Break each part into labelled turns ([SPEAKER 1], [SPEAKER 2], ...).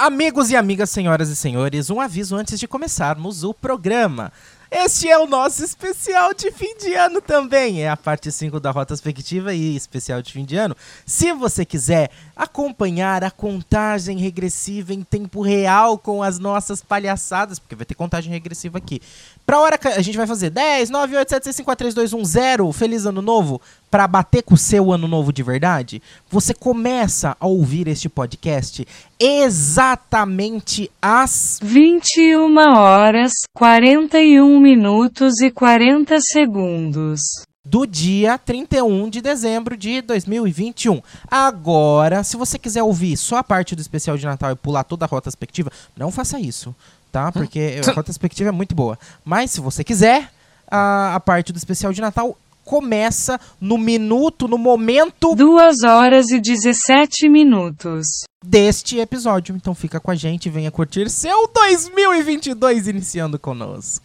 [SPEAKER 1] Amigos e amigas, senhoras e senhores, um aviso antes de começarmos o programa. Este é o nosso especial de fim de ano também. É a parte 5 da Rota Expectiva e especial de fim de ano. Se você quiser acompanhar a contagem regressiva em tempo real com as nossas palhaçadas, porque vai ter contagem regressiva aqui. Pra hora que a gente vai fazer 10, 9, 8, 7, 6, 5, 4, 3, 2, 1, 0. um, Feliz ano novo. Pra bater com o seu ano novo de verdade, você começa a ouvir este podcast exatamente às
[SPEAKER 2] 21 horas, 41 minutos e 40 segundos.
[SPEAKER 1] do dia 31 de dezembro de 2021. Agora, se você quiser ouvir só a parte do especial de Natal e pular toda a rota expectiva, não faça isso, tá? Porque a rota expectiva é muito boa. Mas se você quiser, a, a parte do especial de Natal começa no minuto, no momento
[SPEAKER 2] 2 horas e 17 minutos.
[SPEAKER 1] deste episódio. Então fica com a gente, venha curtir seu 2022 iniciando conosco.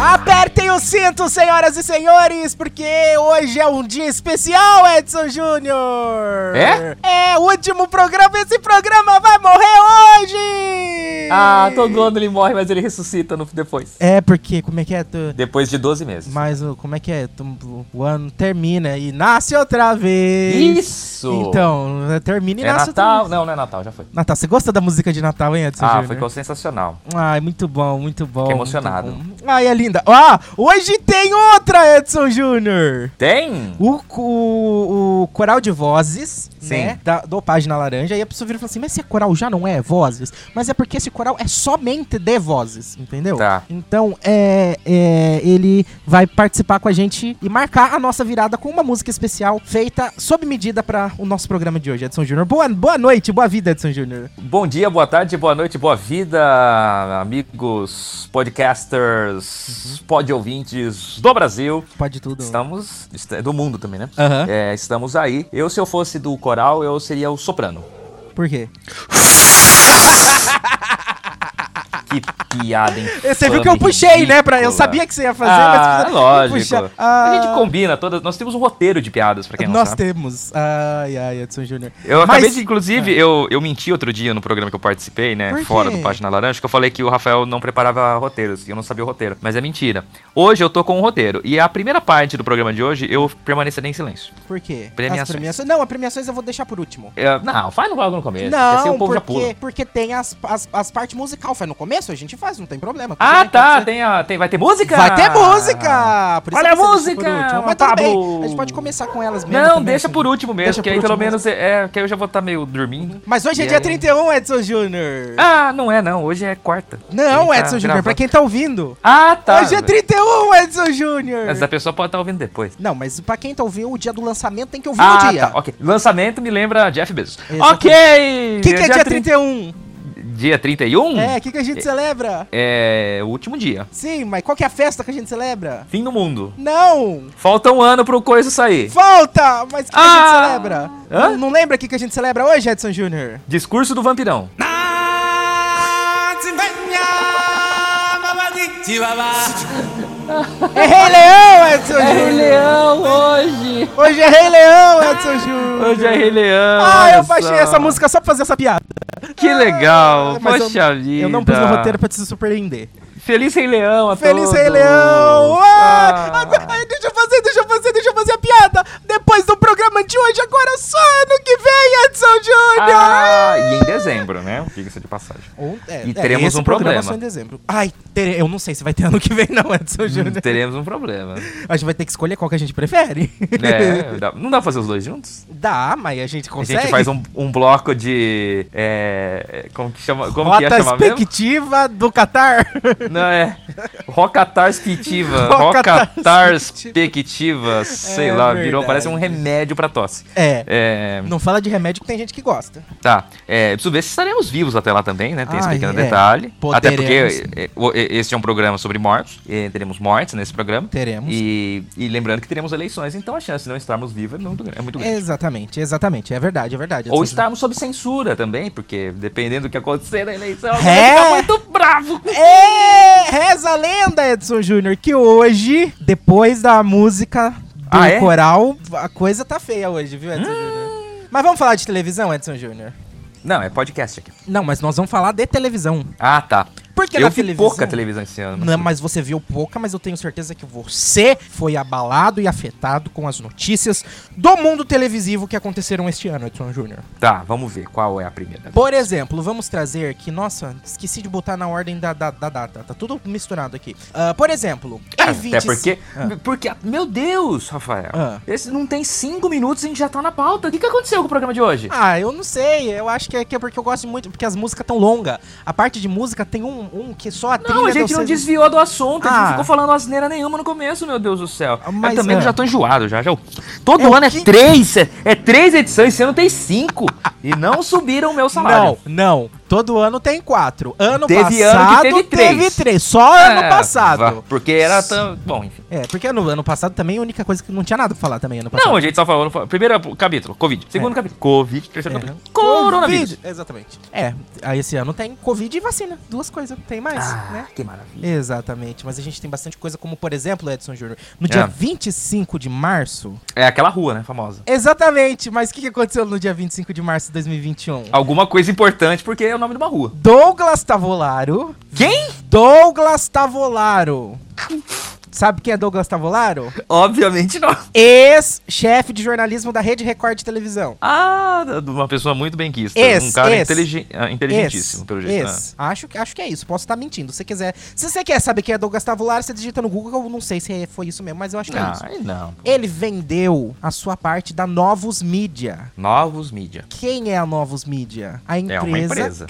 [SPEAKER 1] Apertem os cintos, senhoras e senhores, porque hoje é um dia especial, Edson Júnior! É? É, o último programa, esse programa vai morrer hoje!
[SPEAKER 3] Ah, todo ano ele morre, mas ele ressuscita no, depois.
[SPEAKER 1] É, porque, como é que é? Tu-
[SPEAKER 3] Depois de 12 meses.
[SPEAKER 1] Mas o- como é que é? Tu- O ano termina e nasce outra vez.
[SPEAKER 3] Isso!
[SPEAKER 1] Então, né, termina e
[SPEAKER 3] é
[SPEAKER 1] nasce outra
[SPEAKER 3] Natal?
[SPEAKER 1] vez.
[SPEAKER 3] Não, não é Natal, já foi.
[SPEAKER 1] Natal, você gosta da música de Natal, hein, Edson
[SPEAKER 3] ah,
[SPEAKER 1] Júnior?
[SPEAKER 3] ficou sensacional.
[SPEAKER 1] Ai, muito bom, muito bom.
[SPEAKER 3] Fiquei
[SPEAKER 1] muito
[SPEAKER 3] emocionado.
[SPEAKER 1] bom. Ai, é linda. Ah, hoje tem outra, Edson Júnior.
[SPEAKER 3] Tem?
[SPEAKER 1] O, cu- o, o coral de vozes,
[SPEAKER 3] Sim.
[SPEAKER 1] né? Da, do Página Laranja. E a pessoa vira e fala assim: Mas esse coral já não é vozes? Mas é porque esse coral é somente de vozes, entendeu?
[SPEAKER 3] Tá.
[SPEAKER 1] Então, é, é, ele vai participar com a gente e marcar a nossa virada com uma música especial feita sob medida para o nosso programa de hoje, Edson Júnior. Boa, boa noite, boa vida, Edson Júnior.
[SPEAKER 3] Bom dia, boa tarde, boa noite, boa vida, amigos, podcasters,
[SPEAKER 1] Uhum.
[SPEAKER 3] pod ouvintes do Brasil.
[SPEAKER 1] Pode tudo.
[SPEAKER 3] Estamos. est- Do mundo também, né?
[SPEAKER 1] Aham.
[SPEAKER 3] É, estamos aí. Eu, se eu fosse do coral, eu seria o soprano.
[SPEAKER 1] Por quê? Ah,
[SPEAKER 3] Que piada, hein?
[SPEAKER 1] Você viu que eu puxei, né? Pra, eu sabia que você ia fazer,
[SPEAKER 3] ah,
[SPEAKER 1] mas.
[SPEAKER 3] lógico.
[SPEAKER 1] puxar.
[SPEAKER 3] A
[SPEAKER 1] Ah.
[SPEAKER 3] gente combina todas. Nós temos um roteiro de piadas, pra quem não
[SPEAKER 1] Nós
[SPEAKER 3] sabe.
[SPEAKER 1] temos. Ai, ai, Edson Júnior.
[SPEAKER 3] Eu
[SPEAKER 1] Mas- é.
[SPEAKER 3] acabei de, inclusive, eu, eu menti outro dia no programa que eu participei, né?
[SPEAKER 1] Por quê?
[SPEAKER 3] Fora do Página Laranja, que eu falei que o Rafael não preparava roteiros e eu não sabia o roteiro. Mas é mentira. Hoje eu tô com um roteiro. E a primeira parte do programa de hoje eu permanecerei em silêncio.
[SPEAKER 1] Por quê?
[SPEAKER 3] Premiações.
[SPEAKER 1] As premiações. Não, as premiações eu vou deixar por último.
[SPEAKER 3] É, não, faz no- logo no começo. porque assim
[SPEAKER 1] não,
[SPEAKER 3] o povo já
[SPEAKER 1] porque,
[SPEAKER 3] pula.
[SPEAKER 1] porque tem as, as, as partes musical. Faz no começo, a gente faz, não tem problema. Tudo
[SPEAKER 3] Ah,
[SPEAKER 1] bem,
[SPEAKER 3] tá.
[SPEAKER 1] pode ser.
[SPEAKER 3] Tem a, tem, vai ter música?
[SPEAKER 1] Vai ter música! Por
[SPEAKER 3] Olha
[SPEAKER 1] que
[SPEAKER 3] a
[SPEAKER 1] você deixa por
[SPEAKER 3] música,
[SPEAKER 1] último. Mas tudo bem,
[SPEAKER 3] Pablo!
[SPEAKER 1] a gente pode começar com elas mesmo.
[SPEAKER 3] Não,
[SPEAKER 1] também,
[SPEAKER 3] deixa
[SPEAKER 1] Edson
[SPEAKER 3] por
[SPEAKER 1] Júnior.
[SPEAKER 3] último mesmo,
[SPEAKER 1] Deixa
[SPEAKER 3] que
[SPEAKER 1] por
[SPEAKER 3] aí pelo
[SPEAKER 1] último
[SPEAKER 3] menos é, é, que aí eu já vou estar meio dormindo.
[SPEAKER 1] Mas hoje é
[SPEAKER 3] E
[SPEAKER 1] dia
[SPEAKER 3] aí-
[SPEAKER 1] 31, Edson Júnior.
[SPEAKER 3] Ah, não é não, hoje é quarta.
[SPEAKER 1] não,
[SPEAKER 3] Ele tá
[SPEAKER 1] Edson Júnior, pra
[SPEAKER 3] gravando.
[SPEAKER 1] quem tá ouvindo.
[SPEAKER 3] Ah, tá.
[SPEAKER 1] hoje é 31, Edson Júnior.
[SPEAKER 3] Essa pessoa pode estar ouvindo depois.
[SPEAKER 1] Não, mas pra quem tá ouvindo, o dia do lançamento tem que ouvir
[SPEAKER 3] Ah,
[SPEAKER 1] o dia.
[SPEAKER 3] tá, ok. Lançamento me lembra Jeff Bezos.
[SPEAKER 1] Exatamente.
[SPEAKER 3] Ok!
[SPEAKER 1] O que, que é dia
[SPEAKER 3] 30
[SPEAKER 1] 31?
[SPEAKER 3] Dia 31?
[SPEAKER 1] É, o que, que a gente celebra?
[SPEAKER 3] É, o último dia.
[SPEAKER 1] Sim, mas qual que é a festa que a gente celebra?
[SPEAKER 3] Fim do mundo.
[SPEAKER 1] Não!
[SPEAKER 3] Falta um ano pro coisa sair.
[SPEAKER 1] Volta! Mas o que, que a gente
[SPEAKER 3] Ah!
[SPEAKER 1] celebra?
[SPEAKER 3] Hã?
[SPEAKER 1] Não, não lembra o que, que a gente celebra hoje, Edson Júnior?
[SPEAKER 3] Discurso do vampirão.
[SPEAKER 1] É Rei Leão, Edson Júnior!
[SPEAKER 3] É Leão hoje!
[SPEAKER 1] Hoje é Rei Leão, Edson Júnior!
[SPEAKER 3] Hoje é Rei Leão!
[SPEAKER 1] Ah,
[SPEAKER 3] olha
[SPEAKER 1] eu baixei
[SPEAKER 3] só.
[SPEAKER 1] essa música só pra fazer essa piada.
[SPEAKER 3] Que legal!
[SPEAKER 1] Mas eu-
[SPEAKER 3] Ah, Poxa vida!
[SPEAKER 1] Eu não pus no roteiro pra te surpreender.
[SPEAKER 3] Feliz Rei Leão a
[SPEAKER 1] Feliz
[SPEAKER 3] todos!
[SPEAKER 1] Rei Leão! Ah,
[SPEAKER 3] Ah.
[SPEAKER 1] agora- ai, deixa eu fazer, deixa eu fazer, deixa eu fazer a piada! Depois do programa de hoje, agora só ano que vem, Edson Júnior!
[SPEAKER 3] Ah, e em dezembro, né? Diga-se de passagem.
[SPEAKER 1] Ou- é,
[SPEAKER 3] E
[SPEAKER 1] é,
[SPEAKER 3] teremos
[SPEAKER 1] esse
[SPEAKER 3] um
[SPEAKER 1] programa
[SPEAKER 3] problema.
[SPEAKER 1] só em dezembro. Ai, tere- eu não sei se vai ter ano que vem, não, Edson Júnior.
[SPEAKER 3] Teremos um problema.
[SPEAKER 1] A gente vai ter que escolher qual que a gente prefere.
[SPEAKER 3] É, dá- não dá pra fazer os dois juntos?
[SPEAKER 1] Dá, mas a gente
[SPEAKER 3] A
[SPEAKER 1] consegue.
[SPEAKER 3] gente faz um, um bloco de. É, como que chama? Como que
[SPEAKER 1] Rota
[SPEAKER 3] ia chamar mesmo?
[SPEAKER 1] expectativa do Catar.
[SPEAKER 3] Não, é. Rocatarspectiva. Rocatarspectiva. Sei
[SPEAKER 1] É
[SPEAKER 3] lá,
[SPEAKER 1] verdade.
[SPEAKER 3] virou. Parece um remédio pra tosse.
[SPEAKER 1] É.
[SPEAKER 3] É,
[SPEAKER 1] Não fala de remédio que tem gente que gosta.
[SPEAKER 3] tá. É, preciso ver se estaremos vivos até lá também, né? Tem esse
[SPEAKER 1] Ai,
[SPEAKER 3] pequeno
[SPEAKER 1] é.
[SPEAKER 3] detalhe. Até
[SPEAKER 1] Poderemos.
[SPEAKER 3] porque é, é, o- é, esse é um programa sobre mortos. e teremos mortes nesse programa.
[SPEAKER 1] Teremos.
[SPEAKER 3] E, e lembrando que teremos eleições, então a chance de não estarmos vivos é muito, é muito grande.
[SPEAKER 1] Exatamente, exatamente. É verdade, é verdade.
[SPEAKER 3] Ou estarmos sob censura também, porque dependendo do que acontecer na eleição, eu vou
[SPEAKER 1] É.
[SPEAKER 3] ficar muito bravo.
[SPEAKER 1] É, reza a lenda, Edson Júnior, que hoje, depois da música do
[SPEAKER 3] Ah, é? Ah.
[SPEAKER 1] coral, a coisa tá feia hoje, viu, Edson Júnior? Mas vamos falar de televisão, Edson Júnior?
[SPEAKER 3] Não, é podcast aqui.
[SPEAKER 1] Não, mas nós vamos falar de televisão.
[SPEAKER 3] Ah, tá.
[SPEAKER 1] Porque
[SPEAKER 3] eu
[SPEAKER 1] na
[SPEAKER 3] vi
[SPEAKER 1] televisão...
[SPEAKER 3] pouca televisão esse ano.
[SPEAKER 1] Não, é, mas você viu pouca, mas eu tenho certeza que você foi abalado e afetado com as notícias do mundo televisivo que aconteceram este ano, Edson Júnior.
[SPEAKER 3] Tá, vamos ver qual é a primeira.
[SPEAKER 1] Por exemplo, vamos trazer que, nossa, esqueci de botar na ordem da, da, da data, tá tudo misturado aqui. Ah, por exemplo,
[SPEAKER 3] Ah,
[SPEAKER 1] I-25
[SPEAKER 3] Até porque.
[SPEAKER 1] Ah.
[SPEAKER 3] Porque. Meu Deus, Rafael.
[SPEAKER 1] Ah.
[SPEAKER 3] Esse não tem cinco minutos e a gente já tá na pauta. O que, que aconteceu com o programa de hoje?
[SPEAKER 1] Ah, eu não sei, eu acho que é, que é porque eu gosto muito, porque as músicas tão longas. A parte de música tem um, um que só a trilha...
[SPEAKER 3] não, a gente
[SPEAKER 1] deu
[SPEAKER 3] não
[SPEAKER 1] seis-
[SPEAKER 3] desviou do assunto, a gente
[SPEAKER 1] Ah.
[SPEAKER 3] não ficou falando asneira nenhuma no começo, meu Deus do céu.
[SPEAKER 1] Ah, mas,
[SPEAKER 3] eu também
[SPEAKER 1] é.
[SPEAKER 3] já tô enjoado, já. já. eu- Todo
[SPEAKER 1] É o
[SPEAKER 3] ano é
[SPEAKER 1] quinto-
[SPEAKER 3] três, é, é três edições, esse ano tem cinco. e não subiram o meu
[SPEAKER 1] Não,
[SPEAKER 3] salário.
[SPEAKER 1] não. Todo ano tem quatro. Ano
[SPEAKER 3] Teve ano
[SPEAKER 1] passado
[SPEAKER 3] que teve três.
[SPEAKER 1] três, Só ano
[SPEAKER 3] É,
[SPEAKER 1] passado.
[SPEAKER 3] vá, Porque era tão. Bom, enfim. tá
[SPEAKER 1] É, porque no ano passado também a única coisa que não tinha nada pra falar também ano passado.
[SPEAKER 3] Não, é a gente só falou. não falou. Primeiro capítulo, Covid. Segundo
[SPEAKER 1] É.
[SPEAKER 3] capítulo, Covid. Terceiro
[SPEAKER 1] É.
[SPEAKER 3] capítulo, coronavírus.
[SPEAKER 1] Covid, Exatamente. É, aí esse ano tem Covid e vacina. Duas coisas, não tem mais, né?
[SPEAKER 3] Ah, que maravilha.
[SPEAKER 1] Exatamente, mas a gente tem bastante coisa, como por exemplo, Edson Júnior, no dia
[SPEAKER 3] É.
[SPEAKER 1] 25 de março.
[SPEAKER 3] É aquela rua, né? Famosa.
[SPEAKER 1] Exatamente, mas o que, que aconteceu no dia 25 de março de 2021?
[SPEAKER 3] Alguma coisa importante, porque é o nome de uma rua.
[SPEAKER 1] Douglas Tavolaro.
[SPEAKER 3] Quem?
[SPEAKER 1] Douglas Tavolaro. Sabe quem é Douglas Tavolaro?
[SPEAKER 3] Obviamente não.
[SPEAKER 1] Ex-chefe de jornalismo da Rede Record de televisão.
[SPEAKER 3] Ah, de uma pessoa muito bem quista.
[SPEAKER 1] Esse,
[SPEAKER 3] Um cara
[SPEAKER 1] esse.
[SPEAKER 3] inteligen- ah, inteligentíssimo,
[SPEAKER 1] Ex,
[SPEAKER 3] pelo jeito. né?
[SPEAKER 1] ex. Acho, que- acho que é isso, posso estar mentindo. Se você quiser. Se você quer saber quem é Douglas Tavolaro, você digita no Google, eu não sei se foi isso mesmo, mas eu acho que é isso.
[SPEAKER 3] Ah, aí não.
[SPEAKER 1] Ele vendeu a sua parte da Novos Mídia.
[SPEAKER 3] Novos mídia.
[SPEAKER 1] Quem é a Novos Mídia? A
[SPEAKER 3] É uma
[SPEAKER 1] empresa,
[SPEAKER 3] empresa.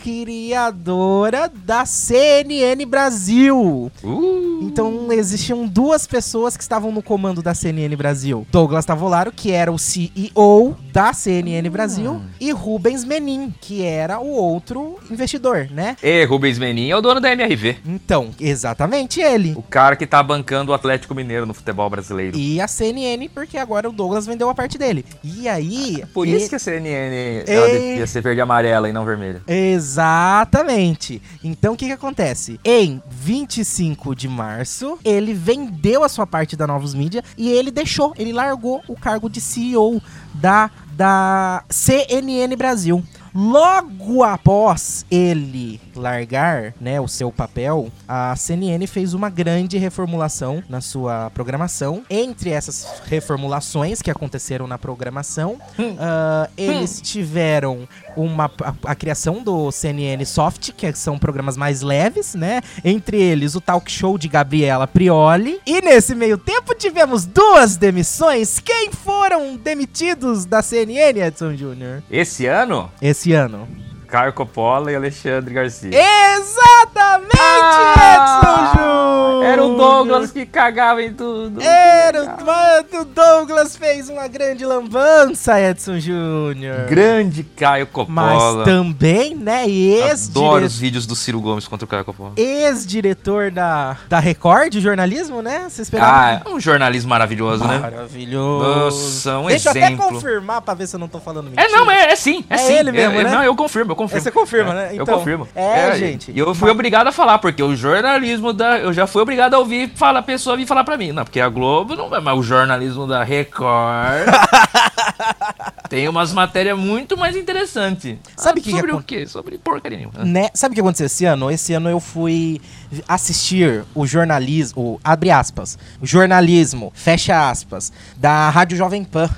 [SPEAKER 1] criadora da CNN Brasil.
[SPEAKER 3] Uh,
[SPEAKER 1] Então existiam duas pessoas que estavam no comando da CNN Brasil: Douglas Tavolaro, que era o CEO da CNN Brasil,
[SPEAKER 3] Ah.
[SPEAKER 1] e Rubens Menin, que era o outro investidor, né?
[SPEAKER 3] E Rubens Menin é o dono da MRV.
[SPEAKER 1] Então, exatamente ele.
[SPEAKER 3] O cara que tá bancando o Atlético Mineiro no futebol brasileiro.
[SPEAKER 1] E a CNN, porque agora o Douglas vendeu a parte dele. E aí.
[SPEAKER 3] Por
[SPEAKER 1] ele-
[SPEAKER 3] isso que a CNN ela
[SPEAKER 1] E-
[SPEAKER 3] devia ser verde e amarela e não vermelha.
[SPEAKER 1] Exatamente. Então o que, que acontece? Em 25 de março, ele vendeu a sua parte da Novos Mídia e ele deixou, ele largou o cargo de CEO da, da CNN Brasil. Logo após ele largar né, o seu papel, a CNN fez uma grande reformulação na sua programação. Entre essas reformulações que aconteceram na programação, ah,
[SPEAKER 3] Hum.
[SPEAKER 1] eles tiveram uma, a, a criação do CNN Soft, que são programas mais leves, né? Entre eles o talk show de Gabriela Prioli. E nesse meio tempo tivemos duas demissões. Quem foram demitidos da CNN, Edson Júnior?
[SPEAKER 3] Esse ano,
[SPEAKER 1] Esse ano.
[SPEAKER 3] Caio Coppola e Alexandre Garcia.
[SPEAKER 1] Exatamente,
[SPEAKER 3] Ah!
[SPEAKER 1] Edson Júnior!
[SPEAKER 3] Era o Douglas que cagava em tudo.
[SPEAKER 1] Era o, mano, o Douglas fez uma grande lambança, Edson Júnior.
[SPEAKER 3] Grande Caio Coppola.
[SPEAKER 1] Mas também, né,
[SPEAKER 3] Adoro
[SPEAKER 1] ex-diretor
[SPEAKER 3] os vídeos do Ciro Gomes contra o Caio Coppola.
[SPEAKER 1] ex-diretor da, da Record de jornalismo, né? Você
[SPEAKER 3] Ah,
[SPEAKER 1] esperava.
[SPEAKER 3] é um jornalismo maravilhoso, né?
[SPEAKER 1] Maravilhoso.
[SPEAKER 3] Nossa, um
[SPEAKER 1] Deixa
[SPEAKER 3] exemplo.
[SPEAKER 1] eu até confirmar pra ver se eu não tô falando mentira.
[SPEAKER 3] É, não, é, é sim, é,
[SPEAKER 1] É
[SPEAKER 3] sim.
[SPEAKER 1] ele
[SPEAKER 3] É,
[SPEAKER 1] mesmo,
[SPEAKER 3] é,
[SPEAKER 1] né?
[SPEAKER 3] Não, eu confirmo, eu confirmo.
[SPEAKER 1] É, você confirma, né?
[SPEAKER 3] É,
[SPEAKER 1] Então,
[SPEAKER 3] eu confirmo.
[SPEAKER 1] é, gente.
[SPEAKER 3] E eu fui obrigado a falar, porque o jornalismo da. Eu já fui obrigado a ouvir falar, a pessoa vir falar pra mim. Não, porque a Globo não vai, mas o jornalismo da Record. tem umas matérias muito mais interessantes. Ah,
[SPEAKER 1] Sabe o que que
[SPEAKER 3] Sobre o
[SPEAKER 1] acon-
[SPEAKER 3] quê? Sobre porcaria nenhuma.
[SPEAKER 1] Né? Sabe o que aconteceu esse ano? Esse ano eu fui assistir o jornalismo, o- abre aspas, o jornalismo, fecha aspas, da Rádio Jovem Pan.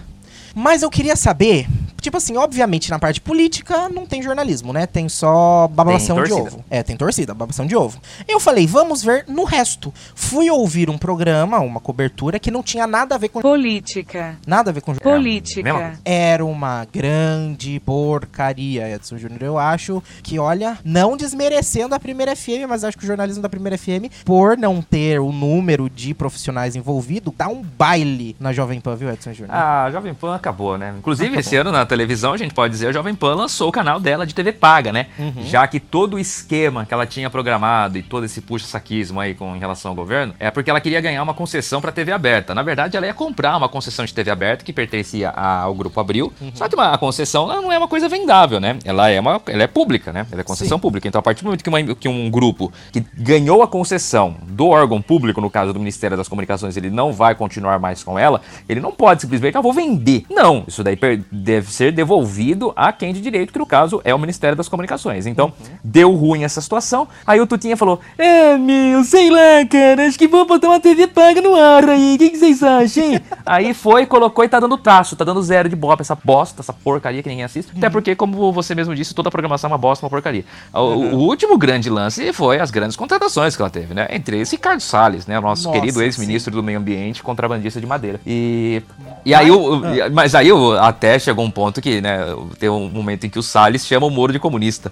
[SPEAKER 1] Mas eu queria saber, tipo assim, obviamente na parte política não tem jornalismo, né? Tem só babação de
[SPEAKER 3] torcida.
[SPEAKER 1] ovo. É, tem torcida, babação de ovo. Eu falei, vamos ver no resto. Fui ouvir um programa, uma cobertura que não tinha nada a ver com
[SPEAKER 2] Política.
[SPEAKER 1] nada a ver com jornalismo.
[SPEAKER 3] É mesma
[SPEAKER 2] Política.
[SPEAKER 3] coisa.
[SPEAKER 1] Era uma grande porcaria, Edson Júnior. Eu acho que, olha, não desmerecendo a primeira FM, mas acho que o jornalismo da primeira FM, por não ter o número de profissionais envolvido, dá um baile na Jovem Pan, viu, Edson Júnior?
[SPEAKER 3] Ah, Jovem Pan acabou, né? Inclusive, esse ano na televisão, a gente pode dizer, a Jovem Pan lançou o canal dela de TV paga, né? Já que todo o esquema que ela tinha programado e todo esse puxa-saquismo aí com em relação ao governo é porque ela queria ganhar uma concessão para TV aberta. Na verdade, ela ia comprar uma concessão de TV aberta que pertencia a- ao Grupo Abril. Só que uma a concessão ela não é uma coisa vendável, né? Ela é, uma, ela é pública, né? Ela é concessão pública. Então, a partir do momento que, uma- que um grupo que ganhou a concessão do órgão público, no caso do Ministério das Comunicações, ele não vai continuar mais com ela, ele não pode simplesmente, ah, vou vender. Não, isso daí per- deve ser devolvido a quem de direito, que no caso é o Ministério das Comunicações. Então, deu ruim essa situação. Aí o Tutinha falou: É, meu, sei lá, cara, acho que vou botar uma TV paga no ar aí, o que, que vocês acham? hein?" aí foi, colocou e tá dando taço, tá dando zero de bola pra essa bosta, essa porcaria que ninguém assiste. Até porque, como você mesmo disse, toda a programação é uma bosta, uma porcaria. O, o último grande lance foi as grandes contratações que ela teve, né? Entre eles, Ricardo Salles, né? Nosso
[SPEAKER 1] Nossa,
[SPEAKER 3] querido
[SPEAKER 1] sim.
[SPEAKER 3] ex-ministro do meio ambiente, contrabandista de madeira. E, e aí, o, o-
[SPEAKER 1] é.
[SPEAKER 3] e- mas aí o- até chegou um ponto que, né, tem um momento em que o Salles chama o Moro de comunista.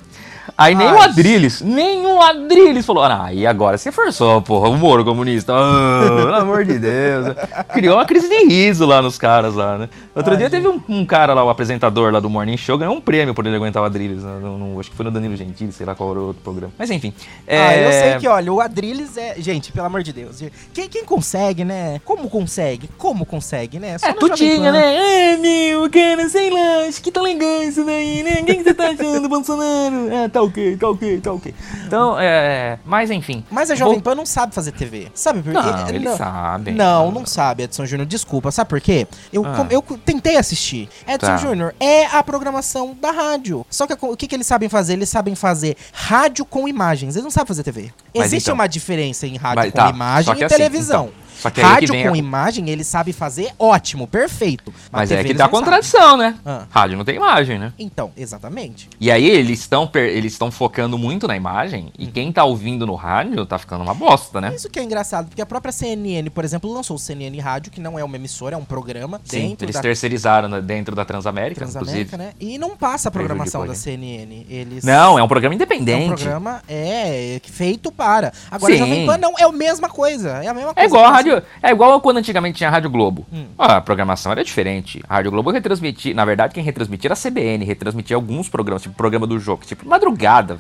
[SPEAKER 3] Aí nem o
[SPEAKER 1] Ai.
[SPEAKER 3] Adrilles, nem o Adrilles falou, ah, e agora você forçou, porra, o Moro comunista, ah, pelo amor de Deus. né? Criou uma crise de riso lá nos caras lá, né? Outro
[SPEAKER 1] Ai,
[SPEAKER 3] dia teve um, um cara lá, o apresentador lá do Morning Show, ganhou um prêmio por ele aguentar o Adrilles, né? Não- não- acho que foi no Danilo Gentili, sei lá qual era o outro programa. Mas enfim.
[SPEAKER 1] Ah, eu
[SPEAKER 3] é,
[SPEAKER 1] sei que, olha, o Adrilles é. Gente, pelo amor de Deus. Quem, quem consegue, né? Como consegue? Como consegue, né? Só
[SPEAKER 3] É,
[SPEAKER 1] na Jovem
[SPEAKER 3] tutinha,
[SPEAKER 1] Pan.
[SPEAKER 3] né? É, meu, cara, sei lá, acho que tá legal isso daí, né? O que que você tá achando, Bolsonaro? É, tá ok, tá ok, tá ok. Então, é... Mas, enfim.
[SPEAKER 1] Mas a Jovem Pan não sabe fazer TV. Sabe por quê?
[SPEAKER 3] Não, eles sabem.
[SPEAKER 1] Não, não sabe, Edson Júnior. Desculpa. Sabe por quê? Eu,
[SPEAKER 3] Ah.
[SPEAKER 1] com- eu co- tentei assistir. Edson
[SPEAKER 3] Tá.
[SPEAKER 1] Júnior é a programação da rádio. Só que a co- o que, que eles sabem fazer? Eles sabem fazer rádio com imagens. Eles não sabem fazer TV.
[SPEAKER 3] Mas
[SPEAKER 1] Existe
[SPEAKER 3] então-
[SPEAKER 1] uma diferença em rádio
[SPEAKER 3] Mas
[SPEAKER 1] com
[SPEAKER 3] tá,
[SPEAKER 1] imagem
[SPEAKER 3] só que
[SPEAKER 1] e
[SPEAKER 3] assim,
[SPEAKER 1] televisão.
[SPEAKER 3] então, só que aí que
[SPEAKER 1] rádio
[SPEAKER 3] vem a-
[SPEAKER 1] com imagem, ele sabe fazer ótimo, perfeito.
[SPEAKER 3] Mas
[SPEAKER 1] TV
[SPEAKER 3] é que
[SPEAKER 1] eles
[SPEAKER 3] dá
[SPEAKER 1] não sabem.
[SPEAKER 3] contradição, né?
[SPEAKER 1] Ah.
[SPEAKER 3] Rádio não tem imagem, né?
[SPEAKER 1] Então, exatamente.
[SPEAKER 3] E aí eles estão per- eles estão focando muito na imagem
[SPEAKER 1] Hum.
[SPEAKER 3] e quem tá ouvindo no rádio tá ficando uma bosta, né?
[SPEAKER 1] Isso que é engraçado, porque a própria CNN, por exemplo, lançou o CNN Rádio, que não é uma emissora, é um programa
[SPEAKER 3] Sim,
[SPEAKER 1] dentro
[SPEAKER 3] eles
[SPEAKER 1] da
[SPEAKER 3] terceirizaram né, dentro da Transamérica,
[SPEAKER 1] Transamérica,
[SPEAKER 3] inclusive.
[SPEAKER 1] né? E não passa a programação da
[SPEAKER 3] Prejudicou,
[SPEAKER 1] CNN. Eles
[SPEAKER 3] Não, é um programa
[SPEAKER 1] É um
[SPEAKER 3] independente.
[SPEAKER 1] programa é feito para. Agora
[SPEAKER 3] Sim.
[SPEAKER 1] a Jovem Pan não é a mesma coisa. É a mesma
[SPEAKER 3] É
[SPEAKER 1] coisa.
[SPEAKER 3] igual a
[SPEAKER 1] Passa-
[SPEAKER 3] rádio, é igual quando antigamente tinha a Rádio Globo.
[SPEAKER 1] Hum.
[SPEAKER 3] Ó, A programação era diferente. A Rádio Globo retransmitia, na verdade quem retransmitia era a CBN, retransmitia alguns programas, tipo programa do jogo, tipo madrugada,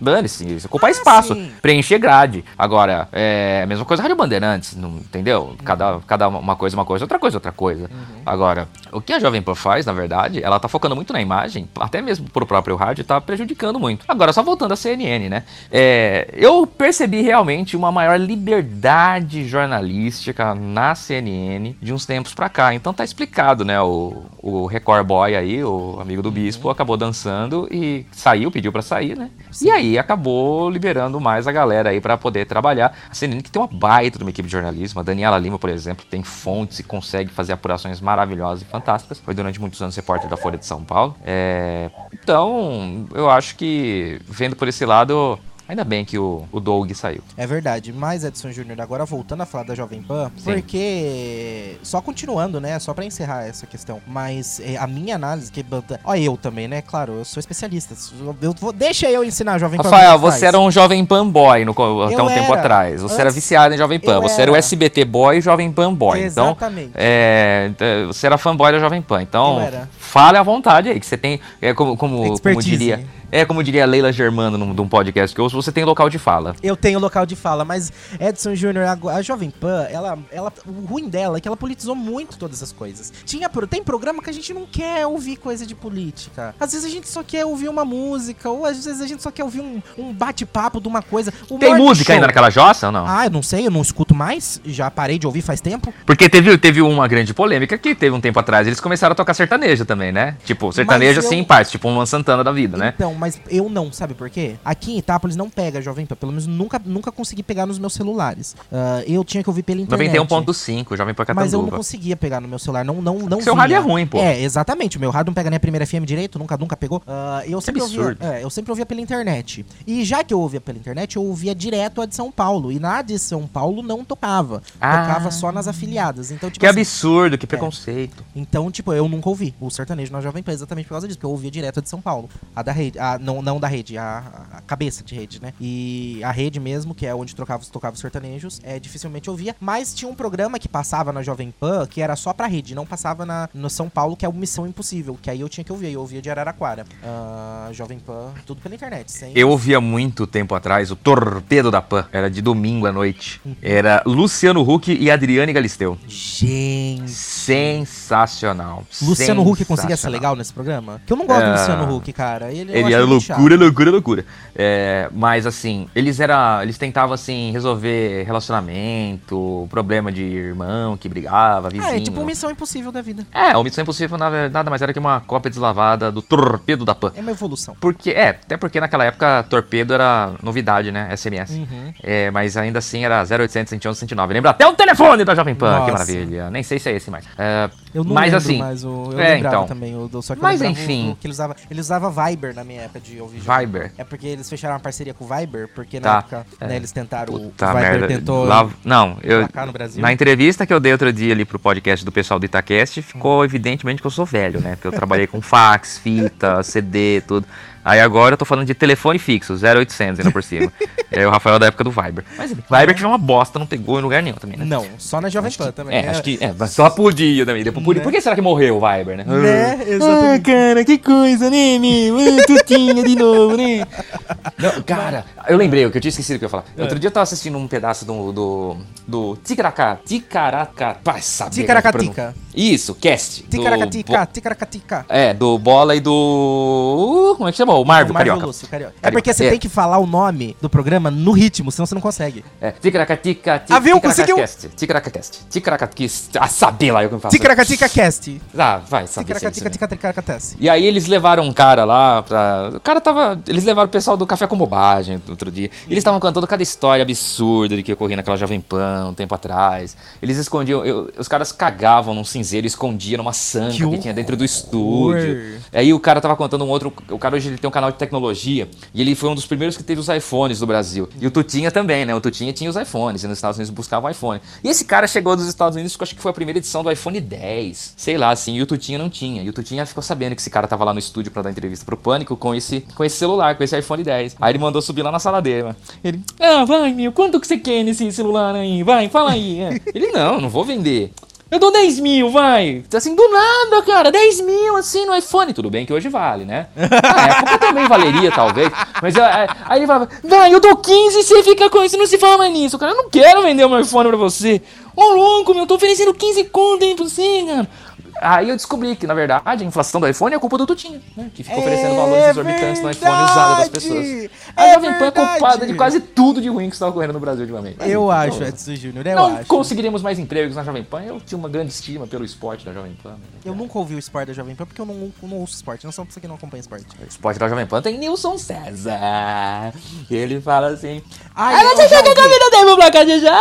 [SPEAKER 3] dane-se, isso, ocupar
[SPEAKER 1] Ah,
[SPEAKER 3] espaço,
[SPEAKER 1] sim.
[SPEAKER 3] preencher grade. Agora, é a mesma coisa a Rádio Bandeirantes, não, entendeu? Cada, cada uma coisa uma coisa, outra coisa outra coisa.
[SPEAKER 1] Uhum.
[SPEAKER 3] Agora, o que a Jovem Pan faz, na verdade, ela tá focando muito na imagem, até mesmo pro próprio rádio, tá prejudicando muito. Agora, só voltando à CNN, né? É, eu percebi realmente uma maior liberdade jornalística na CNN de uns tempos pra cá. Então tá explicado, né? O, o Record Boy aí, o amigo
[SPEAKER 1] Uhum.
[SPEAKER 3] do Bispo, acabou dançando e saiu, pediu pra sair, né? E aí acabou liberando mais a galera aí pra poder trabalhar. A CNN que tem uma baita de uma equipe de jornalismo. A Daniela Lima, por exemplo, tem fontes e consegue fazer apurações maravilhosas e fantásticas. Foi durante muitos anos repórter da Folha de São Paulo. É, Então, eu acho que, vendo por esse lado, ainda bem que o, o Doug saiu.
[SPEAKER 1] É verdade. Mas, Edson Júnior, agora voltando a falar da Jovem Pan,
[SPEAKER 3] Sim.
[SPEAKER 1] porque. Só continuando, né? Só pra encerrar essa questão. Mas é, a minha análise, que. banta- Ó, eu também, né? Claro, eu sou especialista. Eu vou... Deixa eu ensinar a Jovem Pan.
[SPEAKER 3] Rafael,
[SPEAKER 1] como é faz.
[SPEAKER 3] você era um jovem pan boy no co- até
[SPEAKER 1] Eu
[SPEAKER 3] um tempo
[SPEAKER 1] era.
[SPEAKER 3] atrás. Você era
[SPEAKER 1] Antes-
[SPEAKER 3] viciado em jovem pan.
[SPEAKER 1] Eu
[SPEAKER 3] você era. o
[SPEAKER 1] era.
[SPEAKER 3] SBT boy e jovem pan boy. Então,
[SPEAKER 1] Exatamente.
[SPEAKER 3] É, então, você era fanboy da Jovem Pan,
[SPEAKER 1] Eu
[SPEAKER 3] então
[SPEAKER 1] era.
[SPEAKER 3] fale à vontade aí, que você tem, é como, como, como
[SPEAKER 1] Expertise.
[SPEAKER 3] diria, é como diria Leila Germano num, num podcast que eu ouço, você tem local de fala.
[SPEAKER 1] Eu tenho local de fala, mas Edson Júnior, a, a Jovem Pan, ela, ela, o ruim dela é que ela politizou muito todas as coisas. Tinha, pro- tem programa que a gente não quer ouvir coisa de política. Às vezes a gente só quer ouvir uma música, ou às vezes a gente só quer ouvir um, um bate-papo de uma coisa. O
[SPEAKER 3] Tem
[SPEAKER 1] Morning
[SPEAKER 3] música
[SPEAKER 1] Show-
[SPEAKER 3] ainda naquela jossa ou não?
[SPEAKER 1] Ah, eu não sei, eu não escuto mais. Já parei de ouvir faz tempo.
[SPEAKER 3] Porque teve, teve uma grande polêmica que teve um tempo atrás, eles começaram a tocar sertanejo também, né? Tipo, sertanejo
[SPEAKER 1] Mas eu-
[SPEAKER 3] assim em partes, tipo uma Santana da vida, né?
[SPEAKER 1] Então, mas eu não, sabe por quê? Aqui em Itápolis não pega Jovem Pan, pelo menos nunca, nunca consegui pegar nos meus celulares. Ah, eu tinha que ouvir pela internet.
[SPEAKER 3] 91.5, Jovem Pan
[SPEAKER 1] Mas eu não
[SPEAKER 3] um Catanduva.
[SPEAKER 1] conseguia pegar no meu celular, não não não
[SPEAKER 3] Seu
[SPEAKER 1] vinha.
[SPEAKER 3] rádio é ruim, pô.
[SPEAKER 1] É, exatamente, o meu rádio não pega nem a primeira FM direito, nunca nunca pegou. Ah, eu sempre ouvia,
[SPEAKER 3] absurdo.
[SPEAKER 1] é, eu sempre ouvia pela internet. E já que eu ouvia pela internet, eu ouvia direto a de São Paulo, e na de São Paulo não tocava.
[SPEAKER 3] Ah.
[SPEAKER 1] Tocava só nas afiliadas. Então tipo
[SPEAKER 3] Que
[SPEAKER 1] assim,
[SPEAKER 3] absurdo, que preconceito.
[SPEAKER 1] então tipo, eu nunca ouvi o sertanejo na Jovem Pan exatamente por causa disso, porque eu ouvia direto a de São Paulo, a da rede, a não não da rede, a, a cabeça de rede, rede, né? E a rede mesmo, que é onde trocava, tocava os sertanejos, é, dificilmente ouvia. Mas tinha um programa que passava na Jovem Pan, que era só pra rede, não passava na, no São Paulo, que é o Missão Impossível, que aí eu tinha que ouvir, eu ouvia de Araraquara. Ah, Jovem Pan, tudo pela internet, sem...
[SPEAKER 3] Eu ouvia muito tempo atrás o Torpedo da Pan. Era de domingo à noite. Era Luciano Huck e Adriane Galisteu.
[SPEAKER 1] Gente...
[SPEAKER 3] Sensacional.
[SPEAKER 1] Luciano Huck conseguia ser legal nesse programa? Que eu não gosto do
[SPEAKER 3] É.
[SPEAKER 1] Luciano Huck, cara. Ele, eu
[SPEAKER 3] Ele
[SPEAKER 1] acho
[SPEAKER 3] era
[SPEAKER 1] muito chato.
[SPEAKER 3] loucura, loucura, loucura. É, mas assim, eles era, eles tentavam assim resolver relacionamento, problema de irmão que brigava, vizinho.
[SPEAKER 1] Ah, é tipo uma missão impossível da vida.
[SPEAKER 3] É, o Missão Impossível na verdade, nada mais era que uma cópia deslavada do Torpedo da Pan.
[SPEAKER 1] É uma evolução.
[SPEAKER 3] Porque, é, até porque naquela época Torpedo era novidade, né? SMS.
[SPEAKER 1] Uhum.
[SPEAKER 3] É, mas ainda assim era 0800 111 109. Lembra até o telefone da Jovem Pan, que
[SPEAKER 1] Nossa.
[SPEAKER 3] maravilha. Nem sei se é esse mais. É,
[SPEAKER 1] Eu não
[SPEAKER 3] mas
[SPEAKER 1] lembro
[SPEAKER 3] assim,
[SPEAKER 1] mais o. Eu
[SPEAKER 3] é,
[SPEAKER 1] lembrava
[SPEAKER 3] então.
[SPEAKER 1] também, o do- só que eu
[SPEAKER 3] Mas,
[SPEAKER 1] lembrava o-
[SPEAKER 3] enfim.
[SPEAKER 1] o que ele usava. Ele usava Viber na minha época de ouvir jogo.
[SPEAKER 3] Viber.
[SPEAKER 1] É porque eles fecharam uma parceria com o Viber, porque
[SPEAKER 3] Tá,
[SPEAKER 1] na época né, eles tentaram.
[SPEAKER 3] Puta
[SPEAKER 1] o Viber
[SPEAKER 3] merda.
[SPEAKER 1] tentou.
[SPEAKER 3] Lá- não, eu,
[SPEAKER 1] emplacar no Brasil?
[SPEAKER 3] na entrevista que eu dei outro dia ali pro podcast do pessoal do Itacast, ficou evidentemente que eu sou velho, né? Porque eu trabalhei com fax, fita, CD, tudo. Aí agora eu tô falando de telefone fixo, 0800 ainda por cima. é o Rafael da época do Viber. Mas Viber que é uma bosta, não pegou em lugar nenhum também, né?
[SPEAKER 1] Não, só na Jovem Pan também.
[SPEAKER 3] É, acho que é, mas só podia também. Depois, por,
[SPEAKER 1] Né?
[SPEAKER 3] por que será que morreu o Viber, né?
[SPEAKER 1] Né? Exatamente.
[SPEAKER 3] cara, que coisa, né, meu? Ah, Tutinha de novo, né? Não, cara, eu lembrei, o que eu tinha esquecido que eu ia falar.
[SPEAKER 1] Ah.
[SPEAKER 3] Outro dia eu tava assistindo um pedaço do. do. do Ticaracá. Ticaracá. Pai, sabe?
[SPEAKER 1] Ticaracatica.
[SPEAKER 3] Isso, cast. do
[SPEAKER 1] Ticaracatica,
[SPEAKER 3] Bo-
[SPEAKER 1] ticaracatica.
[SPEAKER 3] É, do Bola e do. Como é que chama? O Marvel,
[SPEAKER 1] O Marvel
[SPEAKER 3] Carioca.
[SPEAKER 1] Lúcio, carioca. É
[SPEAKER 3] Carioca.
[SPEAKER 1] porque você
[SPEAKER 3] É.
[SPEAKER 1] tem que falar o nome do programa no ritmo, senão você não consegue.
[SPEAKER 3] É, Ticaracatica. ti-
[SPEAKER 1] Ah, viu?
[SPEAKER 3] Ticaracá
[SPEAKER 1] Conseguiu.
[SPEAKER 3] Cast, Ticaracacast. Ticaracatica. Ah, sabe lá eu que me faço.
[SPEAKER 1] Ticaracatica cast.
[SPEAKER 3] Ah, vai, sabe.
[SPEAKER 1] Ticaracatica, ticaracatesse.
[SPEAKER 3] E aí eles levaram um cara lá pra. O cara tava. Eles levaram o pessoal do Café com Bobagem outro dia. E eles estavam contando cada história absurda de que ocorria naquela Jovem Pan um tempo atrás. Eles escondiam. eu- os caras cagavam num cinzeiro e escondiam numa sanca
[SPEAKER 1] Que
[SPEAKER 3] que, tinha dentro do
[SPEAKER 1] horror.
[SPEAKER 3] estúdio. Aí o cara tava contando um outro. O cara hoje ele tem um canal de tecnologia. E ele foi um dos primeiros que teve os iPhones do Brasil. E o Tutinha também, né? O Tutinha tinha os iPhones. E nos Estados Unidos buscava o iPhone. E esse cara chegou dos Estados Unidos, que eu acho que foi a primeira edição do iPhone 10. Sei lá, assim. E o Tutinha não tinha. E o Tutinha ficou sabendo que esse cara tava lá no estúdio pra dar entrevista pro Pânico com esse, com esse celular, com esse iPhone 10. Aí ele mandou subir lá na sala dele, né? Ele, ah, vai, meu, quanto que você quer nesse celular aí? Vai, fala aí. É. Ele, não, não vou vender. Eu dou 10 mil, vai! Assim, do nada, cara, 10 mil, assim, no iPhone. Tudo bem que hoje vale, né? Na época também valeria, talvez. Mas é, é, aí ele falava, vai, eu dou 15 e você fica com isso, não se fala mais nisso. Cara, eu não quero vender o meu iPhone pra você. Ô, louco, meu, eu tô oferecendo 15 conto aí pra você, cara. Aí eu descobri que, na verdade, a inflação do iPhone é culpa do Tutinha, né? Que ficou oferecendo valores exorbitantes no iPhone usado das pessoas. A
[SPEAKER 1] É
[SPEAKER 3] Jovem Pan é culpada
[SPEAKER 1] verdade.
[SPEAKER 3] de quase tudo de ruim que está ocorrendo no Brasil ultimamente. Mas,
[SPEAKER 1] Eu
[SPEAKER 3] enfim,
[SPEAKER 1] acho, é
[SPEAKER 3] então,
[SPEAKER 1] Edson Júnior, eu
[SPEAKER 3] não
[SPEAKER 1] acho.
[SPEAKER 3] conseguiremos mais empregos na Jovem Pan. Eu tinha uma grande estima pelo esporte da Jovem Pan. né?
[SPEAKER 1] Eu nunca ouvi o esporte da Jovem Pan porque eu não, não ouço esporte, não sou uma pessoa que não acompanha esporte.
[SPEAKER 3] O esporte da Jovem Pan tem Nilson César. Ele fala assim.
[SPEAKER 1] Ah,
[SPEAKER 3] Ah,
[SPEAKER 1] eu,
[SPEAKER 3] você
[SPEAKER 1] já
[SPEAKER 3] quer que eu
[SPEAKER 1] ouvi,
[SPEAKER 3] camino dei meu placar de joia?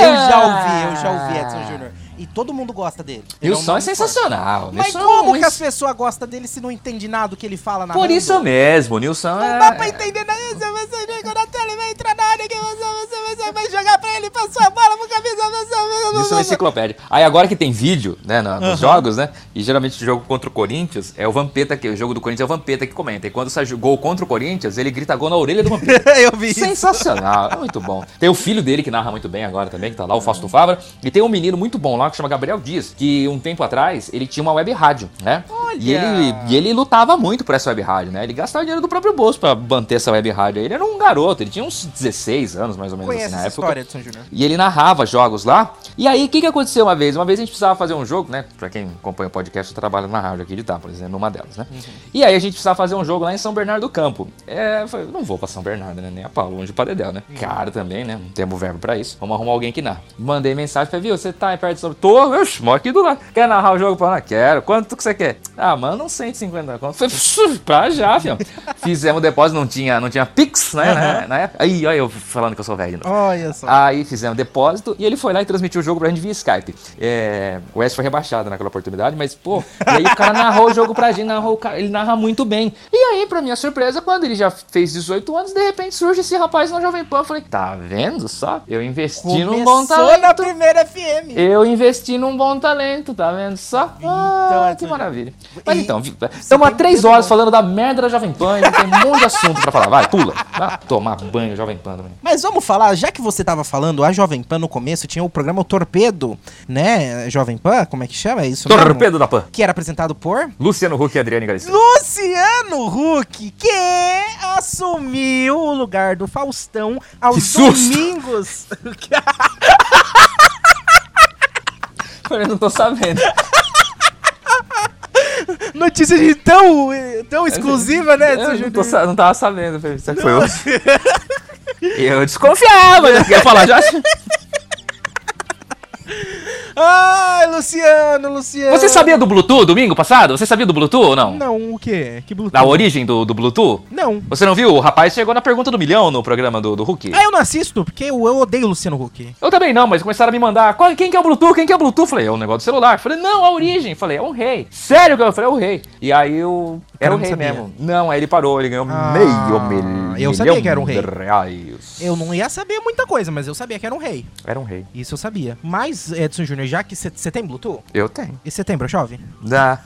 [SPEAKER 1] eu já ouvi, eu já ouvi Edson Júnior. E todo mundo gosta dele. Ele um
[SPEAKER 3] Nilson é
[SPEAKER 1] nome
[SPEAKER 3] sensacional.
[SPEAKER 1] forte. Mas
[SPEAKER 3] Nilson é
[SPEAKER 1] como
[SPEAKER 3] um
[SPEAKER 1] que as
[SPEAKER 3] es-
[SPEAKER 1] pessoas gostam dele se não entende nada do que ele fala na
[SPEAKER 3] Por isso mesmo, Nilson
[SPEAKER 1] Não
[SPEAKER 3] é...
[SPEAKER 1] dá pra entender nada, você você liga na tela e vai entrar na área que você, você, você vai jogar pra ele, pra sua bola, pro camisa, você,
[SPEAKER 3] Isso é uma
[SPEAKER 1] você, você.
[SPEAKER 3] enciclopédia. Aí agora que tem vídeo, né, na- nos jogos, né? E geralmente o jogo contra o Corinthians é o Vampeta que o jogo do Corinthians é o Vampeta que comenta. E quando sai gol contra o Corinthians, ele grita gol na orelha do Vampeta.
[SPEAKER 1] Eu vi isso.
[SPEAKER 3] Sensacional, é muito bom. Tem o filho dele que narra muito bem agora também, que tá lá, o Fausto Fabra. E tem um menino muito bom lá que chama Gabriel Dias, que um tempo atrás ele tinha uma web rádio, né?
[SPEAKER 1] Olha!
[SPEAKER 3] E ele, e ele lutava muito por essa web rádio, né? Ele gastava dinheiro do próprio bolso pra manter essa web rádio. aí. Ele era um garoto, ele tinha uns 16 anos mais ou menos assim,
[SPEAKER 1] Conhece
[SPEAKER 3] na
[SPEAKER 1] essa
[SPEAKER 3] época.
[SPEAKER 1] história, Edson Júnior.
[SPEAKER 3] E ele narrava jogos lá. E aí, o que, que aconteceu uma vez? Uma vez a gente precisava fazer um jogo, né? Pra quem acompanha o podcast, eu trabalho na rádio aqui de Itápolis, né? Numa delas, né? E aí a gente precisava fazer um jogo lá em São Bernardo do Campo. É, eu falei, não vou pra São Bernardo, né? Nem a pau, longe pra Dedéu, né? Caro também, né? Não temos verbo pra isso. Vamos arrumar alguém que narra. Mandei mensagem pra viu, você tá aí perto de São Tô, eu moro aqui do lado. Quer narrar o jogo pra lá? Quero. Quanto que você quer? Ah, manda uns 150 conto. Falei, "Pss, pra já, fião. Fizemos o depósito, não tinha, não tinha Pix, né? Na- Na época. Aí, olha eu falando que eu sou velho. de novo.
[SPEAKER 1] Olha só.
[SPEAKER 3] Aí fizemos depósito e ele foi lá e transmitiu o jogo pra gente via Skype. É, o West foi rebaixado naquela oportunidade, mas, pô, e aí o cara narrou o jogo pra gente, narrou, o cara- ele narra muito bem. E aí, pra minha surpresa, quando ele já fez 18 anos, de repente surge esse rapaz na Jovem Pan. Eu falei, tá vendo só? Eu investi num bom
[SPEAKER 1] Começou
[SPEAKER 3] talento.
[SPEAKER 1] na primeira FM.
[SPEAKER 3] Eu investi num bom talento, tá vendo só?
[SPEAKER 1] Então,
[SPEAKER 3] Ah,
[SPEAKER 1] é
[SPEAKER 3] que
[SPEAKER 1] tudo.
[SPEAKER 3] maravilha. Mas
[SPEAKER 1] E-
[SPEAKER 3] então, vi- estamos há
[SPEAKER 1] tem um-
[SPEAKER 3] três
[SPEAKER 1] tudo
[SPEAKER 3] horas
[SPEAKER 1] bom.
[SPEAKER 3] falando da merda da Jovem Pan e não tem um monte de assunto pra falar. Vai, pula. Vai tomar banho, Jovem Pan também.
[SPEAKER 1] Mas vamos falar, já que você tava falando, a Jovem Pan no começo tinha o programa O Torpedo, né? Jovem Pan, como é que chama? É isso mesmo?
[SPEAKER 3] Torpedo da Pan.
[SPEAKER 1] Que era apresentado por
[SPEAKER 3] Luciano Huck e Adriane Galisteu.
[SPEAKER 1] Luciano Huck, que assumiu o lugar do Faustão
[SPEAKER 3] Que
[SPEAKER 1] aos
[SPEAKER 3] susto!
[SPEAKER 1] domingos.
[SPEAKER 3] Eu não tô sabendo.
[SPEAKER 1] Notícia de tão, eh, tão exclusiva, né?
[SPEAKER 3] Eu
[SPEAKER 1] Seu
[SPEAKER 3] não, tô
[SPEAKER 1] Júlio?
[SPEAKER 3] sa- não tava sabendo, Felipe. Será que foi hoje? Eu desconfiava, né? eu queria falar já.
[SPEAKER 1] Ai, Luciano, Luciano.
[SPEAKER 3] Você sabia do Bluetooth domingo passado? Você sabia do Bluetooth ou não?
[SPEAKER 1] Não, o quê? Que Bluetooth?
[SPEAKER 3] Da origem do, do Bluetooth?
[SPEAKER 1] Não.
[SPEAKER 3] Você não viu? O rapaz chegou na pergunta do milhão no programa do, do Huck.
[SPEAKER 1] Ah, eu não assisto, porque eu, eu odeio o Luciano Huck.
[SPEAKER 3] Eu também não, mas começaram a me mandar. "Qual- quem que é o Bluetooth? Quem que é o Bluetooth? Falei, é um negócio do celular. Falei, não, a origem. Falei, é um rei. Sério que eu falei, é o rei. E aí eu. Era
[SPEAKER 1] Eu
[SPEAKER 3] o
[SPEAKER 1] não
[SPEAKER 3] rei
[SPEAKER 1] sabia.
[SPEAKER 3] mesmo. Não, aí ele parou, ele ganhou
[SPEAKER 1] Ah,
[SPEAKER 3] meio milhão.
[SPEAKER 1] eu sabia que era um rei.
[SPEAKER 3] de Reais.
[SPEAKER 1] Eu não ia saber muita coisa, mas eu sabia que era um rei.
[SPEAKER 3] Era um rei.
[SPEAKER 1] Isso eu sabia. Mas, Edson Júnior, já que você tem Bluetooth,
[SPEAKER 3] Eu tenho.
[SPEAKER 1] e setembro chove?
[SPEAKER 3] Dá.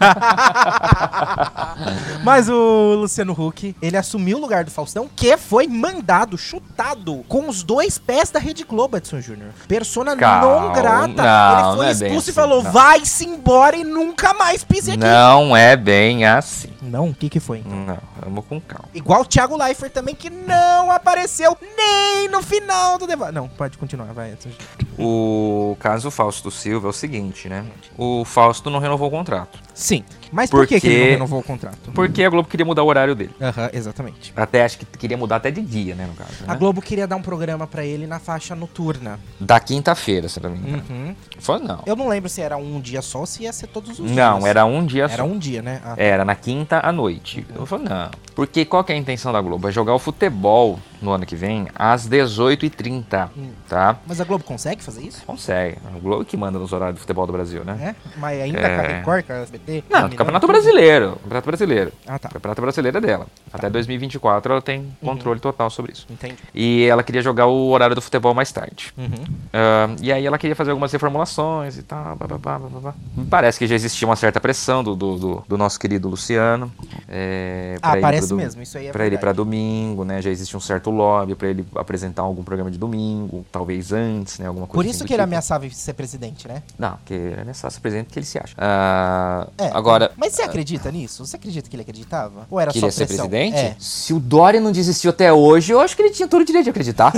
[SPEAKER 1] Mas o Luciano Huck, ele assumiu o lugar do Faustão, que foi mandado, chutado, com os dois pés da Rede Globo, Edson Júnior. Persona
[SPEAKER 3] Calma,
[SPEAKER 1] não grata. ele foi
[SPEAKER 3] não, não é bem
[SPEAKER 1] expulso e
[SPEAKER 3] assim,
[SPEAKER 1] falou,
[SPEAKER 3] não.
[SPEAKER 1] vai-se embora e nunca mais pise aqui.
[SPEAKER 3] Não é bem assim.
[SPEAKER 1] Não, o que que foi?
[SPEAKER 3] Não, vamos com calma.
[SPEAKER 1] Igual o Thiago Leifert também, que não apareceu nem no final do debate. Não, pode continuar, vai, Edson Júnior.
[SPEAKER 3] O caso Fausto Silva é o seguinte, né? O Fausto não renovou o contrato.
[SPEAKER 1] Sim, mas por que, que ele
[SPEAKER 3] Porque-
[SPEAKER 1] não renovou o contrato?
[SPEAKER 3] Porque a Globo queria mudar o horário dele.
[SPEAKER 1] Aham, exatamente.
[SPEAKER 3] Até acho que queria mudar até de dia, né, no caso.
[SPEAKER 1] A
[SPEAKER 3] Né?
[SPEAKER 1] Globo queria dar um programa pra ele na faixa noturna.
[SPEAKER 3] Da quinta-feira, se não me engano.
[SPEAKER 1] Uhum.
[SPEAKER 3] Foi não.
[SPEAKER 1] Eu não lembro se era um dia só ou se ia ser todos os dias.
[SPEAKER 3] Não, era um dia
[SPEAKER 1] Era
[SPEAKER 3] só. É.
[SPEAKER 1] um dia, né? Ah,
[SPEAKER 3] Era na quinta à noite. Eu falei, não. Porque qual que é a intenção da Globo? É jogar o futebol no ano que vem às 18h30,
[SPEAKER 1] Hum.
[SPEAKER 3] tá?
[SPEAKER 1] Mas a Globo consegue fazer isso?
[SPEAKER 3] Consegue. A Globo que manda nos horários do futebol do Brasil, né?
[SPEAKER 1] É? Mas ainda
[SPEAKER 3] É.
[SPEAKER 1] com a Record, com a SBT?
[SPEAKER 3] Não,
[SPEAKER 1] dominando
[SPEAKER 3] do Campeonato
[SPEAKER 1] tudo.
[SPEAKER 3] Brasileiro. Campeonato Brasileiro.
[SPEAKER 1] Ah, tá. Uhum.
[SPEAKER 3] Campeonato Brasileiro é dela. Até 2024 ela tem controle total sobre isso.
[SPEAKER 1] Entendi.
[SPEAKER 3] E ela queria jogar o horário do futebol mais tarde.
[SPEAKER 1] Uhum.
[SPEAKER 3] Ah, e aí ela queria fazer algumas reformulações e tal. Blá, blá, blá, blá, blá, blá. Parece que já existia uma certa pressão do, do, do- do nosso querido Luciano. É,
[SPEAKER 1] Ah,
[SPEAKER 3] pra ir
[SPEAKER 1] parece
[SPEAKER 3] pro dom-
[SPEAKER 1] mesmo, isso aí é
[SPEAKER 3] pra ele ir pra
[SPEAKER 1] verdade.
[SPEAKER 3] domingo, né? Já existe um certo lobby pra ele apresentar algum programa de domingo, talvez antes, né? Alguma coisa
[SPEAKER 1] Por
[SPEAKER 3] assim
[SPEAKER 1] isso
[SPEAKER 3] do
[SPEAKER 1] que ele
[SPEAKER 3] tipo.
[SPEAKER 1] ameaçava ser presidente, né?
[SPEAKER 3] Não, porque ele ameaçava se apresenta porque ele se acha. Ah,
[SPEAKER 1] É.
[SPEAKER 3] Agora,
[SPEAKER 1] Mas você acredita nisso? Você acredita que ele acreditava? Ou era
[SPEAKER 3] queria
[SPEAKER 1] só
[SPEAKER 3] ser
[SPEAKER 1] pressão?
[SPEAKER 3] presidente?
[SPEAKER 1] É.
[SPEAKER 3] Se o Dória não desistiu até hoje, eu acho que ele tinha todo o direito de acreditar.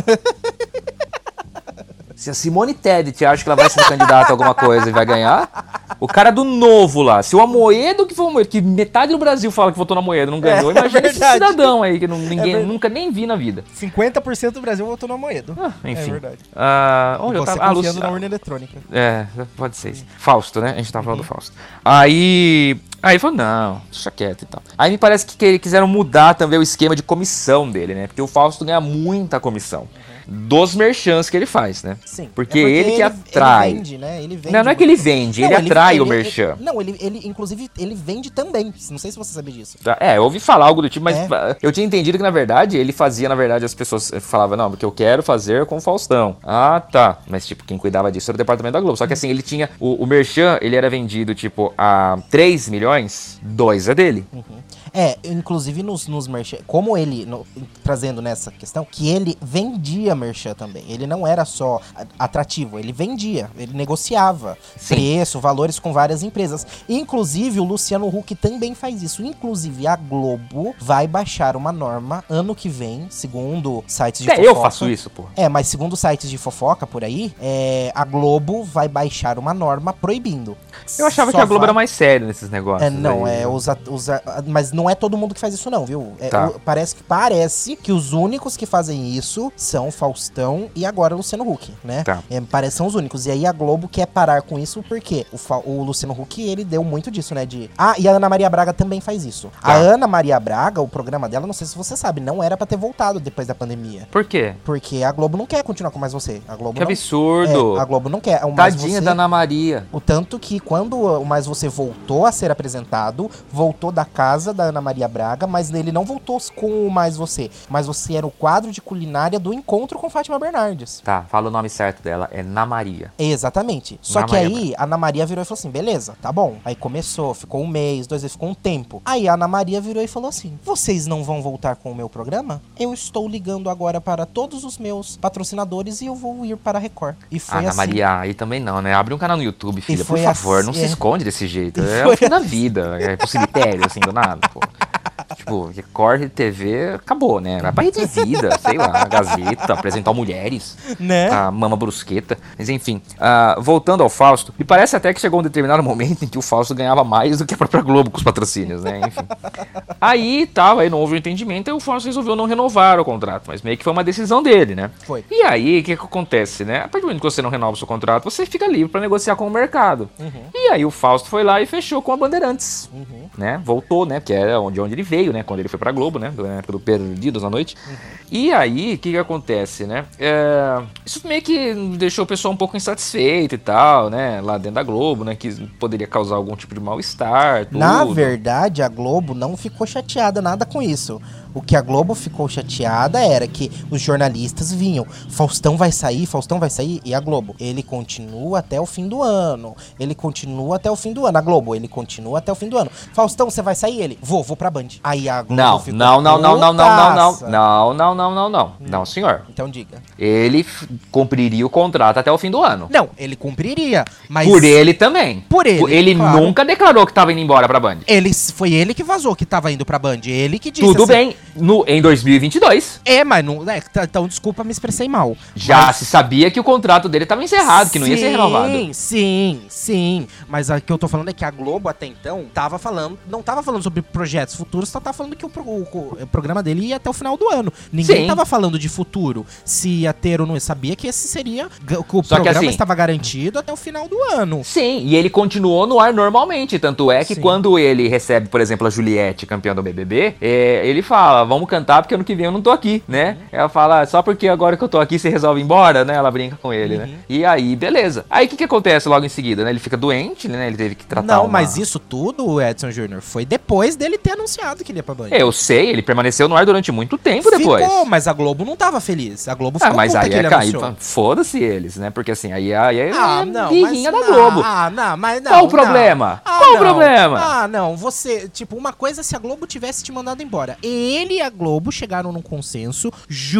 [SPEAKER 3] se a Simone Tebet acha que ela vai ser candidata a alguma coisa e vai ganhar, o cara do novo lá, se o Amoedo que foi o Amoedo, que metade do Brasil fala que votou no Amoedo, não ganhou,
[SPEAKER 1] É,
[SPEAKER 3] imagina
[SPEAKER 1] é
[SPEAKER 3] esse
[SPEAKER 1] verdade. É
[SPEAKER 3] cidadão aí que não- ninguém
[SPEAKER 1] verdade.
[SPEAKER 3] nunca nem vi na vida.
[SPEAKER 1] 50% do Brasil votou no Amoedo.
[SPEAKER 3] Ah, enfim.
[SPEAKER 1] É verdade.
[SPEAKER 3] Ah,
[SPEAKER 1] E
[SPEAKER 3] onde eu
[SPEAKER 1] você
[SPEAKER 3] tava? Ah,
[SPEAKER 1] confiando
[SPEAKER 3] Luci-
[SPEAKER 1] na urna eletrônica.
[SPEAKER 3] é, pode ser. isso. Fausto, né? A gente
[SPEAKER 1] Uhum.
[SPEAKER 3] tava falando do Fausto. Aí. Aí ele falou, não, deixa quieto e tal. Aí me parece que que quiseram mudar também o esquema de comissão dele, né? Porque o Fausto ganha muita comissão. Dos merchans que ele faz, né?
[SPEAKER 1] Uhum. Sim.
[SPEAKER 3] Porque,
[SPEAKER 1] É
[SPEAKER 3] ele que atrai.
[SPEAKER 1] Ele vende, né? Ele vende
[SPEAKER 3] não, não é que ele
[SPEAKER 1] muito.
[SPEAKER 3] vende,
[SPEAKER 1] Não,
[SPEAKER 3] ele atrai o
[SPEAKER 1] ele-
[SPEAKER 3] merchan.
[SPEAKER 1] Não, ele, ele, inclusive, ele vende também. Não sei se você sabe disso.
[SPEAKER 3] Tá, É, eu ouvi falar algo do tipo, mas
[SPEAKER 1] É.
[SPEAKER 3] ah, eu tinha entendido que, na verdade, ele fazia, na verdade, as pessoas eh, falavam, não, porque eu quero fazer com o Faustão. Ah, tá. Mas, tipo, quem cuidava disso era o departamento da Globo. Só que, assim, ele tinha... O, o Merchan, ele era vendido, tipo, a 3 milhões, 2 é dele.
[SPEAKER 1] Uhum. É, inclusive nos, nos merchan, como ele, no- trazendo nessa questão, que ele vendia merchan também. Ele não era só a- atrativo, ele vendia, ele negociava
[SPEAKER 3] Sim.
[SPEAKER 1] preço, valores com várias empresas. Inclusive, o Luciano Huck também faz isso. Inclusive, a Globo vai baixar uma norma ano que vem, segundo sites de
[SPEAKER 3] Até É, eu
[SPEAKER 1] fofoca.
[SPEAKER 3] faço isso, porra.
[SPEAKER 1] É, mas segundo sites de fofoca por aí, é, a Globo vai baixar uma norma proibindo.
[SPEAKER 3] Eu achava
[SPEAKER 1] Só
[SPEAKER 3] que a Globo
[SPEAKER 1] vai-
[SPEAKER 3] era mais séria nesses negócios.
[SPEAKER 1] é, não,
[SPEAKER 3] aí.
[SPEAKER 1] é os, at- os a- a- mas não é todo mundo que faz isso, não, viu? É,
[SPEAKER 3] Tá.
[SPEAKER 1] o- parece, que- parece que os únicos que fazem isso são Faustão e agora Luciano Huck, né?
[SPEAKER 3] Tá.
[SPEAKER 1] É, parece são os únicos. E aí a Globo quer parar com isso porque o, Fa- o Luciano Huck, ele deu muito disso, né? De. Ah, e a Ana Maria Braga também faz isso. A
[SPEAKER 3] Tá.
[SPEAKER 1] Ana Maria Braga, o programa dela, não sei se você sabe, não era pra ter voltado depois da pandemia.
[SPEAKER 3] Por quê?
[SPEAKER 1] Porque a Globo não quer continuar com mais você. A Globo
[SPEAKER 3] Que
[SPEAKER 1] não
[SPEAKER 3] absurdo.
[SPEAKER 1] é, a Globo não quer. O Mais
[SPEAKER 3] Tadinha
[SPEAKER 1] Você-
[SPEAKER 3] da Ana Maria.
[SPEAKER 1] O tanto que quando o Mais Você voltou a ser apresentado, voltou da casa da Ana Maria Braga, mas ele não voltou com o Mais Você. Mas Você era o quadro de culinária do encontro com Fátima Bernardes.
[SPEAKER 3] Tá, fala o nome certo dela. É Na Maria.
[SPEAKER 1] Exatamente. Só
[SPEAKER 3] Ana
[SPEAKER 1] que
[SPEAKER 3] Maria
[SPEAKER 1] aí a Ana Maria virou e falou assim: beleza, tá bom. Aí começou, ficou um mês, dois meses, ficou um tempo. Aí a Ana Maria virou e falou assim: vocês não vão voltar com o meu programa? Eu estou ligando agora para todos os meus patrocinadores e eu vou ir para a Record. E foi
[SPEAKER 3] Ana
[SPEAKER 1] assim.
[SPEAKER 3] Maria, aí também não, né? Abre um canal no YouTube, filha, por
[SPEAKER 1] foi
[SPEAKER 3] favor. Não
[SPEAKER 1] assim,
[SPEAKER 3] se
[SPEAKER 1] é.
[SPEAKER 3] esconde desse jeito.
[SPEAKER 1] E foi
[SPEAKER 3] É
[SPEAKER 1] assim.
[SPEAKER 3] o fim da vida. É pro cemitério, assim, do nada, pô. Tipo, Record TV acabou, né? Vai pra Rede Vida, sei lá, Gazeta, apresentar mulheres.
[SPEAKER 1] Né?
[SPEAKER 3] a mama brusqueta. Mas enfim, ah, voltando ao Fausto, me parece até que chegou um determinado momento em que o Fausto ganhava mais do que a própria Globo com os patrocínios, né? Enfim. Aí tal, aí não houve um entendimento, aí o Fausto resolveu não renovar o contrato, mas meio que foi uma decisão dele, né?
[SPEAKER 1] Foi.
[SPEAKER 3] E aí, o que, que acontece, né? A partir do momento que você não renova o seu contrato, você fica livre pra negociar com o mercado. E aí o Fausto foi lá e fechou com a Bandeirantes, né? Voltou, né? Que era onde, onde ele veio, né? Quando ele foi pra Globo, né? Na época do Perdidos na noite. E aí, o que que acontece, né? É, Isso meio que deixou o pessoal um pouco insatisfeito e tal, né? Lá dentro da Globo, né? Que poderia causar algum tipo de mal-estar, tudo.
[SPEAKER 1] Na verdade, a Globo não ficou chateada nada com isso. O que a Globo ficou chateada era que os jornalistas vinham. Faustão vai sair, Faustão vai sair. E a Globo, ele continua até o fim do ano. Ele continua até o fim do ano. A Globo, ele continua até o fim do ano. Faustão, você vai sair? Ele, vou, vou pra Band. Aí a Globo
[SPEAKER 3] Não,
[SPEAKER 1] ficou
[SPEAKER 3] não, não, não, não, não, não, não,
[SPEAKER 1] putaça.
[SPEAKER 3] não, não, não, não, não, não, senhor.
[SPEAKER 1] Então diga.
[SPEAKER 3] Ele f- cumpriria o contrato até o fim do ano.
[SPEAKER 1] Não, ele cumpriria, mas...
[SPEAKER 3] Por ele também.
[SPEAKER 1] Por ele,
[SPEAKER 3] Ele
[SPEAKER 1] claro.
[SPEAKER 3] nunca declarou que tava indo embora pra Band.
[SPEAKER 1] Ele, foi ele que vazou que tava indo pra Band. Ele que disse
[SPEAKER 3] Tudo
[SPEAKER 1] assim,
[SPEAKER 3] bem, no, em 2022.
[SPEAKER 1] É, mas não... é, tá- então, desculpa, me expressei mal.
[SPEAKER 3] Já se sabia que o contrato dele tava encerrado, que não ia ser
[SPEAKER 1] Sim,
[SPEAKER 3] renovado.
[SPEAKER 1] Sim, sim. Mas o que eu tô falando é que a Globo até então tava falando, não tava falando sobre projetos futuros, só tava falando que o, pro- o- o programa dele ia até o final do ano. Ninguém
[SPEAKER 3] Sim.
[SPEAKER 1] tava falando de futuro, se ia ter ou não. Sabia que esse seria que o
[SPEAKER 3] Só que
[SPEAKER 1] programa
[SPEAKER 3] assim-
[SPEAKER 1] estava garantido até o final do ano.
[SPEAKER 3] Sim, e ele continuou no ar normalmente. Tanto é que
[SPEAKER 1] Sim.
[SPEAKER 3] quando ele recebe, por exemplo, a Juliette, campeã do BBB, é, ele fala: Vamos cantar porque ano que vem eu não tô aqui, né?
[SPEAKER 1] Uhum.
[SPEAKER 3] Ela fala: Só porque agora que eu tô aqui você resolve ir embora, né? Ela brinca com ele,
[SPEAKER 1] Uhum.
[SPEAKER 3] né? E aí, beleza. Aí o que, que acontece logo em seguida, né? Ele fica doente, né? Ele teve que tratar.
[SPEAKER 1] não,
[SPEAKER 3] uma-
[SPEAKER 1] mas isso tudo, Edson Júnior, foi depois dele ter anunciado que ele ia pra Band.
[SPEAKER 3] Eu sei, ele permaneceu no ar durante muito tempo depois.
[SPEAKER 1] Ficou, mas a Globo não tava feliz. A Globo
[SPEAKER 3] Ah,
[SPEAKER 1] ficou
[SPEAKER 3] mas
[SPEAKER 1] puta
[SPEAKER 3] aí
[SPEAKER 1] que ele
[SPEAKER 3] é
[SPEAKER 1] anunciou. Ah,
[SPEAKER 3] caído. Foda-se eles, né? Porque assim, aí, aí, aí é birrinha
[SPEAKER 1] mas
[SPEAKER 3] da Globo.
[SPEAKER 1] Ah, não, mas não.
[SPEAKER 3] Qual o
[SPEAKER 1] não.
[SPEAKER 3] problema?
[SPEAKER 1] Ah,
[SPEAKER 3] Qual o
[SPEAKER 1] não.
[SPEAKER 3] problema?
[SPEAKER 1] Ah, não, você. Tipo, uma coisa é se a Globo tivesse te mandado embora. Ele e a Globo chegaram num consenso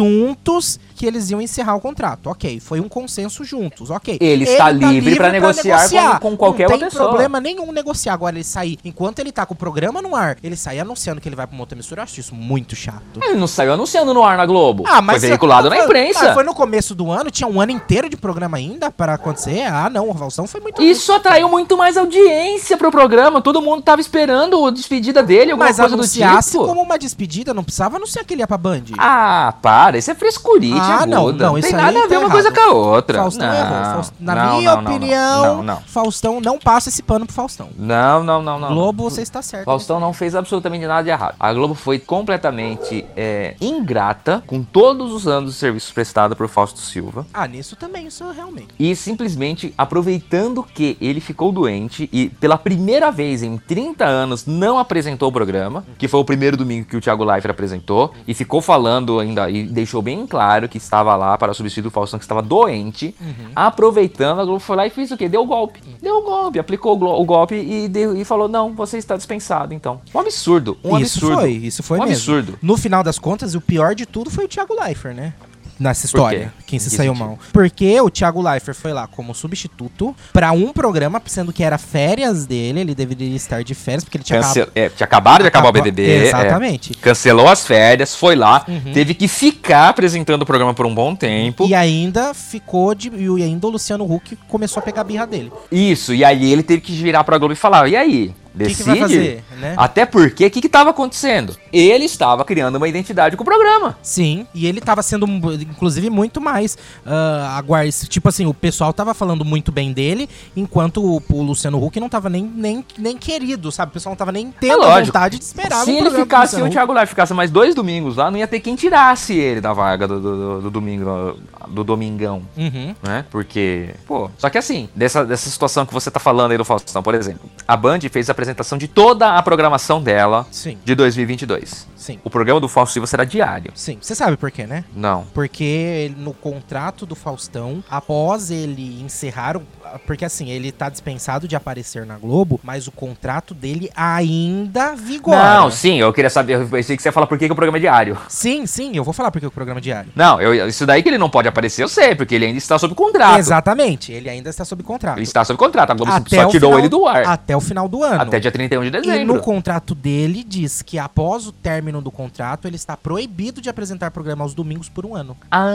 [SPEAKER 1] juntos que eles iam encerrar o contrato. Ok, foi um consenso juntos, ok. tá
[SPEAKER 3] Ele está livre pra negociar com- com qualquer
[SPEAKER 1] Não
[SPEAKER 3] outra
[SPEAKER 1] tem
[SPEAKER 3] pessoa.
[SPEAKER 1] problema nenhum negociar. Agora ele sair, enquanto ele tá com o programa no ar, ele sair anunciando que ele vai pra uma outra emissora. Eu acho isso muito chato.
[SPEAKER 3] Ele Hum, não saiu anunciando no ar na Globo. foi
[SPEAKER 1] se-
[SPEAKER 3] veiculado na
[SPEAKER 1] Ah, mas- mas
[SPEAKER 3] imprensa.
[SPEAKER 1] foi no começo do ano, tinha um ano inteiro de programa ainda pra acontecer. Ah, não, o Valsão foi muito
[SPEAKER 3] Isso atraiu muito mais audiência pro programa. Todo mundo tava esperando a despedida dele, alguma
[SPEAKER 1] Mas
[SPEAKER 3] coisa do
[SPEAKER 1] anunciasse
[SPEAKER 3] tipo.
[SPEAKER 1] como uma despedida, não precisava anunciar que ele ia pra Band.
[SPEAKER 3] Ah, para, isso é frescurite
[SPEAKER 1] Ah, não,
[SPEAKER 3] aguda.
[SPEAKER 1] não,
[SPEAKER 3] Não
[SPEAKER 1] isso
[SPEAKER 3] tem
[SPEAKER 1] aí
[SPEAKER 3] nada a
[SPEAKER 1] tá
[SPEAKER 3] ver uma coisa
[SPEAKER 1] errado.
[SPEAKER 3] com a outra.
[SPEAKER 1] Faustão
[SPEAKER 3] não,
[SPEAKER 1] errou. Faust- Na
[SPEAKER 3] não,
[SPEAKER 1] minha
[SPEAKER 3] não, não, não,
[SPEAKER 1] opinião,
[SPEAKER 3] Não, não.
[SPEAKER 1] Faustão não passa esse pano pro Faustão.
[SPEAKER 3] Não, não, não, não.
[SPEAKER 1] Globo, você está certo. né?
[SPEAKER 3] Faustão não fez absolutamente nada de errado. A Globo foi completamente é, ingrata com todos os anos de serviço prestado por Fausto Silva.
[SPEAKER 1] Ah, nisso também, isso realmente.
[SPEAKER 3] E simplesmente aproveitando que ele ficou doente e pela primeira vez em 30 anos não apresentou o programa, que foi o primeiro domingo que o Thiago Leifert apresentou, e ficou falando ainda e deixou bem claro que estava lá para substituir o Faustão que estava doente.
[SPEAKER 1] Uhum.
[SPEAKER 3] Aproveitando, a Globo foi lá e fez o quê? Deu o golpe. Deu o golpe, aplicou o, glo- o golpe e, deu- e falou: não, você está dispensado então. Um absurdo, um
[SPEAKER 1] isso
[SPEAKER 3] absurdo.
[SPEAKER 1] foi, isso foi
[SPEAKER 3] um
[SPEAKER 1] mesmo.
[SPEAKER 3] absurdo.
[SPEAKER 1] No final das contas, o pior de tudo foi o Thiago Leifert, né? Nessa história,
[SPEAKER 3] quê?
[SPEAKER 1] quem se
[SPEAKER 3] Em que
[SPEAKER 1] saiu
[SPEAKER 3] sentido?
[SPEAKER 1] mal. Porque o Thiago Leifert foi lá como substituto pra um programa, sendo que era férias dele, ele deveria estar de férias, porque ele tinha
[SPEAKER 3] Cancel... É, tinha acabado de acabar o BBB. é.
[SPEAKER 1] Exatamente.
[SPEAKER 3] Cancelou as férias, foi lá, teve que ficar apresentando o programa por um bom tempo.
[SPEAKER 1] Uhum. E ainda ficou de. E ainda o Luciano Huck começou a pegar a birra dele.
[SPEAKER 3] Isso, e aí ele teve que virar pra Globo e falar: e aí?
[SPEAKER 1] O que,
[SPEAKER 3] Decide. Ah.
[SPEAKER 1] que vai fazer, né?
[SPEAKER 3] Até porque, o que estava acontecendo? Ele estava criando uma identidade com o programa.
[SPEAKER 1] Sim, e ele tava sendo, inclusive, muito mais ah, aguar- Tipo assim, o pessoal tava falando muito bem dele, enquanto o, o Luciano Huck não tava nem, nem, nem querido, sabe? O pessoal não tava nem tendo a
[SPEAKER 3] É lógico.
[SPEAKER 1] vontade de esperar
[SPEAKER 3] Se
[SPEAKER 1] um
[SPEAKER 3] ele
[SPEAKER 1] programa do
[SPEAKER 3] ficasse, se
[SPEAKER 1] Luciano
[SPEAKER 3] o
[SPEAKER 1] Huck.
[SPEAKER 3] Thiago Live ficasse mais dois domingos lá, não ia ter quem tirasse ele da vaga do, do, do domingo, do, domingão,
[SPEAKER 1] Uhum.
[SPEAKER 3] né? Porque, pô, só que assim, dessa, dessa situação que você tá falando aí do Faustão, por exemplo, a Band fez a apresentação de toda a programação dela
[SPEAKER 1] Sim,
[SPEAKER 3] de 2022.
[SPEAKER 1] sim,
[SPEAKER 3] O programa do Fausto Silva será diário.
[SPEAKER 1] sim. Você sabe por quê, né?
[SPEAKER 3] Não.
[SPEAKER 1] Porque ele- no contrato do Faustão, após ele encerrar. o- Porque assim, ele tá dispensado de aparecer na Globo, mas o contrato dele ainda vigora.
[SPEAKER 3] Não, sim, eu queria saber, eu pensei que você ia falar por que, que o programa é diário.
[SPEAKER 1] Sim, sim, eu vou falar porque o programa é diário.
[SPEAKER 3] Não, eu- isso daí que ele não pode aparecer, eu sei, porque ele ainda está sob contrato.
[SPEAKER 1] Exatamente, ele ainda está sob contrato.
[SPEAKER 3] Ele está sob contrato, a Globo
[SPEAKER 1] Até
[SPEAKER 3] só
[SPEAKER 1] o
[SPEAKER 3] tirou
[SPEAKER 1] final-
[SPEAKER 3] ele do ar.
[SPEAKER 1] Até o final do ano.
[SPEAKER 3] Até dia 31 de
[SPEAKER 1] E no
[SPEAKER 3] dezembro.
[SPEAKER 1] contrato dele diz que após o término do contrato, ele está proibido de apresentar programa aos domingos por um ano.
[SPEAKER 3] Ah,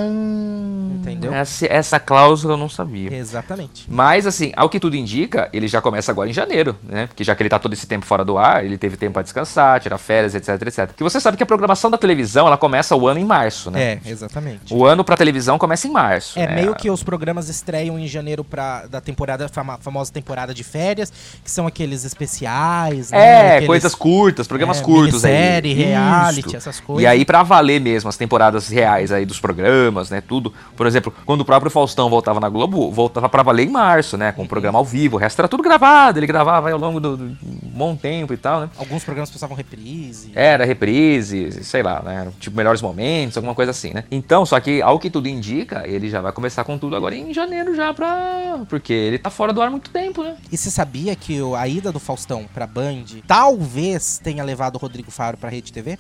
[SPEAKER 1] Entendeu?
[SPEAKER 3] Essa, essa cláusula eu não sabia.
[SPEAKER 1] É. Exatamente.
[SPEAKER 3] Mas, assim, ao que tudo indica, ele já começa agora em janeiro, né? Porque já que ele tá todo esse tempo fora do ar, ele teve tempo pra descansar, tirar férias, etc, etc. Que você sabe que a programação da televisão, ela começa o ano em março, né?
[SPEAKER 1] É, exatamente.
[SPEAKER 3] O ano pra televisão começa em março.
[SPEAKER 1] É
[SPEAKER 3] né?
[SPEAKER 1] meio que os programas estreiam em janeiro pra, da temporada, fama- famosa temporada de férias, que são aqueles especiais, né,
[SPEAKER 3] É,
[SPEAKER 1] Aqueles,
[SPEAKER 3] coisas curtas, programas
[SPEAKER 1] é,
[SPEAKER 3] curtos aí.
[SPEAKER 1] Série, reality,
[SPEAKER 3] Isso.
[SPEAKER 1] essas coisas.
[SPEAKER 3] E aí, pra valer mesmo as temporadas reais aí dos programas, né? Tudo. Por exemplo, quando o próprio Faustão voltava na Globo, voltava pra valer em março, né? Com o programa ao vivo. O resto era tudo gravado, ele gravava aí ao longo do, do um bom tempo e tal, né?
[SPEAKER 1] Alguns programas passavam reprise.
[SPEAKER 3] Era reprise, sei lá, né? Era, Tipo, melhores momentos, alguma coisa assim, né? Então, só que ao que tudo indica, ele já vai começar com tudo agora em janeiro já pra. Porque ele tá fora do ar há muito tempo, né?
[SPEAKER 1] E você sabia que o- a ida do Faustão pra Band talvez tenha levado o Rodrigo Faro pra Rede TV?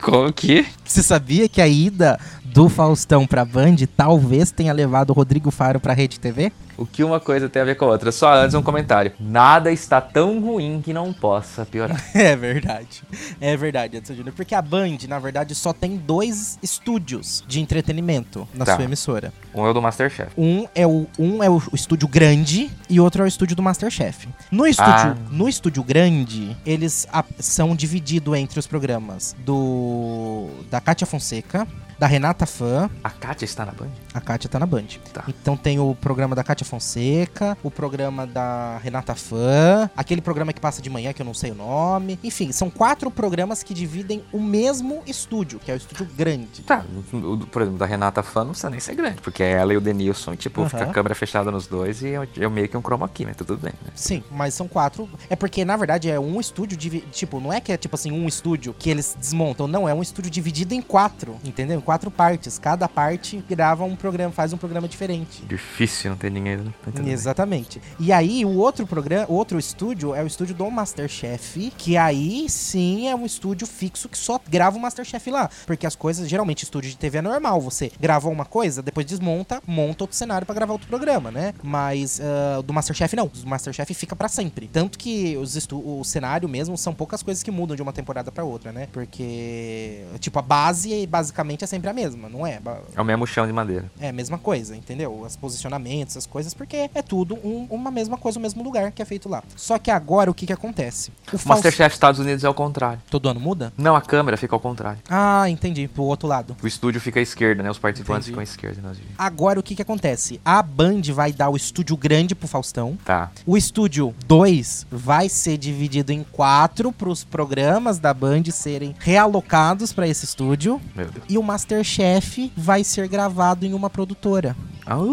[SPEAKER 3] Como que?
[SPEAKER 1] Você sabia que a ida do Faustão pra Band talvez tenha levado o Rodrigo Faro pra Rede TV?
[SPEAKER 3] O que uma coisa tem a ver com a outra? Só antes um comentário. Nada está tão ruim que não possa piorar.
[SPEAKER 1] É verdade. É verdade, Edson Júnior. Porque a Band, na verdade, só tem dois estúdios de entretenimento na
[SPEAKER 3] Tá.
[SPEAKER 1] sua emissora.
[SPEAKER 3] Um é o do Masterchef.
[SPEAKER 1] Um é, o, um é o estúdio grande e outro é o estúdio do Masterchef. No estúdio,
[SPEAKER 3] Ah.
[SPEAKER 1] no estúdio grande, eles a- são divididos entre os programas do da Cátia Fonseca, da Renata Fã.
[SPEAKER 3] A Kátia está na Band?
[SPEAKER 1] A Kátia tá na Band.
[SPEAKER 3] Tá.
[SPEAKER 1] Então tem o programa da Cátia Fonseca, o programa da Renata Fã, aquele programa que passa de manhã, que eu não sei o nome. Enfim, são quatro programas que dividem o mesmo estúdio, que é o estúdio grande.
[SPEAKER 3] Tá, o do- por exemplo, da Renata Fã não precisa nem ser grande, porque é ela e o Denilson, e, tipo,
[SPEAKER 1] Aham.
[SPEAKER 3] fica a câmera fechada nos dois e eu, eu meio que um chroma key, mas tudo bem, né?
[SPEAKER 1] Sim, mas são quatro. É porque, na verdade, é um estúdio. divi- Tipo, não é que é tipo assim, um estúdio que eles desmontam. Não, é um estúdio dividido em quatro. Entendeu? Em quatro partes. Cada parte grava um programa, faz um programa diferente.
[SPEAKER 3] Difícil não ter dinheiro, né? Mas tudo bem.
[SPEAKER 1] Exatamente. E aí, o outro programa, o outro estúdio é o estúdio do Masterchef, que aí sim é um estúdio fixo que só grava o Masterchef lá. Porque as coisas, geralmente, estúdio de TV é normal. Você grava uma coisa, depois desmonta, monta outro cenário pra gravar outro programa, né? Mas ah, o do Masterchef não. O do Masterchef fica pra sempre. Tanto que os estu- o cenário mesmo são poucas coisas que mudam de uma temporada pra outra, né? Porque, tipo, a base basicamente é sempre a mesma, não é? Ba-
[SPEAKER 3] É o mesmo chão de madeira.
[SPEAKER 1] é a mesma coisa, entendeu? Os posicionamentos, as coisas, porque é tudo um- uma mesma coisa, o mesmo lugar que é feito lá. Só que agora o que que acontece? O
[SPEAKER 3] O
[SPEAKER 1] Faustão-
[SPEAKER 3] Masterchef Estados Unidos é o contrário.
[SPEAKER 1] Todo ano muda?
[SPEAKER 3] Não, a câmera fica ao contrário.
[SPEAKER 1] Ah, entendi, pro outro lado.
[SPEAKER 3] O estúdio fica à esquerda, né? Os participantes
[SPEAKER 1] Entendi.
[SPEAKER 3] ficam à esquerda. né? Nós...
[SPEAKER 1] Agora o que que acontece? A Band vai dar o estúdio grande pro Faustão.
[SPEAKER 3] Tá.
[SPEAKER 1] O estúdio 2 vai ser dividido em quatro pros programas da Band serem realocados pra esse estúdio.
[SPEAKER 3] Meu Deus.
[SPEAKER 1] E o Masterchef vai ser gravado em uma produtora.
[SPEAKER 3] Au.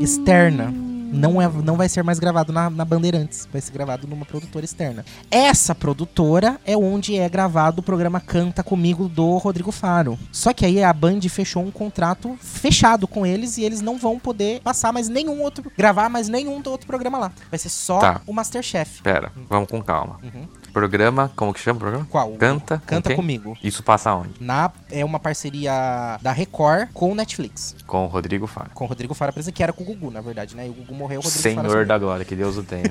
[SPEAKER 1] externa. Não, é, não vai ser mais gravado na, na Bandeirantes, vai ser gravado numa produtora externa. Essa produtora é onde é gravado o programa Canta Comigo do Rodrigo Faro. Só que aí a Band fechou um contrato fechado com eles e eles não vão poder passar mais nenhum outro, gravar mais nenhum outro programa lá. Vai ser só
[SPEAKER 3] Tá.
[SPEAKER 1] o Masterchef.
[SPEAKER 3] Pera, vamos com calma.
[SPEAKER 1] Uhum.
[SPEAKER 3] Programa, como que chama o programa?
[SPEAKER 1] Qual?
[SPEAKER 3] Canta. com
[SPEAKER 1] Canta
[SPEAKER 3] quem?
[SPEAKER 1] Comigo.
[SPEAKER 3] Isso passa onde?
[SPEAKER 1] Na, é uma parceria da Record com o Netflix.
[SPEAKER 3] Com o Rodrigo Faro.
[SPEAKER 1] Com o Rodrigo Faro, que era com o Gugu, na verdade, né? E o Gugu morreu, o Rodrigo Faro
[SPEAKER 3] Senhor
[SPEAKER 1] assumiu.
[SPEAKER 3] da glória, que Deus o tenha.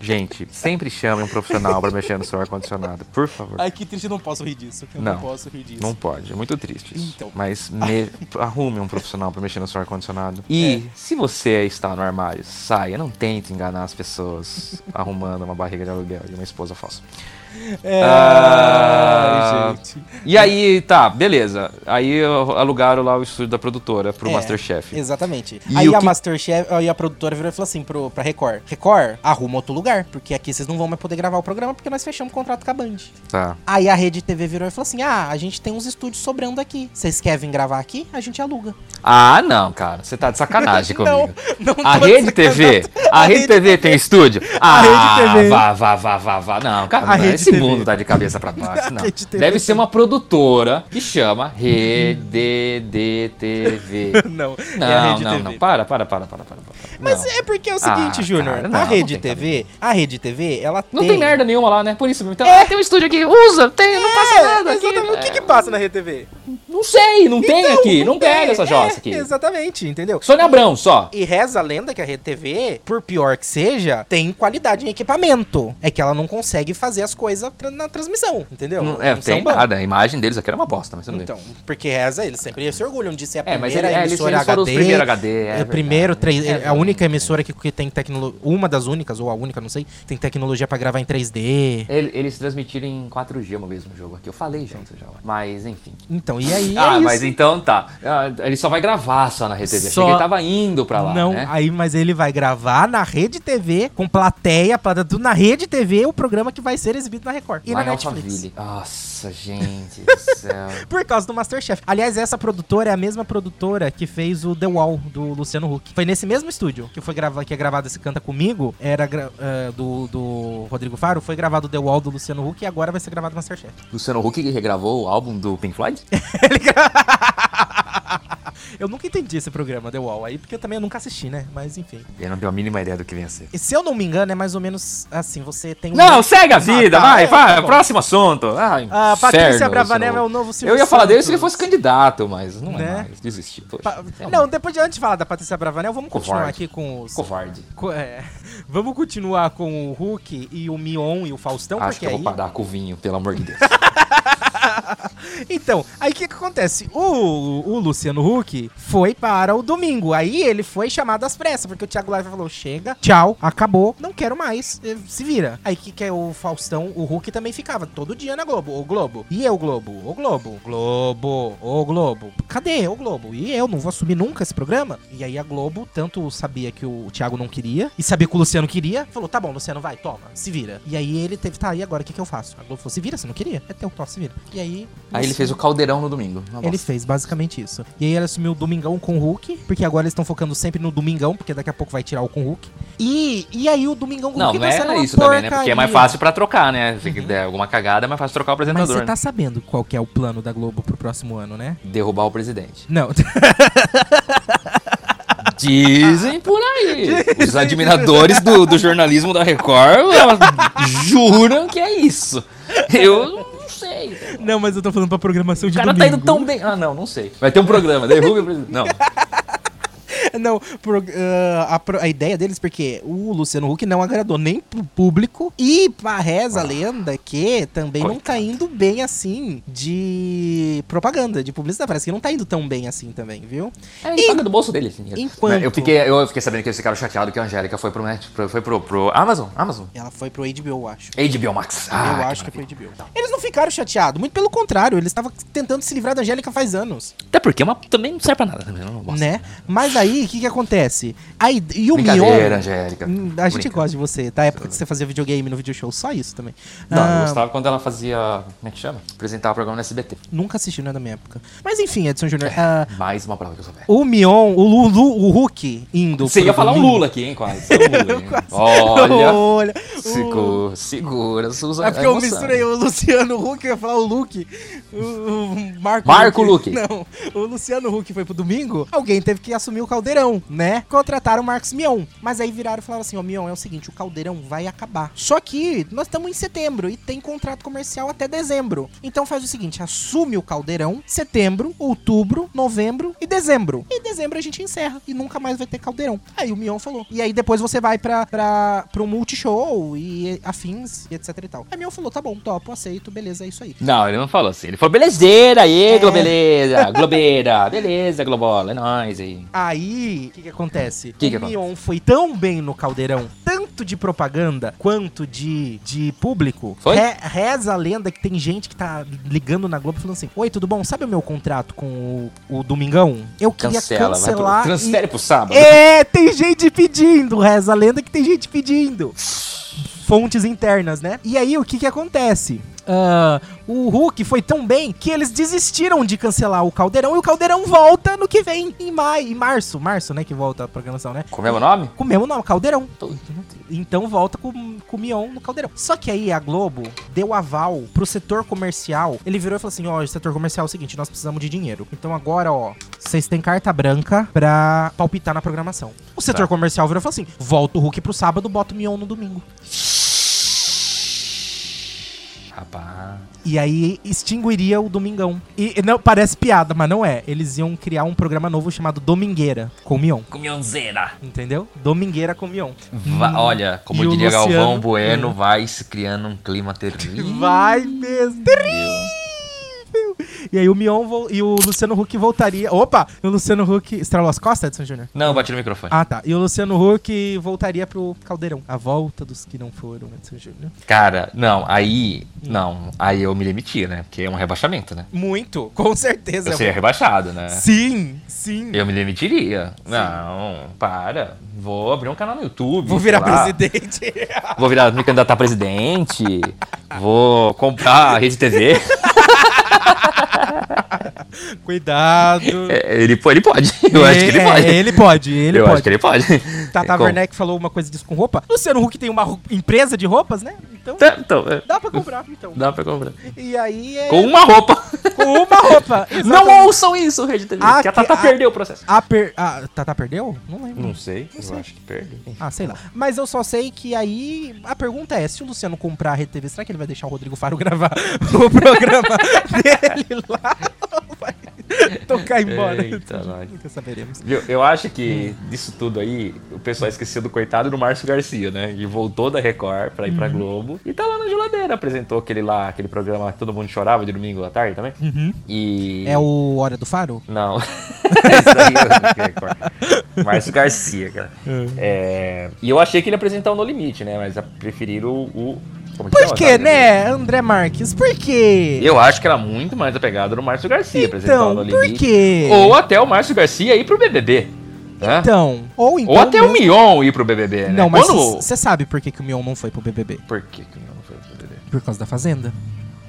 [SPEAKER 3] Gente, sempre chame um profissional pra mexer no seu ar-condicionado, por favor.
[SPEAKER 4] Ai, que triste, eu não posso rir disso. Eu não,
[SPEAKER 3] Não.
[SPEAKER 4] posso rir disso.
[SPEAKER 3] Não pode, é muito triste isso.
[SPEAKER 4] Então.
[SPEAKER 3] Mas me- arrume um profissional pra mexer no seu ar-condicionado.
[SPEAKER 1] É.
[SPEAKER 3] E se você está no armário, saia. Não tente enganar as pessoas arrumando uma barriga de aluguel e uma esposa falsa.
[SPEAKER 4] É,
[SPEAKER 3] Ah,
[SPEAKER 4] gente.
[SPEAKER 3] E aí, tá, beleza. Aí eu- alugaram lá o estúdio da produtora pro
[SPEAKER 4] É,
[SPEAKER 3] Masterchef.
[SPEAKER 4] Exatamente.
[SPEAKER 3] E
[SPEAKER 4] aí
[SPEAKER 3] o
[SPEAKER 4] a
[SPEAKER 3] que-
[SPEAKER 4] Masterchef, aí a produtora virou e falou assim pro, pra Record: Record, arruma outro lugar, porque aqui vocês não vão mais poder gravar o programa porque nós fechamos o contrato com a Band.
[SPEAKER 3] Tá.
[SPEAKER 4] Aí a Rede TV virou e falou assim: Ah, a gente tem uns estúdios sobrando aqui. Vocês querem vir gravar aqui? A gente aluga.
[SPEAKER 3] Ah, não, cara. Você tá de sacanagem comigo.
[SPEAKER 4] não tô
[SPEAKER 3] A
[SPEAKER 4] de
[SPEAKER 3] Rede
[SPEAKER 4] sacanagem.
[SPEAKER 3] TV, a Rede TV tem estúdio?
[SPEAKER 4] A
[SPEAKER 3] Ah,
[SPEAKER 4] Rede TV.
[SPEAKER 3] vá, vá, vá, vá, vá. Não, cara,
[SPEAKER 4] A
[SPEAKER 3] não,
[SPEAKER 4] Rede
[SPEAKER 3] esse
[SPEAKER 4] TV.
[SPEAKER 3] mundo tá de cabeça pra baixo, não.
[SPEAKER 4] Rede TV.
[SPEAKER 3] Deve ser uma produtora que chama Rede TV.
[SPEAKER 4] Não,
[SPEAKER 3] Não,
[SPEAKER 4] é a Rede
[SPEAKER 3] não,
[SPEAKER 4] TV.
[SPEAKER 3] não. Para, para, para, para, para. para.
[SPEAKER 4] Mas
[SPEAKER 3] não.
[SPEAKER 4] é porque é o seguinte,
[SPEAKER 3] Ah,
[SPEAKER 4] Júnior,
[SPEAKER 3] cara, não,
[SPEAKER 4] a
[SPEAKER 3] não
[SPEAKER 4] Rede
[SPEAKER 3] tem
[SPEAKER 4] TV, a Rede TV, ela
[SPEAKER 3] Não tem merda nenhuma lá, né? Por isso mesmo. Então, ah, tem um estúdio aqui, usa, tem, não passa nada aqui.
[SPEAKER 4] É. Exatamente. O
[SPEAKER 3] É,
[SPEAKER 4] que que passa na Rede TV?
[SPEAKER 3] Não sei, não tem
[SPEAKER 4] Então,
[SPEAKER 3] aqui, não,
[SPEAKER 4] tem,
[SPEAKER 3] pega essa jossa
[SPEAKER 4] é,
[SPEAKER 3] aqui.
[SPEAKER 4] Exatamente, entendeu?
[SPEAKER 3] Sônia Abrão, só.
[SPEAKER 4] E reza a lenda que a Rede TV, por pior que seja, tem qualidade em equipamento. É que ela não consegue fazer as coisas tra- na transmissão, entendeu?
[SPEAKER 3] Não, é,
[SPEAKER 4] Não são
[SPEAKER 3] tem
[SPEAKER 4] bons.
[SPEAKER 3] nada. A imagem deles aqui era uma bosta, mas tudo bem.
[SPEAKER 4] um Então, porque reza, eles sempre se orgulham de ser a
[SPEAKER 3] É, mas
[SPEAKER 4] primeira
[SPEAKER 3] ele- é, eles-
[SPEAKER 4] emissora
[SPEAKER 3] eles foram os
[SPEAKER 4] HD.
[SPEAKER 3] primeiros HD, é
[SPEAKER 4] é,
[SPEAKER 3] verdade.
[SPEAKER 4] primeiro, três-
[SPEAKER 3] É
[SPEAKER 4] é a única emissora que, que tem tecnologia, uma das únicas, ou a única, não sei, tem tecnologia pra gravar em 3D.
[SPEAKER 3] Ele- Eles transmitiram em 4G uma vez no jogo aqui. Eu falei já isso já. lá. Mas enfim.
[SPEAKER 4] Então, e aí
[SPEAKER 3] ah,
[SPEAKER 4] é
[SPEAKER 3] mas
[SPEAKER 4] isso.
[SPEAKER 3] então tá. Ah, Ele só vai gravar só na RedeTV. Achei
[SPEAKER 1] Só-
[SPEAKER 3] que ele tava indo pra lá,
[SPEAKER 1] não,
[SPEAKER 3] né?
[SPEAKER 1] aí, mas ele vai gravar na Rede TV, com plateia, plata- tudo na Rede TV, o programa que vai ser exibido na Record. E
[SPEAKER 3] Lá
[SPEAKER 1] na
[SPEAKER 3] em
[SPEAKER 1] Netflix.
[SPEAKER 3] Alphaville. Nossa, gente do céu.
[SPEAKER 1] Por causa do Masterchef. Aliás, essa produtora é a mesma produtora que fez o The Wall do Luciano Huck. Foi nesse mesmo estúdio que foi grava que é gravado esse Canta Comigo, era gra- eh, do, do Rodrigo Faro, foi gravado o The Wall do Luciano Huck e agora vai ser gravado o Masterchef.
[SPEAKER 3] Luciano Huck que regravou o álbum do Pink Floyd?
[SPEAKER 1] Eu nunca entendi esse programa, The Wall, aí porque eu também nunca assisti, né? Mas enfim.
[SPEAKER 3] Eu não tenho a mínima ideia do que vencer.
[SPEAKER 1] E se eu não me engano, é mais ou menos assim, você tem um-
[SPEAKER 3] Não, segue a vida,
[SPEAKER 1] tá.
[SPEAKER 3] vai,
[SPEAKER 1] É,
[SPEAKER 3] vai,
[SPEAKER 1] tá bom.
[SPEAKER 3] próximo assunto. Ah,
[SPEAKER 1] A Patrícia
[SPEAKER 3] inferno,
[SPEAKER 1] Bravanel é
[SPEAKER 3] Luciano
[SPEAKER 1] o
[SPEAKER 3] Huck.
[SPEAKER 1] novo Silvio
[SPEAKER 3] Eu ia falar dele se ele
[SPEAKER 1] Santos.
[SPEAKER 3] fosse candidato, mas não
[SPEAKER 1] Né?
[SPEAKER 3] é mais. Desisti. Poxa,
[SPEAKER 1] Pa-
[SPEAKER 3] é um
[SPEAKER 1] Não, depois de antes de falar da Patrícia Bravanel, vamos continuar
[SPEAKER 3] Covarde.
[SPEAKER 1] aqui com os.
[SPEAKER 3] covarde.
[SPEAKER 1] co- é, vamos continuar com o Hulk e o Mion e o Faustão,
[SPEAKER 3] Acho
[SPEAKER 1] Então, porque
[SPEAKER 3] que eu
[SPEAKER 1] aí.
[SPEAKER 3] vou parar com o vinho, pelo amor de Deus.
[SPEAKER 1] Então, aí o que, que acontece? O, o Luciano Huck foi para o domingo. Aí ele foi chamado às pressas, porque o Thiago Live falou: chega, tchau, acabou, não quero mais, eh, se vira. Aí o que, que é o Faustão, o Huck também ficava todo dia na Globo, ô Globo. E eu, Globo, ô Globo, Globo, ô Globo. Cadê o Globo? E eu não vou assumir nunca esse programa? E aí a Globo tanto sabia que o Thiago não queria e sabia que o Luciano queria, falou: tá bom, Luciano, vai, toma, se vira. E aí ele teve, tá, e agora o que, que eu faço? A Globo falou: se vira, você não queria? É teu, tosse, se vira. E aí.
[SPEAKER 3] Aí ele
[SPEAKER 1] Luciano-
[SPEAKER 3] fez o caldeirão no domingo. Uma
[SPEAKER 1] ele
[SPEAKER 3] bosta.
[SPEAKER 1] fez basicamente isso. E aí ele assumiu o Domingão com o Hulk, porque agora eles estão focando sempre no Domingão, porque daqui a pouco vai tirar o com o Hulk. E, e aí o Domingão com o
[SPEAKER 3] Não,
[SPEAKER 1] Hulk
[SPEAKER 3] não
[SPEAKER 1] vai ser
[SPEAKER 3] é
[SPEAKER 1] tá uma
[SPEAKER 3] isso também, né? Porque é
[SPEAKER 1] porcaria.
[SPEAKER 3] mais
[SPEAKER 1] Uhum.
[SPEAKER 3] fácil pra trocar, né? Se der alguma cagada, é mais fácil trocar o
[SPEAKER 1] Mas você
[SPEAKER 3] apresentador.
[SPEAKER 1] tá sabendo qual que é o plano da Globo pro próximo ano, né?
[SPEAKER 3] né? Derrubar o presidente.
[SPEAKER 1] Não,
[SPEAKER 3] Dizem por aí. Os admiradores do, do jornalismo da Record elas juram que é isso. Eu não sei.
[SPEAKER 1] não, mas eu tô falando pra programação
[SPEAKER 3] O
[SPEAKER 1] de
[SPEAKER 3] cara tá
[SPEAKER 1] domingo.
[SPEAKER 3] indo tão bem. Ah, não, não sei. É, Vai ter um programa, derruba o presidente. Não.
[SPEAKER 1] Não, pro- ah, a, pro- a ideia deles, porque o Luciano Huck não agradou nem pro público e pá,
[SPEAKER 3] Ah.
[SPEAKER 1] reza a lenda que também não tá indo bem assim de propaganda, de publicidade. Parece que não tá indo tão bem assim também, viu?
[SPEAKER 3] É, ele paga do bolso dele. Assim.
[SPEAKER 1] Enquanto-
[SPEAKER 3] Eu, fiquei, eu fiquei sabendo que esse cara chateado que a Angélica foi pro, net- pro- foi pro, pro Amazon. Amazon.
[SPEAKER 1] Ela foi pro HBO, eu acho.
[SPEAKER 3] HBO Max. Ah,
[SPEAKER 1] eu acho que foi HBO. Eles não ficaram chateados, muito pelo contrário, eles estavam tentando se livrar da Angélica faz anos,
[SPEAKER 3] Até porque é uma, também não serve pra nada. né? Uma bosta.
[SPEAKER 1] né? Mas aí, o que que acontece? Aí, e o Mion...
[SPEAKER 3] Brincadeira, Angélica.
[SPEAKER 1] Hum, A gente
[SPEAKER 3] Brinca.
[SPEAKER 1] gosta de você, da época que você fazia videogame no video show, só isso também.
[SPEAKER 3] Não,
[SPEAKER 1] Ah,
[SPEAKER 3] eu gostava quando ela fazia. Como é que chama? Apresentava o programa no SBT.
[SPEAKER 1] Nunca assisti, não é da minha época. Mas enfim, Edson Júnior. ah,
[SPEAKER 3] Mais uma prova que eu sou velho.
[SPEAKER 1] o Mion, o Lulu, o Hulk indo.
[SPEAKER 3] Você
[SPEAKER 1] pro
[SPEAKER 3] ia falar um
[SPEAKER 1] domingo.
[SPEAKER 3] Lula aqui, hein? Quase. Você é um Lula, hein? Olha.
[SPEAKER 1] Olha. o-
[SPEAKER 3] Segura, segura, Susan.
[SPEAKER 1] É porque eu misturei o Luciano Huck, eu ia falar o Luke. O, o Marco,
[SPEAKER 3] Marco Luque.
[SPEAKER 1] Não, o Luciano Huck foi pro domingo, alguém teve que assumir o Caldeirão, né? Contrataram o Marcos Mion. Mas aí viraram e falaram assim: Ô Mion, é o seguinte, o Caldeirão vai acabar. Só que nós estamos em setembro e tem contrato comercial até dezembro. Então faz o seguinte: assume o Caldeirão, setembro, outubro, novembro e dezembro. E dezembro a gente encerra e nunca mais vai ter Caldeirão. Aí o Mion falou. E aí depois você vai pra, pra, pro Multishow e afins e etc e tal. Aí o Mion falou: tá bom, topo, aceito, beleza, é isso aí.
[SPEAKER 3] Não, ele não falou assim. Ele falou, belezeira, aí,
[SPEAKER 1] É.
[SPEAKER 3] Globeleza, Globeira, beleza, Globola, é nóis aí.
[SPEAKER 1] Aí, o que, que acontece?
[SPEAKER 3] Que que
[SPEAKER 1] o Mion foi tão bem no Caldeirão, tanto de propaganda quanto de, de público.
[SPEAKER 3] Foi?
[SPEAKER 1] Re- reza a lenda que tem gente que tá ligando na Globo falando assim: Oi, tudo bom? Sabe o meu contrato com o, o Domingão? Eu queria
[SPEAKER 3] Cancela, vai pro,
[SPEAKER 1] cancelar. e-
[SPEAKER 3] transfere pro sábado.
[SPEAKER 1] É, tem gente pedindo, reza a lenda que tem gente pedindo. Fontes internas, né? E aí, o que que acontece? Ah, o Hulk foi tão bem que eles desistiram de cancelar o Caldeirão e o Caldeirão volta no que vem, em maio, em março, março, né, que volta a programação, né?
[SPEAKER 3] Como é o nome?
[SPEAKER 1] Com o mesmo nome, Caldeirão.
[SPEAKER 3] Tô-
[SPEAKER 1] Então volta com, com o Mion no caldeirão. Só que aí a Globo deu aval pro setor comercial. Ele virou e falou assim: ó, o setor comercial é o seguinte, nós precisamos de dinheiro. Então agora, ó, vocês têm carta branca pra palpitar na programação. O setor
[SPEAKER 3] Tá.
[SPEAKER 1] comercial virou e falou assim: volta o Hulk pro sábado, bota o Mion no domingo.
[SPEAKER 3] Rapaz.
[SPEAKER 1] E aí extinguiria o Domingão. E e não, parece piada, mas não é. Eles iam criar um programa novo chamado Domingueira com o Mion.
[SPEAKER 3] Comionzeira.
[SPEAKER 1] Entendeu? Domingueira com o Mion.
[SPEAKER 3] Va- Olha, como
[SPEAKER 1] Hum. E o
[SPEAKER 3] diria
[SPEAKER 1] Luciano- É.
[SPEAKER 3] Galvão Bueno, vai se criando um clima terrível.
[SPEAKER 1] Vai mesmo. E aí o Mion vol- e o Luciano Huck voltaria. Opa! E o Luciano Huck. Estralou as costas, Edson Júnior?
[SPEAKER 3] Não, bati no microfone.
[SPEAKER 1] Ah, tá. E o Luciano Huck voltaria pro Caldeirão. A volta dos que não foram, Edson Júnior.
[SPEAKER 3] Cara, não, aí.
[SPEAKER 1] Hum.
[SPEAKER 3] Não, aí eu me demiti, né? Porque é um rebaixamento, né?
[SPEAKER 1] Muito, com certeza.
[SPEAKER 3] Eu seria rebaixado, né?
[SPEAKER 1] é, Sim, sim.
[SPEAKER 3] Eu me demitiria. Não, para. Vou abrir um canal no YouTube.
[SPEAKER 1] Vou
[SPEAKER 3] sei
[SPEAKER 1] virar
[SPEAKER 3] lá.
[SPEAKER 1] presidente.
[SPEAKER 3] Vou virar, me candidatar a presidente. vou comprar a Rede TV.
[SPEAKER 1] Cuidado.
[SPEAKER 3] É, ele, po- ele pode. Eu acho que ele
[SPEAKER 1] É,
[SPEAKER 3] pode.
[SPEAKER 1] Ele pode, ele
[SPEAKER 3] eu
[SPEAKER 1] pode.
[SPEAKER 3] acho que ele pode.
[SPEAKER 1] Tata
[SPEAKER 3] Com-
[SPEAKER 1] Werneck falou uma coisa disso com roupa. Luciano Huck tem uma ro- empresa de roupas, né? Então
[SPEAKER 3] Tá, Então, é,
[SPEAKER 1] dá pra comprar, então.
[SPEAKER 3] dá pra comprar.
[SPEAKER 1] E aí é
[SPEAKER 3] Com uma roupa.
[SPEAKER 1] com uma roupa. exatamente.
[SPEAKER 3] ouçam isso, Rede TV.
[SPEAKER 1] Ah, que- ah.
[SPEAKER 3] o processo.
[SPEAKER 1] A per... ah, Tata perdeu? Não lembro.
[SPEAKER 3] Não sei,
[SPEAKER 1] Não
[SPEAKER 3] eu
[SPEAKER 1] sei.
[SPEAKER 3] acho que perdeu.
[SPEAKER 1] Ah, sei lá. Mas eu só sei que aí a pergunta é: se o Luciano comprar a Rede TV, será que ele vai deixar o Rodrigo Faro gravar o programa dele lá? Ou vai tocar embora?
[SPEAKER 3] Eita, nós.
[SPEAKER 1] Nunca saberemos.
[SPEAKER 3] Viu, Eu acho que disso tudo aí, o pessoal esqueceu do coitado do Márcio Garcia, né? Ele voltou da Record pra ir
[SPEAKER 1] Uhum.
[SPEAKER 3] pra Globo e tá lá na geladeira. Apresentou aquele lá, aquele programa que todo mundo chorava de domingo à tarde também. E.
[SPEAKER 1] É o Hora do Faro?
[SPEAKER 3] Não. Isso aí é o Record. Márcio Garcia, cara. É, E eu achei que ele ia apresentar o No Limite, né? Mas preferiram o. o... como que
[SPEAKER 1] Por
[SPEAKER 3] chama?
[SPEAKER 1] quê, né, André Marques? Por quê?
[SPEAKER 3] Eu acho que era muito mais apegado no Márcio Garcia apresentar o
[SPEAKER 1] então,
[SPEAKER 3] No
[SPEAKER 1] por
[SPEAKER 3] Limite.
[SPEAKER 1] quê?
[SPEAKER 3] Ou até o Márcio Garcia ir pro BBB. Né?
[SPEAKER 1] Então, ou então.
[SPEAKER 3] Ou até o
[SPEAKER 1] mesmo-
[SPEAKER 3] Mion ir pro BBB, né?
[SPEAKER 1] Não, mas
[SPEAKER 3] Quando-
[SPEAKER 1] você sabe por que, que o Mion não foi pro BBB?
[SPEAKER 3] Por que que o Mion não foi pro BBB?
[SPEAKER 1] Por causa da Fazenda?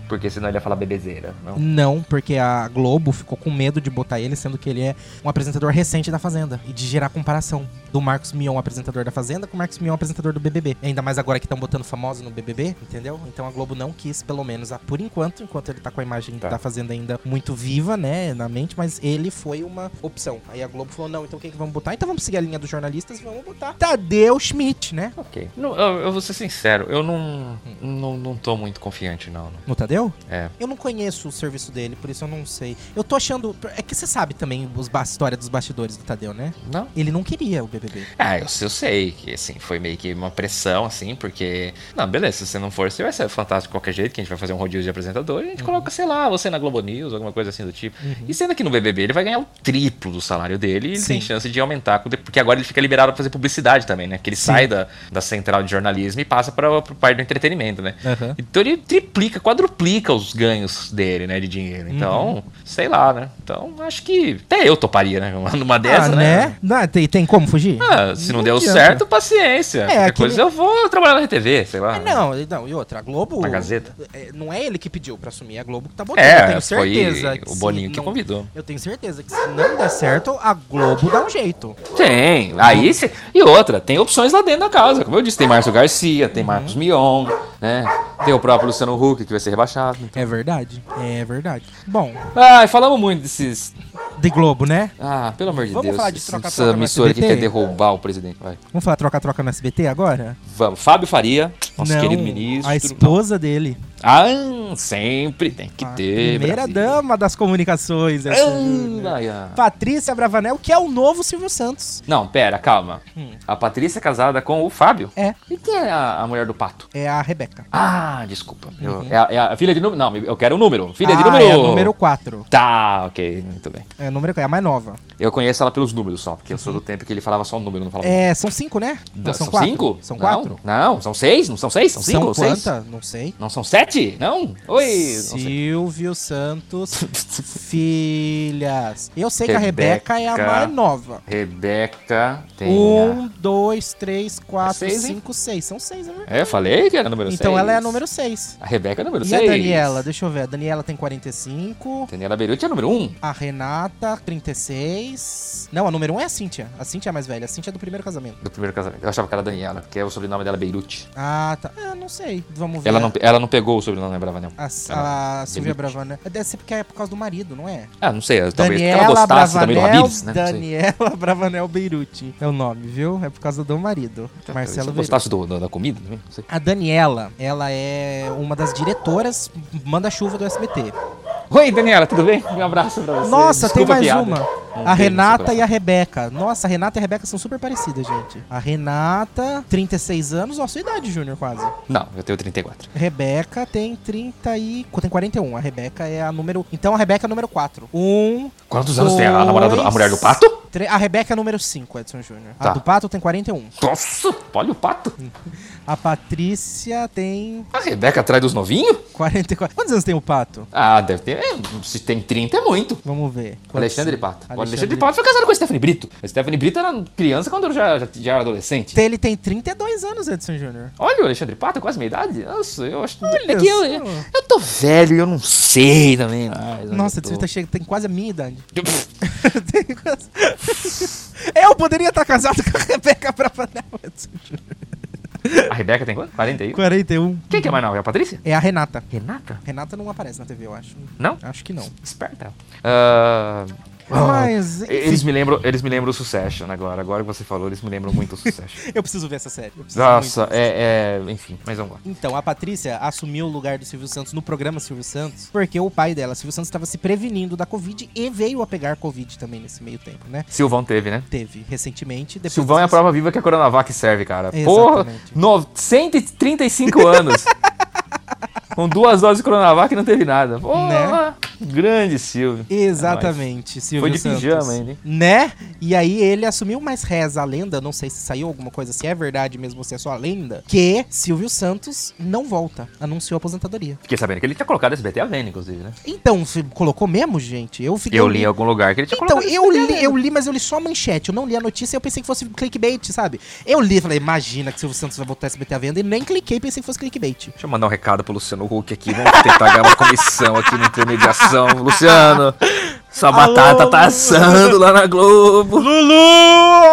[SPEAKER 3] Porque senão ele ia falar bebezeira, não?
[SPEAKER 1] Não, porque a Globo ficou com medo de botar ele, sendo que ele é um apresentador recente da Fazenda. E de gerar comparação do Marcos Mion, apresentador da Fazenda, com o Marcos Mion, apresentador do BBB. Ainda mais agora que estão botando famoso no BBB, entendeu? Então a Globo não quis, pelo menos a- por enquanto, enquanto ele tá com a imagem
[SPEAKER 3] Tá.
[SPEAKER 1] da Fazenda ainda muito viva, né, na mente, mas ele foi uma opção. Aí a Globo falou, não, então quem que vamos botar? Então vamos seguir a linha dos jornalistas e vamos botar Tadeu Schmidt, né?
[SPEAKER 3] Ok. Não, eu, eu vou ser sincero, eu não, não, não tô muito confiante, não. não.
[SPEAKER 1] No Tadeu?
[SPEAKER 3] É.
[SPEAKER 1] Eu não conheço o serviço dele, por isso eu não sei. Eu tô achando. É que você sabe também os ba- a história dos bastidores do Tadeu, né?
[SPEAKER 3] Não?
[SPEAKER 1] Ele não queria o BBB.
[SPEAKER 3] Ah, eu, eu sei que, assim, foi meio que uma pressão, assim, porque... Não, beleza, se você não for, você vai ser fantástico de qualquer jeito, que a gente vai fazer um rodízio de apresentador e a
[SPEAKER 1] Uhum.
[SPEAKER 3] gente coloca, sei lá, você na Globo News, alguma coisa assim do tipo. E sendo que no BBB ele vai ganhar o triplo do salário dele e ele
[SPEAKER 1] Sim.
[SPEAKER 3] tem chance de aumentar, com- porque agora ele fica liberado pra fazer publicidade também, né? Porque ele sai da, da central de jornalismo e passa para pro parte do entretenimento, né?
[SPEAKER 1] Aham.
[SPEAKER 3] Então ele triplica, quadruplica os ganhos dele, né, de dinheiro. Então,
[SPEAKER 1] Uhum.
[SPEAKER 3] sei lá, né? Então, acho que até eu toparia, né? Numa dessa, né?
[SPEAKER 1] Ah, Não, é, tem, tem como fugir?
[SPEAKER 3] Ah, se não,
[SPEAKER 1] Não
[SPEAKER 3] deu
[SPEAKER 1] adianta. É,
[SPEAKER 3] certo, paciência. Qualquer
[SPEAKER 1] aquele-
[SPEAKER 3] coisa eu vou trabalhar na RTV, sei lá.
[SPEAKER 1] Ah, não, e- não, e outra, a Globo.
[SPEAKER 3] Na Gazeta.
[SPEAKER 1] é, não é ele que pediu pra assumir, é a Globo que tá botando. eu
[SPEAKER 3] É,
[SPEAKER 1] tenho certeza.
[SPEAKER 3] foi
[SPEAKER 1] que
[SPEAKER 3] o
[SPEAKER 1] se
[SPEAKER 3] Boninho que
[SPEAKER 1] não-
[SPEAKER 3] convidou.
[SPEAKER 1] Eu tenho certeza que se não der certo, a Globo dá um jeito.
[SPEAKER 3] Tem. Aí cê- E outra, tem opções lá dentro da casa. Como eu disse, tem Márcio Garcia, tem Marcos Mion, né? Tem o próprio Luciano Huck, que vai ser rebaixado. então.
[SPEAKER 1] É verdade. É verdade. Bom,
[SPEAKER 3] Ah, falamos muito desses
[SPEAKER 1] de Globo, né?
[SPEAKER 3] Ah, pelo amor de
[SPEAKER 4] Vamos
[SPEAKER 3] Deus.
[SPEAKER 4] falar de
[SPEAKER 3] esse-
[SPEAKER 4] troca-troca
[SPEAKER 3] Essa
[SPEAKER 4] no
[SPEAKER 3] emissora que
[SPEAKER 1] SBT?
[SPEAKER 3] quer derrubar o presidente. Vai.
[SPEAKER 1] Vamos falar troca-troca no SBT agora?
[SPEAKER 3] Vamos. Fábio Faria, nosso
[SPEAKER 1] Não,
[SPEAKER 3] querido ministro.
[SPEAKER 1] A esposa dele.
[SPEAKER 3] Ah, sempre tem que ter.
[SPEAKER 1] Primeira
[SPEAKER 3] Brasil.
[SPEAKER 1] dama das comunicações. essa é Júlia.
[SPEAKER 3] Ah, ai, ai.
[SPEAKER 1] Patrícia Bravanel, que é o novo Silvio Santos.
[SPEAKER 3] Não, pera, calma. A Patrícia é casada com o Fábio?
[SPEAKER 1] Hum. É.
[SPEAKER 3] E quem é a, a mulher do pato?
[SPEAKER 1] É a Rebeca.
[SPEAKER 3] Ah, desculpa. Eu- é, a, é a filha de número. Não, eu quero o número. Filha de
[SPEAKER 1] Uhum. Ah,
[SPEAKER 3] número.
[SPEAKER 1] É a número 4.
[SPEAKER 3] Tá, ok, muito bem.
[SPEAKER 1] É a número 4, é a mais nova.
[SPEAKER 3] Eu conheço ela pelos números só, porque eu sou do tempo que ele falava só o número, não falava.
[SPEAKER 1] Uhum. É, são cinco, né? Não,
[SPEAKER 3] Não,
[SPEAKER 1] quatro.
[SPEAKER 3] cinco?
[SPEAKER 1] São
[SPEAKER 3] Não,
[SPEAKER 1] quatro?
[SPEAKER 3] Não, são seis? Não são seis? São cinco? ou
[SPEAKER 1] são
[SPEAKER 3] seis?
[SPEAKER 1] quanta? Não sei.
[SPEAKER 3] Não são sete? Não? Oi! não sei.
[SPEAKER 1] Silvio Santos, filhas. Eu sei que a Rebeca é a
[SPEAKER 3] Rebeca.
[SPEAKER 1] mais nova.
[SPEAKER 3] Rebeca tem.
[SPEAKER 1] Um, dois, três, quatro,
[SPEAKER 3] É seis, hein?
[SPEAKER 1] cinco, seis. São seis, né?
[SPEAKER 3] É, eu falei que era número seis.
[SPEAKER 1] Então ela é a número seis.
[SPEAKER 3] A Rebeca é a número
[SPEAKER 1] E
[SPEAKER 3] seis.
[SPEAKER 1] a Daniela? Deixa eu ver. A Daniela tem 45.
[SPEAKER 3] Daniela Beruti é a número um.
[SPEAKER 1] A Renata, 36. Não, a número um é a Cíntia. A Cíntia é a mais velha. A Cíntia é do primeiro casamento.
[SPEAKER 3] Do primeiro casamento. Eu achava que era Daniela, porque é o sobrenome dela é Beirute.
[SPEAKER 1] Ah, tá. Ah, não sei. Vamos ver.
[SPEAKER 3] Ela não, ela não pegou o sobrenome, lembrava, não.
[SPEAKER 1] A, a Silvia Bravanel. Deve ser porque é por causa do marido, não é?
[SPEAKER 3] Ah, não sei. Talvez que ela
[SPEAKER 1] Daniela
[SPEAKER 3] gostasse também do
[SPEAKER 1] Bravanel,
[SPEAKER 3] Habibs, né? Não sei.
[SPEAKER 1] Daniela Bravanel Beirute. É o nome, viu? É por causa do marido,
[SPEAKER 3] Então, Talvez ela
[SPEAKER 1] Marcelo Beirute.
[SPEAKER 3] gostasse do- da, da comida também, não sei.
[SPEAKER 1] A Daniela, ela é uma das diretoras manda-chuva do SBT.
[SPEAKER 3] Oi, Daniela, tudo bem? Um abraço pra você.
[SPEAKER 1] Nossa, tem
[SPEAKER 3] Desculpa a
[SPEAKER 1] mais
[SPEAKER 3] piada.
[SPEAKER 1] uma.
[SPEAKER 3] Não
[SPEAKER 1] a
[SPEAKER 3] tem
[SPEAKER 1] Renata
[SPEAKER 3] no seu
[SPEAKER 1] e a Rebeca. Nossa, a Renata e a Rebeca são super parecidas, gente. A Renata, 36 anos, ó, sua idade, Júnior, quase.
[SPEAKER 3] coração. Não, eu tenho 34.
[SPEAKER 1] Rebeca tem 30 e... tem 41. A Rebeca é a número... Então a Rebeca é a número 4. Um,
[SPEAKER 3] Quantos anos tem a namorada, do- a mulher do pato?
[SPEAKER 1] Tre- A Rebeca é número 5, Edson Júnior. A
[SPEAKER 3] Tá.
[SPEAKER 1] do Pato tem 41.
[SPEAKER 3] Nossa, olha o pato.
[SPEAKER 1] A Patrícia tem
[SPEAKER 3] A Rebeca atrás dos novinhos?
[SPEAKER 1] 44. Quantos anos tem o Pato?
[SPEAKER 3] Ah, deve ter. é, Se tem 30 é muito.
[SPEAKER 1] Vamos ver. Quantos
[SPEAKER 3] Alexandre
[SPEAKER 1] são?
[SPEAKER 3] Pato. Alexandre, Alexandre Pato foi casado com a Stephanie Brito. A Stephanie Brito era criança quando eu já, já, já era adolescente.
[SPEAKER 1] Ele tem 32 anos, Edson Júnior.
[SPEAKER 3] Olha o Alexandre Pato, quase minha idade. Nossa, eu acho.
[SPEAKER 1] Olha
[SPEAKER 3] é que eu,
[SPEAKER 1] só.
[SPEAKER 3] eu tô velho, eu não sei também. mais onde
[SPEAKER 1] Nossa,
[SPEAKER 3] eu tô.
[SPEAKER 1] você tá chega, tem quase a minha idade. Tem quase- Eu poderia estar casado com a Rebeca Bravanel, Edson Júnior.
[SPEAKER 3] A Rebeca tem quanto? 41?
[SPEAKER 1] 41.
[SPEAKER 3] Quem que é mais nova? É a Patrícia?
[SPEAKER 1] É a Renata.
[SPEAKER 3] Renata? Ah,
[SPEAKER 1] Renata não aparece na TV, eu acho.
[SPEAKER 3] Não?
[SPEAKER 1] Acho que não.
[SPEAKER 3] Esperta. Ah,
[SPEAKER 1] Mas, enfim,
[SPEAKER 3] eles me lembram, eles me lembram o Succession agora. Agora que você falou, eles me lembram muito o Succession.
[SPEAKER 1] eu preciso ver essa série. Eu preciso
[SPEAKER 3] Nossa,
[SPEAKER 1] muito.
[SPEAKER 3] é, é, enfim, mas vamos lá.
[SPEAKER 1] Então, a Patrícia assumiu o lugar do Silvio Santos no programa Silvio Santos, porque o pai dela, Silvio Santos, estava se prevenindo da Covid e veio a pegar Covid também nesse meio tempo, né?
[SPEAKER 3] Silvão teve, né?
[SPEAKER 1] Teve recentemente. Depois
[SPEAKER 3] Silvão é a
[SPEAKER 1] das-
[SPEAKER 3] prova viva que a Coronavac serve, cara.
[SPEAKER 1] Exatamente.
[SPEAKER 3] Porra, no, 135 anos. Com duas doses de Coronavac não teve nada.
[SPEAKER 1] Né?
[SPEAKER 3] Porra, grande Silvio.
[SPEAKER 1] Exatamente, Silvio
[SPEAKER 3] É de
[SPEAKER 1] Santos.
[SPEAKER 3] pijama ainda, hein?
[SPEAKER 1] Né? E aí ele assumiu, mas reza a lenda, não sei se saiu alguma coisa, se é verdade mesmo, se é só a lenda, que Silvio Santos não volta, anunciou a aposentadoria.
[SPEAKER 3] Fiquei sabendo que ele tinha colocado SBT a Vena, inclusive, né?
[SPEAKER 1] Então, se colocou mesmo, gente? Eu fiquei...
[SPEAKER 3] Eu li em algum lugar que ele tinha
[SPEAKER 1] Então,
[SPEAKER 3] colocado.
[SPEAKER 1] eu li, eu li, mas eu li só a manchete. Eu não li a notícia, eu pensei que fosse clickbait, sabe? Eu li, falei, imagina que Silvio Santos vai voltar a SBT à venda e nem cliquei, pensei que fosse clickbait.
[SPEAKER 3] Deixa eu mandar um recado pro Luciano Huck aqui. Vamos tentar ganhar uma comissão aqui na intermediação. Luciano, sua
[SPEAKER 1] Alô,
[SPEAKER 3] batata
[SPEAKER 1] Lu-
[SPEAKER 3] tá assando lá na Globo.
[SPEAKER 1] Lulu!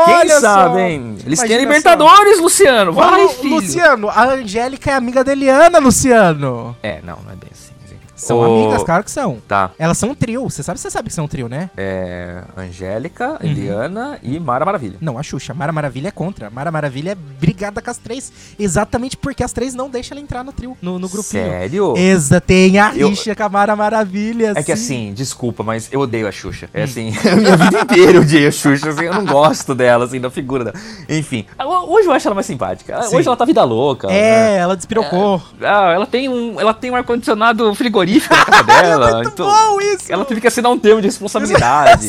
[SPEAKER 3] Quem sabe, hein? Eles
[SPEAKER 1] Imagina
[SPEAKER 3] têm Libertadores, Luciano. Vai,
[SPEAKER 1] Vai,
[SPEAKER 3] filho.
[SPEAKER 1] Luciano, a Angélica é amiga da Eliana, Luciano.
[SPEAKER 3] É, não, não é bem assim. gente.
[SPEAKER 1] São
[SPEAKER 3] Ô,
[SPEAKER 1] amigas, claro que são.
[SPEAKER 3] Tá.
[SPEAKER 1] Elas são um trio, você sabe, você sabe que são um trio, né?
[SPEAKER 3] É, Angélica,
[SPEAKER 1] Uhum.
[SPEAKER 3] Eliana e Mara Maravilha.
[SPEAKER 1] Não, a Xuxa, Mara Maravilha é contra. Mara Maravilha é brigada com as três, exatamente porque as três não deixam ela entrar no trio, no, no grupinho. É
[SPEAKER 3] Sério?
[SPEAKER 1] Exa, tem a
[SPEAKER 3] Eu-
[SPEAKER 1] rixa com a Mara Maravilha.
[SPEAKER 3] É que assim, desculpa, mas eu odeio a Xuxa.
[SPEAKER 1] Hum.
[SPEAKER 3] É assim, a minha vida inteira eu odiei a Xuxa, assim, eu não gosto dela, assim, da figura dela. Enfim, Ah, hoje eu acho ela mais simpática. Ela-
[SPEAKER 1] Sim.
[SPEAKER 3] Hoje ela tá vida louca. né?
[SPEAKER 1] É, ela despirocou.
[SPEAKER 3] Ah, ela tem um, ela tem um ar-condicionado frigorífico na casa dela.
[SPEAKER 1] Muito
[SPEAKER 3] então,
[SPEAKER 1] tá bom isso!
[SPEAKER 3] Ela teve que assinar um termo de responsabilidade.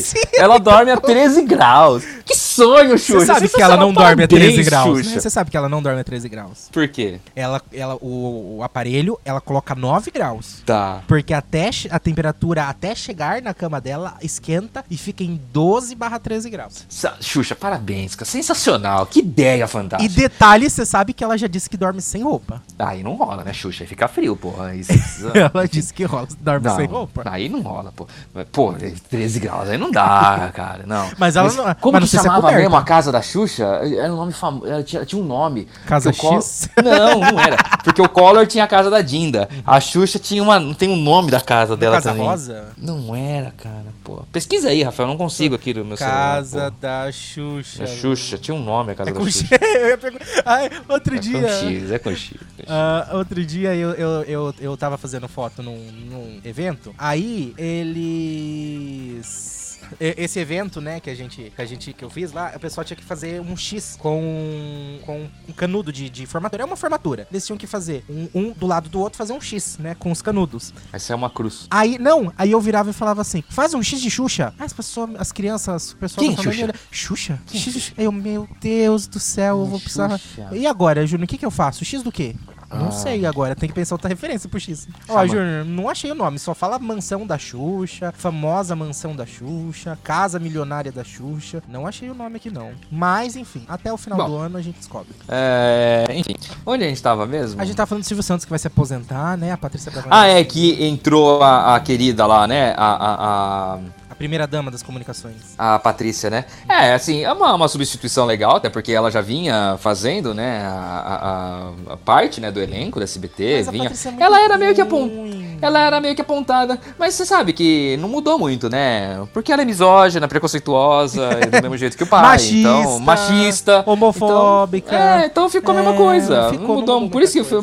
[SPEAKER 1] Sim,
[SPEAKER 3] ela dorme a 13 graus. Que sonho, Xuxa.
[SPEAKER 1] Você sabe que ela
[SPEAKER 3] Sensacional,
[SPEAKER 1] não dorme a 13
[SPEAKER 3] parabéns,
[SPEAKER 1] graus, né?
[SPEAKER 3] Xuxa.
[SPEAKER 1] Você sabe que ela não dorme a 13 graus.
[SPEAKER 3] Por quê?
[SPEAKER 1] Ela, ela, o, o aparelho, ela coloca 9 graus.
[SPEAKER 3] Tá.
[SPEAKER 1] Porque até che- a temperatura até chegar na cama dela esquenta e fica em 12 barra 13 graus.
[SPEAKER 3] Sa- Xuxa, parabéns, cara. Sensacional. Que ideia
[SPEAKER 1] E
[SPEAKER 3] fantástica.
[SPEAKER 1] detalhe, você sabe que ela já disse que dorme sem roupa.
[SPEAKER 3] Aí não rola, né, Xuxa? Aí fica frio, porra. Aí você precisa-
[SPEAKER 1] Ela disse que rola, dorme sem
[SPEAKER 3] Não, Tá.
[SPEAKER 1] roupa.
[SPEAKER 3] aí não rola, pô. Mas, Pô, 13 é graus, aí não dá, cara, não.
[SPEAKER 1] Mas ela não-
[SPEAKER 3] Como
[SPEAKER 1] mas não
[SPEAKER 3] que
[SPEAKER 1] sei se é
[SPEAKER 3] chamava
[SPEAKER 1] culpa merda.
[SPEAKER 3] mesmo a casa da Xuxa? Era um nome famoso. Tinha, tinha um nome.
[SPEAKER 1] Casa
[SPEAKER 3] Porque o Collor-
[SPEAKER 1] X?
[SPEAKER 3] Não, não era. Porque o Collor tinha a casa da Dinda. A Xuxa tinha uma. Não tem um nome da casa dela
[SPEAKER 1] Casa
[SPEAKER 3] também.
[SPEAKER 1] Rosa?
[SPEAKER 3] Não era, cara, pô. Pesquisa aí, Rafael. eu Não consigo aqui no meu
[SPEAKER 1] Casa
[SPEAKER 3] celular.
[SPEAKER 1] da Xuxa.
[SPEAKER 3] pô. É Xuxa, tinha um nome a casa
[SPEAKER 1] É
[SPEAKER 3] da
[SPEAKER 1] com X.
[SPEAKER 3] Xuxa.
[SPEAKER 1] Eu ia perguntar. Ai, outro
[SPEAKER 3] É
[SPEAKER 1] dia.
[SPEAKER 3] com X, é com X.
[SPEAKER 1] Ah, outro dia eu, eu, eu, eu tava fazendo foto num, num evento, aí eles. e- Esse evento, né, que a gente, que a gente que eu fiz lá, o pessoal tinha que fazer um X com, com um canudo de, de formatura. É uma formatura. Eles tinham que fazer um, um do lado do outro, fazer um X, né, com os canudos.
[SPEAKER 3] Essa é uma cruz.
[SPEAKER 1] Aí, não, aí eu virava e falava assim: faz um X de Xuxa. Aí as pessoas, as crianças, o pessoal
[SPEAKER 3] Quem é
[SPEAKER 1] da família.
[SPEAKER 3] Xuxa?
[SPEAKER 1] olha, Xuxa? X de Xuxa. Eu, meu Deus do céu, eu vou precisar.
[SPEAKER 3] Xuxa.
[SPEAKER 1] E agora, Júnior, o que, que eu faço? X do quê?
[SPEAKER 3] Ah.
[SPEAKER 1] Não sei agora, tem que pensar outra referência pro X. Ó,
[SPEAKER 3] Chama.
[SPEAKER 1] Júnior, não achei o nome, só fala mansão da Xuxa, famosa mansão da Xuxa, casa milionária da Xuxa. Não achei o nome aqui não. Mas, enfim, até o final
[SPEAKER 3] Bom.
[SPEAKER 1] do ano a gente descobre.
[SPEAKER 3] É, enfim. Onde a gente tava mesmo?
[SPEAKER 1] A gente tá falando do Silvio Santos que vai se aposentar, né? A Patrícia
[SPEAKER 3] Ah,
[SPEAKER 1] Bravanel,
[SPEAKER 3] é que entrou a, a querida lá, né? A, a, a-
[SPEAKER 1] a primeira dama das comunicações.
[SPEAKER 3] a Patrícia, né? É, assim, é uma, uma substituição legal, até porque ela já vinha fazendo, né, a, a- a- a parte, né, do elenco da SBT,
[SPEAKER 1] Mas a
[SPEAKER 3] vinha.
[SPEAKER 1] Patrícia é muito
[SPEAKER 3] Ela era meio que apontada.
[SPEAKER 1] ruim.
[SPEAKER 3] Ela era meio que apontada, mas você sabe que não mudou muito, né? Porque ela é misógina, preconceituosa, e do mesmo jeito que o pai,
[SPEAKER 1] Machista.
[SPEAKER 3] então, machista.
[SPEAKER 1] Homofóbica.
[SPEAKER 3] Então, é, então ficou a mesma
[SPEAKER 1] É,
[SPEAKER 3] coisa.
[SPEAKER 1] ficou,
[SPEAKER 3] não
[SPEAKER 1] não
[SPEAKER 3] mudou,
[SPEAKER 1] mudou
[SPEAKER 3] por isso que
[SPEAKER 1] muita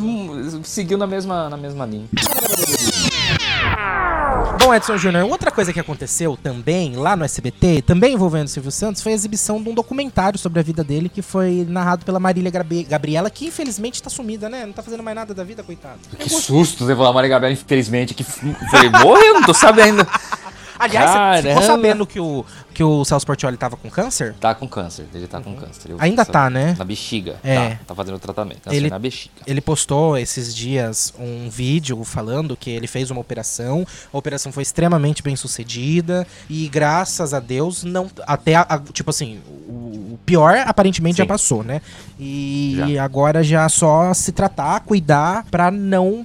[SPEAKER 3] foi- hum, seguiu na mesma, na mesma linha.
[SPEAKER 1] Bom, Edson Júnior, outra coisa que aconteceu também lá no SBT, também envolvendo o Silvio Santos, foi a exibição de um documentário sobre a vida dele que foi narrado pela Marília Grabe- Gabriela, que infelizmente tá sumida, né? Não tá fazendo mais nada da vida, coitado.
[SPEAKER 3] Que susto, você falou a Maria Gabriela, infelizmente, que f- foi morrer, não tô sabendo.
[SPEAKER 1] Aliás, você
[SPEAKER 3] Caramba.
[SPEAKER 1] ficou sabendo que o, que o Celso Portioli tava com câncer?
[SPEAKER 3] Tá com câncer, ele tá com câncer. eu
[SPEAKER 1] Ainda
[SPEAKER 3] vi,
[SPEAKER 1] tá,
[SPEAKER 3] sabe?
[SPEAKER 1] né?
[SPEAKER 3] Na bexiga.
[SPEAKER 1] É.
[SPEAKER 3] Tá, tá fazendo tratamento. Câncer
[SPEAKER 1] Ele-
[SPEAKER 3] na bexiga.
[SPEAKER 1] Ele postou esses dias um vídeo falando que ele fez uma operação, a operação foi extremamente bem sucedida e graças a Deus não até a- a- tipo assim, o, o pior aparentemente já
[SPEAKER 3] Sim.
[SPEAKER 1] passou, né? E
[SPEAKER 3] Já.
[SPEAKER 1] agora já só se tratar, cuidar pra não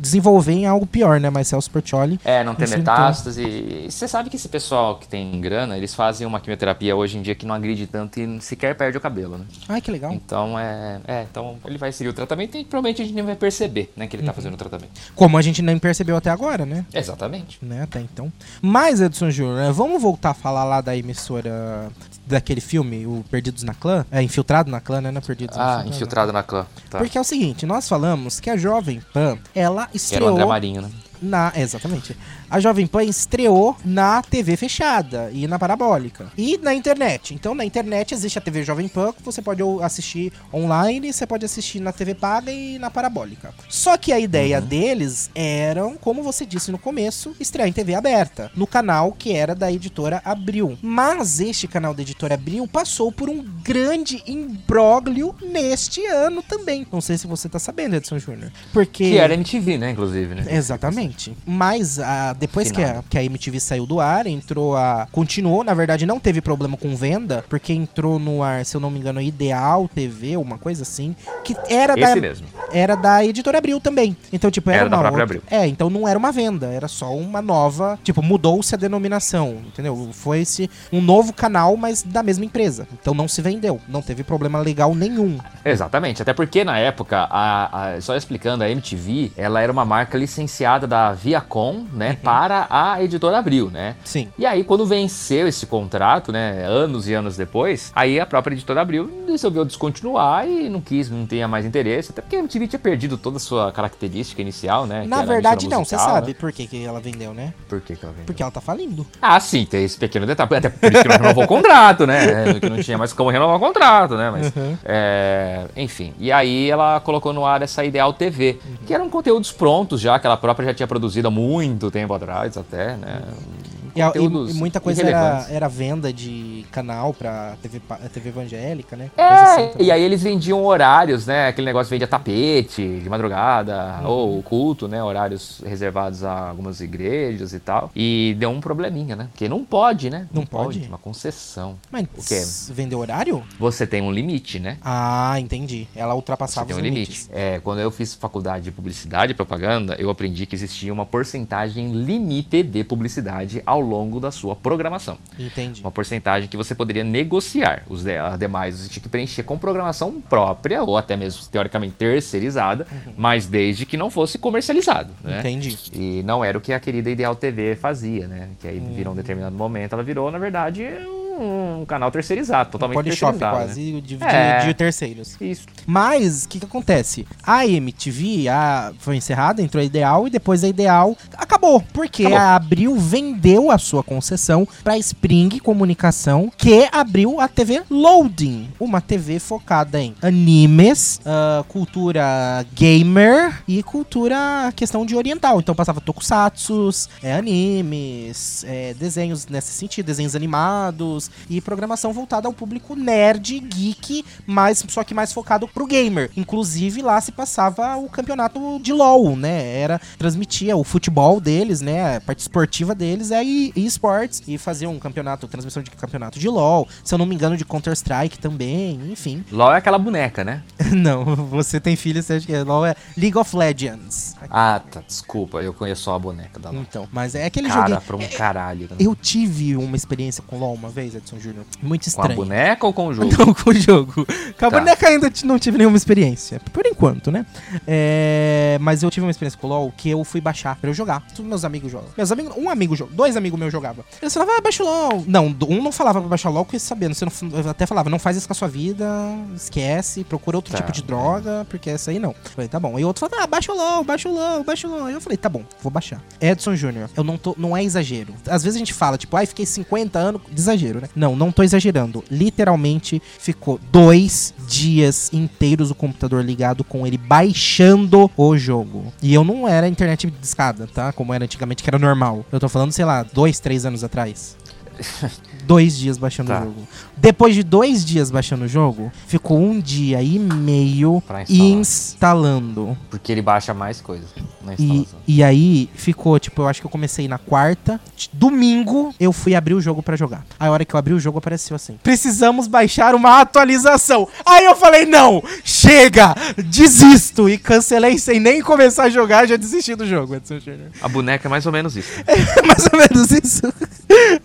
[SPEAKER 1] desenvolver em algo pior, né? Mas Celso Portioli
[SPEAKER 3] É, não ter
[SPEAKER 1] Isso,
[SPEAKER 3] metástase. E Você sabe que esse pessoal que tem grana, eles fazem uma quimioterapia hoje em dia que não agride tanto e sequer perde o cabelo, né?
[SPEAKER 1] Ai, que legal.
[SPEAKER 3] Então é. É, então ele vai seguir o tratamento e provavelmente a gente nem vai perceber, né, que
[SPEAKER 1] Uhum.
[SPEAKER 3] ele tá fazendo o tratamento.
[SPEAKER 1] Como a gente nem percebeu até agora, né?
[SPEAKER 3] Exatamente.
[SPEAKER 1] né, até então. Mas, Edson Júnior, né, vamos voltar a falar lá da emissora daquele filme, o Perdidos na Clã? É, Infiltrado na Clã, né? Não é Perdidos
[SPEAKER 3] Ah,
[SPEAKER 1] Infiltrado.
[SPEAKER 3] infiltrado na clã. Tá.
[SPEAKER 1] Porque é o seguinte, nós falamos que a Jovem Pan, ela
[SPEAKER 3] Que era o André
[SPEAKER 1] estreou
[SPEAKER 3] Marinho, né?
[SPEAKER 1] na... é, Exatamente. A Jovem Pan estreou na TV fechada e na parabólica. E na internet. Então, na internet existe a TV Jovem Pan, que você pode ou- assistir online, você pode assistir na TV paga e na parabólica. Só que a
[SPEAKER 3] Uhum.
[SPEAKER 1] ideia deles eram, como você disse no começo, estrear em TV aberta. No canal que era da editora Abril. Mas este canal da editora Abril passou por um grande imbróglio neste ano também. Não sei se você tá sabendo, Edson Júnior. Porque...
[SPEAKER 3] Que era MTV, né, inclusive, né?
[SPEAKER 1] Exatamente. Mas ah, depois que
[SPEAKER 3] Final.
[SPEAKER 1] a, que a MTV saiu do ar, entrou a. Continuou, na verdade, não teve problema com venda, porque entrou no ar, se eu não me engano, Ideal TV, uma coisa assim. Que era da
[SPEAKER 3] Esse mesmo.
[SPEAKER 1] era da editora Abril também. Então, tipo, era,
[SPEAKER 3] Era da
[SPEAKER 1] uma
[SPEAKER 3] própria
[SPEAKER 1] outra- É, então não era uma venda, era só uma nova. Tipo, mudou-se a denominação, entendeu? Foi esse um novo canal, mas da mesma empresa. Então não se vendeu, não teve problema legal nenhum.
[SPEAKER 3] Exatamente, até porque na época, a- a- só explicando, a MTV, ela era uma marca licenciada da Viacom, né, para a editora Abril, né?
[SPEAKER 1] Uhum. Sim.
[SPEAKER 3] E aí, quando venceu esse contrato, né, anos e anos depois, aí a própria editora Abril resolveu descontinuar e não quis, não tinha mais interesse, até porque a MTV tinha perdido toda a sua característica inicial, né? que
[SPEAKER 1] Na
[SPEAKER 3] era a
[SPEAKER 1] verdade,
[SPEAKER 3] emissora
[SPEAKER 1] não, você
[SPEAKER 3] musical,
[SPEAKER 1] sabe
[SPEAKER 3] né?
[SPEAKER 1] por que, que ela vendeu, né?
[SPEAKER 3] Por que, que ela vendeu?
[SPEAKER 1] Porque ela tá falindo.
[SPEAKER 3] Ah, sim, tem esse pequeno detalhe. Até por isso que não renovou o contrato, né? É, Que não tinha mais como renovar o contrato, né? Mas,
[SPEAKER 1] Uhum.
[SPEAKER 3] é, enfim. E aí ela colocou no ar essa Ideal TV,
[SPEAKER 1] Uhum.
[SPEAKER 3] que eram conteúdos prontos já, que ela própria já tinha produzido há muito tempo atrás, até, né?
[SPEAKER 1] E, a- e-
[SPEAKER 3] Conteúdos
[SPEAKER 1] e muita coisa era,
[SPEAKER 3] irrelevantes.
[SPEAKER 1] era venda de canal pra TV, pa- TV evangélica, né? Coisa assim
[SPEAKER 3] É,
[SPEAKER 1] também.
[SPEAKER 3] e aí eles vendiam horários, né? Aquele negócio vendia tapete de madrugada,
[SPEAKER 1] Uhum.
[SPEAKER 3] ou culto, né? Horários reservados a algumas igrejas e tal. E deu um probleminha, né? Porque não pode, né?
[SPEAKER 1] Não pode?
[SPEAKER 3] Uma concessão.
[SPEAKER 1] Mas
[SPEAKER 3] O quê?
[SPEAKER 1] vendeu horário?
[SPEAKER 3] Você tem um limite, né?
[SPEAKER 1] Ah, entendi. Ela
[SPEAKER 3] Você
[SPEAKER 1] ultrapassava
[SPEAKER 3] tem um
[SPEAKER 1] os
[SPEAKER 3] limite.
[SPEAKER 1] limites.
[SPEAKER 3] É, quando eu fiz faculdade de publicidade e propaganda, eu aprendi que existia uma porcentagem limite de publicidade ao longo da sua programação.
[SPEAKER 1] Entendi.
[SPEAKER 3] Uma porcentagem que você poderia negociar. Os de- as demais você tinha que preencher com programação própria, ou até mesmo teoricamente terceirizada, mas desde que não fosse comercializado. Né?
[SPEAKER 1] Uhum. Entendi.
[SPEAKER 3] E não era o que a querida Ideal TV fazia, né? Que aí
[SPEAKER 1] Uhum.
[SPEAKER 3] virou um determinado momento, ela virou, na verdade, um, um canal terceirizado,
[SPEAKER 1] Um
[SPEAKER 3] totalmente
[SPEAKER 1] Polishop
[SPEAKER 3] terceirizado.
[SPEAKER 1] quase, de, de-
[SPEAKER 3] É.
[SPEAKER 1] de terceiros.
[SPEAKER 3] né? Isso.
[SPEAKER 1] Mas o que, que acontece? A MTV a, foi encerrada, entrou a Ideal e depois a Ideal acabou. Porque
[SPEAKER 3] Acabou.
[SPEAKER 1] a Abril vendeu a sua concessão para Spring Comunicação, que abriu a TV Loading, uma TV focada em animes, ah, cultura gamer e cultura questão de oriental. Então passava tokusatsu, é, animes, é, desenhos nesse sentido, desenhos animados e programação voltada ao público nerd, geek, mas só que mais focado pro gamer. Inclusive lá se passava o campeonato de LoL, né? Era transmitia o futebol deles, né? A parte esportiva deles é e e esportes e fazia um campeonato, transmissão de campeonato de LoL, se eu não me engano de Counter Strike também, enfim.
[SPEAKER 3] LOL é aquela boneca, né?
[SPEAKER 1] não, você tem filho, você acha que é LoL é League of Legends.
[SPEAKER 3] Ah, tá, desculpa, eu conheço só a boneca da LOL.
[SPEAKER 1] Então, mas é aquele joguinho
[SPEAKER 3] Cara, pra um caralho. né?
[SPEAKER 1] Eu tive uma experiência com LOL uma vez, Edson Júnior. Muito
[SPEAKER 3] Com a
[SPEAKER 1] estranha.
[SPEAKER 3] boneca ou com o um jogo?
[SPEAKER 1] Não, com o jogo. né, Com a
[SPEAKER 3] Tá.
[SPEAKER 1] boneca ainda t- não tive nenhuma experiência. Por enquanto, né? É, Mas eu tive uma experiência com o LOL que eu fui baixar pra eu jogar. Todos meus amigos jogam. Meus amigos... Um amigo joga. Dois amigos meus jogavam. Eles falavam, ah, baixa o LOL. Não, do- um não falava pra baixar LOL porque sabendo. Você não... f- eu até falava, não faz isso com a sua vida. Esquece. Procura outro
[SPEAKER 3] Tá.
[SPEAKER 1] tipo de droga. Porque essa aí não. Eu falei, tá bom. E o outro falava, ah, baixa o LOL, baixa o LOL, baixa o LOL. Eu falei, tá bom, vou baixar. Edson Júnior, eu não tô. Não é exagero. Às vezes a gente fala, tipo, ai, fiquei 50 anos. Exagero, né? Não, não tô exagerando. Literalmente ficou dois dias inteiros o computador ligado com ele baixando o jogo. E eu não era internet de escada, tá? Como era antigamente, que era normal. Eu tô falando, sei lá, dois, três anos atrás. Dois dias baixando
[SPEAKER 3] Tá.
[SPEAKER 1] o jogo. Depois de dois dias baixando o jogo, ficou um dia e meio
[SPEAKER 3] Pra instalar.
[SPEAKER 1] instalando.
[SPEAKER 3] Porque ele baixa mais coisas na
[SPEAKER 1] E,
[SPEAKER 3] instalação.
[SPEAKER 1] e aí ficou, tipo, eu acho que eu comecei na quarta. T- Domingo eu fui abrir o jogo pra jogar. Aí a hora que eu abri o jogo apareceu assim: Precisamos baixar uma atualização. Aí eu falei: Não, chega, desisto. E cancelei sem nem começar a jogar, já desisti do jogo, Edson Júnior.
[SPEAKER 3] A boneca é mais ou menos isso.
[SPEAKER 1] É mais ou menos isso.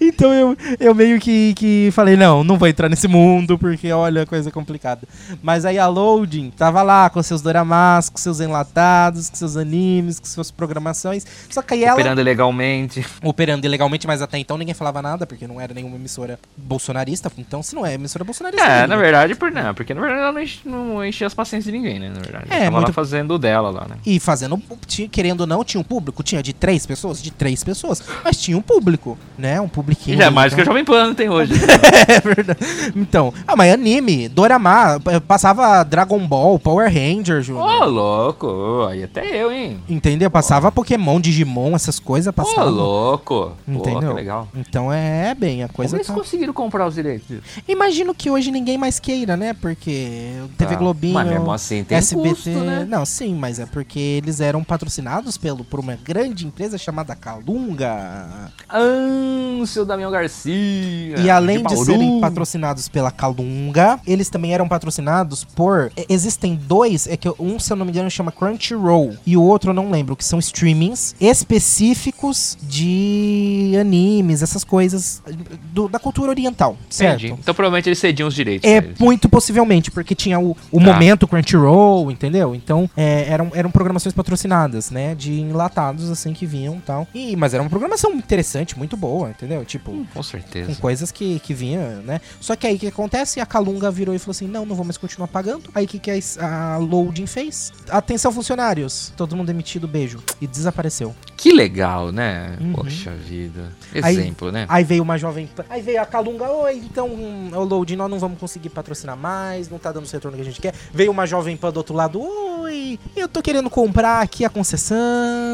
[SPEAKER 1] Então eu, eu meio que, que falei, não, não vou entrar nesse mundo, porque olha, coisa é complicada. Mas aí a Loading tava lá com seus doramas, com seus enlatados, com seus animes, com suas programações. Só que aí ela
[SPEAKER 3] Operando legalmente.
[SPEAKER 1] operando ilegalmente, mas até então ninguém falava nada, porque não era nenhuma emissora bolsonarista. Então se não é emissora bolsonarista.
[SPEAKER 3] É,
[SPEAKER 1] liga.
[SPEAKER 3] na verdade, por, não, porque na verdade ela não enche- não enchia as paciências de ninguém, né? Na verdade.
[SPEAKER 1] É,
[SPEAKER 3] ela tava
[SPEAKER 1] muito-
[SPEAKER 3] lá fazendo o dela lá, né?
[SPEAKER 1] E fazendo, tinha- querendo ou não, tinha um público? Tinha de três pessoas? De três pessoas. Mas tinha um público, né? Um
[SPEAKER 3] E
[SPEAKER 1] publiquinho.
[SPEAKER 3] já é
[SPEAKER 1] então-
[SPEAKER 3] mais do que a Jovem Pan tem hoje. né?
[SPEAKER 1] É verdade. Então, ah, mas anime, Dorama, p- passava Dragon Ball, Power Rangers,
[SPEAKER 3] Ô,
[SPEAKER 1] Júnior.
[SPEAKER 3] louco! ô, Aí até eu, hein?
[SPEAKER 1] Entendeu? Passava Pokémon, Digimon, essas coisas
[SPEAKER 3] Ô,
[SPEAKER 1] passava.
[SPEAKER 3] louco! Pô, que
[SPEAKER 1] Entendeu?
[SPEAKER 3] legal.
[SPEAKER 1] Então é bem, a
[SPEAKER 3] Como
[SPEAKER 1] coisa
[SPEAKER 3] eles
[SPEAKER 1] tá...
[SPEAKER 3] conseguiram comprar os direitos? disso?
[SPEAKER 1] Imagino que hoje ninguém mais queira, né? Porque TV
[SPEAKER 3] Tá.
[SPEAKER 1] Globinho,
[SPEAKER 3] Mas mesmo assim tem
[SPEAKER 1] SBT...
[SPEAKER 3] custo, né?
[SPEAKER 1] Não, sim, mas é porque eles eram patrocinados pelo, por uma grande empresa chamada Calunga.
[SPEAKER 3] Ah, seu Damião Garcia!
[SPEAKER 1] E além de
[SPEAKER 3] É, Bauru.
[SPEAKER 1] serem patrocinados pela Calunga, eles também eram patrocinados por. e- Existem dois, é que um, se eu não me engano, chama Crunchyroll e o outro eu não lembro, que são streamings específicos de animes, essas coisas do- da cultura oriental, certo?
[SPEAKER 3] Entendi. Então provavelmente eles cediam os direitos.
[SPEAKER 1] É,
[SPEAKER 3] pra eles.
[SPEAKER 1] muito possivelmente, porque tinha o, o
[SPEAKER 3] Tá.
[SPEAKER 1] momento Crunchyroll, entendeu? Então, é, eram, eram programações patrocinadas, né? De enlatados, assim, que vinham e tal. e Mas era uma programação interessante, muito boa, entendeu? Tipo,
[SPEAKER 3] Com
[SPEAKER 1] com
[SPEAKER 3] certeza.
[SPEAKER 1] coisas que, que vinha, né? Só que aí o que acontece? A Calunga virou e falou assim: não, não vou mais continuar pagando. Aí o que, que a, es- a Loading fez? Atenção, funcionários! Todo mundo demitido, beijo. E desapareceu.
[SPEAKER 3] Que legal, né?
[SPEAKER 1] Uhum.
[SPEAKER 3] Poxa vida.
[SPEAKER 1] Aí-
[SPEAKER 3] Exemplo, né?
[SPEAKER 1] Aí veio uma jovem. Pan- Aí veio a Calunga, oi, então, hum, o Loading, nós não vamos conseguir patrocinar mais, não tá dando o retorno que a gente quer. Veio uma jovem pan do outro lado, oi, eu tô querendo comprar aqui a concessão.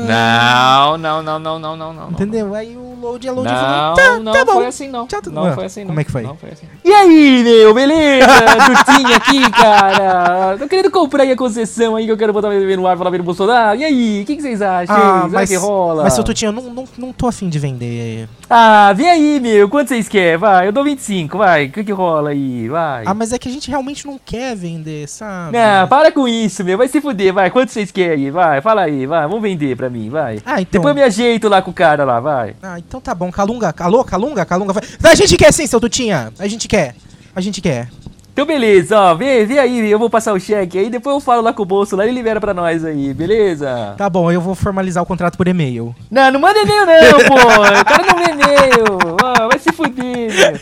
[SPEAKER 3] Não, não, não, não, não, não, não.
[SPEAKER 1] Entendeu? Aí o Loading, a
[SPEAKER 3] Ah. Não,
[SPEAKER 1] Loading falou.
[SPEAKER 3] não, não
[SPEAKER 1] tá bom.
[SPEAKER 3] foi assim não.
[SPEAKER 1] Tchau, tudo
[SPEAKER 3] não
[SPEAKER 1] bem.
[SPEAKER 3] foi assim não.
[SPEAKER 1] Como é que foi?
[SPEAKER 3] Não foi assim. E aí, meu, beleza? Curtinho aqui, cara. Tô querendo comprar aí a concessão aí que eu quero botar meu bebê no ar pra lá ver o Bolsonaro. E aí, o que, que vocês acham?
[SPEAKER 1] Ah,
[SPEAKER 3] Será
[SPEAKER 1] mas-
[SPEAKER 3] que rola?
[SPEAKER 1] Mas seu Tutinho, eu não, não, não tô afim de vender
[SPEAKER 3] Ah, vem aí, meu. Quanto vocês querem? Vai, eu dou 25, vai. O que, que rola aí? Vai.
[SPEAKER 1] Ah, mas é que a gente realmente não quer vender, sabe?
[SPEAKER 3] Não, para com isso, meu. Vai se fuder, vai. Quanto vocês querem aí? Vai, fala aí, vai. Vamos vender pra mim, vai.
[SPEAKER 1] Ah, então.
[SPEAKER 3] Depois eu me ajeito lá com o cara lá, vai.
[SPEAKER 1] Ah, então tá bom. Calunga, calou, calunga, calunga. vai. A gente quer sim, seu Tutinha. A gente quer. A gente quer.
[SPEAKER 3] Então beleza, ó, vem, vem aí, eu vou passar o cheque aí, depois eu falo lá com o bolso lá, ele libera pra nós aí, beleza?
[SPEAKER 1] Tá bom, eu vou formalizar o contrato por e-mail.
[SPEAKER 3] Não, não manda e-mail não, pô, o cara não manda e-mail, ó, vai se fuder, meu.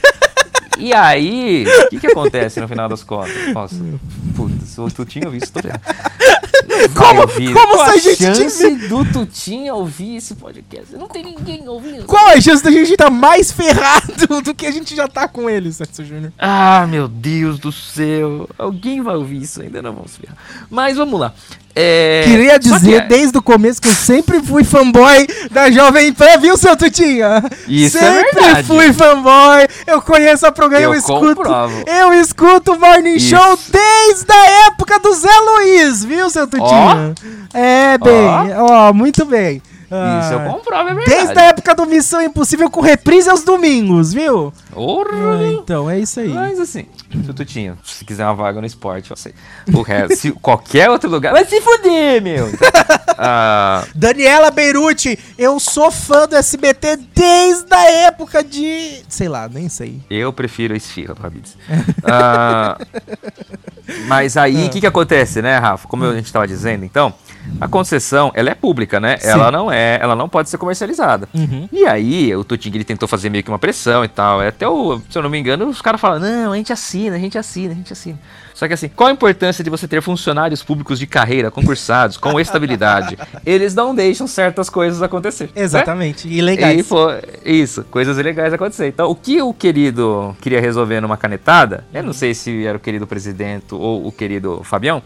[SPEAKER 3] E aí, o que que acontece no final das contas? Nossa, puta, se o Tutinho ouvir isso, tô ferrado. Não vai
[SPEAKER 1] Como-
[SPEAKER 3] ouvir.
[SPEAKER 1] como
[SPEAKER 3] Qual
[SPEAKER 1] sai
[SPEAKER 3] a
[SPEAKER 1] gente de
[SPEAKER 3] chance do Tutinho ouvir esse podcast? Não tem ninguém ouvindo.
[SPEAKER 1] Qual a chance da gente estar mais ferrado do que a gente já tá com ele, Sérgio Júnior?
[SPEAKER 3] Ah, meu Deus do céu. Alguém vai ouvir isso ainda, não vamos ver. Mas vamos lá. É,
[SPEAKER 1] Queria
[SPEAKER 3] só
[SPEAKER 1] dizer
[SPEAKER 3] que-
[SPEAKER 1] desde o começo que eu sempre fui fanboy da Jovem Pan, viu, seu Tutinha?
[SPEAKER 3] Isso é
[SPEAKER 1] sempre
[SPEAKER 3] verdade.
[SPEAKER 1] fui fanboy. Eu conheço a programa, eu,
[SPEAKER 3] Eu
[SPEAKER 1] escuto.
[SPEAKER 3] comprovo.
[SPEAKER 1] Eu escuto o Morning
[SPEAKER 3] Isso.
[SPEAKER 1] Show desde a época do Zé Luiz, viu, seu Tutinha? É, bem, ó, muito bem. Ah,
[SPEAKER 3] Isso eu comprovo, é verdade.
[SPEAKER 1] Desde a época do Missão Impossível com reprise aos domingos, viu?
[SPEAKER 3] Porra, meu.
[SPEAKER 1] então, é isso aí.
[SPEAKER 3] Mas assim, se tu tinha, se quiser uma vaga no esporte, eu sei. O resto, se qualquer outro lugar. Vai se fuder, meu! Ah,
[SPEAKER 1] Daniela Beirute, eu sou fã do SBT desde a época de. Sei lá, nem sei.
[SPEAKER 3] eu prefiro a esfirra do Habibs. Ah, mas aí, o que, que acontece, né, Rafa? Como eu- a gente estava dizendo, então, a concessão, ela é pública, né? Ela não é, ela não pode ser comercializada. E aí, o Tutinho, ele tentou fazer meio que uma pressão e tal. É Até o, se eu não me engano, os caras falam, não, a gente assina, a gente assina, a gente assina. Só que assim, qual a importância de você ter funcionários públicos de carreira, concursados, com estabilidade? Eles não deixam certas coisas acontecer. né?
[SPEAKER 1] Exatamente. E
[SPEAKER 3] E
[SPEAKER 1] legais.
[SPEAKER 3] foi isso, coisas ilegais acontecer. Então, o que o querido queria resolver numa canetada, eu não sei se era o querido presidente ou o querido Fabião,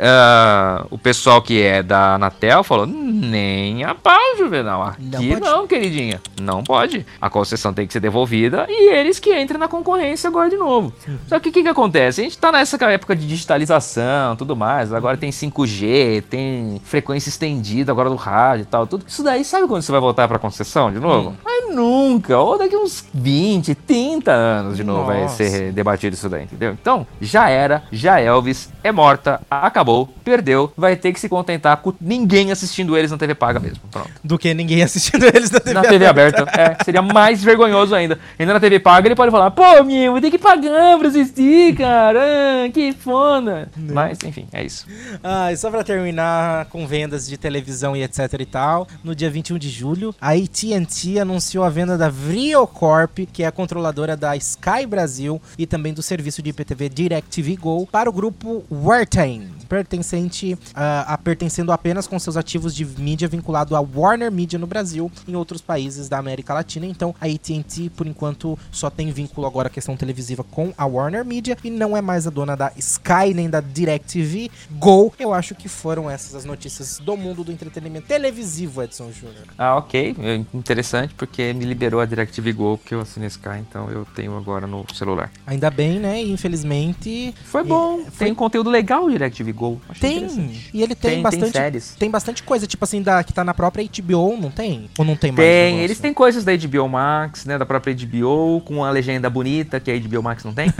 [SPEAKER 3] ah, o pessoal que é da Anatel falou, "Hum, nem a pau, Juvenal, aqui
[SPEAKER 1] pode.
[SPEAKER 3] não, queridinha, não pode. A concessão tem que ser devolvida e eles que entram na concorrência agora de novo. Só que o que, que acontece? A gente tá nessa época de digitalização, tudo mais, agora tem 5G, tem frequência estendida agora do rádio e tal, tudo. Isso daí, sabe quando você vai voltar pra concessão de novo?
[SPEAKER 1] Hum.
[SPEAKER 3] Mas nunca, ou daqui uns 20, 30 anos de novo vai
[SPEAKER 1] Nossa.
[SPEAKER 3] ser debatido isso daí, entendeu? Então, já era, já Elvis, é morta, acabou, perdeu, vai ter que se contentar com ninguém assistindo eles na TV paga mesmo, pronto
[SPEAKER 1] Do que ninguém assistindo eles na TV.
[SPEAKER 3] na TV aberta. É, seria mais vergonhoso ainda. Ainda na TV paga, ele pode falar, pô, meu, vou ter que pagar pra assistir, cara. Ah, Que foda. Mas, enfim, é isso.
[SPEAKER 1] Ah, e só pra terminar com vendas de televisão e etc e tal, no dia 21 de julho, a AT&T anunciou a venda da Vriocorp, que é a controladora da Sky Brasil e também do serviço de IPTV DirecTV Go, para o grupo Wartain, pertencente ah, a pertencendo apenas com seus ativos de mídia vinculado à Warner Media no Brasil e em outros países da América Latina. Então, a AT&T, por enquanto, só tem vínculo agora à questão televisiva com a Warner Media e não é mais a dona da Sky nem da DirecTV Go. Eu acho que foram essas as notícias do mundo do entretenimento televisivo, Edson Júnior.
[SPEAKER 3] Ah, ok. É Interessante, porque me liberou a DirecTV Go, porque eu assinei Sky, então eu tenho agora no celular.
[SPEAKER 1] Ainda bem, né? E, Infelizmente,
[SPEAKER 3] Foi bom. Tem conteúdo legal o DirecTV Go. Achei
[SPEAKER 1] tem.
[SPEAKER 3] interessante.
[SPEAKER 1] E ele tem,
[SPEAKER 3] Tem- tem
[SPEAKER 1] bastante
[SPEAKER 3] séries.
[SPEAKER 1] tem bastante coisa, tipo assim, da que tá na própria HBO, não tem? Ou não tem mais?
[SPEAKER 3] Tem,
[SPEAKER 1] negócio?
[SPEAKER 3] eles têm coisas da HBO Max, né? Da própria HBO, com a legenda bonita que a HBO Max não tem.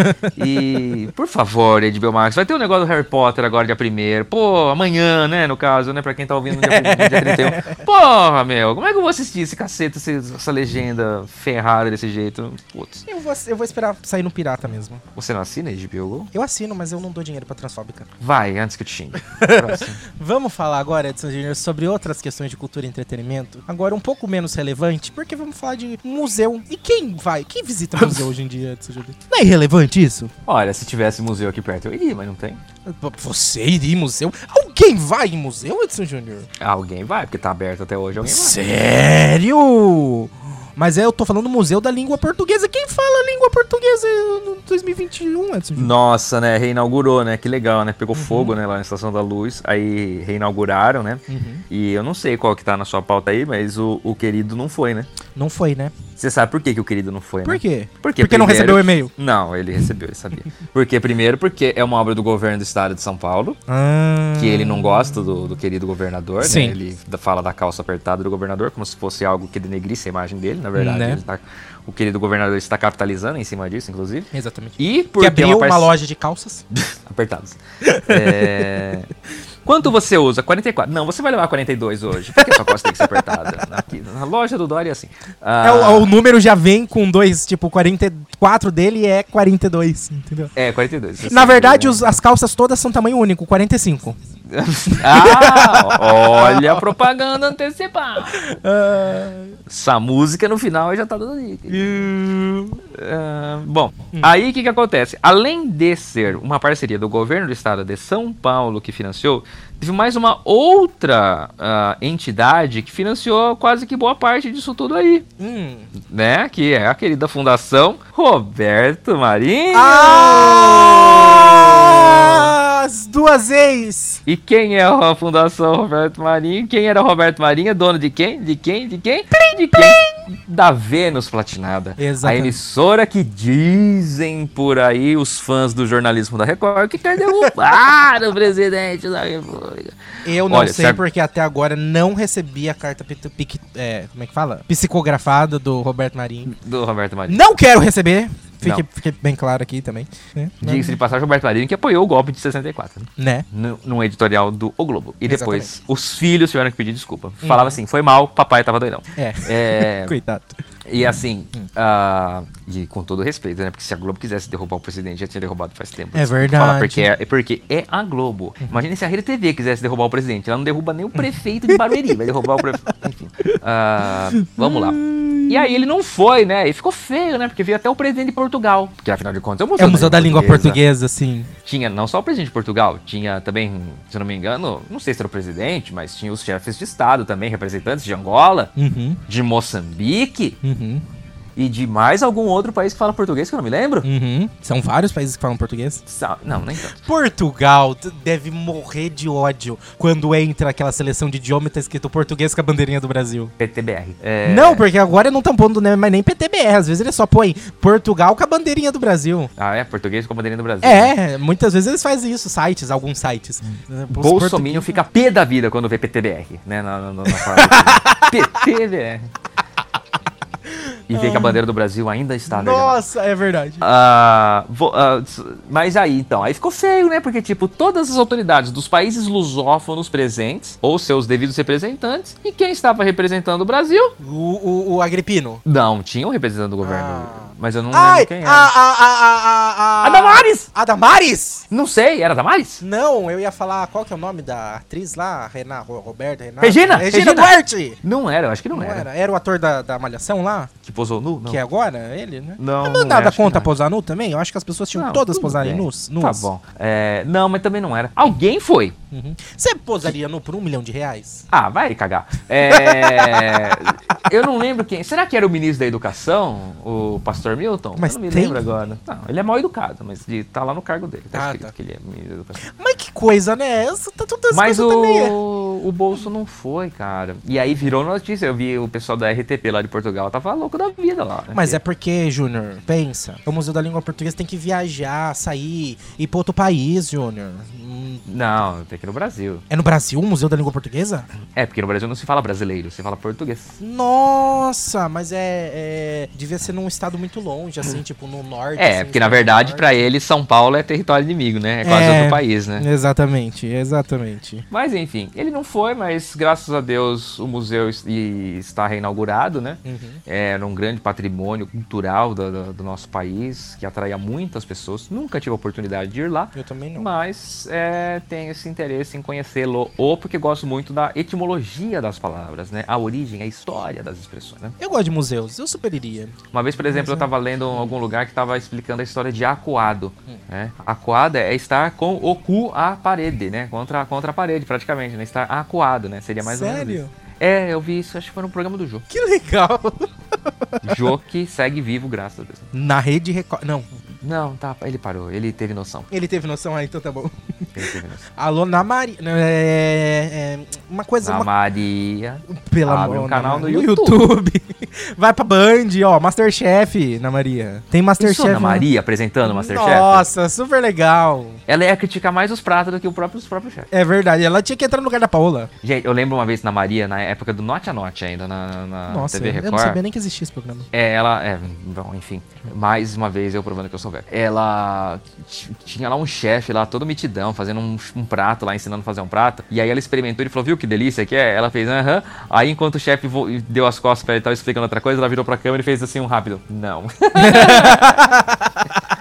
[SPEAKER 3] E, por favor, HBO Max, vai ter um negócio do Harry Potter agora, dia 1 Pô, amanhã, né? No caso, né? Pra quem tá ouvindo no dia, no dia 31. Porra, meu, como é que eu vou assistir esse caceta, esse- essa legenda ferrada desse jeito? Putz,
[SPEAKER 1] Eu vou, eu vou esperar sair no pirata mesmo.
[SPEAKER 3] você não assina HBO Go?
[SPEAKER 1] Eu assino, mas eu não dou dinheiro pra transfóbica.
[SPEAKER 3] Vai, antes que eu te xingue. Próximo.
[SPEAKER 1] Vamos falar agora, Edson Júnior, sobre outras questões de cultura e entretenimento. Agora um pouco menos relevante, porque vamos falar de museu. E quem vai? Quem visita museu hoje em dia, Edson Júnior? Não é irrelevante isso?
[SPEAKER 3] Olha, se tivesse museu aqui perto, eu iria, mas não tem.
[SPEAKER 1] Você iria em museu? Alguém vai em museu, Edson Júnior?
[SPEAKER 3] Alguém vai, porque tá aberto até hoje, alguém vai.
[SPEAKER 1] Sério? Mas é, eu tô falando museu da língua portuguesa. Quem fala língua portuguesa em 2021, Edson Júnior?
[SPEAKER 3] Nossa, né? Reinaugurou, né? Que legal, né?
[SPEAKER 1] Uhum.
[SPEAKER 3] Pegou fogo, né? Lá na Estação da Luz. Aí reinauguraram, né?
[SPEAKER 1] Uhum.
[SPEAKER 3] E eu não sei qual que tá na sua pauta aí, mas o, o querido não foi, né?
[SPEAKER 1] Não foi, né?
[SPEAKER 3] Você sabe por que, que o querido não foi,
[SPEAKER 1] Por
[SPEAKER 3] né?
[SPEAKER 1] quê?
[SPEAKER 3] Porque,
[SPEAKER 1] Porque não recebeu o e-mail.
[SPEAKER 3] primeiro- Não, ele recebeu, ele sabia. Porque, primeiro, porque é uma obra do governo do estado de São Paulo,
[SPEAKER 1] Ah,
[SPEAKER 3] que ele não gosta do, do querido governador,
[SPEAKER 1] Sim.
[SPEAKER 3] né? Ele da- fala da calça apertada do governador, como se fosse algo que denegrisse a imagem dele, na verdade.
[SPEAKER 1] Né?
[SPEAKER 3] Ele tá- o querido governador está capitalizando em cima disso, inclusive.
[SPEAKER 1] Ah, Exatamente.
[SPEAKER 3] E
[SPEAKER 1] Que
[SPEAKER 3] porque é
[SPEAKER 1] abriu
[SPEAKER 3] uma
[SPEAKER 1] uma,
[SPEAKER 3] parce-
[SPEAKER 1] loja de calças.
[SPEAKER 3] apertados. É, Quanto você usa? 44. Não, você vai levar 42 hoje. Por que sua costa tem que ser apertada? Aqui, na loja do Dória é assim. Ah,
[SPEAKER 1] É, o, o número já vem com dois, tipo, 44 dele é 42, entendeu?
[SPEAKER 3] É, 42.
[SPEAKER 1] Na
[SPEAKER 3] Assim,
[SPEAKER 1] verdade, os- as calças todas são tamanho único, 45.
[SPEAKER 3] Ah, olha a propaganda antecipada. Ah. Essa música no final já tá dando dica. Ah, bom, aí o que, que acontece? Além de ser uma parceria do governo do estado de São Paulo que financiou, teve mais uma outra ah, entidade que financiou quase que boa parte disso tudo aí,
[SPEAKER 1] Hum.
[SPEAKER 3] né? Que é a querida Fundação Roberto Marinho.
[SPEAKER 1] Ah, As duas ex.
[SPEAKER 3] E quem é a Fundação Roberto Marinho? Quem era o Roberto Marinho? É Dono de quem? De quem? De quem? de quem? Da Vênus Platinada.
[SPEAKER 1] Exatamente.
[SPEAKER 3] A emissora que dizem por aí os fãs do jornalismo da Record que quer derrubar o presidente da República.
[SPEAKER 1] Eu não
[SPEAKER 3] Olha,
[SPEAKER 1] sei
[SPEAKER 3] sabe-
[SPEAKER 1] porque até agora não recebi a carta pito- pique- é, como é que fala? Psicografada do Roberto Marinho.
[SPEAKER 3] Do Roberto Marinho.
[SPEAKER 1] Não quero receber.
[SPEAKER 3] Não.
[SPEAKER 1] Fique, fique bem claro aqui também. Né?
[SPEAKER 3] Diga-se de passagem, o Roberto Marinho que apoiou o golpe de 64.
[SPEAKER 1] Né?
[SPEAKER 3] né? No- Num editorial do O Globo. E depois os filhos tiveram que pedir desculpa. Falava assim: foi mal, papai tava doidão.
[SPEAKER 1] Uhum. É.
[SPEAKER 3] É,
[SPEAKER 1] Coitado.
[SPEAKER 3] E assim, ah, e com todo respeito, né? Porque se a Globo quisesse derrubar o presidente, já tinha derrubado faz tempo.
[SPEAKER 1] É
[SPEAKER 3] Isso que eu vou falar,
[SPEAKER 1] verdade. Uhum.
[SPEAKER 3] porque, é, é porque é a Globo. Imagina se a Rede TV quisesse derrubar o presidente. Ela não derruba nem o prefeito de Barueri, vai derrubar o prefeito. Enfim. Ah, vamos lá. E aí ele não foi, né? E ficou feio, né? Porque veio até o presidente de Portugal. Porque afinal de contas é o
[SPEAKER 1] É
[SPEAKER 3] Museu,
[SPEAKER 1] o Museu da Língua Portuguesa, assim. sim.
[SPEAKER 3] Tinha não só o presidente de Portugal, tinha também, se eu não me engano, não sei se era o presidente, mas tinha os chefes de Estado também, representantes de Angola,
[SPEAKER 1] Uhum,
[SPEAKER 3] de Moçambique
[SPEAKER 1] uhum,
[SPEAKER 3] e de mais algum outro país que fala português que eu não me lembro?
[SPEAKER 1] uhum. São vários países que falam português.
[SPEAKER 3] Sa- Não, nem tanto.
[SPEAKER 1] Portugal t- deve morrer de ódio quando entra aquela seleção de idioma e tá escrito português com a bandeirinha do Brasil.
[SPEAKER 3] PTBR. É,
[SPEAKER 1] Não, porque agora não estão pondo né, mas nem PTBR. Às vezes eles só põem Portugal com a bandeirinha do Brasil.
[SPEAKER 3] Ah, é português com a bandeirinha do Brasil.
[SPEAKER 1] É, muitas vezes eles fazem isso, sites, alguns sites.
[SPEAKER 3] Bolsominion fica
[SPEAKER 1] né?
[SPEAKER 3] pé da vida quando vê PTBR, né? Na, na, na, na fala- PTBR. E vê que a bandeira do Brasil ainda está verde.
[SPEAKER 1] Ah. Nossa, é verdade.
[SPEAKER 3] Ah, vo- ah, s- mas aí, então, aí ficou feio, né? Porque, tipo, todas as autoridades dos países lusófonos presentes, ou seus devidos representantes, e quem estava representando o Brasil?
[SPEAKER 1] O, o, o Agripino.
[SPEAKER 3] Não, tinha um representante do governo. Mas eu não
[SPEAKER 1] Ah. Ai, ah,
[SPEAKER 3] lembro quem é.
[SPEAKER 1] a,
[SPEAKER 3] era.
[SPEAKER 1] a, a, a, a,
[SPEAKER 3] A Damares!
[SPEAKER 1] A Damares?
[SPEAKER 3] Não sei, era Damares?
[SPEAKER 1] Não, eu ia falar qual que é o nome da atriz lá, Renan, Roberta, Renan.
[SPEAKER 3] Regina,
[SPEAKER 1] Regina
[SPEAKER 3] Regina.
[SPEAKER 1] Duarte!
[SPEAKER 3] Não era, eu acho que não,
[SPEAKER 1] Não
[SPEAKER 3] era.
[SPEAKER 1] era, era o ator da, da Malhação lá,
[SPEAKER 3] Que posou nu? Não.
[SPEAKER 1] que é agora, ele, né?
[SPEAKER 3] Não,
[SPEAKER 1] Mas
[SPEAKER 3] não é,
[SPEAKER 1] nada
[SPEAKER 3] acho que
[SPEAKER 1] conta
[SPEAKER 3] não é.
[SPEAKER 1] posar nu também? Eu acho que as pessoas tinham
[SPEAKER 3] Não,
[SPEAKER 1] todas
[SPEAKER 3] tudo
[SPEAKER 1] posarem
[SPEAKER 3] bem.
[SPEAKER 1] nus,
[SPEAKER 3] Tá
[SPEAKER 1] nuas.
[SPEAKER 3] bom. É, não, mas também não era. Alguém foi.
[SPEAKER 1] Uhum. Você posaria nu por um milhão de reais?
[SPEAKER 3] Ah, vai cagar. É, eu não lembro quem. Será que era o ministro da Educação, o pastor Milton?
[SPEAKER 1] Mas
[SPEAKER 3] eu não me
[SPEAKER 1] tem-
[SPEAKER 3] lembro agora. Não, ele é mal educado, mas de, tá lá no cargo dele. Tá
[SPEAKER 1] Ah,
[SPEAKER 3] escrito
[SPEAKER 1] tá.
[SPEAKER 3] que ele é ministro da Educação.
[SPEAKER 1] Mas que coisa, né? Essa, tá todas as
[SPEAKER 3] Mas
[SPEAKER 1] coisas também. é.
[SPEAKER 3] o, o bolso não foi, cara. E aí virou notícia. Eu vi o pessoal da RTP lá de Portugal, tava louco da vida lá. né?
[SPEAKER 1] Mas é porque, Júnior, pensa, o Museu da Língua Portuguesa tem que viajar, sair, ir pra outro país, Júnior. Hum,
[SPEAKER 3] Não, tem aqui no Brasil.
[SPEAKER 1] É no Brasil o Museu da Língua Portuguesa?
[SPEAKER 3] É, porque no Brasil não se fala brasileiro, se fala português.
[SPEAKER 1] Nossa, mas é, é- Devia ser num estado muito longe, assim, tipo no norte.
[SPEAKER 3] É, porque na verdade, pra ele, São Paulo é território inimigo, né? É quase
[SPEAKER 1] É.
[SPEAKER 3] outro país, né?
[SPEAKER 1] Exatamente, exatamente.
[SPEAKER 3] Mas enfim, ele não foi, mas graças a Deus o museu es- e- está reinaugurado, né?
[SPEAKER 1] Uhum.
[SPEAKER 3] Era um grande patrimônio cultural do, do- do nosso país, que atraía muitas pessoas. Nunca tive a oportunidade de ir lá,
[SPEAKER 1] Eu também não.
[SPEAKER 3] mas é, tenho esse interesse em conhecê-lo, ou porque gosto muito da etimologia das palavras, né? A origem, a história das expressões, né?
[SPEAKER 1] Eu gosto de museus, eu super iria.
[SPEAKER 3] Uma vez, por exemplo, eu tava lendo em algum lugar que tava explicando a história de acuado.
[SPEAKER 1] Hum.
[SPEAKER 3] Né? Acuado é estar com o cu à parede, né? Contra, contra a parede, praticamente, né? Estar acuado, né? Seria mais ou menos
[SPEAKER 1] Sério?
[SPEAKER 3] isso. É, eu vi isso, acho que foi no programa do Jô.
[SPEAKER 1] Que legal!
[SPEAKER 3] Jô que segue vivo, graças a Deus.
[SPEAKER 1] Na rede Record. Não,
[SPEAKER 3] Não, tá, ele parou, ele teve noção.
[SPEAKER 1] ele teve noção aí, então tá bom. Alô, na Maria. É, é, uma coisa.
[SPEAKER 3] Na
[SPEAKER 1] Uma,
[SPEAKER 3] Maria.
[SPEAKER 1] pelo
[SPEAKER 3] abre um
[SPEAKER 1] na-
[SPEAKER 3] canal no
[SPEAKER 1] Vai pra Band, ó. Masterchef, na Maria. Tem Masterchef.
[SPEAKER 3] Isso, Ana
[SPEAKER 1] né?
[SPEAKER 3] Maria apresentando o Masterchef.
[SPEAKER 1] Nossa, super legal.
[SPEAKER 3] Ela ia criticar mais os pratos do que o próprio, os próprios chefes.
[SPEAKER 1] É verdade. Ela tinha que entrar no lugar da Paola.
[SPEAKER 3] Gente, eu lembro uma vez na Maria, na época do Norte a Norte ainda, na, na
[SPEAKER 1] Nossa,
[SPEAKER 3] TV
[SPEAKER 1] eu
[SPEAKER 3] Record.
[SPEAKER 1] não sabia nem que existia esse programa.
[SPEAKER 3] É, ela. É, bom, enfim. Mais uma vez eu provando que eu sou velho. Ela t- tinha lá um chefe lá, todo mitidão, fazendo um, um prato lá, ensinando a fazer um prato. E aí ela experimentou e falou, viu que delícia que é? Ela fez, aham. Aí enquanto o chefe vo- deu as costas pra ele e tava explicando outra coisa, ela virou pra câmera e fez assim um rápido. Não.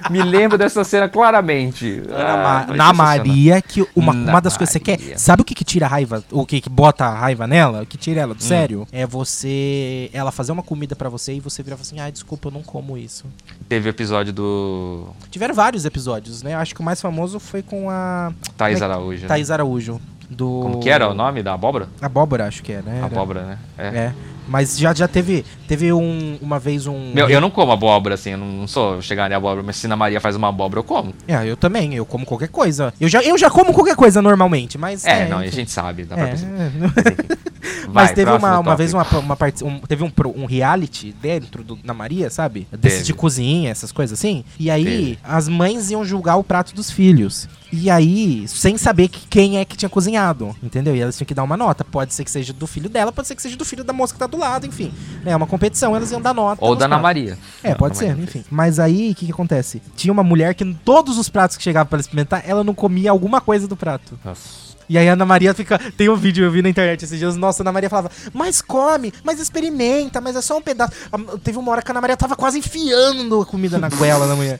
[SPEAKER 3] Me lembro dessa cena claramente.
[SPEAKER 1] Na,
[SPEAKER 3] Ah,
[SPEAKER 1] Ma-
[SPEAKER 3] foi
[SPEAKER 1] na
[SPEAKER 3] sensacional.
[SPEAKER 1] Maria, que uma,
[SPEAKER 3] Na
[SPEAKER 1] uma das coisas que você
[SPEAKER 3] Maria.
[SPEAKER 1] quer. Sabe o que, que tira a raiva? O que, que bota a raiva nela? O que tira ela do
[SPEAKER 3] Hum.
[SPEAKER 1] sério? É você. Ela fazer uma comida pra você e você virar e falar assim: ah, desculpa, eu não como isso.
[SPEAKER 3] Teve o episódio do
[SPEAKER 1] Tiveram vários episódios, né? Eu acho que o mais famoso foi com a
[SPEAKER 3] Thaís
[SPEAKER 1] Como é
[SPEAKER 3] Araújo. né?
[SPEAKER 1] Thaís Araújo. Do...
[SPEAKER 3] Como que era o nome da abóbora?
[SPEAKER 1] Abóbora, acho que é, né? Era.
[SPEAKER 3] Abóbora, né? É.
[SPEAKER 1] É. Mas já, já teve, teve um, uma vez um.
[SPEAKER 3] Meu, eu não como abóbora, assim, eu não sou chegar em abóbora, mas se na Maria faz uma abóbora, eu como.
[SPEAKER 1] É, eu também, eu como qualquer coisa. Eu já, eu já como qualquer coisa normalmente, mas.
[SPEAKER 3] É, não, a
[SPEAKER 1] enfim.
[SPEAKER 3] gente sabe, dá pra
[SPEAKER 1] É,
[SPEAKER 3] perceber.
[SPEAKER 1] Mas
[SPEAKER 3] Vai,
[SPEAKER 1] teve
[SPEAKER 3] próximo
[SPEAKER 1] uma, uma
[SPEAKER 3] tópico.
[SPEAKER 1] vez uma, uma parte, um- teve um, pro- um reality dentro do, na Maria, sabe? Desses de
[SPEAKER 3] Teve.
[SPEAKER 1] cozinha, essas coisas assim. E aí
[SPEAKER 3] Teve.
[SPEAKER 1] as mães iam julgar o prato dos filhos. E aí, sem saber que- quem é que tinha cozinhado, entendeu? E elas tinham que dar uma nota. Pode ser que seja do filho dela, pode ser que seja do filho da moça que tá do lado, enfim. É uma competição, elas iam dar nota.
[SPEAKER 3] Ou
[SPEAKER 1] nos
[SPEAKER 3] da Ana
[SPEAKER 1] pratos.
[SPEAKER 3] Maria.
[SPEAKER 1] É,
[SPEAKER 3] Não,
[SPEAKER 1] pode
[SPEAKER 3] Ana
[SPEAKER 1] ser,
[SPEAKER 3] Maria não
[SPEAKER 1] enfim.
[SPEAKER 3] fez.
[SPEAKER 1] Mas aí, o que, que acontece? Tinha uma mulher que em todos os pratos que chegava pra ela experimentar, ela não comia alguma coisa do prato.
[SPEAKER 3] Nossa.
[SPEAKER 1] E aí a Ana Maria fica. Tem um vídeo eu vi na internet esses dias. Nossa, a Ana Maria falava, mas come, mas experimenta, mas é só um pedaço. A- Teve uma hora que a Ana Maria tava quase enfiando a comida na goela da mulher.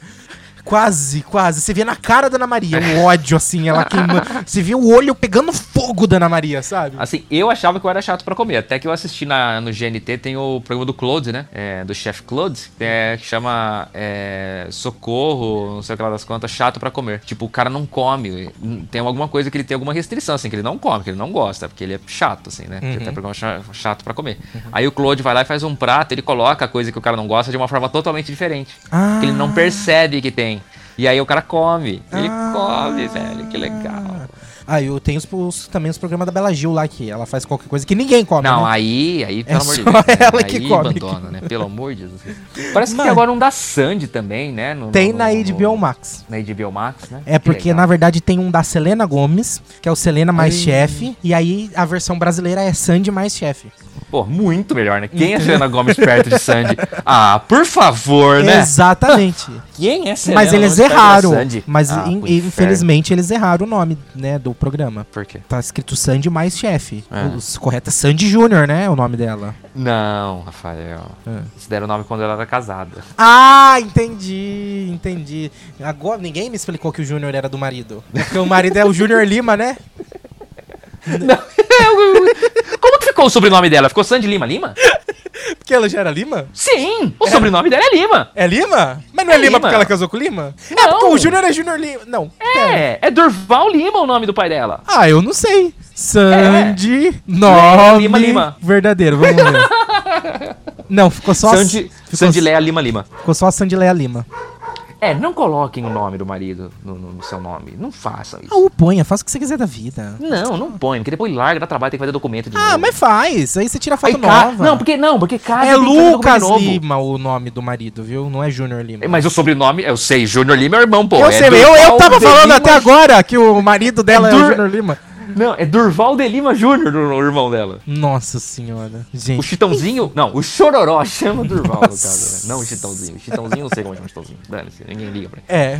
[SPEAKER 1] Quase, quase. Você vê na cara da Ana Maria o ódio, assim, ela queimando. Você vê o olho pegando fogo da Ana Maria, sabe?
[SPEAKER 3] Assim, eu achava que eu era chato pra comer, até que eu assisti na, no GNT, tem o programa do Claude, né? É, do chefe Claude, é, que chama é, Socorro, não sei o que lá das contas, chato pra comer. Tipo, o cara não come, tem alguma coisa que ele tem alguma restrição, assim, que ele não come, que ele não gosta, porque ele é chato, assim, né? Porque Até programa cha- chato pra comer. Aí o Claude vai lá e faz um prato, ele coloca a coisa que o cara não gosta de uma forma totalmente diferente.
[SPEAKER 1] Ah.
[SPEAKER 3] Que ele não percebe que tem. E aí o cara come. Ele
[SPEAKER 1] Ah.
[SPEAKER 3] come, velho. Que legal.
[SPEAKER 1] Ah, eu tenho os, os- também os programas da Bela Gil lá, que ela faz qualquer coisa que ninguém come.
[SPEAKER 3] Não,
[SPEAKER 1] né?
[SPEAKER 3] aí, aí, pelo amor de
[SPEAKER 1] só
[SPEAKER 3] Deus. né?
[SPEAKER 1] ela
[SPEAKER 3] aí
[SPEAKER 1] que come.
[SPEAKER 3] abandona, né? Pelo amor de Deus. Parece que
[SPEAKER 1] Mano.
[SPEAKER 3] tem agora um da Sandy também, né? No-
[SPEAKER 1] Tem
[SPEAKER 3] no-
[SPEAKER 1] na
[SPEAKER 3] no-
[SPEAKER 1] HBO Max.
[SPEAKER 3] Na HBO Max, né?
[SPEAKER 1] É porque, na
[SPEAKER 3] na
[SPEAKER 1] verdade, tem um da Selena Gomes, que é o Selena mais chefe, e aí a versão brasileira é Sandy mais chefe.
[SPEAKER 3] Pô, muito melhor, né? Quem é Selena Gomes perto de Sandy? Ah, por favor, né?
[SPEAKER 1] Exatamente.
[SPEAKER 3] Quem é
[SPEAKER 1] mas eles
[SPEAKER 3] Gomes perto da
[SPEAKER 1] erraram.
[SPEAKER 3] Sandy?
[SPEAKER 1] Mas
[SPEAKER 3] Ah,
[SPEAKER 1] in-
[SPEAKER 3] pro inferno.
[SPEAKER 1] infelizmente eles erraram o nome, né, do programa.
[SPEAKER 3] Por quê?
[SPEAKER 1] Tá escrito Sandy mais chefe.
[SPEAKER 3] É.
[SPEAKER 1] Os correta é Sandy Júnior, né? O nome dela.
[SPEAKER 3] Não, Rafael.
[SPEAKER 1] É.
[SPEAKER 3] Eles deram o nome quando ela era casada.
[SPEAKER 1] Ah, entendi, entendi. Agora ninguém me explicou que o Júnior era do marido. Porque o marido é o Júnior Lima, né?
[SPEAKER 3] Como que ficou o sobrenome dela? Ficou Sandy Lima Lima?
[SPEAKER 1] Porque ela já era Lima?
[SPEAKER 3] Sim! O sobrenome dela é Lima!
[SPEAKER 1] É Lima? Mas não é,
[SPEAKER 3] É
[SPEAKER 1] Lima,
[SPEAKER 3] Lima.
[SPEAKER 1] porque ela casou com o Lima? É,
[SPEAKER 3] Não.
[SPEAKER 1] porque o Júnior é Júnior Lima. Não. pera.
[SPEAKER 3] É, é Durval Lima o nome do pai dela.
[SPEAKER 1] Ah, eu não sei. Sandy, nome,
[SPEAKER 3] É. Lima, Lima.
[SPEAKER 1] verdadeiro, vamos ver. não, ficou só
[SPEAKER 3] Sandy,
[SPEAKER 1] ficou,
[SPEAKER 3] Sandy Leia Lima Lima.
[SPEAKER 1] ficou só Sandy Leia Lima.
[SPEAKER 3] É, não coloquem o nome do marido no, no- no seu nome. Não façam
[SPEAKER 1] Ah,
[SPEAKER 3] isso.
[SPEAKER 1] o ponha, faz o que você quiser da vida.
[SPEAKER 3] Não, não põe, porque depois larga, dá trabalho, tem que fazer documento de
[SPEAKER 1] Ah,
[SPEAKER 3] novo.
[SPEAKER 1] mas faz. Aí você tira a foto
[SPEAKER 3] Aí ca-
[SPEAKER 1] nova.
[SPEAKER 3] Não, porque não, porque casa
[SPEAKER 1] é
[SPEAKER 3] tem que fazer documento
[SPEAKER 1] Lucas
[SPEAKER 3] de novo.
[SPEAKER 1] Lima o nome do marido, viu? Não é Júnior Lima.
[SPEAKER 3] É, Mas o sobrenome, eu sei, Júnior Lima é irmão, pô.
[SPEAKER 1] eu
[SPEAKER 3] é
[SPEAKER 1] sei, eu, eu
[SPEAKER 3] Durval
[SPEAKER 1] tava
[SPEAKER 3] de
[SPEAKER 1] falando
[SPEAKER 3] Lima-
[SPEAKER 1] até agora que o marido dela é, o
[SPEAKER 3] Dur-
[SPEAKER 1] Júnior Lima.
[SPEAKER 3] Não, é Durval de Lima Júnior, o irmão dela.
[SPEAKER 1] Nossa senhora.
[SPEAKER 3] O
[SPEAKER 1] Gente,
[SPEAKER 3] Chitãozinho, não, o Chororó chama Durval, no caso,
[SPEAKER 1] Nossa.
[SPEAKER 3] né? Não o Chitãozinho. O Chitãozinho, eu não sei como é chama o Chitãozinho. Dane-se, ninguém liga pra ele.
[SPEAKER 1] é.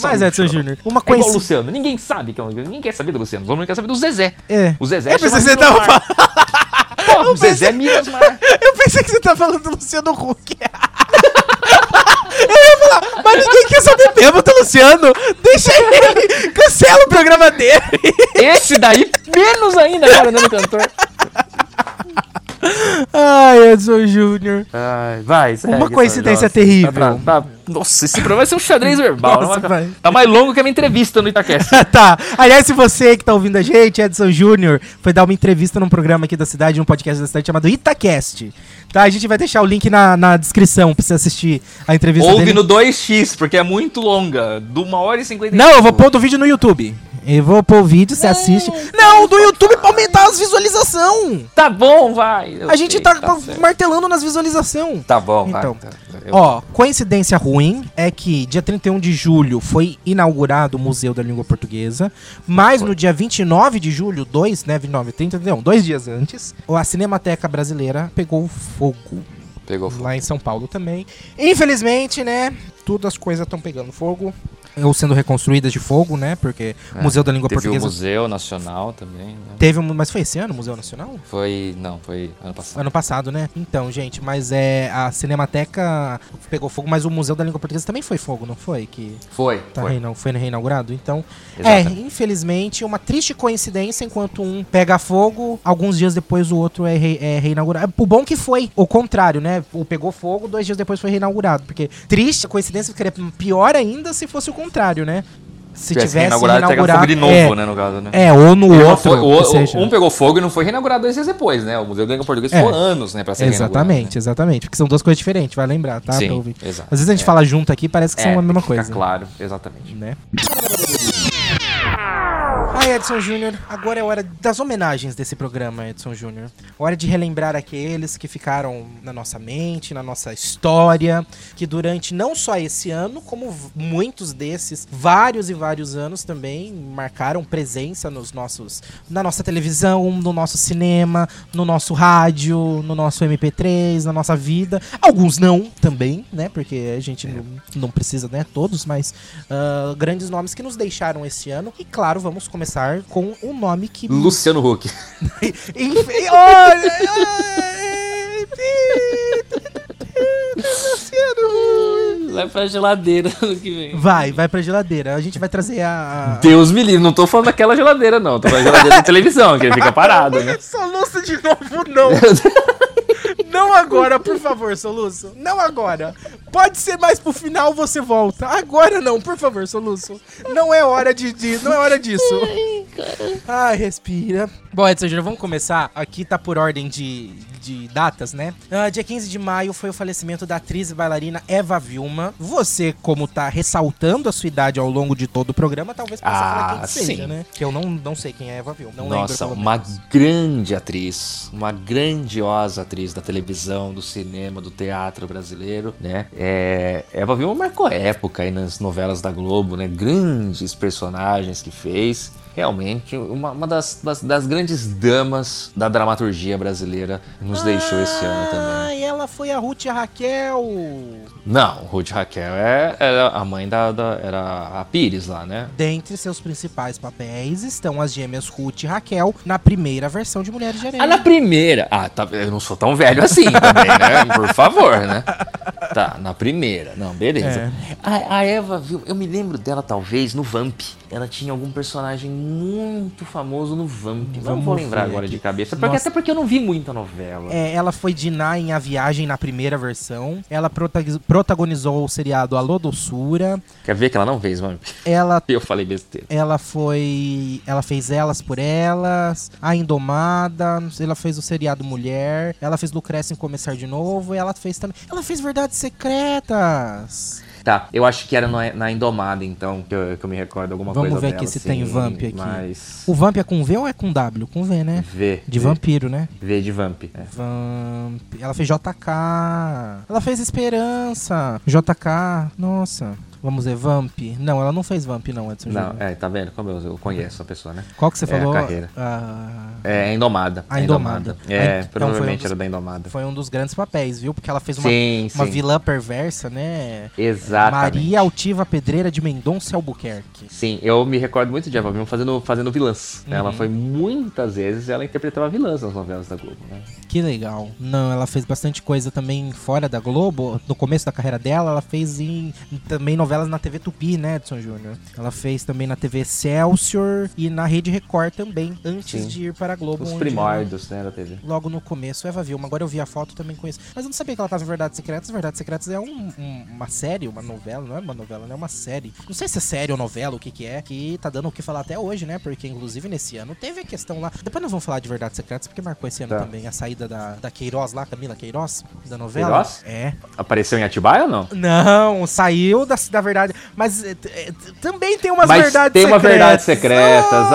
[SPEAKER 1] Mas é, seu Júnior. Uma
[SPEAKER 3] É igual o
[SPEAKER 1] coisa.
[SPEAKER 3] Luciano, ninguém sabe que é o Ninguém quer saber do Luciano, todo mundo quer saber do Zezé.
[SPEAKER 1] É.
[SPEAKER 3] O Zezé
[SPEAKER 1] É, mas
[SPEAKER 3] chama
[SPEAKER 1] você
[SPEAKER 3] Minas
[SPEAKER 1] tava
[SPEAKER 3] Mar.
[SPEAKER 1] falando. É,
[SPEAKER 3] Porra, o Zezé é Minas Mar.
[SPEAKER 1] Eu pensei que você tá falando do Luciano Huck. Eu ia falar, mas ninguém quer saber mesmo do Luciano. Deixa ele, cancela o programa dele.
[SPEAKER 3] Esse daí, menos ainda agora, né, no cantor.
[SPEAKER 1] Ai, Edson Júnior.
[SPEAKER 3] vai,
[SPEAKER 1] Uma coincidência terrível.
[SPEAKER 3] Tá, tá, Nossa, esse programa vai ser um xadrez verbal.
[SPEAKER 1] Nossa,
[SPEAKER 3] né?
[SPEAKER 1] vai.
[SPEAKER 3] Tá mais longo que a minha entrevista no Itacast.
[SPEAKER 1] tá. Aliás, se você que tá ouvindo a gente, Edson Júnior, foi dar uma entrevista num programa aqui da cidade, num podcast da cidade chamado Itacast. Tá? A gente vai deixar o link na, na descrição pra você assistir a entrevista
[SPEAKER 3] Ouve
[SPEAKER 1] dele.
[SPEAKER 3] no 2x, porque é muito longa. De uma hora e cinquenta
[SPEAKER 1] Não, eu vou pôr do vídeo no YouTube. Eu vou pôr o vídeo, você assiste. Não, do YouTube pra aumentar as visualizações!
[SPEAKER 3] Tá bom, vai. Eu
[SPEAKER 1] A gente
[SPEAKER 3] sei,
[SPEAKER 1] tá, pa-
[SPEAKER 3] certo.
[SPEAKER 1] martelando nas visualizações.
[SPEAKER 3] Tá bom,
[SPEAKER 1] Então.
[SPEAKER 3] vai. tá. Eu-
[SPEAKER 1] Ó, coincidência ruim é que dia 31 de julho foi inaugurado o Museu da Língua Portuguesa, mas no dia 29 de julho, 2, né, 29, 30, não, dois dias antes, a Cinemateca Brasileira pegou fogo.
[SPEAKER 3] Pegou fogo.
[SPEAKER 1] Lá em São Paulo também. Infelizmente, né, todas as coisas estão pegando fogo, ou sendo reconstruídas de fogo, né, porque o Museu da Língua
[SPEAKER 3] É, Teve o
[SPEAKER 1] Portuguesa...
[SPEAKER 3] Museu Nacional também. né?
[SPEAKER 1] Teve, um- mas foi esse ano o Museu Nacional?
[SPEAKER 3] Foi. Não, foi ano passado.
[SPEAKER 1] Ano passado, né? Então, gente, mas é a Cinemateca pegou fogo, mas o Museu da Língua Portuguesa também foi fogo, não foi? Que
[SPEAKER 3] Foi.
[SPEAKER 1] tá
[SPEAKER 3] foi.
[SPEAKER 1] reina- foi reinaugurado? Então,
[SPEAKER 3] Exatamente.
[SPEAKER 1] é, infelizmente, uma triste coincidência, enquanto um pega fogo, alguns dias depois o outro é, re- é reinaugurado. O bom que foi o contrário, né? O pegou fogo, dois dias depois foi reinaugurado. Porque triste coincidência, ficaria pior ainda se fosse o contrário, né? Se
[SPEAKER 3] Tivesse
[SPEAKER 1] tivesse
[SPEAKER 3] reinaugurado,
[SPEAKER 1] inaugurado,
[SPEAKER 3] pega fogo de novo,
[SPEAKER 1] é,
[SPEAKER 3] né, no caso, né?
[SPEAKER 1] É, ou no
[SPEAKER 3] Ele não
[SPEAKER 1] outro,
[SPEAKER 3] foi- o-
[SPEAKER 1] que
[SPEAKER 3] o-
[SPEAKER 1] seja.
[SPEAKER 3] um pegou fogo e não foi reinaugurado dois dias depois, né? O Museu da Língua Portuguesa
[SPEAKER 1] É.
[SPEAKER 3] ficou anos, né, pra ser
[SPEAKER 1] Exatamente, exatamente. Porque são duas coisas diferentes, vai lembrar, tá?
[SPEAKER 3] reinaugurado,
[SPEAKER 1] pra
[SPEAKER 3] né?
[SPEAKER 1] ouvir.
[SPEAKER 3] Sim, exato.
[SPEAKER 1] Às vezes a gente fala junto aqui, parece que
[SPEAKER 3] É,
[SPEAKER 1] são a
[SPEAKER 3] tem
[SPEAKER 1] mesma
[SPEAKER 3] que ficar
[SPEAKER 1] coisa.
[SPEAKER 3] claro, exatamente.
[SPEAKER 1] Né? Ah, Edson Júnior, agora é hora das homenagens desse programa, Edson Júnior. Hora de relembrar aqueles que ficaram na nossa mente, na nossa história, que durante não só esse ano, como v- muitos desses, vários e vários anos também, marcaram presença nos nossos, na nossa televisão, no nosso cinema, no nosso rádio, no nosso MP3, na nossa vida. Alguns não também, né? Porque a gente não, não precisa, né? Todos, mas ah, grandes nomes que nos deixaram esse ano. E claro, vamos começar com o nome que.
[SPEAKER 3] Luciano Huck.
[SPEAKER 1] Enfim, olha! ai, Luciano!
[SPEAKER 5] Vai pra geladeira ano que vem.
[SPEAKER 1] Vai, vai pra geladeira. A gente vai trazer a.
[SPEAKER 3] Deus me livre, não tô falando daquela geladeira, não. Tô falando da geladeira da televisão, que ele fica parado, né?
[SPEAKER 1] Soluço de novo, não! Não agora, por favor, Soluço. Não agora. Pode ser mais pro final, você volta. Agora não, por favor, Soluço. Não é hora de, de- não é hora disso. Ai, respira. Bom, Edson Júnior, vamos começar. Aqui tá por ordem de, de datas, né? Ah, dia 15 de maio foi o falecimento da atriz e bailarina Eva Vilma. Você, como tá ressaltando a sua idade ao longo de todo o programa, talvez possa falar
[SPEAKER 3] Ah,
[SPEAKER 1] quem seja,
[SPEAKER 3] sim.
[SPEAKER 1] né? Que eu não, não sei quem é Eva Vilma. Não lembro.
[SPEAKER 3] Nossa, um
[SPEAKER 1] pelo
[SPEAKER 3] uma
[SPEAKER 1] menos.
[SPEAKER 3] grande atriz, uma grandiosa atriz da televisão, do cinema, do teatro brasileiro, né? É, Eva Vilma marcou época aí nas novelas da Globo, né? Grandes personagens que fez. Realmente, uma, uma das, das- das grandes damas da dramaturgia brasileira nos deixou esse ano também.
[SPEAKER 1] Ah, e ela foi a Ruth e a Raquel.
[SPEAKER 3] Não, Ruth Raquel é, era a mãe da, da- Era a Pires lá, né?
[SPEAKER 1] Dentre seus principais papéis estão as gêmeas Ruth e Raquel na primeira versão de Mulheres de Areia.
[SPEAKER 3] Ah, na primeira. Ah, tá, eu não sou tão velho assim também, né? Por favor, né? Tá, na primeira. Não, beleza.
[SPEAKER 1] É.
[SPEAKER 3] A, a Eva, viu? Eu me lembro dela, talvez, no Vamp. Ela tinha algum personagem muito famoso no Vamp. Não
[SPEAKER 1] Vamos
[SPEAKER 3] vou lembrar
[SPEAKER 1] ver
[SPEAKER 3] agora
[SPEAKER 1] aqui.
[SPEAKER 3] de cabeça. Porque,
[SPEAKER 1] Nossa.
[SPEAKER 3] até porque eu não vi muita novela.
[SPEAKER 1] É, ela foi Diná em A Viagem na primeira versão. Ela protagoniz- protagonizou o seriado Alô Doçura.
[SPEAKER 3] Quer ver que ela não fez Vamp?
[SPEAKER 1] Ela,
[SPEAKER 3] Eu falei besteira.
[SPEAKER 1] ela foi. Ela fez Elas por Elas, A Indomada. não sei, Ela fez o seriado Mulher. Ela fez Lucrécia em Começar de Novo. E ela fez também. Ela fez Verdades Secretas.
[SPEAKER 3] Tá, eu acho que era na, na Indomada, então, que eu, que eu me recordo alguma
[SPEAKER 1] Vamos
[SPEAKER 3] coisa
[SPEAKER 1] ver
[SPEAKER 3] dela,
[SPEAKER 1] aqui se
[SPEAKER 3] assim,
[SPEAKER 1] tem Vamp aqui.
[SPEAKER 3] Mas...
[SPEAKER 1] O Vamp é com V ou é com W? Com V, né?
[SPEAKER 3] V.
[SPEAKER 1] De
[SPEAKER 3] V,
[SPEAKER 1] vampiro, né?
[SPEAKER 3] V de Vamp. é.
[SPEAKER 1] Vamp. Ela fez JK. Ela fez Esperança. JK. Nossa. Vamos ver, Vamp. Não, ela não fez Vamp, não, Edson.
[SPEAKER 3] Não,
[SPEAKER 1] Júnior.
[SPEAKER 3] é, tá vendo? Como eu, eu conheço a pessoa, né?
[SPEAKER 1] Qual que você
[SPEAKER 3] É,
[SPEAKER 1] falou?
[SPEAKER 3] a carreira.
[SPEAKER 1] Ah,
[SPEAKER 3] É, a Indomada.
[SPEAKER 1] A Indomada.
[SPEAKER 3] É,
[SPEAKER 1] Ah, então
[SPEAKER 3] provavelmente
[SPEAKER 1] foi um dos-
[SPEAKER 3] era da Indomada.
[SPEAKER 1] foi um dos grandes papéis, viu? Porque ela fez uma,
[SPEAKER 3] Sim,
[SPEAKER 1] uma
[SPEAKER 3] sim.
[SPEAKER 1] vilã perversa, né?
[SPEAKER 3] Exatamente.
[SPEAKER 1] Maria Altiva Pedreira de Mendonça Albuquerque.
[SPEAKER 3] Sim, eu me recordo muito de Eva Vilma fazendo, fazendo vilãs. né?
[SPEAKER 1] Uhum.
[SPEAKER 3] Ela foi muitas vezes, ela interpretava vilãs nas novelas da Globo, né?
[SPEAKER 1] Que legal. Não, ela fez bastante coisa também fora da Globo. No começo da carreira dela, ela fez em também novelas na TV Tupi, né, Edson Júnior? Ela fez também na TV Excelsior e na Rede Record também, antes
[SPEAKER 3] Sim.
[SPEAKER 1] de ir para a Globo.
[SPEAKER 3] Os
[SPEAKER 1] onde
[SPEAKER 3] primórdios, né, da TV.
[SPEAKER 1] logo no começo, Eva Vilma. Agora eu vi a foto também conheço. Mas eu não sabia que ela tava em Verdades Secretas. Verdades Secretas é um- um- uma série, uma novela, não é uma novela, né? É uma série. Não sei se é série ou novela, o que que é, que tá dando o que falar até hoje, né? Porque, inclusive, nesse ano teve a questão lá. Depois nós vamos falar de Verdades Secretas, porque marcou esse ano
[SPEAKER 3] Tá.
[SPEAKER 1] também a saída da, da Queiroz lá, Camila Queiroz, da novela.
[SPEAKER 3] Queiroz?
[SPEAKER 1] É.
[SPEAKER 3] Apareceu em Atibaia ou não?
[SPEAKER 1] Não, saiu da, da verdade. Mas é, t- é, t- também tem umas
[SPEAKER 3] Mas
[SPEAKER 1] verdades
[SPEAKER 3] tem uma
[SPEAKER 1] secretas.
[SPEAKER 3] verdade secretas.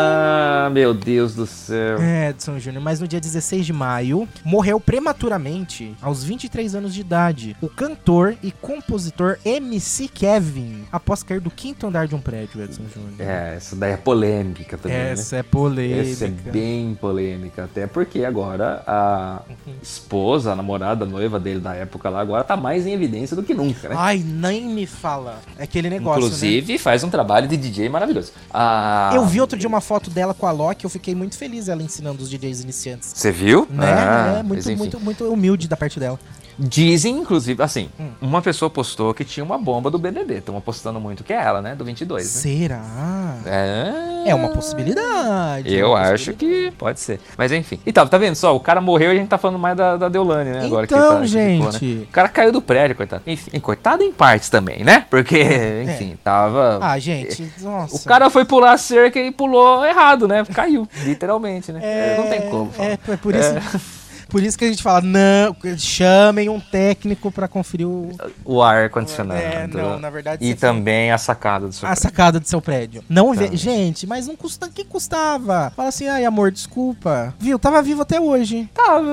[SPEAKER 3] Ah, meu Deus do céu.
[SPEAKER 1] É, Edson Júnior, mas no dia 16 de maio, morreu prematuramente, aos 23 anos de idade, o cantor e compositor MC Kevin, após cair do quinto andar de um prédio, Edson Júnior.
[SPEAKER 3] É, essa daí é polêmica também, né?
[SPEAKER 1] Essa é
[SPEAKER 3] Essa é
[SPEAKER 1] polêmica.
[SPEAKER 3] bem polêmica, até porque agora a
[SPEAKER 1] Uhum.
[SPEAKER 3] esposa, a namorada, a noiva dele da época lá, agora tá mais em evidência do que nunca, né?
[SPEAKER 1] Ai, nem me fala. É aquele negócio, né?
[SPEAKER 3] Inclusive, faz um trabalho de DJ maravilhoso. Ah,
[SPEAKER 1] Eu vi um outro dia uma foto dela com a Loki, eu fiquei muito feliz ela ensinando os DJs iniciantes.
[SPEAKER 3] Você viu?
[SPEAKER 1] Né?
[SPEAKER 3] Ah,
[SPEAKER 1] é,
[SPEAKER 3] mas
[SPEAKER 1] muito,
[SPEAKER 3] enfim.
[SPEAKER 1] muito, muito humilde da parte dela.
[SPEAKER 3] Dizem, inclusive, assim,
[SPEAKER 1] Hum.
[SPEAKER 3] uma pessoa postou que tinha uma bomba do BBB. Estão apostando muito que é ela, né? Do 22, né?
[SPEAKER 1] Será?
[SPEAKER 3] É,
[SPEAKER 1] É uma possibilidade. é
[SPEAKER 3] Eu
[SPEAKER 1] uma
[SPEAKER 3] acho que pode ser. Mas enfim. Então, tá vendo só? O cara morreu e a gente tá falando mais da, da Deolane, né? Agora que
[SPEAKER 1] Então,
[SPEAKER 3] tá, que ficou, né?
[SPEAKER 1] gente.
[SPEAKER 3] O cara caiu do prédio, coitado. Enfim, coitado em partes também, né? Porque, enfim, tava.
[SPEAKER 1] É. Ah, gente, nossa.
[SPEAKER 3] O cara foi pular a cerca e pulou errado, né? Caiu, literalmente, né? Não tem como. falar. É.
[SPEAKER 1] É, é por isso. Por isso que a gente fala, não, chamem um técnico pra conferir o,
[SPEAKER 3] O ar condicionado.
[SPEAKER 1] É, não, na verdade,
[SPEAKER 3] Tá E
[SPEAKER 1] você
[SPEAKER 3] também a sacada do seu
[SPEAKER 1] a sacada do seu prédio. Não inve- Gente, mas não custa. Que custava? Fala assim, ai, amor, desculpa. Viu? Tava vivo até hoje.
[SPEAKER 3] Tava.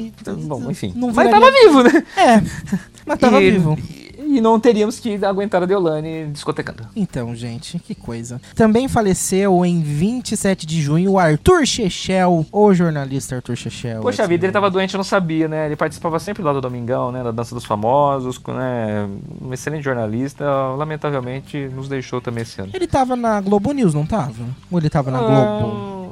[SPEAKER 1] E-
[SPEAKER 3] eu- bom, enfim.
[SPEAKER 1] não
[SPEAKER 3] mas
[SPEAKER 1] viraria-
[SPEAKER 3] tava vivo, né?
[SPEAKER 1] É, mas tava
[SPEAKER 3] e,
[SPEAKER 1] vivo.
[SPEAKER 3] E, e não teríamos que aguentar a Deolane discotecando.
[SPEAKER 1] Então, gente, que coisa. Também faleceu em 27 de junho o Arthur Chechel, o jornalista Arthur Chechel.
[SPEAKER 3] Poxa vida, ele tava doente, eu não sabia, né? Ele participava sempre lá do Domingão, né? Da Dança dos Famosos, né? Um excelente jornalista, lamentavelmente nos deixou também esse ano.
[SPEAKER 1] Ele tava na Globo News, não tava? Ou ele tava na Globo?
[SPEAKER 3] Ah,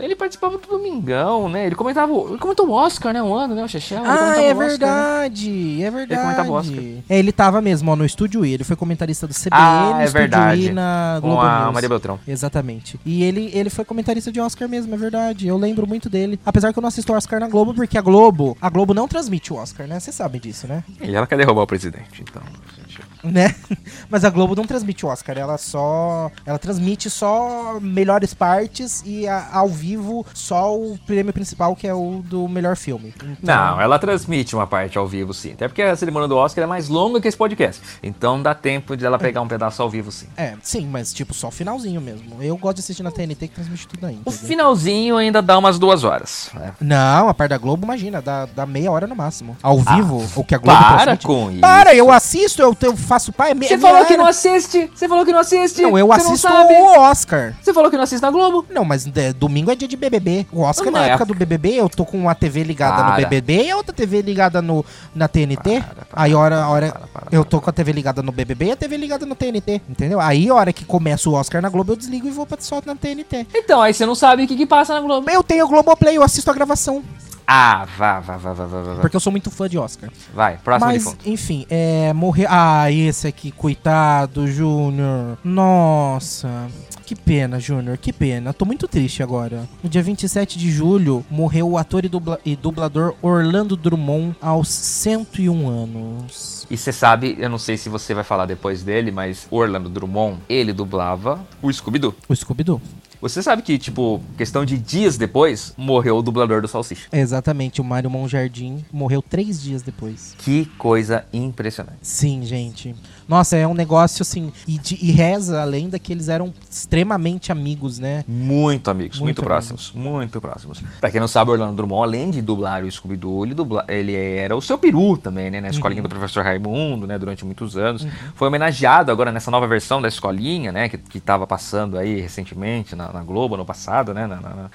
[SPEAKER 3] Ele participava do Domingão, né? Ele comentava. o- Ele comentou o Oscar, né? Um ano, né? O Chechel. ele
[SPEAKER 1] Ah, é
[SPEAKER 3] comentava o Oscar, né?
[SPEAKER 1] verdade, é
[SPEAKER 3] comentava o Oscar.
[SPEAKER 1] verdade. É, ele tava mesmo, ó, no Estúdio I. Ele foi comentarista do CBN,
[SPEAKER 3] Ah, é
[SPEAKER 1] Estúdio I
[SPEAKER 3] verdade.
[SPEAKER 1] na Globo
[SPEAKER 3] Com a
[SPEAKER 1] News.
[SPEAKER 3] Maria Beltrão.
[SPEAKER 1] Exatamente. E ele, ele foi comentarista de Oscar mesmo, é verdade. Eu lembro muito dele. Apesar que eu não assisto Oscar na Globo, porque a Globo, a Globo não transmite o Oscar, né? Você sabe disso, né?
[SPEAKER 3] E ela quer derrubar o presidente, então. gente.
[SPEAKER 1] Né? Mas a Globo não transmite o Oscar, ela só ela transmite só melhores partes e a- ao vivo só o prêmio principal que é o do melhor filme.
[SPEAKER 3] Não, ela transmite uma parte ao vivo, sim. Até porque a cerimônia do Oscar é mais longa que esse podcast. Então dá tempo de ela pegar um pedaço ao vivo, sim.
[SPEAKER 1] É, sim, mas tipo, só o finalzinho mesmo. Eu gosto de assistir na TNT que transmite tudo ainda.
[SPEAKER 3] O finalzinho ainda dá umas duas horas. né?
[SPEAKER 1] Não, a parte da Globo, imagina, dá, dá meia hora no máximo. Ao vivo, o que a Globo
[SPEAKER 3] Ah, Para
[SPEAKER 1] transmite.
[SPEAKER 3] com isso.
[SPEAKER 1] Para, eu assisto, eu, eu faço pai. é
[SPEAKER 3] Você falou que não assiste! Você falou que não assiste!
[SPEAKER 1] Não, eu
[SPEAKER 3] Você
[SPEAKER 1] assisto
[SPEAKER 3] sabe.
[SPEAKER 1] o Oscar.
[SPEAKER 3] Você falou que não assiste na Globo!
[SPEAKER 1] Não, mas é, domingo é dia de BBB. O Oscar
[SPEAKER 3] Não,
[SPEAKER 1] na
[SPEAKER 3] mas
[SPEAKER 1] época
[SPEAKER 3] a-
[SPEAKER 1] do BBB, eu tô com uma TV ligada no
[SPEAKER 3] Para.
[SPEAKER 1] BBB e a outra TV ligada no, na TNT.
[SPEAKER 3] Para, para,
[SPEAKER 1] Aí, hora, hora
[SPEAKER 3] para, para,
[SPEAKER 1] eu tô com a TV ligada no BBB e a TV ligada no TNT, entendeu? Aí, a hora que começa o Oscar na Globo, eu desligo e vou pra só na TNT.
[SPEAKER 3] Então, aí você não sabe o que, que passa na Globo.
[SPEAKER 1] Eu tenho o Globoplay, eu assisto a gravação.
[SPEAKER 3] Ah, vá, vá, vá, vá, vá, vá. vá.
[SPEAKER 1] Porque eu sou muito fã de Oscar.
[SPEAKER 3] Vai, próximo
[SPEAKER 1] Mas,
[SPEAKER 3] defunto.
[SPEAKER 1] enfim, é. Morrer. Ah, esse aqui, coitado, Júnior. Nossa. Que pena, Júnior, que pena. Tô muito triste agora. No dia 27 de julho, morreu o ator e, dubla- e dublador Orlando Drummond aos 101 anos.
[SPEAKER 3] E você sabe, eu não sei se você vai falar depois dele, mas o Orlando Drummond, ele dublava o Scooby-Doo.
[SPEAKER 1] O Scooby-Doo.
[SPEAKER 3] Você sabe que, tipo, questão de dias depois, morreu o dublador do Salsicha.
[SPEAKER 1] Exatamente, o Mário Monjardim morreu três dias depois.
[SPEAKER 3] Que coisa impressionante.
[SPEAKER 1] Sim, gente. Nossa, é um negócio assim. E, de- e reza a lenda que eles eram extremamente amigos, né?
[SPEAKER 3] Muito amigos,
[SPEAKER 1] Muito
[SPEAKER 3] muito, próximos, muito próximos. Pra quem não sabe, Orlando Drummond, além de dublar o Scooby-Doo, ele, dubla- ele era o seu peru também, né? Na escolinha do professor Raimundo, né? Durante muitos anos. Foi homenageado agora nessa nova versão da escolinha, né? Que, que tava passando aí recentemente na, na Globo, no passado, né? na- na- na-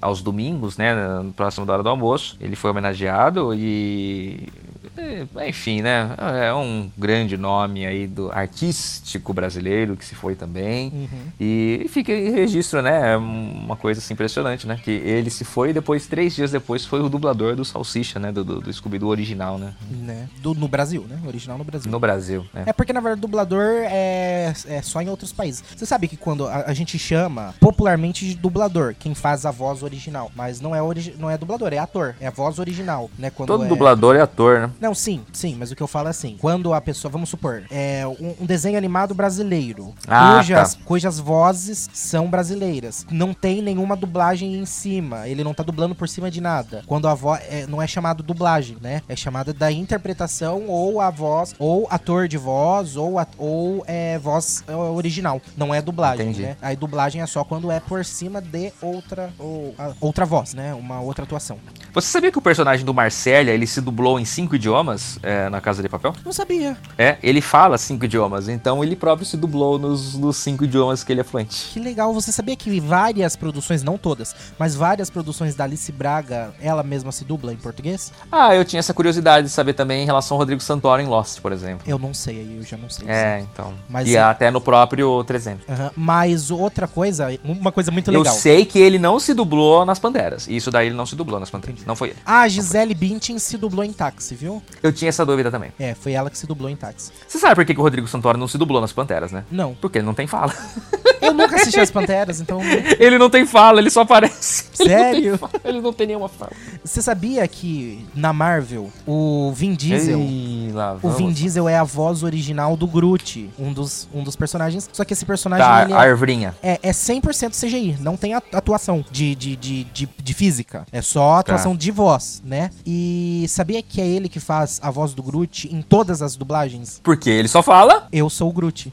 [SPEAKER 3] Aos domingos, né? na- Próximo da hora do almoço. Ele foi homenageado e é, enfim, né? É um grande nome aí do artístico brasileiro que se foi também. E fica em registro, né? É uma coisa assim, impressionante, né? Que ele se foi e depois, três dias depois, foi o dublador do Salsicha, né? Do, do, do Scooby-Doo original, né?
[SPEAKER 1] Né? Do- no Brasil, né? Original no Brasil.
[SPEAKER 3] No Brasil, né?
[SPEAKER 1] É porque, na verdade, dublador é, é só em outros países. Você sabe que quando a, a gente chama popularmente de dublador, quem faz a voz original, mas não é, origi não é dublador, é ator, é a voz original, né? Quando
[SPEAKER 3] Todo
[SPEAKER 1] é-
[SPEAKER 3] dublador é ator, né?
[SPEAKER 1] Não, sim, sim, mas o que eu falo é assim, quando a pessoa, vamos supor, é um, um desenho animado brasileiro,
[SPEAKER 3] Ah,
[SPEAKER 1] cujas, cujas vozes são brasileiras, não tem nenhuma dublagem em cima, ele não tá dublando por cima de nada. Quando a voz, não é chamado dublagem, né? É chamada da interpretação ou a voz, ou ator de voz, ou, a- ou é, voz é, original, não é dublagem,
[SPEAKER 3] Entendi.
[SPEAKER 1] né? Aí dublagem é só quando é por cima de outra, ou, a- outra voz, né? Uma outra atuação.
[SPEAKER 3] Você sabia que o personagem do Marcélia, ele se dublou em cinco idiomas é, na Casa de Papel?
[SPEAKER 1] Não sabia.
[SPEAKER 3] É, ele fala cinco idiomas, então ele próprio se dublou nos, nos cinco idiomas que ele é fluente.
[SPEAKER 1] Que legal, você sabia que várias produções, não todas, mas várias produções da Alice Braga, ela mesma se dubla em português?
[SPEAKER 3] Ah, eu tinha essa curiosidade de saber também em relação ao Rodrigo Santoro em Lost, por exemplo.
[SPEAKER 1] Eu não sei, aí eu já não sei.
[SPEAKER 3] É, então.
[SPEAKER 1] Mas
[SPEAKER 3] e
[SPEAKER 1] é-
[SPEAKER 3] até no próprio 300.
[SPEAKER 1] Aham, Mas outra coisa, uma coisa muito
[SPEAKER 3] Eu
[SPEAKER 1] legal.
[SPEAKER 3] sei que ele não se dublou nas Panteras. Isso daí ele não se dublou nas Panteras. Não foi ele.
[SPEAKER 1] Ah, A Gisele Bündchen se dublou em táxi, viu?
[SPEAKER 3] Eu tinha essa dúvida também.
[SPEAKER 1] É, foi ela que se dublou em táxi.
[SPEAKER 3] Você sabe por que, que o Rodrigo Santoro não se dublou nas Panteras, né?
[SPEAKER 1] Não,
[SPEAKER 3] Porque ele não tem fala.
[SPEAKER 1] eu nunca assisti as Panteras, então...
[SPEAKER 3] ele não tem fala, ele só aparece.
[SPEAKER 1] Sério?
[SPEAKER 3] Ele não tem nenhuma fala.
[SPEAKER 1] Você sabia que na Marvel, o Vin Diesel...
[SPEAKER 3] Ih, lá
[SPEAKER 1] O
[SPEAKER 3] vamos.
[SPEAKER 1] Vin Diesel é a voz original do Groot, um dos, um dos personagens. Só que esse personagem
[SPEAKER 3] Tá,
[SPEAKER 1] ele
[SPEAKER 3] a
[SPEAKER 1] é
[SPEAKER 3] arvrinha.
[SPEAKER 1] É, é 100% CGI, não tem a- atuação de, de, de, de, de física. É só atuação de voz, né? E sabia que é ele que faz a voz do Groot em todas as dublagens?
[SPEAKER 3] Porque ele só fala.
[SPEAKER 1] Eu sou o Groot.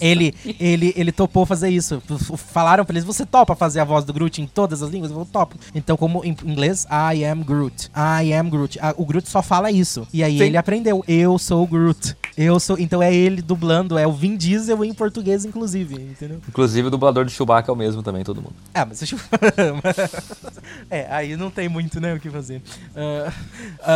[SPEAKER 1] ele, ele, ele topou fazer isso. F- Falaram pra eles: você topa fazer a voz do Groot em todas as línguas? Eu falei, topo. Então, como em inglês, I am Groot. I am Groot. Ah, O Groot só fala isso. E aí
[SPEAKER 3] Sim.
[SPEAKER 1] ele aprendeu: eu sou o Groot. Eu sou. Então é ele dublando, é o Vin Diesel em português, inclusive. Entendeu?
[SPEAKER 3] Inclusive o dublador do Chewbacca é o mesmo também, todo mundo.
[SPEAKER 1] Ah, mas deixa eu... É, aí não tem muito, né, o que fazer. Ah,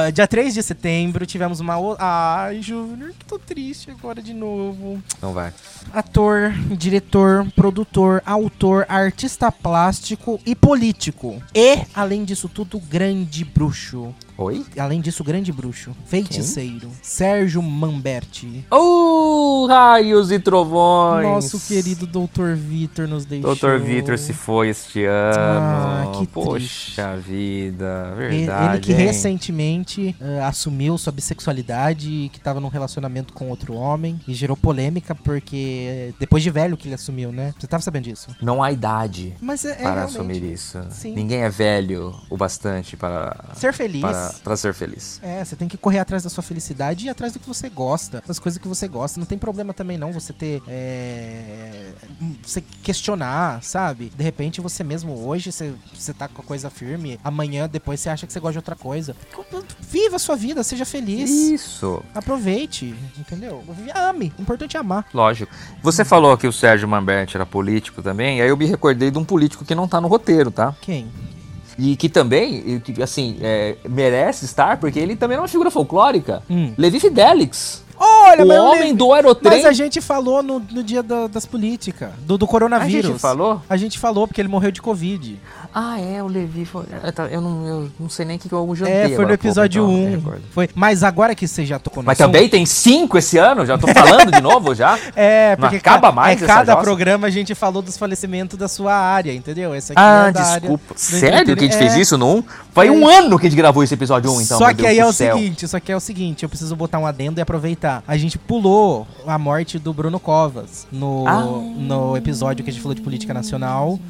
[SPEAKER 1] ah, dia 3 de setembro, tivemos uma... o- Ah, Ai, Júnior, que tô triste agora de novo.
[SPEAKER 3] Não vai.
[SPEAKER 1] Ator, diretor, produtor, autor, artista plástico e político. E, além disso tudo, grande bruxo.
[SPEAKER 3] Oi?
[SPEAKER 1] Além disso, grande bruxo. Feiticeiro. Sérgio Mamberti.
[SPEAKER 3] Oh, raios e trovões.
[SPEAKER 1] Nosso querido Dr. Vitor nos deixou.
[SPEAKER 3] Dr. Vitor se foi este ano.
[SPEAKER 1] Ah, que
[SPEAKER 3] Poxa vida,
[SPEAKER 1] E-
[SPEAKER 3] verdade.
[SPEAKER 1] ele que
[SPEAKER 3] hein?
[SPEAKER 1] recentemente eh, assumiu sua bissexualidade e que tava num relacionamento com outro homem e gerou polêmica porque eh, depois de velho que ele assumiu, né? Você tava sabendo disso?
[SPEAKER 3] Não há idade
[SPEAKER 1] Mas é, é
[SPEAKER 3] para
[SPEAKER 1] realmente
[SPEAKER 3] assumir isso.
[SPEAKER 1] Sim.
[SPEAKER 3] Ninguém é velho o bastante para,
[SPEAKER 1] ser feliz.
[SPEAKER 3] para, para ser feliz.
[SPEAKER 1] É, você tem que correr atrás da sua felicidade e atrás do que você gosta, das coisas que você gosta. Não tem problema também não você ter. É, você questionar, sabe? De repente você mesmo hoje, você, você tá com a coisa firme, amanhã depois você acha que você gosta de outra coisa. Viva a sua vida, seja feliz.
[SPEAKER 3] Isso.
[SPEAKER 1] Aproveite, entendeu? Ame. O importante é amar.
[SPEAKER 3] Lógico. Você falou que o Sérgio Manberti era político também, e aí eu me recordei de um político que não tá no roteiro, tá?
[SPEAKER 1] Quem?
[SPEAKER 3] E que também, e que, assim, é, merece estar, porque ele também é uma figura folclórica.
[SPEAKER 1] Hum.
[SPEAKER 3] Levi Fidelix.
[SPEAKER 1] Olha,
[SPEAKER 3] o
[SPEAKER 1] mas, eu
[SPEAKER 3] homem
[SPEAKER 1] lembro-
[SPEAKER 3] do aerotrem.
[SPEAKER 1] mas a gente falou no, no dia da- das políticas, do, do
[SPEAKER 3] A
[SPEAKER 1] coronavírus.
[SPEAKER 3] gente falou?
[SPEAKER 1] A gente falou porque ele morreu de Covid.
[SPEAKER 3] Ah, é, o Levi foi. Eu, tá- eu não, eu não sei nem o que que eu jantei.
[SPEAKER 1] É, foi no
[SPEAKER 3] agora há pouco,
[SPEAKER 1] episódio
[SPEAKER 3] então,
[SPEAKER 1] 1.
[SPEAKER 3] não me recordo.
[SPEAKER 1] foi. Mas agora que você já tocou no
[SPEAKER 3] Mas
[SPEAKER 1] assunto-
[SPEAKER 3] também tem cinco esse ano, já tô falando de novo já.
[SPEAKER 1] É,
[SPEAKER 3] Não
[SPEAKER 1] porque
[SPEAKER 3] acaba
[SPEAKER 1] ca-
[SPEAKER 3] mais
[SPEAKER 1] em
[SPEAKER 3] essa
[SPEAKER 1] cada
[SPEAKER 3] jossa?
[SPEAKER 1] programa a gente falou dos falecimentos da sua área, entendeu? Esse aqui
[SPEAKER 3] Ah,
[SPEAKER 1] é da área
[SPEAKER 3] desculpa.
[SPEAKER 1] do
[SPEAKER 3] Sério que a gente
[SPEAKER 1] entretenimento.
[SPEAKER 3] fez
[SPEAKER 1] É.
[SPEAKER 3] isso no 1? Foi
[SPEAKER 1] É isso.
[SPEAKER 3] um ano que a gente gravou esse episódio 1, então.
[SPEAKER 1] só
[SPEAKER 3] meu
[SPEAKER 1] que
[SPEAKER 3] Deus
[SPEAKER 1] aí
[SPEAKER 3] do
[SPEAKER 1] é o
[SPEAKER 3] céu.
[SPEAKER 1] seguinte, só que é o seguinte, eu preciso botar um adendo e aproveitar. A gente pulou a morte do Bruno Covas no,
[SPEAKER 3] Ah.
[SPEAKER 1] no episódio que a gente falou de política nacional.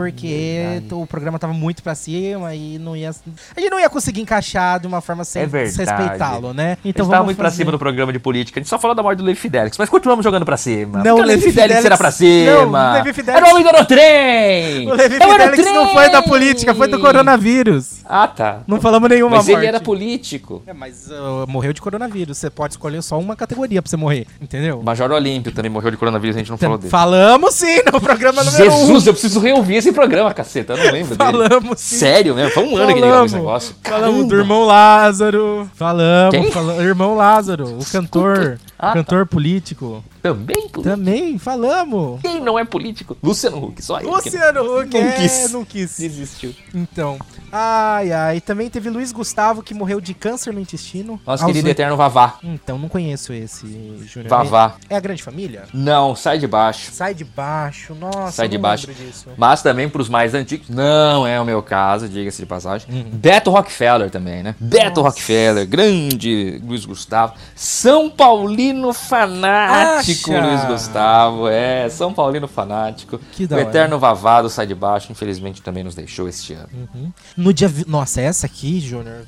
[SPEAKER 1] Porque o programa tava muito pra cima e não ia. A gente não ia conseguir encaixar de uma forma sem
[SPEAKER 3] É verdade.
[SPEAKER 1] respeitá-lo, né?
[SPEAKER 3] Então
[SPEAKER 1] vamos
[SPEAKER 3] muito pra
[SPEAKER 1] fazer-
[SPEAKER 3] cima do programa de política. A gente só falou da morte do Levi Fidelix, mas continuamos jogando pra cima.
[SPEAKER 1] Não,
[SPEAKER 3] Porque
[SPEAKER 1] o
[SPEAKER 3] o Levi
[SPEAKER 1] Levi
[SPEAKER 3] Fidelix era pra
[SPEAKER 1] Fidelix-
[SPEAKER 3] cima.
[SPEAKER 1] não, o Levi Fidelix-
[SPEAKER 3] Era o homem do Aerotrem.
[SPEAKER 1] O Levi
[SPEAKER 3] É o
[SPEAKER 1] Fidelix não foi da
[SPEAKER 3] Aerotrem!
[SPEAKER 1] política, foi do coronavírus.
[SPEAKER 3] Ah, tá.
[SPEAKER 1] Não falamos nenhuma
[SPEAKER 3] mas
[SPEAKER 1] morte.
[SPEAKER 3] ele era político.
[SPEAKER 1] É, mas uh, morreu de coronavírus. Você pode escolher só uma categoria pra você morrer, entendeu?
[SPEAKER 3] Major Olímpio também morreu de coronavírus, a gente não falou dele.
[SPEAKER 1] Falamos sim no programa número um.
[SPEAKER 3] Jesus, eu preciso reouvir nesse programa, caceta. Eu não lembro dele.
[SPEAKER 1] Falamos. sim.
[SPEAKER 3] Sério mesmo? Foi um ano que ligava
[SPEAKER 1] Falamos.
[SPEAKER 3] esse negócio.
[SPEAKER 1] Falamos do
[SPEAKER 3] Caramba.
[SPEAKER 1] irmão Lázaro.
[SPEAKER 3] Quem?
[SPEAKER 1] Falamos, falamos. Irmão Lázaro, o cantor.
[SPEAKER 3] Ah, tá.
[SPEAKER 1] cantor político.
[SPEAKER 3] Também, pô.
[SPEAKER 1] Também falamos.
[SPEAKER 3] Quem não é político? Luciano Huck, só ele.
[SPEAKER 1] Luciano Huck.
[SPEAKER 3] Não
[SPEAKER 1] é,
[SPEAKER 3] quis.
[SPEAKER 1] Não quis.
[SPEAKER 3] Desistiu.
[SPEAKER 1] Então. Ai, ai. Também teve Luiz Gustavo, que morreu de câncer no intestino.
[SPEAKER 3] Nosso
[SPEAKER 1] Aos
[SPEAKER 3] querido
[SPEAKER 1] oit-
[SPEAKER 3] eterno Vavá.
[SPEAKER 1] Então, não conheço esse, Júnior.
[SPEAKER 3] Vavá.
[SPEAKER 1] É a grande família?
[SPEAKER 3] Não, sai de baixo.
[SPEAKER 1] Sai de baixo, nossa.
[SPEAKER 3] Sai
[SPEAKER 1] eu
[SPEAKER 3] de
[SPEAKER 1] não
[SPEAKER 3] baixo.
[SPEAKER 1] lembro disso.
[SPEAKER 3] Mas também pros mais antigos, não é o meu caso, diga-se de passagem.
[SPEAKER 1] Uhum.
[SPEAKER 3] Beto Rockefeller também, né? Beto Rockefeller, grande Luiz Gustavo. São Paulino fanático,
[SPEAKER 1] Acha!
[SPEAKER 3] Luiz Gustavo. É, São Paulino fanático.
[SPEAKER 1] Que da
[SPEAKER 3] o
[SPEAKER 1] hora.
[SPEAKER 3] eterno vavado sai de baixo, infelizmente também nos deixou este ano.
[SPEAKER 1] Uhum. No dia. vi- Nossa, essa aqui, Júnior,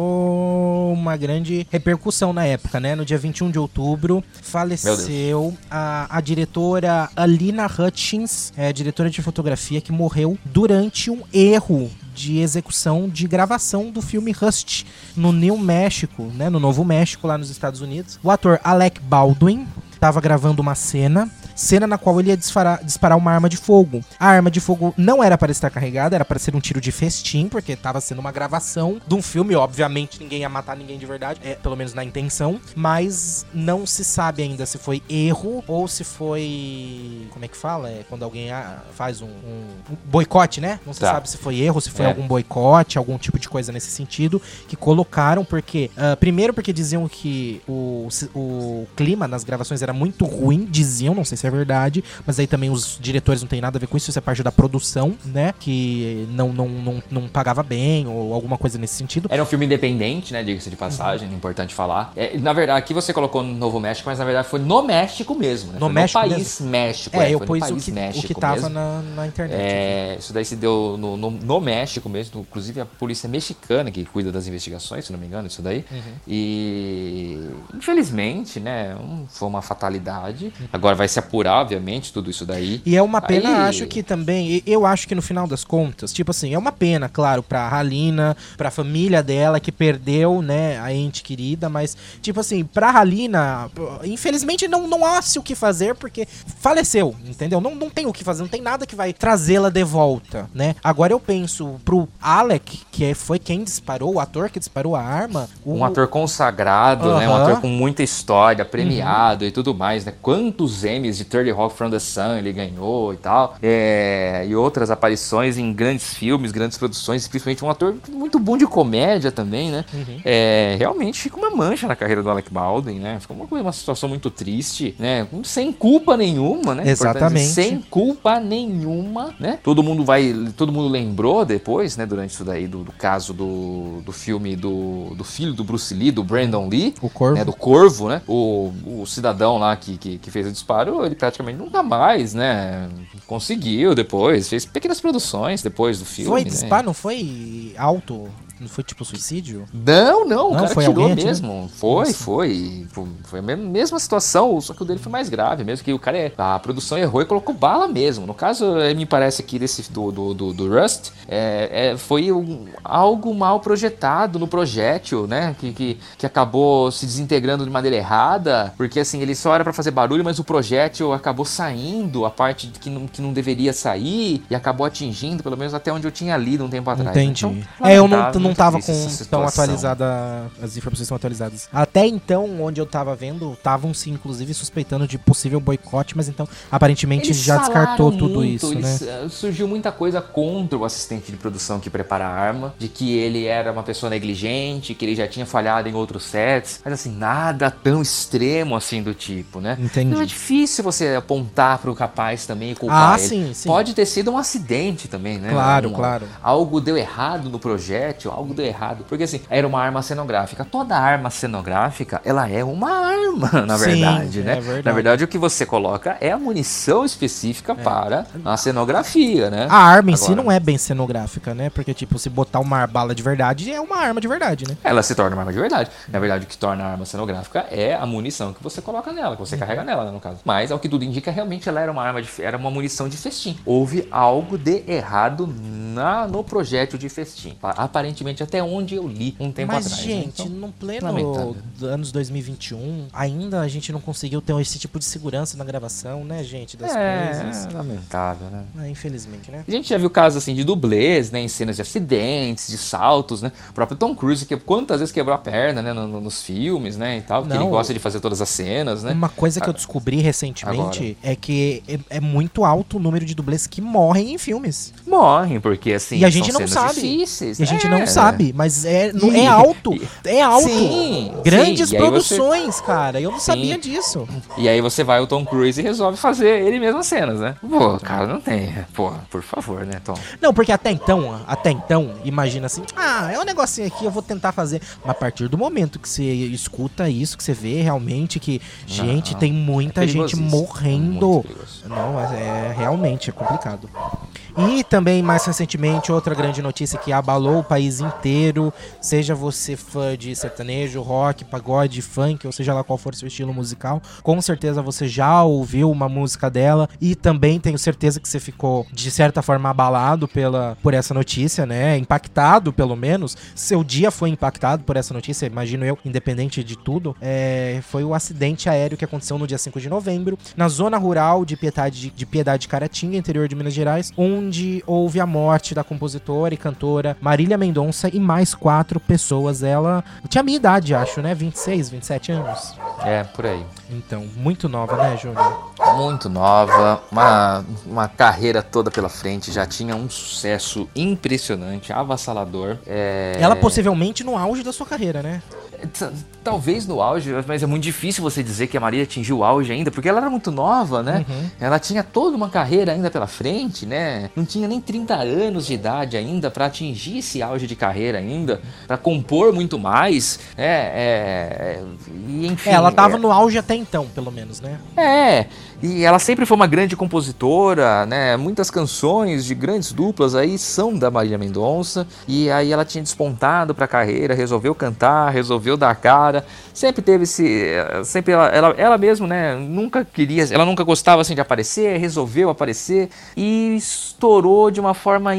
[SPEAKER 1] gerou uma grande repercussão na época, né? No dia 21 de outubro, faleceu a, a diretora Alina Hutchins, é, diretora de fotografia, que morreu durante um erro de execução de gravação do filme Rust no New México, né, no Novo México, lá nos Estados Unidos. O ator Alec Baldwin estava gravando uma cena cena na qual ele ia disparar, disparar uma arma de fogo. A arma de fogo não era para estar carregada, era para ser um tiro de festim, porque estava sendo uma gravação de um filme. Obviamente, ninguém ia matar ninguém de verdade, é, pelo menos na intenção. Mas não se sabe ainda se foi erro ou se foi. Como é que fala? É quando alguém ah, faz um, um- um boicote, né? Não se
[SPEAKER 3] Tá.
[SPEAKER 1] sabe se foi erro, se foi
[SPEAKER 3] É.
[SPEAKER 1] algum um boicote, algum tipo de coisa nesse sentido que colocaram, porque. ah, primeiro, porque diziam que o, ci- o clima nas gravações era muito ruim, diziam, não sei se é verdade, mas aí também os diretores não têm nada a ver com isso, isso é parte da produção, né? Que não, não, não, não pagava bem ou alguma coisa nesse sentido.
[SPEAKER 3] Era um filme independente, né? Diga-se de passagem,
[SPEAKER 1] Uhum.
[SPEAKER 3] importante falar. É, na verdade, aqui você colocou no Novo México, mas na verdade foi no México mesmo, né?
[SPEAKER 1] No
[SPEAKER 3] Foi
[SPEAKER 1] México
[SPEAKER 3] no país México.
[SPEAKER 1] É, eu
[SPEAKER 3] foi no
[SPEAKER 1] pus o
[SPEAKER 3] país
[SPEAKER 1] que, o
[SPEAKER 3] México
[SPEAKER 1] que tava
[SPEAKER 3] mesmo.
[SPEAKER 1] na, na internet.
[SPEAKER 3] É, isso daí se deu no, no- no México mesmo, inclusive a polícia mexicana que cuida das investigações, se não me engano, isso daí.
[SPEAKER 1] Uhum.
[SPEAKER 3] E infelizmente, né, um- foi uma fatalidade. Agora vai se apurar, obviamente, tudo isso daí.
[SPEAKER 1] E é uma pena,
[SPEAKER 3] Aí-
[SPEAKER 1] acho que também, e- eu acho que no final das contas, tipo assim, é uma pena, claro, pra Halina, pra família dela que perdeu, né, a ente querida, mas tipo assim, pra Halina, p- infelizmente não não há se o que fazer porque faleceu, entendeu? Não, não tem o que fazer, não tem nada que vai trazê-la de volta, né? Agora eu penso pro Alec, que é- foi quem disparou, o ator que disparou a arma, o
[SPEAKER 3] Um ator consagrado, né? Um
[SPEAKER 1] Uhum. Aham.
[SPEAKER 3] ator com muita história, premiado e tudo mais, né? Quantos Emmys de 30 Rock from the Sun ele ganhou e tal. É, e outras aparições em grandes filmes, grandes produções, principalmente um ator muito bom de comédia também, né?
[SPEAKER 1] Uhum.
[SPEAKER 3] É, realmente fica uma mancha na carreira do Alec Baldwin, né? Fica uma, coisa- uma situação muito triste, né? Sem culpa nenhuma, né? Importante dizer,
[SPEAKER 1] Exatamente.
[SPEAKER 3] Sem sem culpa nenhuma, né? Todo mundo vai, todo mundo lembrou depois, né? Durante isso daí do, do caso do, do filme do, do filho do Bruce Lee, do Brandon Lee,
[SPEAKER 1] o corvo.
[SPEAKER 3] né, do Corvo, né? O, o cidadão lá que, que, que fez o disparo, ele praticamente nunca mais, né? Conseguiu depois, fez pequenas produções depois do filme.
[SPEAKER 1] foi
[SPEAKER 3] né?
[SPEAKER 1] disparo, não foi alto, não foi tipo suicídio?
[SPEAKER 3] Não, não, o
[SPEAKER 1] Não,
[SPEAKER 3] cara
[SPEAKER 1] foi
[SPEAKER 3] tirou
[SPEAKER 1] alguém atirando?
[SPEAKER 3] mesmo. Foi,
[SPEAKER 1] Nossa.
[SPEAKER 3] foi. E, pô, Foi a mesma, mesma situação, só que o dele foi mais grave mesmo, que o cara, é- a produção errou e colocou bala mesmo. No caso, eh, me parece aqui desse do, do, do, do Rust, é, é, foi um- algo mal projetado no projétil, né? Que, que, que acabou se desintegrando de maneira errada, porque assim, ele só era pra fazer barulho, mas o projétil acabou saindo, a parte de que não, que não deveria sair, e acabou atingindo, pelo menos até onde eu tinha lido um tempo atrás.
[SPEAKER 1] Entendi.
[SPEAKER 3] Então,
[SPEAKER 1] é, eu não,
[SPEAKER 3] lamentável,
[SPEAKER 1] não
[SPEAKER 3] muito
[SPEAKER 1] tava
[SPEAKER 3] triste
[SPEAKER 1] com
[SPEAKER 3] essa
[SPEAKER 1] tão
[SPEAKER 3] situação.
[SPEAKER 1] atualizada. As informações tão atualizadas. Até então, onde eu tava vendo, estavam se inclusive suspeitando de possível boicote, mas então aparentemente
[SPEAKER 3] Eles
[SPEAKER 1] já descartou
[SPEAKER 3] falaram
[SPEAKER 1] tudo
[SPEAKER 3] muito,
[SPEAKER 1] isso,
[SPEAKER 3] eles,
[SPEAKER 1] né?
[SPEAKER 3] eh, Surgiu muita coisa contra o assistente de produção que prepara a arma, de que ele era uma pessoa negligente, que ele já tinha falhado em outros sets, mas assim, nada tão extremo assim do tipo, né? Então é
[SPEAKER 1] Entendi.
[SPEAKER 3] difícil você apontar pro capaz também e culpar
[SPEAKER 1] Ah,
[SPEAKER 3] ele.
[SPEAKER 1] sim, sim.
[SPEAKER 3] Pode ter sido um acidente também, né?
[SPEAKER 1] Claro,
[SPEAKER 3] Um-
[SPEAKER 1] claro.
[SPEAKER 3] Algo deu errado no projétil, algo deu errado. Porque assim, era uma arma cenográfica. Toda arma cenográfica, ela é uma arma, na
[SPEAKER 1] Sim,
[SPEAKER 3] verdade, né?
[SPEAKER 1] é verdade. É.
[SPEAKER 3] Na verdade, o que você coloca é a munição específica para a cenografia, né?
[SPEAKER 1] A arma em si
[SPEAKER 3] Agora-
[SPEAKER 1] não é bem cenográfica, né? Porque, tipo, se botar uma bala de verdade, é uma arma de verdade, né?
[SPEAKER 3] Ela se torna uma arma de verdade. Na
[SPEAKER 1] Uhum.
[SPEAKER 3] verdade, o que torna a arma cenográfica é a munição que você coloca nela, que você
[SPEAKER 1] Uhum.
[SPEAKER 3] carrega nela, né, no caso. Mas, ao que tudo indica, realmente ela era uma arma de, fe- era uma munição de festim. Houve algo de errado na, no projétil de festim. Pa- Aparentemente infelizmente, até onde eu li um tempo
[SPEAKER 1] Mas,
[SPEAKER 3] atrás. né?
[SPEAKER 1] gente,
[SPEAKER 3] Então,
[SPEAKER 1] no pleno
[SPEAKER 3] lamentável.
[SPEAKER 1] do- anos 2021, ainda a gente não conseguiu ter esse tipo de segurança na gravação, né, gente? Das coisas.
[SPEAKER 6] é lamentável, né?
[SPEAKER 1] Ah, infelizmente, né?
[SPEAKER 3] A gente já viu casos assim de dublês, né? Em cenas de acidentes, de saltos, né? O próprio Tom Cruise, que quantas vezes quebrou a perna, né? no- no- nos filmes, né? E tal, porque
[SPEAKER 1] Não,
[SPEAKER 3] ele gosta
[SPEAKER 1] o-
[SPEAKER 3] de fazer todas as cenas, né?
[SPEAKER 1] Uma coisa que eu descobri recentemente é que é, é muito alto o número de dublês que morrem em filmes.
[SPEAKER 6] Morrem, porque assim.
[SPEAKER 1] e a gente
[SPEAKER 3] São
[SPEAKER 1] não
[SPEAKER 3] cenas
[SPEAKER 1] sabe.
[SPEAKER 3] difíceis,
[SPEAKER 1] E a gente
[SPEAKER 3] né?
[SPEAKER 1] não sabe, mas é, não- é
[SPEAKER 3] E-
[SPEAKER 1] alto. É alto.
[SPEAKER 3] Sim,
[SPEAKER 1] Grandes
[SPEAKER 3] sim, e aí você-
[SPEAKER 1] produções, cara. Eu não sabia disso.
[SPEAKER 3] E aí você vai o Tom Cruise e resolve fazer ele mesmo as cenas, né? Pô, cara, não tem. Pô, por favor, né, Tom?
[SPEAKER 1] Não, porque até então, até então, imagina assim, ah, é um negocinho aqui, eu vou tentar fazer. Mas a partir do momento que você escuta isso, que você vê realmente que, gente, tem muita gente
[SPEAKER 3] é perigosíssimo.
[SPEAKER 1] morrendo.
[SPEAKER 3] Muito perigoso.
[SPEAKER 1] Não, mas é realmente é complicado. E também, mais recentemente, outra grande notícia que abalou o país inteiro. Seja você fã de sertanejo, rock, pagode, funk, ou seja lá qual for o seu estilo musical, com certeza você já ouviu uma música dela. E também tenho certeza que você ficou, de certa forma, abalado pela, por essa notícia, né? Impactado, pelo menos. Seu dia foi impactado por essa notícia, imagino eu, independente de tudo. É, foi o acidente aéreo que aconteceu no dia 5 de novembro, na zona rural de Piedade, de Piedade Caratinga, interior de Minas Gerais, onde houve a morte da compositora e cantora Marília Mendonça e mais quatro pessoas. Ela tinha a minha idade, acho, né? 26, 27 anos.
[SPEAKER 3] É, por aí.
[SPEAKER 1] Então, muito nova, né, Júnior?
[SPEAKER 3] Muito nova, uma, uma carreira toda pela frente, já tinha um sucesso impressionante, avassalador. É,
[SPEAKER 1] Ela possivelmente no auge da sua carreira, né?
[SPEAKER 3] t- talvez no auge, mas é muito difícil você dizer que a Maria atingiu o auge ainda, porque ela era muito nova, né?
[SPEAKER 1] Uhum.
[SPEAKER 3] Ela tinha toda uma carreira ainda pela frente, né? Não tinha nem 30 anos de idade ainda pra atingir esse auge de carreira ainda, pra compor muito mais, né? É, é, e enfim,
[SPEAKER 1] Ela tava
[SPEAKER 3] é-
[SPEAKER 1] no auge até então, pelo menos, né?
[SPEAKER 3] é, e ela sempre foi uma grande compositora, né? Muitas canções de grandes duplas aí são da Marília Mendonça. E aí ela tinha despontado pra carreira, resolveu cantar, resolveu dar a cara. Sempre teve esse. eh, Sempre ela, ela, ela mesmo, né? Nunca queria. Ela nunca gostava assim de aparecer, resolveu aparecer e estourou de uma forma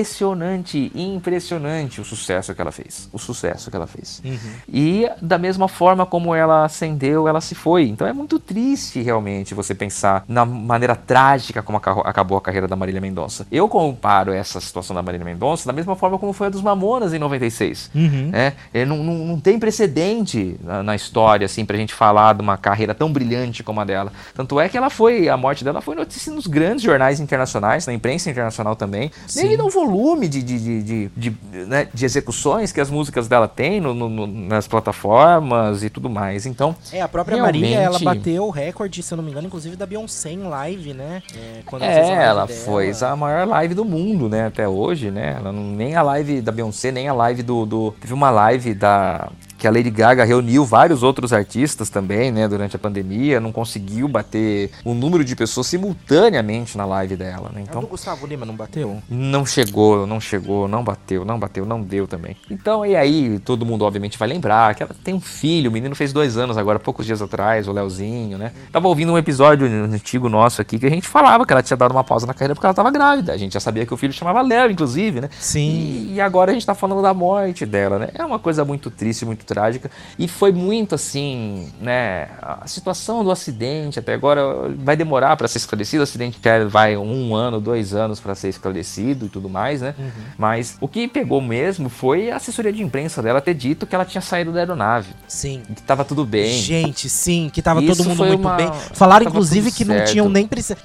[SPEAKER 3] impressionante. Impressionante o sucesso que ela fez. O sucesso que ela fez. E da mesma forma como ela acendeu, ela se foi. Então é muito triste realmente você pensar na maneira trágica como aca- acabou a carreira da Marília Mendonça. Eu comparo essa situação da Marília Mendonça da mesma forma como foi a dos Mamonas em 96.
[SPEAKER 1] Uhum.
[SPEAKER 3] né? É, não, não- não tem precedente na, na história assim pra gente falar de uma carreira tão brilhante como a dela. Tanto é que ela foi, a morte dela foi notícia nos grandes jornais internacionais, na imprensa internacional também. Devido ao volume de, de, de, de, de, né, de execuções que as músicas dela têm no- no- no- nas plataformas e tudo mais. Então,
[SPEAKER 1] É, a própria Marília, ela
[SPEAKER 3] Realmente.
[SPEAKER 1] bateu o recorde, se eu não me engano, inclusive da Beyoncé em live, né? É, quando fez a
[SPEAKER 3] é,
[SPEAKER 1] live
[SPEAKER 3] ela
[SPEAKER 1] dela.
[SPEAKER 3] foi a maior live do mundo, né? Até hoje, né? Ela não- nem a live da Beyoncé, nem a live do, do- Teve uma live da. Que a Lady Gaga reuniu vários outros artistas também, né? Durante a pandemia, não conseguiu bater o número de pessoas simultaneamente na live dela,
[SPEAKER 1] A
[SPEAKER 3] né?
[SPEAKER 1] É do
[SPEAKER 3] Então.
[SPEAKER 1] Gustavo Lima não bateu?
[SPEAKER 3] Não chegou, não chegou, não bateu, não bateu, não deu também. Então, e aí, todo mundo obviamente vai lembrar que ela tem um filho, o menino fez dois anos agora, poucos dias atrás, o Leozinho, né? Tava ouvindo um episódio antigo nosso aqui que a gente falava que ela tinha dado uma pausa na carreira porque ela tava grávida. A gente já sabia que o filho chamava Léo, inclusive, né?
[SPEAKER 1] Sim.
[SPEAKER 3] E, e agora a gente tá falando da morte dela, né? É uma coisa muito triste, muito trágica. E foi muito assim, né? A situação do acidente até agora vai demorar pra ser esclarecido. O acidente já vai um ano, dois anos pra ser esclarecido e tudo mais, né?
[SPEAKER 1] Uhum.
[SPEAKER 3] Mas o que pegou mesmo foi a assessoria de imprensa dela ter dito que ela tinha saído da aeronave,
[SPEAKER 1] Sim.
[SPEAKER 3] e que tava tudo bem.
[SPEAKER 1] Gente, sim, que tava
[SPEAKER 3] Isso
[SPEAKER 1] todo mundo
[SPEAKER 3] foi
[SPEAKER 1] muito
[SPEAKER 3] uma-
[SPEAKER 1] bem. Falaram,
[SPEAKER 3] tava
[SPEAKER 1] inclusive,
[SPEAKER 3] tudo
[SPEAKER 1] que não
[SPEAKER 3] certo.
[SPEAKER 1] tinham nem eh, precisado.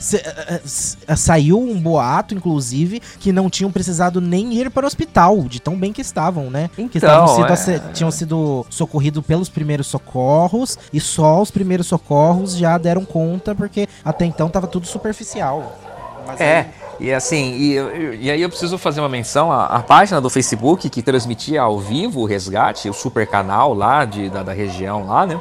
[SPEAKER 1] Saiu um boato, inclusive, que não tinham precisado nem ir para o hospital, de tão bem que estavam, né? que
[SPEAKER 3] Então,
[SPEAKER 1] estavam sido
[SPEAKER 3] é.
[SPEAKER 1] ace- tinham sido socorridos pelos primeiros socorros, e só os primeiros socorros já deram conta, porque até então tava tudo superficial. Mas
[SPEAKER 3] É,
[SPEAKER 1] aí-
[SPEAKER 3] e assim, e, eu- e aí eu preciso fazer uma menção à, à página do Facebook que transmitia ao vivo o resgate, o super canal lá de, da, da região lá, né?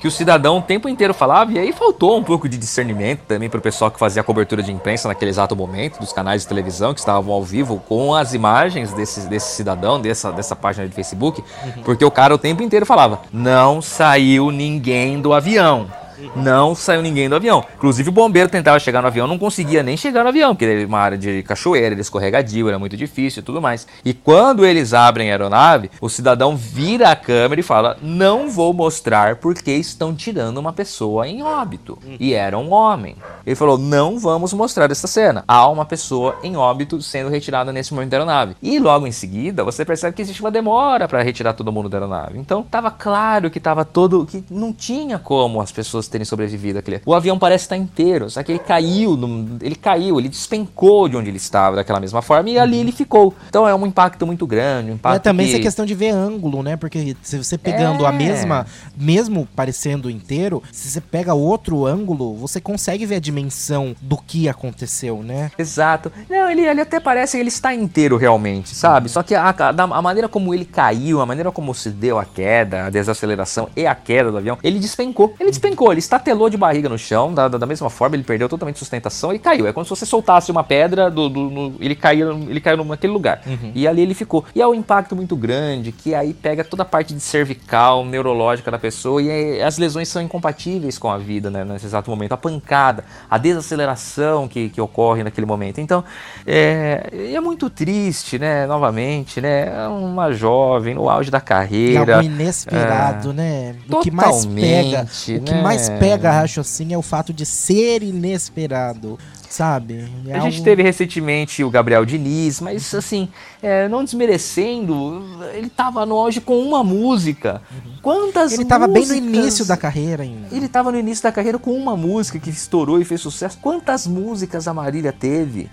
[SPEAKER 3] Que o cidadão o tempo inteiro falava, e aí faltou um pouco de discernimento também pro pessoal que fazia a cobertura de imprensa naquele exato momento, dos canais de televisão que estavam ao vivo com as imagens desse, desse cidadão, dessa, dessa página de
[SPEAKER 1] Uhum.
[SPEAKER 3] Facebook, porque o cara o tempo inteiro falava: não saiu ninguém do avião. Não saiu ninguém do avião. Inclusive o bombeiro tentava chegar no avião, não conseguia nem chegar no avião, porque era uma área de cachoeira, ele escorregadio, era muito difícil e tudo mais. E quando eles abrem a aeronave, o cidadão vira a câmera e fala: Não vou mostrar porque estão tirando uma pessoa em óbito. E era um homem. Ele falou: Não vamos mostrar essa cena. Há uma pessoa em óbito sendo retirada nesse momento da aeronave. E logo em seguida, você percebe que existe uma demora para retirar todo mundo da aeronave. Então tava claro que tava todo. que não tinha como as pessoas terem sobrevivido aquele. O avião parece estar inteiro, só que ele caiu, num- ele caiu, ele despencou de onde ele estava daquela mesma forma e ali ele ficou. Então é um impacto muito grande, um impacto.
[SPEAKER 1] É também
[SPEAKER 3] que...
[SPEAKER 1] essa questão de ver ângulo, né? Porque se você pegando a
[SPEAKER 3] É.
[SPEAKER 1] mesma, mesmo parecendo inteiro, se você pega outro ângulo, você consegue ver a dimensão do que aconteceu, né?
[SPEAKER 3] Exato. Não, ele, ele até parece que ele está inteiro realmente, sabe? Só que a, a- da- a maneira como ele caiu, a maneira como se deu a queda, a desaceleração e a queda do avião, ele despencou. Ele despencou, ele estatelou de barriga no chão, da, da da mesma forma, ele perdeu totalmente sustentação e caiu. É como se você soltasse uma pedra, do, do- no- ele, caiu, ele caiu naquele lugar. E ali ele ficou. E é um impacto muito grande, que aí pega toda a parte de cervical, neurológica da pessoa, e aí as lesões são incompatíveis com a vida, né? Nesse exato momento. A pancada, a desaceleração que, que ocorre naquele momento. Então, é, e é muito triste, né? Novamente, né? É Uma jovem no auge da
[SPEAKER 1] E
[SPEAKER 3] carreira.
[SPEAKER 1] algo inesperado, né? O que mais pega,
[SPEAKER 3] É. Totalmente,
[SPEAKER 1] o que
[SPEAKER 3] né?
[SPEAKER 1] mais pega, acho assim, é o fato de ser inesperado, sabe? É
[SPEAKER 3] A gente
[SPEAKER 1] algo-
[SPEAKER 3] teve recentemente o Gabriel Diniz, mas assim, é, não desmerecendo, ele tava no auge com uma música. Quantas
[SPEAKER 1] Uhum. Ele tava bem no
[SPEAKER 3] músicas-
[SPEAKER 1] início da carreira ainda.
[SPEAKER 3] Ele tava no início da carreira com uma música que estourou e fez sucesso. Quantas músicas a Marília teve?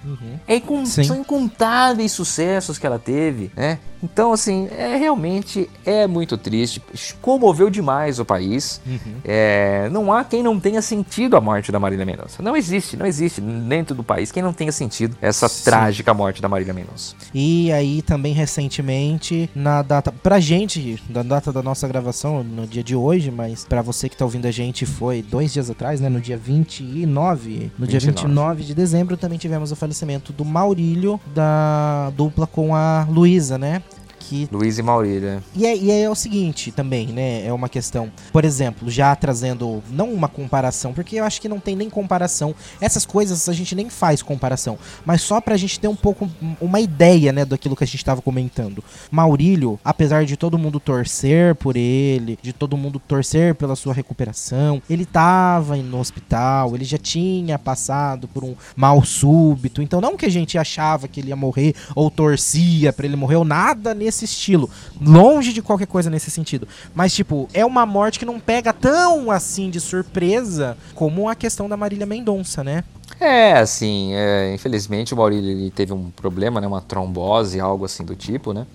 [SPEAKER 3] É incon-
[SPEAKER 7] Sim.
[SPEAKER 3] são incontáveis sucessos que ela teve, né? Então, assim, é realmente é muito triste. Comoveu demais o país.
[SPEAKER 1] Uhum.
[SPEAKER 3] É, não há quem não tenha sentido a morte da Marília Mendonça. Não existe, não existe dentro do país quem não tenha sentido essa trágica morte da Marília Mendonça.
[SPEAKER 1] E aí também recentemente, na data. Pra gente, na data da nossa gravação, no dia de hoje, mas pra você que tá ouvindo a gente, foi dois dias atrás, né? No dia 29. No dia
[SPEAKER 3] 29.
[SPEAKER 1] 29 de dezembro também tivemos o falecimento do Maurílio, da dupla com a Luísa, né? Que
[SPEAKER 3] Luiz e Maurília.
[SPEAKER 1] e é, e é o seguinte também, né? É uma questão. Por exemplo, já trazendo não uma comparação, porque eu acho que não tem nem comparação. Essas coisas a gente nem faz comparação, mas só pra gente ter um pouco uma ideia, né, daquilo que a gente tava comentando. Maurílio, apesar de todo mundo torcer por ele, de todo mundo torcer pela sua recuperação, ele tava no hospital, ele já tinha passado por um mal súbito. Então não que a gente achava que ele ia morrer ou torcia pra ele morrer ou nada nesse estilo longe de qualquer coisa nesse sentido. Mas, tipo, é uma morte que não pega tão assim de surpresa como a questão da Marília Mendonça, né?
[SPEAKER 3] É, assim, é, infelizmente o Maurílio ele teve um problema, né, uma trombose, algo assim do tipo, né?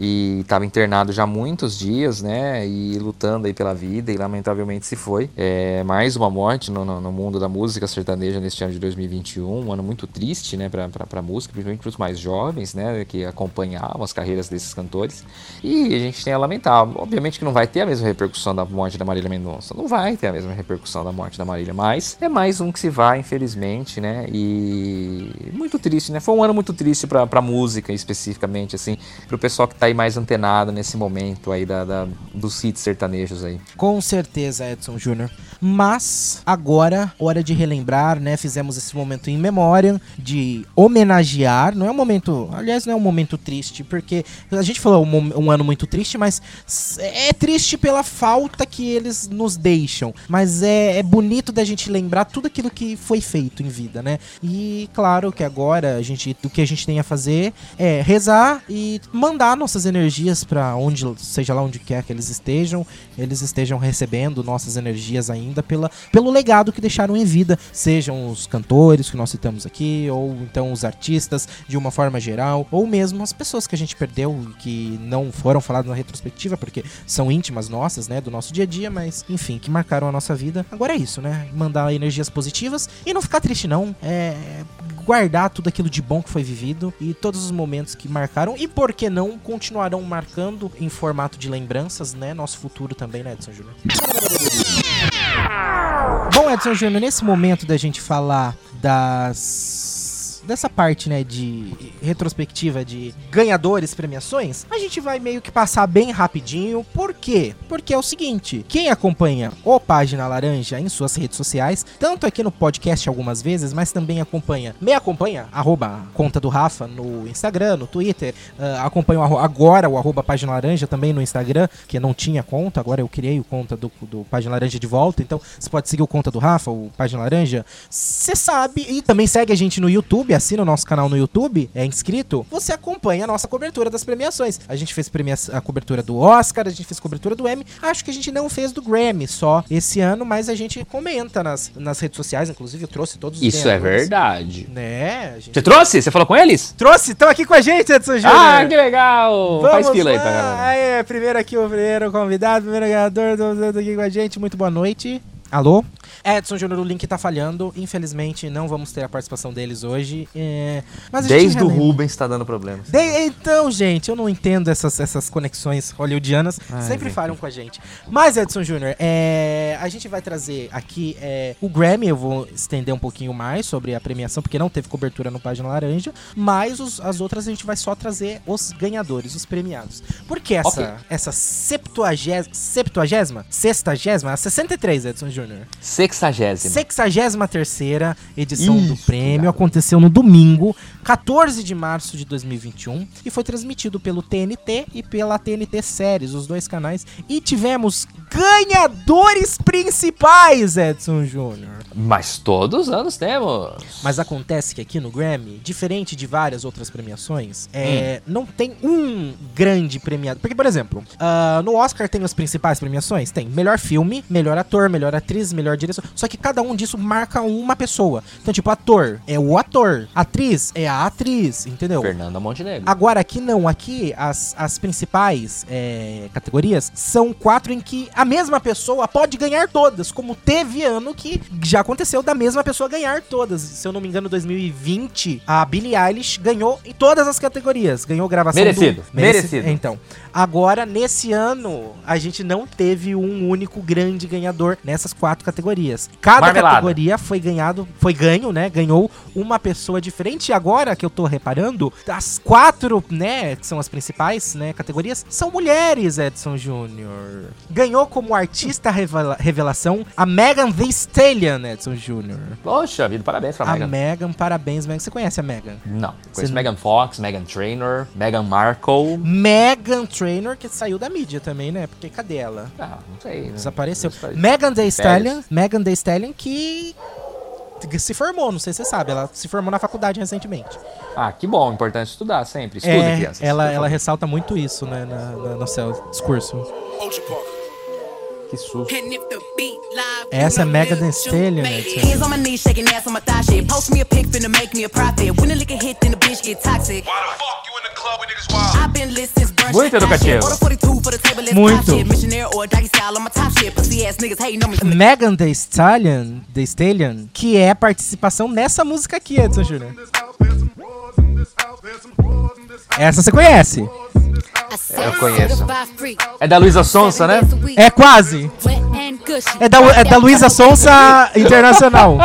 [SPEAKER 3] E estava internado já há muitos dias, né? E lutando aí pela vida e lamentavelmente se foi. É mais uma morte no, no- no mundo da música sertaneja neste ano de 2021, um ano muito triste, né, pra, pra, pra música, principalmente para os mais jovens, né, que acompanhavam as carreiras desses cantores. E a gente tem a lamentar. Obviamente que não vai ter a mesma repercussão da morte da Marília Mendonça. Não vai ter a mesma repercussão da morte da Marília, mas é mais um que se vai, infelizmente, né? E muito triste, né? Foi um ano muito triste pra, pra música, especificamente, assim, pro pessoal que tá aí mais antenado nesse momento aí da, da- dos hits sertanejos aí.
[SPEAKER 1] Com certeza, Edson Júnior. Mas agora, hora de relembrar, né? Fizemos esse momento em memória de homenagear. Não é um momento, aliás, não é um momento triste, porque a gente falou um, mom- um ano muito triste, mas s- é triste pela falta que eles nos deixam. Mas é, é bonito da gente lembrar tudo aquilo que foi feito em vida, né? E claro que agora a gente, o que a gente tem a fazer é rezar e mandar nossas energias pra onde, seja lá onde quer que eles estejam, eles estejam recebendo nossas energias ainda pela, pelo legado que deixaram em vida, sejam os cantores que nós citamos aqui, ou então os artistas de uma forma geral, ou mesmo as pessoas que a gente perdeu e que não foram faladas na retrospectiva, porque são íntimas nossas, né, do nosso dia a dia, mas enfim, que marcaram a nossa vida. Agora é isso, né? Mandar energias positivas e não ficar triste, não. É guardar tudo aquilo de bom que foi vivido e todos os momentos que marcaram e por que não continuarão marcando em formato de lembranças, né? Nosso futuro também, né, Edson Júnior? Bom, Edson Júnior, nesse momento da gente falar das dessa parte, né, de retrospectiva de ganhadores, premiações, a gente vai meio que passar bem rapidinho. Por quê? Porque é o seguinte, quem acompanha o Página Laranja em suas redes sociais, tanto aqui no podcast algumas vezes, mas também acompanha, me acompanha, arroba a conta do Rafa no Instagram, no Twitter, ah, acompanha o arro- agora o arroba Página Laranja também no Instagram, que não tinha conta, agora eu criei o conta do, do Página Laranja de volta, então você pode seguir o conta do Rafa, o Página Laranja, você sabe, e também segue a gente no YouTube, assina o nosso canal no YouTube, é inscrito, você acompanha a nossa cobertura das premiações. A gente fez premia- a cobertura do Oscar, a gente fez cobertura do Emmy, acho que a gente não fez do Grammy só esse ano, mas a gente comenta nas, nas redes sociais, inclusive eu trouxe todos os
[SPEAKER 8] Isso é
[SPEAKER 1] ganhadores.
[SPEAKER 8] verdade.
[SPEAKER 1] Né, a gente
[SPEAKER 8] Você trouxe? Você falou com eles?
[SPEAKER 1] trouxe, estão aqui com a gente, Edson Júnior.
[SPEAKER 8] Ah, que legal!
[SPEAKER 1] Vamos
[SPEAKER 8] Faz fila aí
[SPEAKER 1] lá.
[SPEAKER 8] pra galera.
[SPEAKER 1] Aê, primeiro aqui o primeiro convidado, primeiro ganhador do do- aqui com a gente. Muito boa noite. Alô? Edson Júnior, o link tá falhando. Infelizmente, não vamos ter a participação deles hoje. É, Mas a gente
[SPEAKER 8] Desde o
[SPEAKER 1] relembra.
[SPEAKER 8] Rubens tá dando problema.
[SPEAKER 1] De- Então, gente, eu não entendo essas, essas conexões hollywoodianas. sempre falham com a gente. Mas, Edson Júnior, é, a gente vai trazer aqui é, o Grammy. Eu vou estender um pouquinho mais sobre a premiação, porque não teve cobertura no Página Laranja. Mas os- as outras a gente vai só trazer os ganhadores, os premiados. Porque essa,
[SPEAKER 8] Ok.
[SPEAKER 1] essa septuagésima, septuagésima? Sextagésima? 63, Edson Júnior.
[SPEAKER 8] Sexagésima.
[SPEAKER 1] 63ª edição do
[SPEAKER 8] Isso,
[SPEAKER 1] prêmio
[SPEAKER 8] garoto.
[SPEAKER 1] aconteceu no domingo, 14 de março de 2021, e foi transmitido pelo TNT e pela TNT Séries, os dois canais, e tivemos ganhadores principais, Edson Júnior.
[SPEAKER 8] Mas todos os anos temos.
[SPEAKER 1] Mas acontece que aqui no Grammy, diferente de várias outras premiações, é, não tem um grande premiado. Porque, por exemplo, ah, no Oscar tem as principais premiações? Tem melhor filme, melhor ator, melhor atriz, melhor direção. Só que cada um disso marca uma pessoa. Então, tipo, ator é o ator, atriz é a atriz, entendeu?
[SPEAKER 8] Fernanda Montenegro.
[SPEAKER 1] Agora, aqui não, aqui as, as principais é, categorias são quatro em que a mesma pessoa pode ganhar todas, como teve ano que já aconteceu da mesma pessoa ganhar todas. Se eu não me engano, 2020, a Billie Eilish ganhou em todas as categorias. Ganhou gravação
[SPEAKER 8] Merecido,
[SPEAKER 1] do...
[SPEAKER 8] merecido.
[SPEAKER 1] Então, agora, nesse ano, a gente não teve um único grande ganhador nessas quatro categorias. Cada
[SPEAKER 8] Marmelada.
[SPEAKER 1] categoria foi ganhado, foi ganho, né? Ganhou uma pessoa diferente. E agora que eu tô reparando, as quatro, né, que são as principais, né, categorias, são mulheres, Edson Júnior. Ganhou como artista revela- revelação a Megan Thee Stallion, Edson Júnior.
[SPEAKER 8] Poxa vida, parabéns pra
[SPEAKER 1] A
[SPEAKER 8] Tá, Megan.
[SPEAKER 1] Megan, parabéns, Megan. Você conhece a Megan?
[SPEAKER 8] Não,
[SPEAKER 1] Você-
[SPEAKER 8] conheço Megan Fox, Megan Trainor, Megan Markle.
[SPEAKER 1] Megan Trainor, que saiu da mídia também, né? Porque cadê ela?
[SPEAKER 8] Ah, não sei. né?
[SPEAKER 1] Desapareceu.
[SPEAKER 8] Isso aí.
[SPEAKER 1] Megan Thee Stallion, Megan Thee Stallion que se formou, não sei se você sabe, ela se formou na faculdade recentemente.
[SPEAKER 8] Ah, que bom, importante estudar sempre. Estuda,
[SPEAKER 1] É,
[SPEAKER 8] crianças.
[SPEAKER 1] ela,
[SPEAKER 8] por
[SPEAKER 1] ela
[SPEAKER 8] favor.
[SPEAKER 1] ressalta muito isso, né, na, na- no seu discurso.
[SPEAKER 8] Que susto.
[SPEAKER 1] Essa é Mega Thee Stallion, né? tio?
[SPEAKER 9] Hands on my knees, shaking ass on my thigh shit. Post me a pic, finna make me a profit. When the liquor hit, then the bitch get
[SPEAKER 10] Why
[SPEAKER 9] toxic.
[SPEAKER 10] the fuck you in the club with niggas wild?
[SPEAKER 9] I've been lit since brunch.
[SPEAKER 8] Muito educativo.
[SPEAKER 9] Order 42 for the table, let's
[SPEAKER 1] Muito.
[SPEAKER 9] pop shit. Missionaire or doggy style on my top shit. Pussy ass niggas hating on me.
[SPEAKER 1] Megan Thee Stallion, The Stallion, que é a participação nessa música aqui, Edson Júnior. Essa você conhece?
[SPEAKER 8] Eu conheço. É da Luísa Sonsa, né?
[SPEAKER 1] É quase. É da, é da Luísa Sonsa Internacional.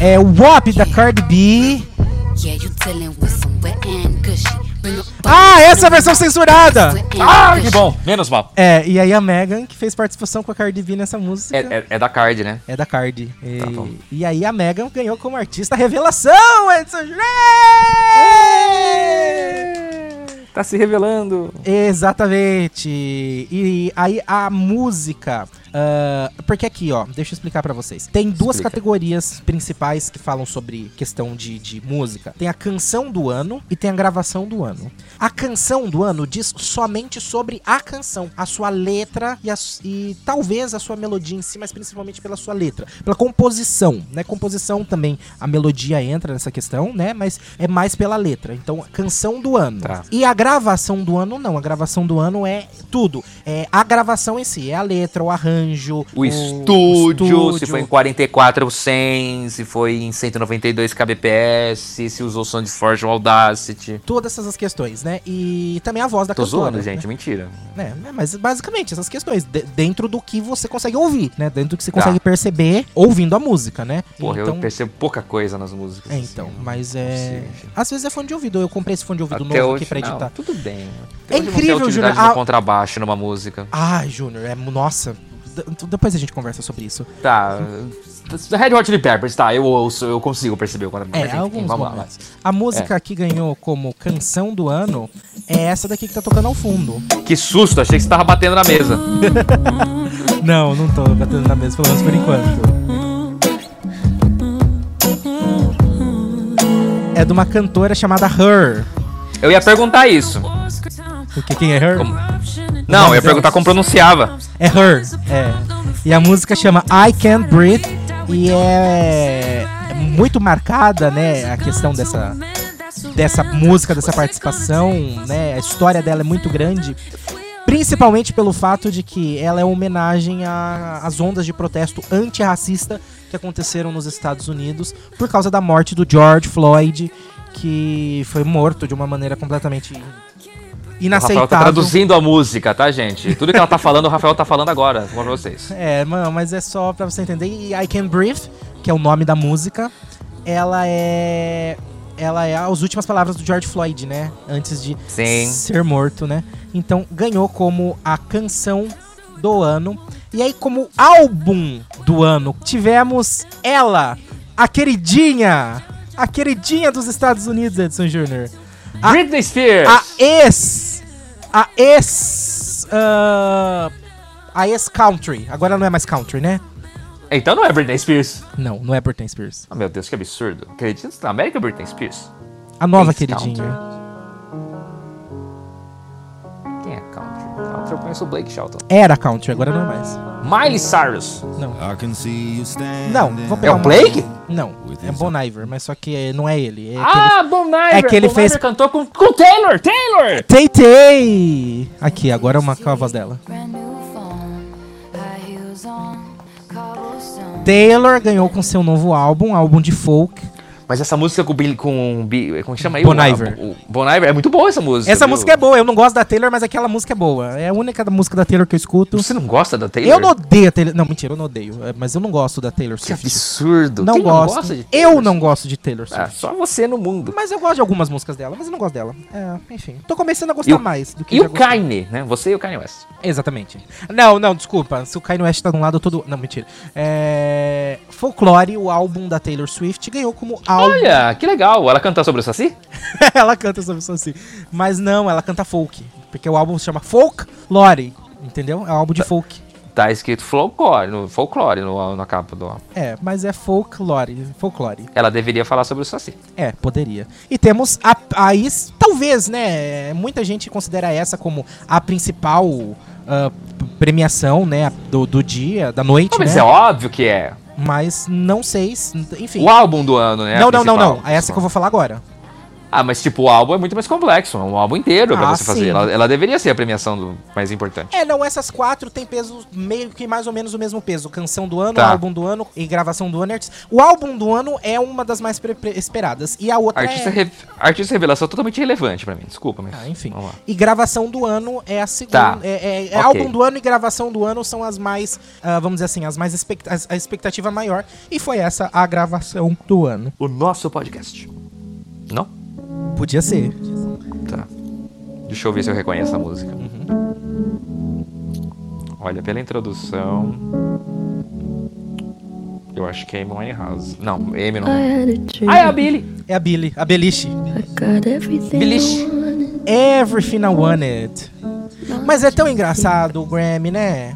[SPEAKER 1] É o WAP da Cardi B. Ah, essa é a versão censurada!
[SPEAKER 8] Ah, que bom. Menos mal.
[SPEAKER 1] É, e aí a Megan, que fez participação com a Cardi B nessa música.
[SPEAKER 8] É, é- é da Card, né?
[SPEAKER 1] É da Cardi. E,
[SPEAKER 8] bom.
[SPEAKER 1] e aí a Megan ganhou como artista revelação, Edson Júnior!
[SPEAKER 8] Tá se revelando.
[SPEAKER 1] Exatamente. E aí a música. ah, porque aqui, ó, deixa eu explicar pra vocês. Tem duas
[SPEAKER 8] Explica.
[SPEAKER 1] categorias principais que falam sobre questão de, de música. Tem a canção do ano e tem a gravação do ano. A canção do ano diz somente sobre a canção, a sua letra e, a s- e talvez a sua melodia em si, mas principalmente pela sua letra, pela composição, né? Composição também, a melodia entra nessa questão, né? Mas é mais pela letra. Então, canção do ano.
[SPEAKER 8] Tá.
[SPEAKER 1] E a gravação do ano, não. A gravação do ano é tudo. É a gravação em si, é a letra, o arranjo arranjo,
[SPEAKER 3] O estúdio, se foi em 44, 100, se foi em 192 kbps, se usou som de Forge ou Audacity.
[SPEAKER 1] todas essas questões, né? E também a voz da
[SPEAKER 3] Tô
[SPEAKER 1] cantora.
[SPEAKER 3] zoando, gente, mentira.
[SPEAKER 1] Né? né, Mas basicamente essas questões, de- dentro do que você consegue ouvir, né? Dentro do que você consegue perceber ouvindo a música, né?
[SPEAKER 3] Tá. Porra, eu percebo pouca coisa nas músicas.
[SPEAKER 1] É,
[SPEAKER 3] assim,
[SPEAKER 1] então,
[SPEAKER 3] não
[SPEAKER 1] mas
[SPEAKER 3] consigo,
[SPEAKER 1] é.
[SPEAKER 3] enfim.
[SPEAKER 1] Às vezes é fone de ouvido. Eu comprei esse fone de ouvido
[SPEAKER 3] Até
[SPEAKER 1] novo
[SPEAKER 3] hoje,
[SPEAKER 1] aqui pra
[SPEAKER 3] não,
[SPEAKER 1] editar.
[SPEAKER 3] tudo bem.
[SPEAKER 1] É
[SPEAKER 3] Até hoje eu não
[SPEAKER 1] incrível,
[SPEAKER 3] tenho
[SPEAKER 1] Júnior,
[SPEAKER 3] utilidade
[SPEAKER 1] Ah,
[SPEAKER 3] do
[SPEAKER 1] a-
[SPEAKER 3] contrabaixo numa música.
[SPEAKER 1] Ai, Júnior, é. Nossa. d- Depois a gente conversa sobre isso.
[SPEAKER 3] Tá. Red Hot Chili Peppers, tá, eu ouço, eu consigo perceber o contrabaixo.
[SPEAKER 1] É,
[SPEAKER 3] enfim,
[SPEAKER 1] alguns
[SPEAKER 3] vamos lá, É.
[SPEAKER 1] momentos. A música que ganhou como canção do ano é essa daqui que tá tocando ao fundo.
[SPEAKER 3] vai. Que susto, achei que você tava batendo na mesa.
[SPEAKER 1] Não, não tô batendo na mesa, pelo menos por enquanto. É de uma cantora chamada Her.
[SPEAKER 3] Eu ia perguntar isso.
[SPEAKER 1] O que quem é Her?
[SPEAKER 3] Como? Não, eu ia perguntar como pronunciava.
[SPEAKER 1] É Her. É. E a música chama I Can't Breathe e é é muito marcada, né, a questão dessa dessa música, dessa participação, né? A história dela é muito grande. Principalmente pelo fato de que ela é uma homenagem a- às ondas de protesto antirracista que aconteceram nos Estados Unidos por causa da morte do George Floyd, que foi morto de uma maneira completamente
[SPEAKER 3] O Rafael
[SPEAKER 1] inaceitável.
[SPEAKER 3] tá traduzindo a música, tá, gente? Tudo que ela tá falando, o Rafael tá falando agora com vocês.
[SPEAKER 1] É, mano, mas é só pra você entender. E I Can Breathe, que é o nome da música, ela é. Ela é as últimas palavras do George Floyd, né? Antes de
[SPEAKER 3] Sim.
[SPEAKER 1] ser morto, né? Então ganhou como a canção do ano. E aí, como álbum do ano, tivemos ela, a queridinha, a queridinha dos Estados Unidos, Edson Jr. A-
[SPEAKER 3] Britney Spears!
[SPEAKER 1] A ex. A ex. ah, a ex-country. Agora não é mais country, né?
[SPEAKER 3] Então não é Britney Spears.
[SPEAKER 1] Não, não é Britney Spears.
[SPEAKER 3] Oh, meu Deus, que absurdo. Acredita na América Britney Spears?
[SPEAKER 1] A nova
[SPEAKER 3] Ex-country.
[SPEAKER 1] queridinha.
[SPEAKER 3] Quem é Country? Country eu conheço o Blake Shelton.
[SPEAKER 1] Era country, agora não é mais.
[SPEAKER 3] Miley Cyrus.
[SPEAKER 1] Não, vou
[SPEAKER 3] É
[SPEAKER 1] pegar.
[SPEAKER 3] o
[SPEAKER 1] uma-
[SPEAKER 3] Blake?
[SPEAKER 1] Não, é Bon Iver, mas só que é- não é ele. É
[SPEAKER 3] Ah, Bon Iver.
[SPEAKER 1] é que ele
[SPEAKER 3] Bon
[SPEAKER 1] fez-
[SPEAKER 3] Iver cantou com, com Taylor. Taylor!
[SPEAKER 1] aquele... Tay Tay! Aqui, agora é uma com a voz dela. Taylor ganhou com seu novo álbum, álbum de folk.
[SPEAKER 3] Mas essa música com o Billy, com, o Bi- como chama aí?
[SPEAKER 1] Bon
[SPEAKER 3] O- a-
[SPEAKER 1] Iver.
[SPEAKER 3] O, bon Iver, é muito boa essa música.
[SPEAKER 1] Essa
[SPEAKER 3] viu?
[SPEAKER 1] música é boa, eu não gosto da Taylor, mas aquela música é boa. É a única da música da Taylor que eu escuto.
[SPEAKER 3] Você não gosta da Taylor?
[SPEAKER 1] Eu não odeio a Taylor. Não, mentira, eu não odeio. é, Mas eu não gosto da Taylor
[SPEAKER 3] Que
[SPEAKER 1] Swift.
[SPEAKER 3] absurdo.
[SPEAKER 1] Não
[SPEAKER 3] Quem
[SPEAKER 1] gosto.
[SPEAKER 3] gosta de
[SPEAKER 1] eu
[SPEAKER 3] Taylor
[SPEAKER 1] não gosto de Taylor
[SPEAKER 3] Ah,
[SPEAKER 1] Swift.
[SPEAKER 3] só você no mundo.
[SPEAKER 1] Mas eu gosto de algumas músicas dela, mas eu não gosto dela. É, enfim. Tô começando a gostar
[SPEAKER 3] E o-
[SPEAKER 1] mais do que
[SPEAKER 3] E
[SPEAKER 1] já
[SPEAKER 3] o
[SPEAKER 1] gostei.
[SPEAKER 3] Kanye, né? Você e o Kanye West.
[SPEAKER 1] Exatamente. Não, não, desculpa. Se o Kanye West tá de um lado, eu tô do... Não, mentira. É... Folklore, o álbum da Taylor Swift, ganhou como álbum.
[SPEAKER 3] Olha, que legal. Ela cantou sobre o Saci?
[SPEAKER 1] ela canta sobre isso assim. Mas não, ela canta folk. Porque o álbum se chama Folklore, entendeu? É um álbum de folk.
[SPEAKER 3] Tá escrito folclore, no, folclore no, na capa do álbum.
[SPEAKER 1] É, mas é folklore, folklore.
[SPEAKER 3] Ela deveria falar sobre o Saci.
[SPEAKER 1] É, poderia. E temos a, a is- talvez, né? Muita gente considera essa como a principal ah, p- premiação, né? Do, do dia, da noite,
[SPEAKER 3] Não, mas
[SPEAKER 1] né?
[SPEAKER 3] é óbvio que é.
[SPEAKER 1] Mas não sei, se- enfim.
[SPEAKER 3] O álbum do ano, né?
[SPEAKER 1] não,
[SPEAKER 3] a
[SPEAKER 1] não, não,
[SPEAKER 3] principal.
[SPEAKER 1] não. É essa que eu vou falar agora.
[SPEAKER 3] Ah, mas tipo, o álbum é muito mais complexo. É um álbum inteiro pra
[SPEAKER 1] Ah,
[SPEAKER 3] você fazer.
[SPEAKER 1] sim.
[SPEAKER 3] Ela, ela deveria ser a premiação do mais importante.
[SPEAKER 1] É, não, essas quatro têm peso meio que mais ou menos o mesmo peso. Canção do ano,
[SPEAKER 3] Tá.
[SPEAKER 1] álbum do ano e gravação do ano. e artista. O álbum do ano é uma das mais pre- pre- esperadas. E a outra
[SPEAKER 3] Artista,
[SPEAKER 1] é...
[SPEAKER 3] re- artista revelação totalmente relevante pra mim. Desculpa, mas.
[SPEAKER 1] Ah, enfim.
[SPEAKER 3] Vamos lá.
[SPEAKER 1] E gravação do ano é a segunda.
[SPEAKER 3] Tá.
[SPEAKER 1] É, é- é
[SPEAKER 3] Ok.
[SPEAKER 1] Álbum do ano e gravação do ano são as mais, ah, vamos dizer assim, as mais expect as- a expectativa maior. E foi essa a gravação do ano.
[SPEAKER 3] O nosso podcast. Não?
[SPEAKER 1] Podia ser.
[SPEAKER 3] Tá. Deixa eu ver se eu reconheço a música.
[SPEAKER 1] Uhum.
[SPEAKER 3] Olha, pela introdução. Eu acho que é Amy Winehouse. Não, Amy não. é. Ah, é a Billy!
[SPEAKER 1] É a Billy, a Beliche.
[SPEAKER 3] Billy!
[SPEAKER 1] Everything I Wanted. Mas é tão engraçado o Grammy, né?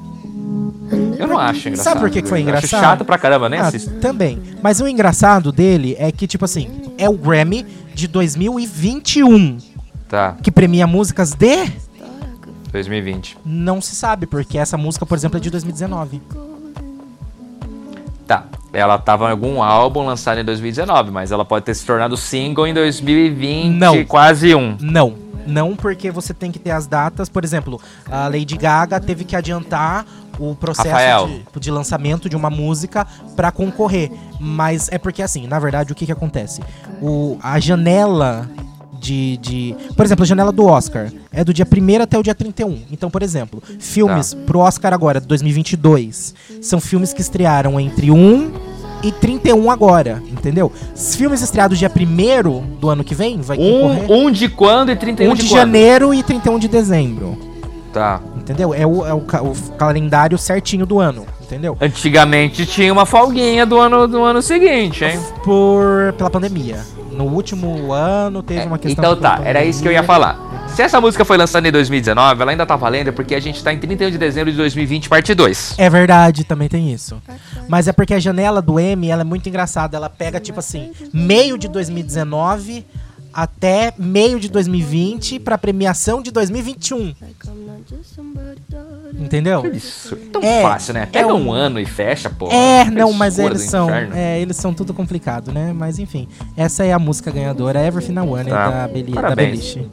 [SPEAKER 3] Eu não acho engraçado.
[SPEAKER 1] Sabe por que que foi
[SPEAKER 3] Eu
[SPEAKER 1] engraçado?
[SPEAKER 3] Acho chato pra caramba, nem
[SPEAKER 1] Ah,
[SPEAKER 3] assisto.
[SPEAKER 1] também. Mas o engraçado dele é que, tipo assim, é o Grammy de 2021,
[SPEAKER 3] Tá,
[SPEAKER 1] que premia músicas de.
[SPEAKER 3] 2020.
[SPEAKER 1] Não se sabe, porque essa música, por exemplo, é de 2019.
[SPEAKER 3] Tá. Ela tava em algum álbum lançado em 2019, mas ela pode ter se tornado single em 2020,
[SPEAKER 1] Não.
[SPEAKER 3] quase um.
[SPEAKER 1] Não, Não porque você tem que ter as datas. Por exemplo, a Lady Gaga teve que adiantar o processo
[SPEAKER 3] Rafael.
[SPEAKER 1] de, de lançamento de uma música pra concorrer. Mas é porque, assim, na verdade, o que, que acontece? O, a janela de, de- Por exemplo, a janela do Oscar é do dia 1 até o dia 31. Então, por exemplo,
[SPEAKER 3] Tá.
[SPEAKER 1] filmes pro Oscar agora, de 2022, são filmes que estrearam entre 1 e 31 agora, entendeu? Os filmes estreados dia 1 do ano que vem, vai concorrer.
[SPEAKER 3] Um, um de quando e 31
[SPEAKER 1] 1
[SPEAKER 3] de,
[SPEAKER 1] de
[SPEAKER 3] quando?
[SPEAKER 1] janeiro e 31 de dezembro.
[SPEAKER 3] Tá.
[SPEAKER 1] Entendeu? É o, é o ca- o f- calendário certinho do ano, entendeu?
[SPEAKER 3] Antigamente tinha uma folguinha do ano, do ano seguinte, hein?
[SPEAKER 1] Por, pela pandemia. No último ano teve uma questão.
[SPEAKER 3] Então
[SPEAKER 1] com
[SPEAKER 3] tá,
[SPEAKER 1] a
[SPEAKER 3] era isso que eu ia
[SPEAKER 1] pandemia.
[SPEAKER 3] falar. Se essa música foi lançada em 2019, ela ainda tá valendo porque a gente tá em 31 de dezembro de 2020, parte 2.
[SPEAKER 1] É verdade, também tem isso. Mas é porque a janela do M, ela é muito engraçada. Ela pega, tipo assim, meio de 2019 até meio de 2020 pra premiação de 2021. Entendeu?
[SPEAKER 3] Isso, é tão
[SPEAKER 1] É,
[SPEAKER 3] fácil, né? Pega um... ano e fecha, pô.
[SPEAKER 1] É, não, mas
[SPEAKER 3] Frescura
[SPEAKER 1] eles
[SPEAKER 3] do
[SPEAKER 1] são.
[SPEAKER 3] inferno.
[SPEAKER 1] É, eles são tudo complicado, né? Mas enfim, essa é a música ganhadora, Everything I Wanted,
[SPEAKER 3] Tá.
[SPEAKER 1] da, Beli da
[SPEAKER 3] Parabéns.
[SPEAKER 1] Beliche.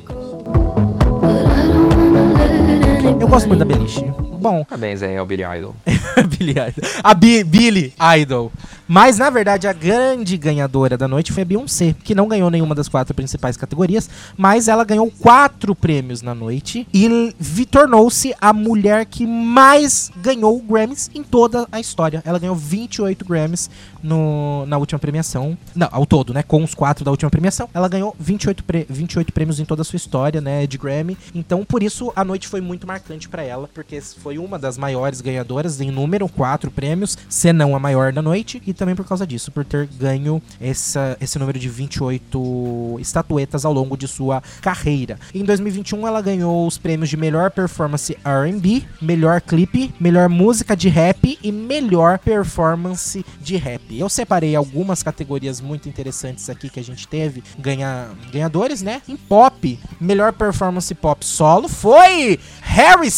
[SPEAKER 1] Eu gosto muito da Beliche. Bom,
[SPEAKER 3] Parabéns aí ao Billy Idol.
[SPEAKER 1] Billy Idol. A Bi Billy Idol. Mas, na verdade, a grande ganhadora da noite foi a Beyoncé, que não ganhou nenhuma das quatro principais categorias, mas ela ganhou quatro prêmios na noite e l- vi- tornou-se a mulher que mais ganhou Grammys em toda a história. Ela ganhou 28 Grammys no- na última premiação. Não, ao todo, né? Com os quatro da última premiação. Ela ganhou 28, pre- 28 prêmios em toda a sua história, né? De Grammy. Então, por isso, a noite foi muito marcante pra ela, porque foi uma das maiores ganhadoras em número, quatro prêmios, se não a maior da noite. E também por causa disso, por ter ganho essa, esse número de 28 estatuetas ao longo de sua carreira. Em 2021, ela ganhou os prêmios de melhor performance RB, melhor clipe, melhor música de rap e melhor performance de rap. Eu separei algumas categorias muito interessantes aqui que a gente teve ganha, ganhadores, né? Em pop, melhor performance pop solo foi Harry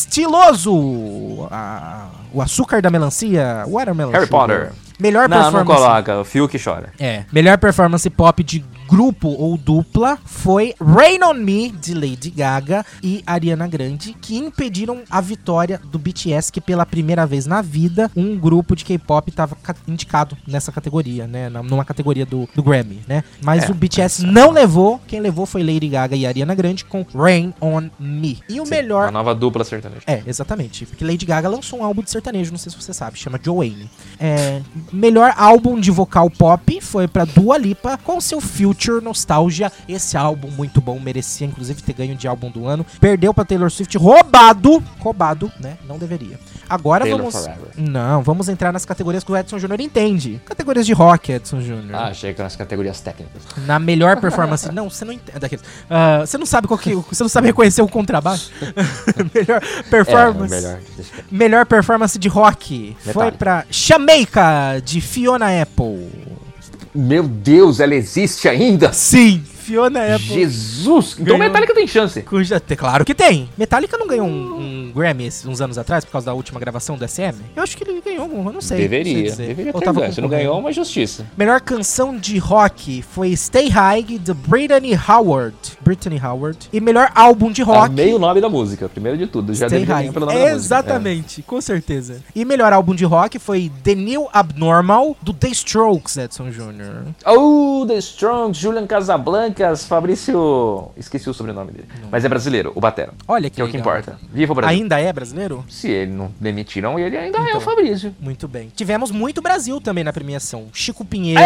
[SPEAKER 1] Stiloso, a- o açúcar da melancia, Watermelon
[SPEAKER 3] Harry
[SPEAKER 1] Sugar.
[SPEAKER 3] Potter.
[SPEAKER 1] Melhor
[SPEAKER 3] Não, não
[SPEAKER 1] performance
[SPEAKER 3] coloca. O Phil que chora.
[SPEAKER 1] é. Melhor performance pop de grupo ou dupla foi Rain on Me, de Lady Gaga e Ariana Grande, que impediram a vitória do BTS, que pela primeira vez na vida, um grupo de K-pop estava indicado nessa categoria, né? na- Numa categoria do, do Grammy, né? Mas o BTS não levou, quem levou foi Lady Gaga e Ariana Grande com Rain on Me. E o melhor
[SPEAKER 3] Uma nova dupla sertaneja.
[SPEAKER 1] é, exatamente. Porque Lady Gaga lançou um álbum de sertanejo, não sei se você sabe, chama Joanne. É, melhor álbum de vocal pop foi pra Dua Lipa com seu Future Nostalgia. Esse álbum muito bom, merecia inclusive ter ganho de álbum do ano. Perdeu pra Taylor Swift, roubado, roubado, né? Não deveria. Agora
[SPEAKER 3] Taylor
[SPEAKER 1] vamos
[SPEAKER 3] Forever.
[SPEAKER 1] Não, vamos entrar nas categorias que o Edson Júnior entende. Categorias de rock, Edson Júnior.
[SPEAKER 3] Ah, achei que nas categorias técnicas.
[SPEAKER 1] Na melhor performance. Não, você não entende. Daqueles. Ah, você não sabe qual que. Você não sabe reconhecer o contrabaixo. melhor performance.
[SPEAKER 3] É, melhor. Deixa eu-
[SPEAKER 1] Melhor performance de rock foi
[SPEAKER 3] Detalhe.
[SPEAKER 1] pra Jamaica, de Fiona Apple.
[SPEAKER 3] Meu Deus, ela existe ainda?
[SPEAKER 1] Sim, Fiona Apple.
[SPEAKER 3] Jesus! Então
[SPEAKER 1] É, Ganhou.
[SPEAKER 3] Metallica tem chance.
[SPEAKER 1] Cuja, te- claro que tem. Metallica não ganhou um, um Grammy esses- uns anos atrás por causa da última gravação do SM? Eu acho que ele ganhou algum, eu não sei. não sei
[SPEAKER 3] deveria.
[SPEAKER 1] dizer.
[SPEAKER 3] Deveria
[SPEAKER 1] Ou
[SPEAKER 3] ter
[SPEAKER 1] tava
[SPEAKER 3] ganho. Se não
[SPEAKER 1] concorrendo.
[SPEAKER 3] ganhou, é uma justiça.
[SPEAKER 1] Melhor canção de rock foi Stay High, de Brittany Howard. Brittany Howard. E melhor álbum de rock.
[SPEAKER 3] Amei Tá o nome da música, primeiro de tudo. Já
[SPEAKER 1] Stay
[SPEAKER 3] deveria
[SPEAKER 1] High.
[SPEAKER 3] ganhar pelo nome da música. é.
[SPEAKER 1] Exatamente, com certeza. E melhor álbum de rock foi The New Abnormal, do The Strokes, Edson Jr.
[SPEAKER 3] É. Oh, The Strong, Julian Casablancas, Fabrício... Esqueci o sobrenome dele. Mas é brasileiro, o Batera.
[SPEAKER 1] Olha que,
[SPEAKER 3] Que é o que
[SPEAKER 1] legal.
[SPEAKER 3] importa. Viva o Brasil.
[SPEAKER 1] Ainda é brasileiro?
[SPEAKER 3] Se ele não demitiram, ele ainda é
[SPEAKER 1] Então.
[SPEAKER 3] o Fabrício.
[SPEAKER 1] Muito bem. Tivemos muito Brasil também na premiação. Chico Pinheiro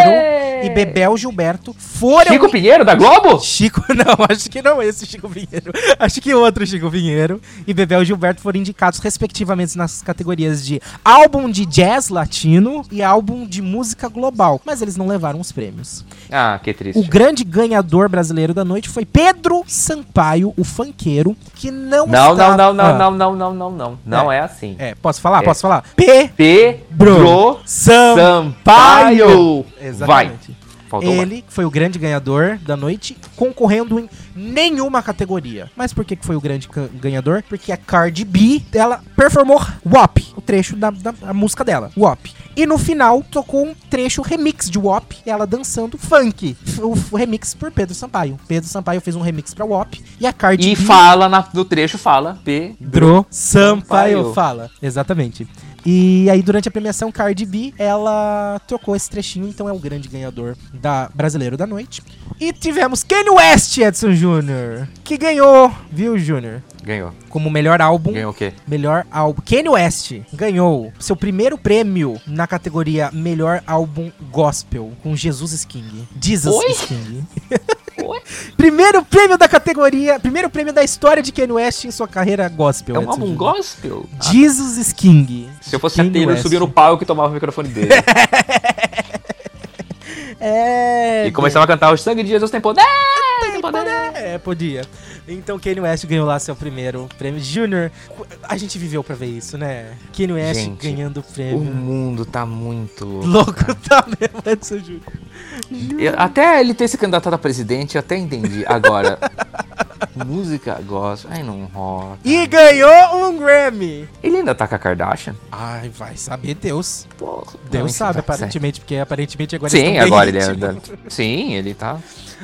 [SPEAKER 1] e Bebel Gilberto foram.
[SPEAKER 3] Chico Pinheiro, da Globo?
[SPEAKER 1] Chico, não, acho que não é esse Chico Pinheiro. Acho que é outro Chico Pinheiro e Bebel Gilberto foram indicados, respectivamente, nas categorias de álbum de jazz latino e álbum de música global. Mas eles não levaram os prêmios.
[SPEAKER 3] Ah, que
[SPEAKER 1] O
[SPEAKER 3] triste.
[SPEAKER 1] grande ganhador brasileiro da noite foi Pedro Sampaio, o funkeiro, que não
[SPEAKER 3] Não,
[SPEAKER 1] está-
[SPEAKER 3] não, não,
[SPEAKER 1] Ah,
[SPEAKER 3] não, não, não, não, não, não. Não tá? é assim.
[SPEAKER 1] É, posso falar?
[SPEAKER 3] É.
[SPEAKER 1] Posso falar? P.
[SPEAKER 3] Pedro
[SPEAKER 1] Sam.
[SPEAKER 3] Sampaio. Vai.
[SPEAKER 1] Exatamente.
[SPEAKER 3] Faltou um.
[SPEAKER 1] Ele foi o grande ganhador da noite, concorrendo em nenhuma categoria. Mas por que que foi o grande ca- ganhador? Porque a Cardi B, ela performou WAP. o trecho da, da- da música dela, WAP. E no final tocou um trecho remix de WAP, ela dançando funk. O, o remix por Pedro Sampaio. Pedro Sampaio fez um remix pra WAP e a Cardi
[SPEAKER 11] E
[SPEAKER 1] B-
[SPEAKER 11] fala na- no trecho, fala. P.
[SPEAKER 12] Pedro
[SPEAKER 11] Sampaio.
[SPEAKER 12] Sampaio.
[SPEAKER 1] Fala, exatamente. E aí, durante a premiação, Cardi B, ela trocou esse trechinho, então é o grande ganhador da brasileiro da noite. E tivemos Kanye West, Edson Júnior, que ganhou, viu, Júnior?
[SPEAKER 3] Ganhou.
[SPEAKER 1] Como melhor álbum.
[SPEAKER 3] Ganhou o quê?
[SPEAKER 1] Melhor álbum. Kanye West ganhou seu primeiro prêmio na categoria Melhor Álbum Gospel com Jesus is King. Jesus
[SPEAKER 11] Oi?
[SPEAKER 1] is King. primeiro prêmio da categoria, primeiro prêmio da história de Kanye West em sua carreira gospel.
[SPEAKER 11] É um
[SPEAKER 1] Edson
[SPEAKER 11] álbum
[SPEAKER 1] Júnior.
[SPEAKER 11] gospel?
[SPEAKER 1] Jesus is King.
[SPEAKER 3] Ah, Se eu fosse a
[SPEAKER 1] Kanye
[SPEAKER 3] Taylor, eu
[SPEAKER 1] West.
[SPEAKER 3] subia no palco e tomava o microfone dele.
[SPEAKER 1] É.
[SPEAKER 3] e começava a cantar o sangue de Jesus tem poder.
[SPEAKER 1] tem poder. É, podia. Então Kanye West ganhou lá seu primeiro prêmio. Júnior, a gente viveu pra ver isso, né? Kanye West
[SPEAKER 3] Gente, um
[SPEAKER 1] ganhando o
[SPEAKER 3] O
[SPEAKER 1] prêmio.
[SPEAKER 3] mundo tá muito louco.
[SPEAKER 1] Louco tá mesmo, Edson Júnior.
[SPEAKER 3] Eu- até ele ter se candidatado a presidente, eu até entendi. Agora, música gospel, ai não rola.
[SPEAKER 1] E ganhou um Grammy.
[SPEAKER 3] Ele ainda tá com a Kardashian?
[SPEAKER 1] Ai, vai saber Deus.
[SPEAKER 3] Porra,
[SPEAKER 1] Deus sabe, aparentemente,
[SPEAKER 3] aparentemente.
[SPEAKER 1] porque aparentemente agora
[SPEAKER 3] é. Sim,
[SPEAKER 1] estão bem
[SPEAKER 3] agora ele é.
[SPEAKER 1] íntimos.
[SPEAKER 3] da- Sim, ele tá.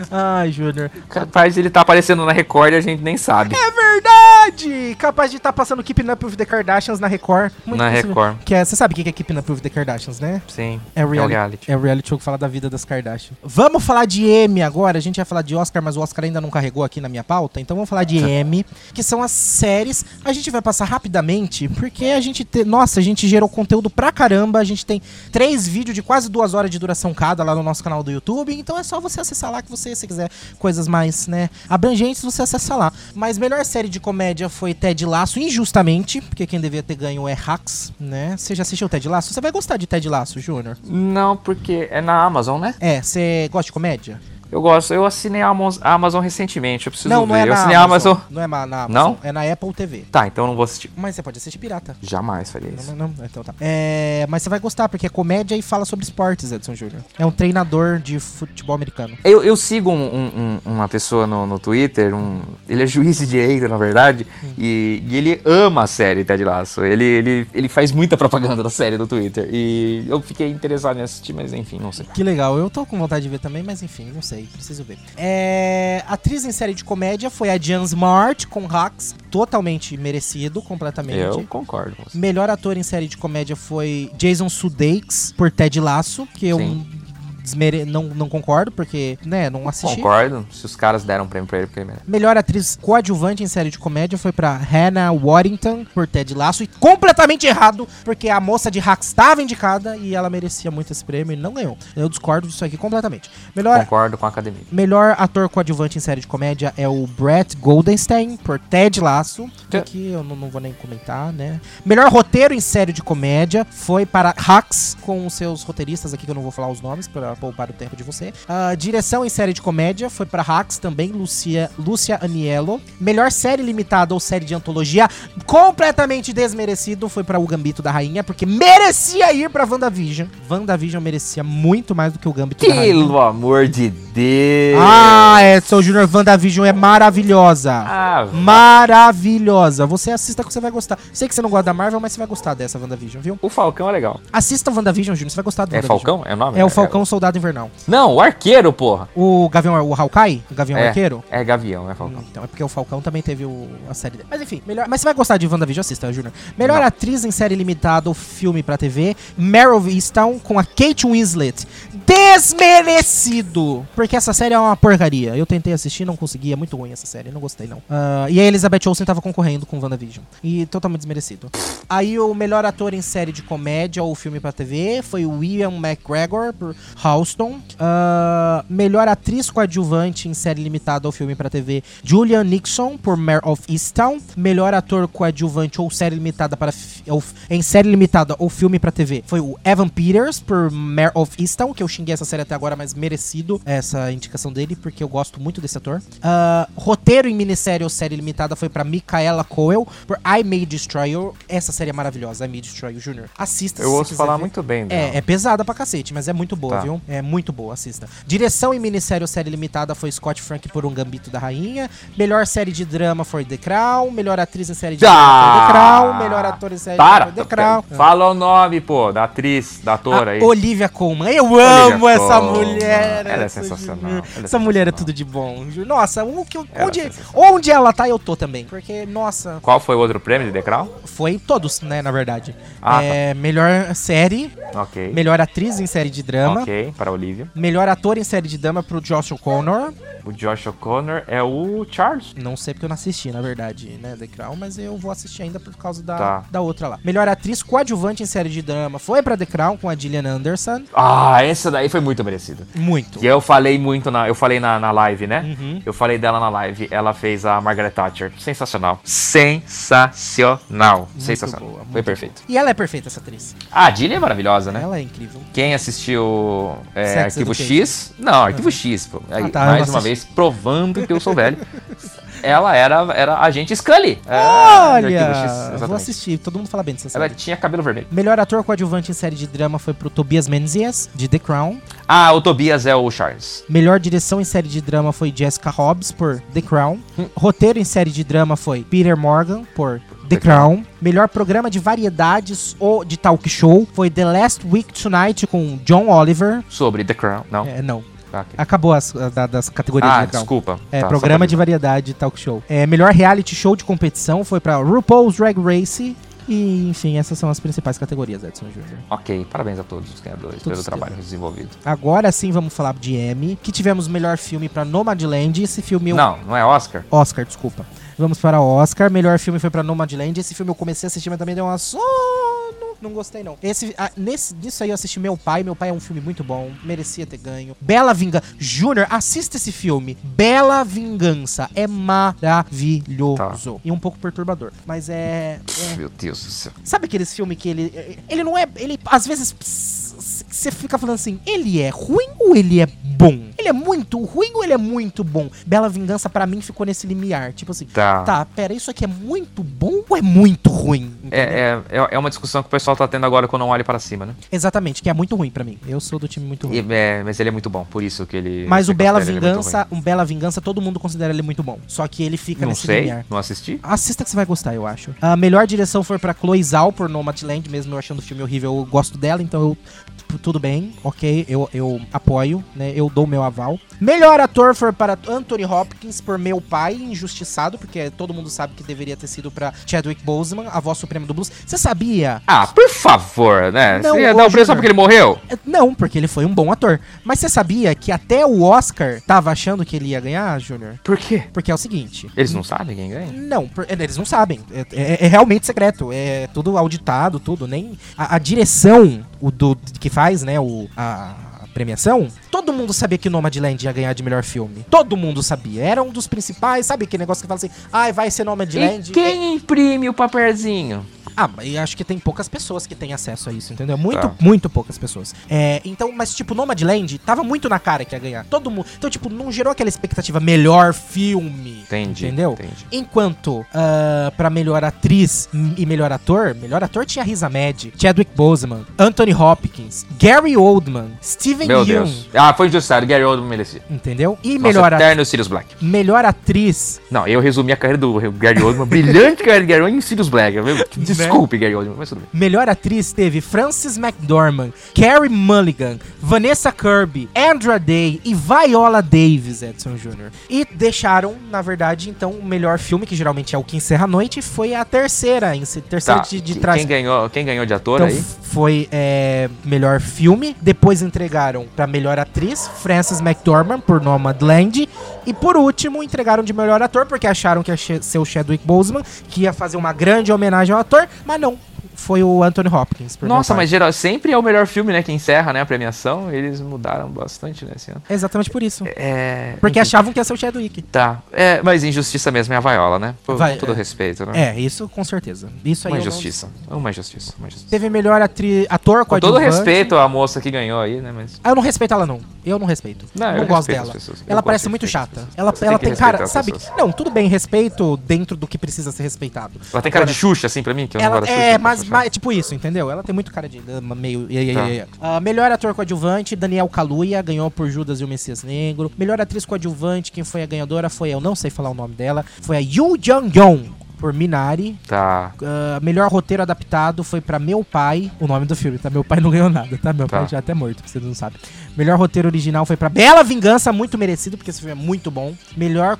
[SPEAKER 1] Ai, Júnior.
[SPEAKER 3] Capaz ele tá aparecendo na Record e a gente nem sabe.
[SPEAKER 1] É verdade! Capaz de estar passando Keeping Up with the Kardashians na Record. Muito
[SPEAKER 3] Na
[SPEAKER 1] possível.
[SPEAKER 3] Record.
[SPEAKER 1] Que é, você sabe o que que é Keeping Up with the Kardashians, né?
[SPEAKER 3] Sim.
[SPEAKER 1] É
[SPEAKER 3] o
[SPEAKER 1] reality,
[SPEAKER 3] reality.
[SPEAKER 1] É o reality show que fala da vida das Kardashian. Vamos falar de M agora. A gente ia falar de Oscar, mas o Oscar ainda não carregou aqui na minha pauta. Então vamos falar de M, que são as séries. A gente vai passar rapidamente, porque a gente. Te... Nossa, a gente gerou conteúdo pra caramba. A gente tem três vídeos de quase duas horas de duração cada lá no nosso canal do YouTube. Então é só você acessar lá que você, se quiser coisas mais, né, abrangentes, você acessa lá. Mas melhor série de comédia foi Ted Laço, injustamente, porque quem devia ter ganho é Hacks, né? Você já assistiu Ted Laço? Você vai gostar de Ted Laço, Júnior?
[SPEAKER 3] Não, porque é na Amazon, né?
[SPEAKER 1] É, você gosta de comédia?
[SPEAKER 3] Eu gosto. Eu assinei a Amaz- a Amazon recentemente. Eu preciso
[SPEAKER 1] não, não
[SPEAKER 3] ver.
[SPEAKER 1] é
[SPEAKER 3] eu
[SPEAKER 1] na
[SPEAKER 3] assinei
[SPEAKER 1] Amazon.
[SPEAKER 3] a Amazon.
[SPEAKER 1] Não é ma- na Amazon.
[SPEAKER 3] Não?
[SPEAKER 1] É na Apple TV.
[SPEAKER 3] Tá, então eu não vou assistir.
[SPEAKER 1] Mas você pode assistir pirata.
[SPEAKER 3] Jamais faria isso.
[SPEAKER 1] Não, não, não, então tá. É, mas você vai gostar, porque é comédia e fala sobre esportes, Edson Júnior. É um treinador de futebol americano.
[SPEAKER 3] Eu, eu sigo um- um- um- uma pessoa no, no Twitter, um- ele é juiz de direito, na verdade, e, e ele ama a série Ted Lasso. Ele, ele, ele faz muita propaganda da série do Twitter. E eu fiquei interessado em assistir, mas enfim, não sei.
[SPEAKER 1] Que legal, eu tô com vontade de ver também, mas enfim, não sei, preciso ver. É, atriz em série de comédia foi a Jan Smart com Hacks, totalmente merecido, completamente.
[SPEAKER 3] Eu concordo com você.
[SPEAKER 1] Melhor ator em série de comédia foi Jason Sudeikis por Ted Lasso, que eu
[SPEAKER 3] Sim.
[SPEAKER 1] desmere- não, não concordo, porque, né, não assisti.
[SPEAKER 3] Concordo, se os caras deram um prêmio pra ele, porque ele merece.
[SPEAKER 1] Melhor atriz coadjuvante em série de comédia foi pra Hannah Warrington por Ted Lasso e completamente errado, porque a moça de Hacks estava indicada e ela merecia muito esse prêmio e não ganhou. Eu discordo disso aqui completamente. Melhor
[SPEAKER 3] Concordo com a academia.
[SPEAKER 1] Melhor ator coadjuvante em série de comédia é o Brett Goldenstein, por Ted Lasso.
[SPEAKER 3] Tá.
[SPEAKER 1] Aqui eu não, não vou nem comentar, né? Melhor roteiro em série de comédia foi para Hacks, com os seus roteiristas aqui, que eu não vou falar os nomes para poupar o tempo de você. Ah, direção em série de comédia foi para Hacks também, Lucia, Lucia Aniello. Melhor série limitada ou série de antologia, completamente desmerecido, foi para O Gambito da Rainha, porque merecia ir para WandaVision. WandaVision merecia muito mais do que O Gambito da Rainha.
[SPEAKER 3] Pelo amor de Deus!
[SPEAKER 1] Ah, Edson Júnior WandaVision é maravilhosa.
[SPEAKER 3] Ah,
[SPEAKER 1] Maravilhosa. Você assista que você vai gostar. Sei que você não gosta da Marvel, mas você vai gostar dessa WandaVision, viu?
[SPEAKER 3] o Falcão é legal.
[SPEAKER 1] Assista WandaVision, Júnior, você vai gostar do
[SPEAKER 3] É
[SPEAKER 1] WandaVision.
[SPEAKER 3] Falcão? É o nome? É.
[SPEAKER 1] É o Falcão Soldado Invernal.
[SPEAKER 3] Não, o Arqueiro, porra!
[SPEAKER 1] O Gavião, o Hawkeye, o Gavião Arqueiro.
[SPEAKER 3] É Gavião, é Falcão.
[SPEAKER 1] Então, é porque o Falcão também teve o- a série dele. Mas enfim, melhor, mas você vai gostar de WandaVision, assista, Júnior. Melhor
[SPEAKER 3] Não.
[SPEAKER 1] atriz em série limitada ou filme pra TV, Meryl Easton com a Kate Winslet. Desmerecido! Porque essa série é uma porcaria. Eu tentei assistir, não consegui, é muito ruim essa série, não gostei não. Ah, e a Elizabeth Olsen tava concorrendo com WandaVision. E totalmente desmerecido. Aí o melhor ator em série de comédia ou filme pra TV foi o Ian McGregor por Houston. Ah, melhor atriz coadjuvante em série limitada ou filme pra TV, Julian Nixon por Mare of Easttown. Melhor ator coadjuvante ou série limitada para fi- ou f- em série limitada ou filme pra TV foi o Evan Peters por Mare of Easttown, que eu xinguei essa série até agora, mas merecido essa indicação dele, porque eu gosto muito desse ator. Ah, roteiro em minissérie ou série limitada foi pra Micaela Coel por I May Destroy You. Essa série é maravilhosa, I May Destroy You Jr. Assista
[SPEAKER 3] Eu
[SPEAKER 1] se
[SPEAKER 3] ouço
[SPEAKER 1] quiser
[SPEAKER 3] falar
[SPEAKER 1] ver.
[SPEAKER 3] muito bem dela.
[SPEAKER 1] É, é pesada pra cacete, mas é muito boa,
[SPEAKER 3] Tá.
[SPEAKER 1] viu? É muito boa, assista. Direção em minissérie ou série limitada foi Scott Frank por Um Gambito da Rainha. Melhor série de drama foi The Crown. Melhor atriz em série de drama foi The Crown. Melhor ator em série
[SPEAKER 3] Ah! Para!
[SPEAKER 1] de
[SPEAKER 3] Tá.
[SPEAKER 1] drama foi The Crown.
[SPEAKER 3] Fala o nome, pô, da atriz, da atora aí.
[SPEAKER 1] A Olivia Colman. Eu amo
[SPEAKER 3] Olivia
[SPEAKER 1] essa
[SPEAKER 3] Colman.
[SPEAKER 1] mulher.
[SPEAKER 3] Ela é
[SPEAKER 1] essa
[SPEAKER 3] sensacional,
[SPEAKER 1] mulher.
[SPEAKER 3] ela é
[SPEAKER 1] Essa mulher é
[SPEAKER 3] sensacional.
[SPEAKER 1] tudo de bom. viu? Nossa, o que-
[SPEAKER 3] Ela é
[SPEAKER 1] onde,
[SPEAKER 3] sensacional.
[SPEAKER 1] onde ela tá, eu tô também. Porque, nossa,
[SPEAKER 3] Qual foi o outro prêmio de Decral?
[SPEAKER 1] foi todos, né, na verdade.
[SPEAKER 3] Ah,
[SPEAKER 1] É, Melhor série,
[SPEAKER 3] Ok.
[SPEAKER 1] melhor atriz em série de drama.
[SPEAKER 3] Ok, para a Olivia.
[SPEAKER 1] Melhor ator em série de drama pro Josh O'Connor.
[SPEAKER 3] O Josh O'Connor é o Charles.
[SPEAKER 1] Não sei porque eu não assisti, na verdade, né, The Crown, mas eu vou assistir ainda por causa da,
[SPEAKER 3] Tá.
[SPEAKER 1] da outra lá. Melhor atriz coadjuvante em série de drama foi pra The Crown com a Gillian Anderson.
[SPEAKER 3] Ah, essa daí foi muito merecida.
[SPEAKER 1] Muito.
[SPEAKER 3] Que eu falei muito na. Eu falei na, na live, né?
[SPEAKER 1] Uhum.
[SPEAKER 3] Eu falei dela na live. Ela fez a Margaret Thatcher. Sensacional. Sensacional. Sensacional.
[SPEAKER 1] boa, muito
[SPEAKER 3] foi perfeito.
[SPEAKER 1] E ela é perfeita, essa atriz.
[SPEAKER 3] Ah, A Dilly é maravilhosa, né?
[SPEAKER 1] Ela é incrível.
[SPEAKER 3] Quem assistiu é,
[SPEAKER 1] Sex
[SPEAKER 3] Arquivo
[SPEAKER 1] Education. Ah.
[SPEAKER 3] X. Não, Arquivo X, pô. Aí,
[SPEAKER 1] tá, eu não
[SPEAKER 3] mais uma
[SPEAKER 1] assisti.
[SPEAKER 3] vez, provando que eu sou velho. Ela era, era a agente Scully. É, de
[SPEAKER 1] Olha,
[SPEAKER 3] Arquivo X,
[SPEAKER 1] vou
[SPEAKER 3] exatamente.
[SPEAKER 1] assistir, todo mundo fala bem dessa série.
[SPEAKER 3] Ela é tinha cabelo vermelho.
[SPEAKER 1] Melhor ator coadjuvante em série de drama foi pro Tobias Menzies, de The Crown.
[SPEAKER 3] Ah, o Tobias é o Charles.
[SPEAKER 1] Melhor direção em série de drama foi Jessica Hobbs, por The Crown. Roteiro em série de drama foi Peter Morgan, por The Crown. Melhor programa de variedades ou de talk show foi The Last Week Tonight, com John Oliver.
[SPEAKER 3] Sobre The Crown. Não.
[SPEAKER 1] É, não,
[SPEAKER 3] Tá, ok.
[SPEAKER 1] acabou as a da- das categorias
[SPEAKER 3] Ah,
[SPEAKER 1] de The Crown.
[SPEAKER 3] desculpa.
[SPEAKER 1] É,
[SPEAKER 3] Tá,
[SPEAKER 1] programa de
[SPEAKER 3] só
[SPEAKER 1] variedade talk show. É, melhor reality show de competição foi pra RuPaul's Drag Race. E, enfim, essas são as principais categorias, Edson Júnior.
[SPEAKER 3] pra- Ok, parabéns a todos os ganhadores
[SPEAKER 1] Todos
[SPEAKER 3] pelo
[SPEAKER 1] os
[SPEAKER 3] trabalho desenvolvido.
[SPEAKER 1] Agora sim vamos falar de M, que tivemos melhor filme pra Nomadland. Esse filme eu...
[SPEAKER 3] Não, não é Oscar?
[SPEAKER 1] Oscar, desculpa. Vamos para o Oscar. Melhor filme foi pra Nomadland. Esse filme eu comecei a assistir, mas também deu uma sono. Não gostei, não. Esse, ah, nesse, nisso aí eu assisti Meu Pai. Meu Pai é um filme muito bom. Merecia ter ganho. Bela Vingança. Júnior, assista esse filme. Bela Vingança. É maravilhoso.
[SPEAKER 3] Tá.
[SPEAKER 1] E um pouco perturbador. Mas é... é-
[SPEAKER 3] Meu Deus do céu.
[SPEAKER 1] Sabe aqueles filmes que ele. Ele não é. Ele às vezes. Você fica falando assim, ele é ruim ou ele é bom? Ele é muito ruim ou ele é muito bom? Bela Vingança pra mim ficou nesse limiar. Tipo assim,
[SPEAKER 3] Tá.
[SPEAKER 1] tá, pera, isso aqui é muito bom ou é muito ruim?
[SPEAKER 3] É, é, é- é uma discussão que o pessoal tá tendo agora quando não olha para cima, né?
[SPEAKER 1] Exatamente, que é muito ruim pra mim. Eu sou do time muito ruim.
[SPEAKER 3] E- é, mas ele é muito bom, por isso que ele.
[SPEAKER 1] Mas o
[SPEAKER 3] você
[SPEAKER 1] Bela
[SPEAKER 3] considera ele é muito
[SPEAKER 1] Vingança,
[SPEAKER 3] ruim.
[SPEAKER 1] o Bela Vingança, todo mundo considera ele muito bom. Só que ele fica
[SPEAKER 3] Não
[SPEAKER 1] nesse
[SPEAKER 3] sei,
[SPEAKER 1] limiar.
[SPEAKER 3] não assisti.
[SPEAKER 1] Assista que você vai gostar, eu acho. A melhor direção foi pra Chloe Zhao por Nomadland, mesmo eu achando o filme horrível, eu gosto dela, então eu tipo, tudo bem, ok, eu, eu apoio, né? Eu dou meu aval. Melhor ator foi para Anthony Hopkins por Meu Pai, injustiçado, porque todo mundo sabe que deveria ter sido pra Chadwick Boseman, a voz suprema do blues. Você sabia?
[SPEAKER 3] Ah, por favor, né?
[SPEAKER 1] Não,
[SPEAKER 3] Você ia
[SPEAKER 1] ô,
[SPEAKER 3] dar o preço só
[SPEAKER 1] Júnior.
[SPEAKER 3] porque ele morreu?
[SPEAKER 1] É, Não, porque ele foi um bom ator. Mas você sabia que até o Oscar tava achando que ele ia ganhar, Júnior?
[SPEAKER 3] Por quê?
[SPEAKER 1] Porque é o seguinte,
[SPEAKER 3] Eles não sabem quem ganha?
[SPEAKER 1] Não, por- eles não sabem. É, é- é realmente secreto. É tudo auditado, tudo. Nem a, a direção o do que faz, né? O a a premiação. Todo mundo sabia que Nomadland ia ganhar de melhor filme. Todo mundo sabia. Era um dos principais, sabe aquele negócio que fala assim, ai, vai ser Nomadland.
[SPEAKER 3] E quem imprime o papelzinho?
[SPEAKER 1] Ah, mas eu acho que tem poucas pessoas que têm acesso a isso, entendeu? Muito,
[SPEAKER 3] Tá.
[SPEAKER 1] muito poucas pessoas. É, então, mas tipo, Nomadland tava muito na cara que ia ganhar. Todo mundo. Então, tipo, não gerou aquela expectativa melhor filme.
[SPEAKER 3] Entendi.
[SPEAKER 1] Entendeu?
[SPEAKER 3] Entendi.
[SPEAKER 1] Enquanto, ah, pra melhor atriz e melhor ator, melhor ator tinha Risa Med, Chadwick Boseman, Anthony Hopkins, Gary Oldman, Steven
[SPEAKER 3] Meu
[SPEAKER 1] Yeun,
[SPEAKER 3] Deus. Ah, foi injustiçado. Gary Oldman merecia.
[SPEAKER 1] entendeu? E
[SPEAKER 3] Nosso
[SPEAKER 1] melhor, a-
[SPEAKER 3] eterno Sirius Black.
[SPEAKER 1] melhor atriz,
[SPEAKER 3] Não, eu resumi a carreira do Gary Oldman, brilhante carreira do Gary Oldman em Sirius Black. viu?
[SPEAKER 1] né?
[SPEAKER 3] Desculpe, Gary Oldman, mas tudo bem.
[SPEAKER 1] melhor atriz teve Frances McDormand, Carey Mulligan, Vanessa Kirby, Andra Day e Viola Davis, Edson Jr. E deixaram, na verdade, então, o melhor filme, que geralmente é o que encerra a noite, foi a terceira, em se- terceira
[SPEAKER 3] Tá,
[SPEAKER 1] de, de
[SPEAKER 3] quem-
[SPEAKER 1] trás
[SPEAKER 3] quem, ganhou, quem ganhou de ator
[SPEAKER 1] Então
[SPEAKER 3] aí?
[SPEAKER 1] f- foi é, melhor filme, depois entregaram pra melhor atriz, Frances McDormand por Nomadland, e por último entregaram de melhor ator porque acharam que ia che- ser o Chadwick Boseman, que ia fazer uma grande homenagem ao ator, mas não. foi o Anthony Hopkins. por
[SPEAKER 3] Nossa,
[SPEAKER 1] meu pai.
[SPEAKER 3] mas geral, sempre é o melhor filme, né? Que encerra né, a premiação. Eles mudaram bastante, né, esse ano.
[SPEAKER 1] É exatamente por isso.
[SPEAKER 3] É.
[SPEAKER 1] Porque achavam que ia ser o Chadwick.
[SPEAKER 3] Tá. É, mas injustiça mesmo é a vaiola, né? Com
[SPEAKER 1] Vai-
[SPEAKER 3] todo
[SPEAKER 1] é.
[SPEAKER 3] respeito, né?
[SPEAKER 1] É, isso com certeza. Isso aí. eu
[SPEAKER 3] Uma
[SPEAKER 1] não-
[SPEAKER 3] injustiça. Uma injustiça. Uma injustiça.
[SPEAKER 1] Teve melhor atri... ator
[SPEAKER 3] Com todo
[SPEAKER 1] coadjuvante.
[SPEAKER 3] respeito à moça que ganhou aí, né? Mas.
[SPEAKER 1] Ah, eu não respeito ela, não. Eu não respeito.
[SPEAKER 3] Não,
[SPEAKER 1] Não,
[SPEAKER 3] eu
[SPEAKER 1] gosto
[SPEAKER 3] respeito
[SPEAKER 1] dela.
[SPEAKER 3] as pessoas. Eu
[SPEAKER 1] Ela
[SPEAKER 3] gosto
[SPEAKER 1] parece
[SPEAKER 3] de
[SPEAKER 1] muito
[SPEAKER 3] respeitar as
[SPEAKER 1] chata.
[SPEAKER 3] pessoas.
[SPEAKER 1] Ela,
[SPEAKER 3] Você
[SPEAKER 1] ela
[SPEAKER 3] tem que
[SPEAKER 1] tem cara,
[SPEAKER 3] respeitar as
[SPEAKER 1] sabe?
[SPEAKER 3] pessoas.
[SPEAKER 1] Não, tudo bem, respeito dentro do que precisa ser respeitado.
[SPEAKER 3] Ela tem cara de
[SPEAKER 1] Agora,
[SPEAKER 3] Xuxa, assim, pra mim? Que eu não
[SPEAKER 1] ela
[SPEAKER 3] gosto da Xuxa,
[SPEAKER 1] é,
[SPEAKER 3] eu
[SPEAKER 1] mas,
[SPEAKER 3] acho
[SPEAKER 1] mas
[SPEAKER 3] chata.
[SPEAKER 1] tipo isso, entendeu? Ela tem muito cara de dama, meio. ia, ia,
[SPEAKER 3] Tá.
[SPEAKER 1] ia, ia. Ah, melhor ator coadjuvante, Daniel Kaluuya, ganhou por Judas e o Messias Negro. Melhor atriz coadjuvante, quem foi a ganhadora foi, eu não sei falar o nome dela, foi a Yoo Jung-yong, por Minari.
[SPEAKER 3] Tá.
[SPEAKER 1] Ah, melhor roteiro adaptado foi pra Meu Pai, o nome do filme, tá? Meu Pai não ganhou nada, tá? Meu
[SPEAKER 3] Tá.
[SPEAKER 1] pai já é até morto, você não sabe. Melhor roteiro original foi pra Bela Vingança, muito merecido, porque esse filme é muito bom. Melhor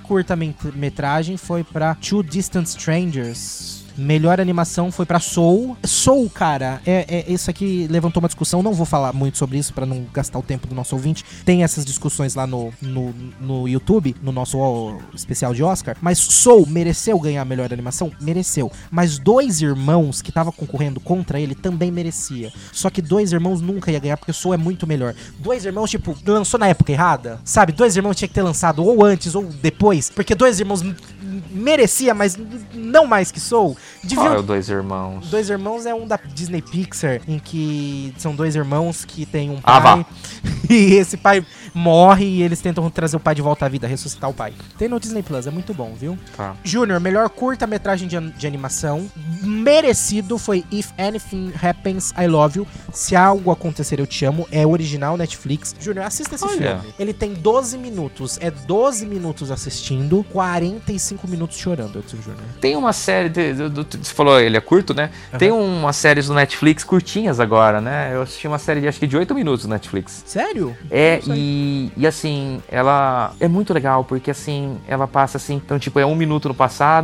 [SPEAKER 1] curta-metragem foi pra Two Distant Strangers. Melhor animação foi pra Soul. Soul, cara, é, é- isso aqui levantou uma discussão. Não vou falar muito sobre isso pra não gastar o tempo do nosso ouvinte. Tem essas discussões lá no, no, no YouTube, no nosso ó, especial de Oscar. Mas Soul mereceu ganhar a melhor animação? Mereceu. Mas dois irmãos que estavam concorrendo contra ele também merecia. Só que dois irmãos nunca ia ganhar, porque Soul é muito melhor. Dois irmãos, tipo, lançou na época errada. Sabe? Dois irmãos tinha que ter lançado ou antes ou depois. Porque dois irmãos m- m- merecia, mas n- não mais que Soul.
[SPEAKER 3] Qual
[SPEAKER 1] Deviam
[SPEAKER 3] é o Dois Irmãos?
[SPEAKER 1] Dois Irmãos é um da Disney Pixar, em que são dois irmãos que tem um
[SPEAKER 3] Ah,
[SPEAKER 1] pai. e esse pai morre e eles tentam trazer o pai de volta à vida, ressuscitar o pai. Tem no Disney Plus, é muito bom, viu?
[SPEAKER 3] Tá.
[SPEAKER 1] Júnior, melhor curta-metragem de, an- de animação. Merecido foi If Anything Happens, I Love You. Se algo acontecer, eu te amo. É original Netflix. Júnior, assista esse
[SPEAKER 3] Olha.
[SPEAKER 1] filme. Ele tem 12 minutos. É 12 minutos assistindo, 45 minutos chorando, Edson Júnior.
[SPEAKER 3] Tem uma série. De, do- do- você falou, ele é curto, né? Tem umas séries do Netflix curtinhas agora, né? Eu assisti uma série de acho que de 8 minutos do Netflix.
[SPEAKER 1] Sério?
[SPEAKER 3] É, e, e assim, ela é muito legal, porque assim, ela passa assim, então tipo, é um minuto no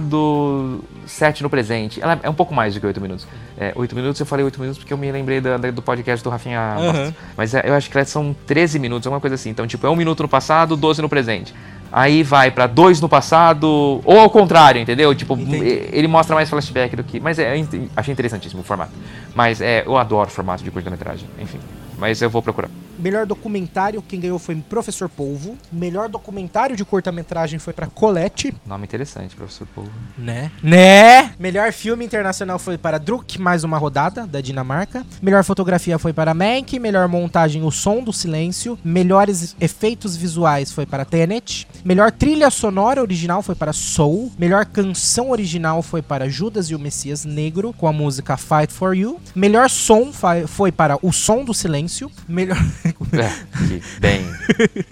[SPEAKER 3] passado, sete no presente. Ela é um pouco mais do que oito minutos. É, oito minutos, eu falei oito minutos porque eu me lembrei da- da- do podcast do Rafinha Bastos. Mas é, eu acho que elas são 13 minutos, alguma coisa assim. Então, tipo, é um minuto no passado, 12 no presente. Aí vai pra dois no passado, ou ao contrário, entendeu? Tipo, e- ele mostra mais flashback do que. Mas é, ent- achei interessantíssimo o formato. Mas é, eu adoro o formato de curta-metragem, enfim. Mas eu vou procurar.
[SPEAKER 1] Melhor documentário, quem ganhou foi Professor Polvo. Melhor documentário de curta-metragem foi pra Colette.
[SPEAKER 3] Nome interessante, professor Paulo.
[SPEAKER 1] Né? Né? Melhor filme internacional foi para Druk, mais uma rodada, da Dinamarca. Melhor fotografia foi para Mank. Melhor montagem, O Som do Silêncio. Melhores efeitos visuais foi para Tenet. Melhor trilha sonora original foi para Soul. Melhor canção original foi para Judas e o Messias Negro, com a música Fight for You. Melhor som fa- foi para O Som do Silêncio. Melhor,
[SPEAKER 3] É, que bem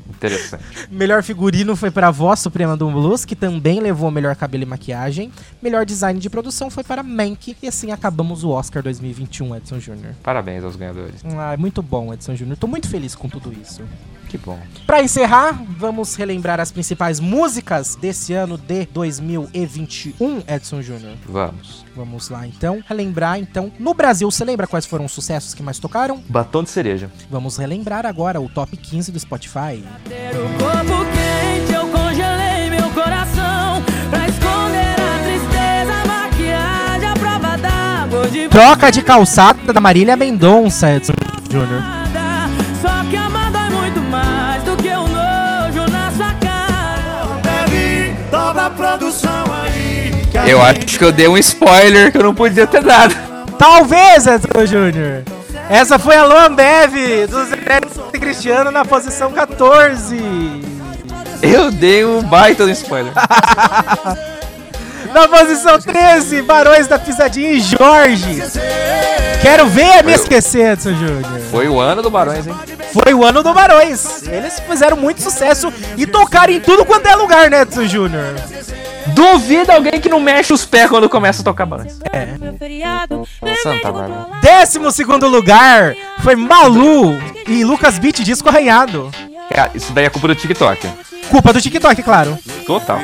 [SPEAKER 3] interessante.
[SPEAKER 1] Melhor figurino foi para a voz suprema do Blues, que também levou melhor cabelo e maquiagem. Melhor design de produção foi para Mank. E assim acabamos o Oscar 2021, Edson Júnior.
[SPEAKER 3] Parabéns aos ganhadores.
[SPEAKER 1] Ah, é muito bom, Edson Júnior. Tô muito feliz com tudo isso.
[SPEAKER 3] Que bom.
[SPEAKER 1] Para encerrar, vamos relembrar as principais músicas desse ano de 2021, Edson Júnior.
[SPEAKER 3] Vamos.
[SPEAKER 1] Vamos lá, então. Relembrar, então. No Brasil, você lembra quais foram os sucessos que mais tocaram?
[SPEAKER 3] Batom de cereja.
[SPEAKER 1] Vamos relembrar agora o top 15 do Spotify.
[SPEAKER 13] Ter o corpo quente, eu congelei meu coração. Pra esconder a tristeza, a maquiagem, a prova d'água de
[SPEAKER 1] Troca de calçada da Marília Mendonça, Edson Júnior.
[SPEAKER 13] nada. Só que amar dói muito mais do que o nojo na sua cara.
[SPEAKER 3] Eu acho que eu dei um spoiler que eu não podia ter dado.
[SPEAKER 1] Talvez, Edson Júnior. Essa foi a Luan Bev do Zé Cristiano na posição 14.
[SPEAKER 3] Eu dei um baita do spoiler.
[SPEAKER 1] Na posição 13, Barões da Pisadinha e Jorge. Quero ver me esquecer, Edson Júnior.
[SPEAKER 3] Foi o ano do Barões, hein?
[SPEAKER 1] Foi o ano do Barões. Eles fizeram muito sucesso e tocaram em tudo quanto é lugar, né, Edson Júnior?
[SPEAKER 3] Duvida alguém que não mexe os pés quando começa a tocar Barões.
[SPEAKER 13] Meu feriado,
[SPEAKER 3] Santa Maria.
[SPEAKER 1] Décimo segundo lugar foi Malu e Lucas Beat Disco Arranhado.
[SPEAKER 3] Cara, isso daí é culpa do TikTok.
[SPEAKER 1] Culpa do TikTok, claro.
[SPEAKER 3] Total.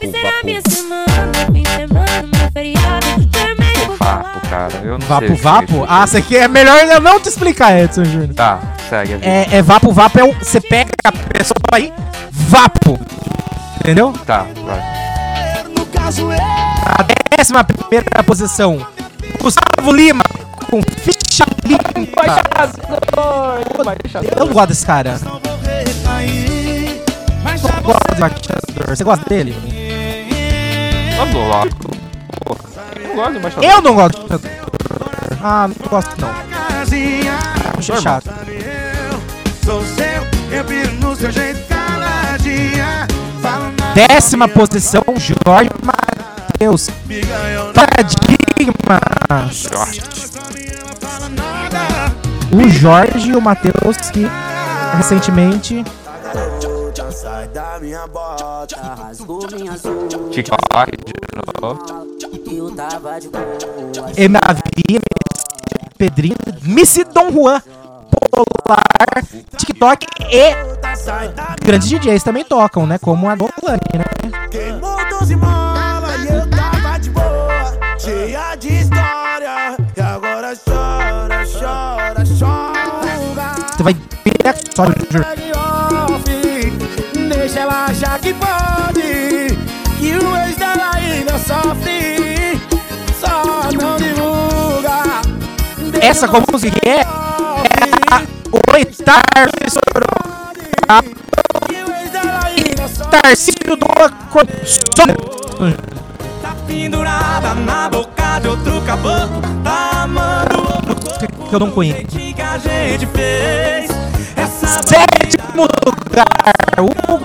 [SPEAKER 13] será é minha semana, minha semana, meu feriado, vermelho.
[SPEAKER 3] Vapo, cara. Eu não sei.
[SPEAKER 1] Vapo
[SPEAKER 3] o que
[SPEAKER 1] Vapo?
[SPEAKER 3] é isso.
[SPEAKER 1] Ah, isso aqui é melhor eu não te explicar, Edson Júnior.
[SPEAKER 3] Tá, segue a vida.
[SPEAKER 1] É, é Vapo Vapo, é o. Você pega a pessoa aí, Vapo. Entendeu?
[SPEAKER 3] Tá, vai.
[SPEAKER 1] A décima primeira posição, Gustavo Lima, com ficha limpa. Eu não gosto desse cara. Eu não gosto desse embaixador. Você gosta dele?
[SPEAKER 3] Vamos lá. Pô, eu não gosto de embaixador.
[SPEAKER 1] Eu não gosto do embaixador. Ah, não gosto não. Acho chato. Décima posição, Jorge Matheus. Paradigma. O Jorge e o Matheus que recentemente
[SPEAKER 3] TikTok de novo.
[SPEAKER 1] Enavi, Pedrinho, Missy Don Juan, Polar, TikTok e grandes DJs também tocam, né? Como a Dolane, né? Você vai ver né? só Júnior.
[SPEAKER 4] Deixa ela achar que pode Que o ex dela ainda sofre Só não divulga
[SPEAKER 1] Essa como música é, é a oitava estourou.
[SPEAKER 4] Que o ex dela ainda sofre
[SPEAKER 1] Tarcísio do Acordo.
[SPEAKER 4] Tá pendurada na boca de outro caboclo Tá amando outro corpo
[SPEAKER 1] que eu não conheço.
[SPEAKER 4] do jeito que a gente fez Essa é
[SPEAKER 1] Sétimo lugar, Hugo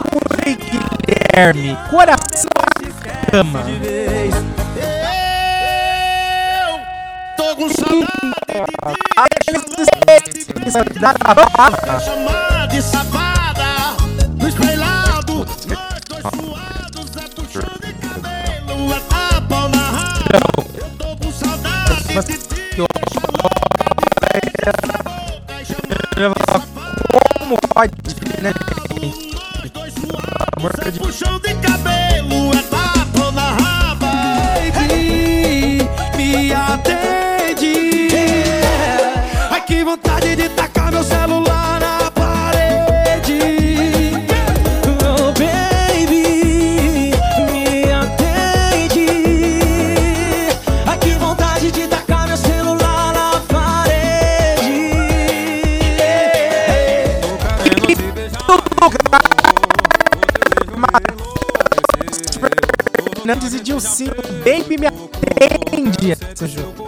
[SPEAKER 1] e Guilherme. Coração da cama. A especialidade da palavra. Como pode, né, gente? Pelo amor de
[SPEAKER 4] é Baby, me atende. Ai, que vontade de tacar meu celular na parede. Oh, baby, me atende. Ai, que vontade de tacar meu celular na parede.
[SPEAKER 1] quinto lugar. Fernandes e Dilcinho, um Baby me atende. Esse jogo.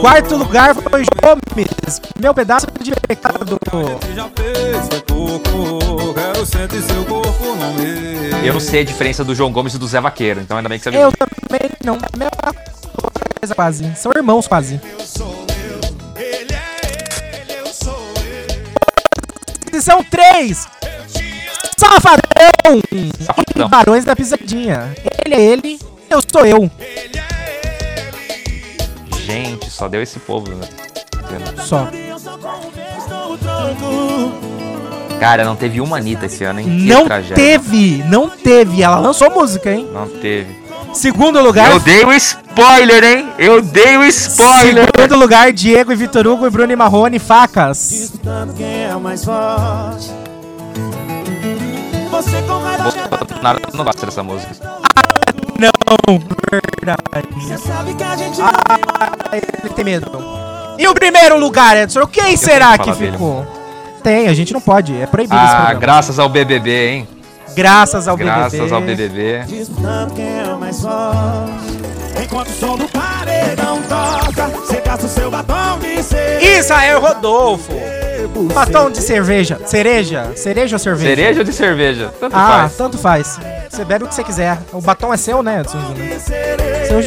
[SPEAKER 1] Quarto lugar foi Gomes, meu pedaço de pecado.
[SPEAKER 3] Eu não sei a diferença do João Gomes e do Zé Vaqueiro, então ainda bem que você
[SPEAKER 1] Eu também não, mesma coisa quase. São irmãos quase. Posição 3. Safadão! E
[SPEAKER 3] Safadão.
[SPEAKER 1] Barões da Pisadinha. Ele é ele, eu sou eu.
[SPEAKER 3] Gente, só deu esse povo, né?
[SPEAKER 1] Só.
[SPEAKER 3] Cara, não teve uma Anitta esse ano, hein? Que
[SPEAKER 1] Não
[SPEAKER 3] tragédia.
[SPEAKER 1] teve, não teve. Ela lançou música, hein?
[SPEAKER 3] Não teve.
[SPEAKER 1] Segundo lugar.
[SPEAKER 3] Eu dei o spoiler, hein? Eu dei o spoiler!
[SPEAKER 1] Segundo lugar, Diego e Vitor Hugo e Bruno e Marrone, facas.
[SPEAKER 4] Quem é o mais forte? Você com raiva
[SPEAKER 3] Bolsonaro não gosta dessa música.
[SPEAKER 1] Não, verdade.
[SPEAKER 4] Você sabe que a gente
[SPEAKER 1] Ah, ele tem medo. E o primeiro lugar, Edson? Quem será
[SPEAKER 3] tenho que
[SPEAKER 1] que
[SPEAKER 3] falar
[SPEAKER 1] ficou? Tem, a gente não pode. É proibido esse
[SPEAKER 3] Ah,
[SPEAKER 1] programa.
[SPEAKER 3] graças ao BBB, hein?
[SPEAKER 1] Graças ao
[SPEAKER 3] graças
[SPEAKER 1] BBB.
[SPEAKER 3] ao BBB.
[SPEAKER 4] Disputando quem é o mais forte Enquanto o som do paredão toca Você gasta o seu batom de ser
[SPEAKER 1] Israel Rodolfo. Batom de cerveja. Cereja? Cereja ou cerveja?
[SPEAKER 3] Cereja ou de cerveja? Tanto
[SPEAKER 1] Ah,
[SPEAKER 3] faz.
[SPEAKER 1] tanto faz. Você bebe o que você quiser. O batom é seu, né, Edson? Seu-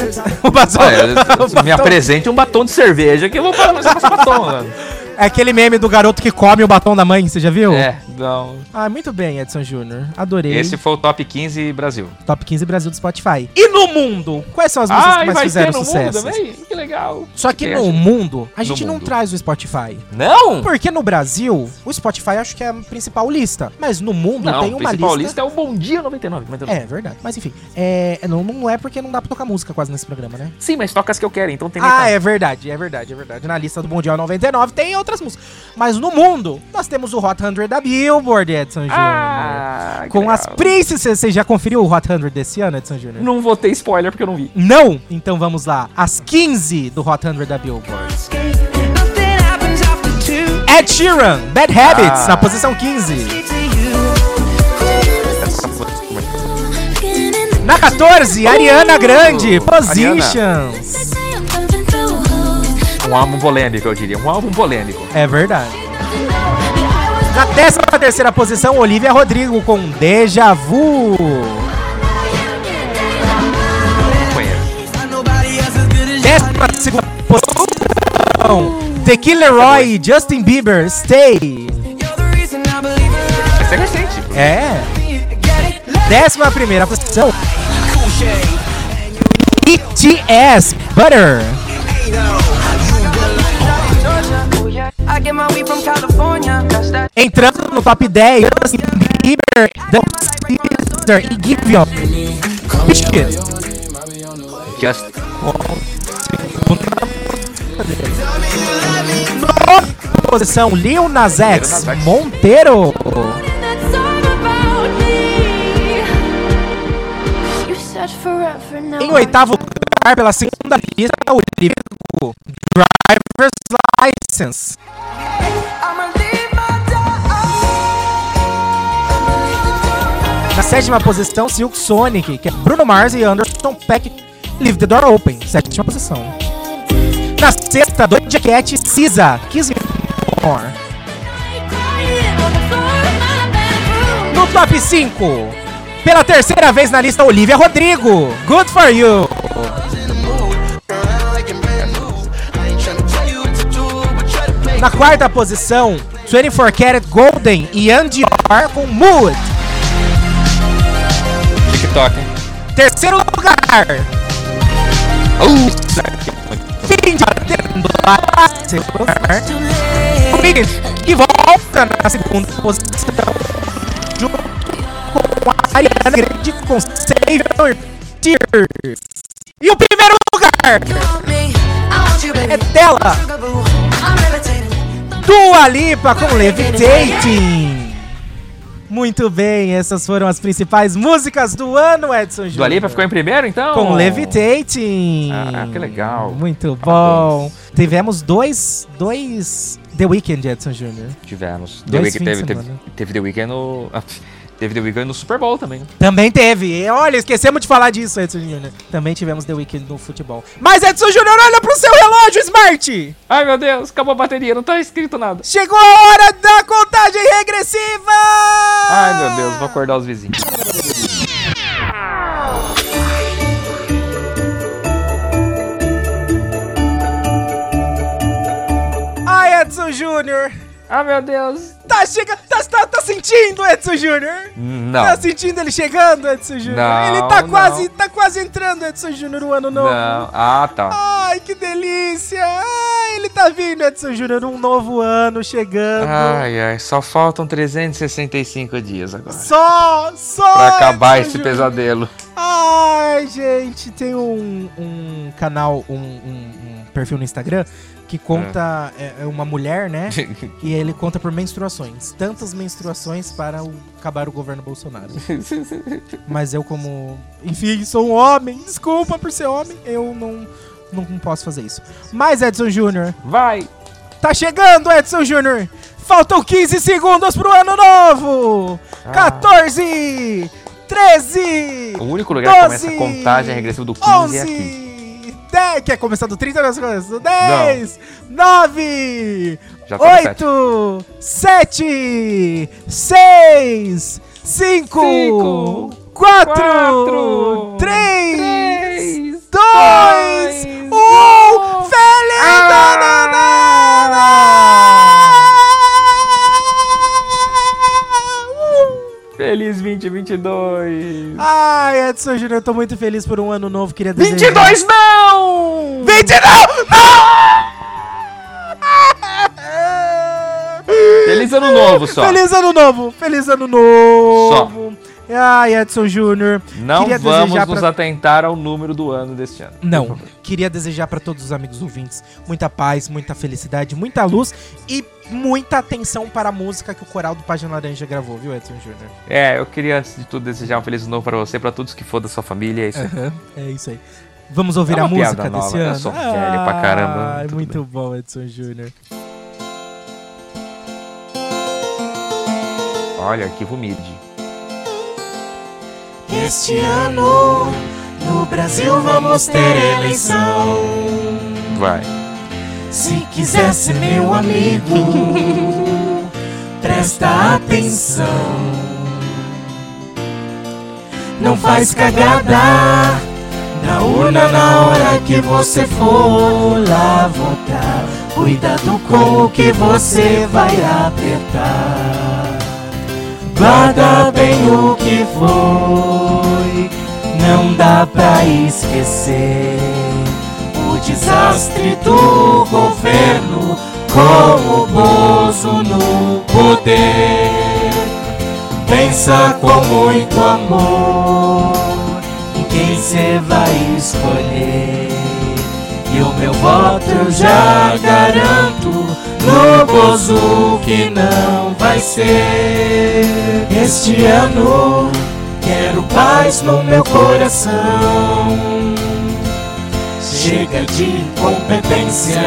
[SPEAKER 1] O um batom,
[SPEAKER 3] Ah, é,
[SPEAKER 1] o batom-
[SPEAKER 3] me apresente um batom de cerveja que eu vou falar esse batom, mano.
[SPEAKER 1] É aquele meme do garoto que come o batom da mãe, você já viu?
[SPEAKER 3] É, não.
[SPEAKER 1] Ah, muito bem, Edson Júnior. Adorei.
[SPEAKER 3] Esse foi o top 15 Brasil.
[SPEAKER 1] Top 15 Brasil do Spotify. E no mundo? Quais são as músicas
[SPEAKER 3] Ah,
[SPEAKER 1] que
[SPEAKER 3] e
[SPEAKER 1] mais
[SPEAKER 3] vai ter
[SPEAKER 1] fizeram
[SPEAKER 3] no mundo
[SPEAKER 1] sucesso?
[SPEAKER 3] também? Que legal.
[SPEAKER 1] Só que
[SPEAKER 3] Tem,
[SPEAKER 1] no
[SPEAKER 3] acho-
[SPEAKER 1] mundo, a gente não
[SPEAKER 3] mundo.
[SPEAKER 1] traz o Spotify.
[SPEAKER 3] Não!
[SPEAKER 1] Porque no Brasil, o Spotify acho que é a principal lista. Mas no mundo
[SPEAKER 3] Não,
[SPEAKER 1] tem
[SPEAKER 3] o
[SPEAKER 1] uma
[SPEAKER 3] principal
[SPEAKER 1] lista.
[SPEAKER 3] lista é o Bom Dia 99. 99.
[SPEAKER 1] É, verdade. Mas enfim, é, é, não, não é porque não dá pra tocar música quase nesse programa, né?
[SPEAKER 3] Sim, mas toca as que eu quero, então tem
[SPEAKER 1] Ah,
[SPEAKER 3] metade.
[SPEAKER 1] é verdade, é verdade, é verdade. Na lista do Mundial 99 tem outras músicas. Mas no mundo, nós temos o Hot 100 da Billboard, Billboard, Edson Júnior.
[SPEAKER 3] Ah,
[SPEAKER 1] com
[SPEAKER 3] que
[SPEAKER 1] as
[SPEAKER 3] legal.
[SPEAKER 1] princesas. Você já conferiu o Hot 100 desse ano, Edson Júnior?
[SPEAKER 3] Não vou ter spoiler porque eu não vi.
[SPEAKER 1] Não? Então vamos lá. As 15 do Hot 100 da Billboard.
[SPEAKER 14] Nothing happens after two.
[SPEAKER 1] Ed Sheeran, Bad Habits,
[SPEAKER 3] Ah.
[SPEAKER 1] na posição 15. Na 14,
[SPEAKER 3] Uh!
[SPEAKER 1] Ariana Grande, Positions.
[SPEAKER 3] Um álbum polêmico, eu diria. Um álbum polêmico.
[SPEAKER 1] É verdade. Na 13 terceira posição, Olivia Rodrigo com Deja Vu.
[SPEAKER 3] Conheço.
[SPEAKER 1] Décima segunda posição, The Killer Roy, Justin Bieber, Stay.
[SPEAKER 3] Esse é recente.
[SPEAKER 1] É. Décima primeira posição. BTS, Butter. Entrando no top 10, Justin Bieber, The Sister e Give Up. Bitches.
[SPEAKER 3] Just...
[SPEAKER 1] Nona posição, Lil Nas X, Monteiro. Em oitavo lugar, pela segunda lista, o livro Driver's License. Na sétima posição, Silk Sonic, que é Bruno Mars e Anderson Peck. Leave the Door Open, sétima posição. Na sexta, Doja Cat, Cisa, Kiss Me More. No top 5, pela terceira vez na lista, Olivia Rodrigo. Good for you. Na quarta posição, 24 Karat Golden e Andy Dior com Mood.
[SPEAKER 3] TikTok, hein?
[SPEAKER 1] Terceiro lugar. Fim de atendo tá a segundo lugar. E volta na segunda posição. Junto com a Ariana Grande com Save Your Tears. E o primeiro lugar é dela. Dua Lipa com Levitating. Muito bem, essas foram as principais músicas do ano, Edson Júnior.
[SPEAKER 3] Dua Lipa ficou em primeiro, então?
[SPEAKER 1] Com Levitating.
[SPEAKER 3] Ah, que legal.
[SPEAKER 1] Muito bom.
[SPEAKER 3] Parabéns.
[SPEAKER 1] Tivemos dois, dois The Weeknd, Edson Júnior.
[SPEAKER 3] Tivemos. The
[SPEAKER 1] Dois
[SPEAKER 3] Weeknd
[SPEAKER 1] fins
[SPEAKER 3] teve,
[SPEAKER 1] de
[SPEAKER 3] teve,
[SPEAKER 1] semana.
[SPEAKER 3] teve The Weeknd no... ah, Teve The Weeknd no Super Bowl também.
[SPEAKER 1] Também teve. E Olha, esquecemos de falar disso, Edson Júnior. Também tivemos The Weeknd no futebol. Mas, Edson Júnior, olha pro seu relógio, Smart!
[SPEAKER 3] Ai, meu Deus, acabou a bateria, não tá escrito nada.
[SPEAKER 1] Chegou a hora da contagem regressiva!
[SPEAKER 3] Ai, meu Deus, vou acordar os vizinhos.
[SPEAKER 1] Ai, Edson Júnior!
[SPEAKER 3] Ah, meu Deus.
[SPEAKER 1] Tá, chega, tá, tá, tá sentindo, Edson Júnior?
[SPEAKER 3] Não.
[SPEAKER 1] Tá sentindo ele chegando, Edson Júnior?
[SPEAKER 3] Não,
[SPEAKER 1] Ele tá
[SPEAKER 3] não.
[SPEAKER 1] quase, tá quase entrando, Edson Júnior, o ano novo.
[SPEAKER 3] Não. Ah, tá.
[SPEAKER 1] Ai, que delícia! Ai, ele tá vindo, Edson Júnior, um novo ano chegando.
[SPEAKER 3] Ai, ai, só faltam 365 dias agora.
[SPEAKER 1] Só, só!
[SPEAKER 3] Pra acabar
[SPEAKER 1] Edson
[SPEAKER 3] esse
[SPEAKER 1] Júnior.
[SPEAKER 3] pesadelo.
[SPEAKER 1] Ai, gente, tem um, um canal, um, um- um perfil no Instagram que conta é, é uma mulher, né? e ele conta por menstruações. Tantas menstruações para o- acabar o governo Bolsonaro. Mas eu, como. Enfim, sou um homem. Desculpa por ser homem. Eu não, não, não posso fazer isso. Mas, Edson Júnior,
[SPEAKER 3] Vai!
[SPEAKER 1] tá chegando, Edson Júnior! Faltam 15 segundos pro ano novo! 14! 13!
[SPEAKER 3] Ah. O único lugar que começa a
[SPEAKER 1] 12,
[SPEAKER 3] contagem regressiva do 15 é aqui.
[SPEAKER 1] 11, 10, quer começar do 30 ou começa do 10, 9,
[SPEAKER 3] Já tá no
[SPEAKER 1] 8, 7, 6, 5,
[SPEAKER 3] Cinco,
[SPEAKER 1] 4,
[SPEAKER 3] quatro,
[SPEAKER 1] 3, 2, 1,
[SPEAKER 3] dois,
[SPEAKER 1] Feliz
[SPEAKER 3] um. Ah!
[SPEAKER 1] Ano Ah! Novo! Uh!
[SPEAKER 3] Feliz 2022!
[SPEAKER 1] Ai, Edson Júnior, eu tô muito feliz por um ano novo, queria desejar...
[SPEAKER 3] 22 não!
[SPEAKER 1] 20 não!
[SPEAKER 3] Feliz ano novo só.
[SPEAKER 1] Feliz ano novo! Feliz ano novo! Só. Ai, Edson Júnior.
[SPEAKER 3] Não
[SPEAKER 1] queria
[SPEAKER 3] vamos
[SPEAKER 1] desejar
[SPEAKER 3] nos
[SPEAKER 1] pra-
[SPEAKER 3] atentar ao número do ano deste ano.
[SPEAKER 1] Não. Queria desejar para todos os amigos ouvintes muita paz, muita felicidade, muita luz e muita atenção para a música que o coral do Página Laranja gravou, viu, Edson Júnior?
[SPEAKER 3] É, eu queria antes de tudo desejar um feliz ano novo pra você, pra todos que for da sua família. É isso. aí.
[SPEAKER 1] É isso aí. Vamos ouvir
[SPEAKER 3] É
[SPEAKER 1] a
[SPEAKER 3] uma
[SPEAKER 1] música
[SPEAKER 3] piada nova,
[SPEAKER 1] desse
[SPEAKER 3] eu
[SPEAKER 1] ano.
[SPEAKER 3] sou velho pra caramba,
[SPEAKER 1] Ai,
[SPEAKER 3] tudo
[SPEAKER 1] muito bom, Edson Júnior.
[SPEAKER 3] Olha, arquivo MIDI.
[SPEAKER 1] Este ano no Brasil vamos ter eleição.
[SPEAKER 3] Vai.
[SPEAKER 1] Se quisesse, meu amigo, presta atenção. Não faz cagada na urna na hora que você for lá votar. Cuidado com o que você vai apertar. Guarda bem o que foi, não dá pra esquecer. O desastre do governo com o Bozo no poder. Pensa com muito amor em quem você vai escolher. E o meu voto eu já garanto no Bozo que não vai ser. Este ano quero paz no meu coração. Chega de incompetência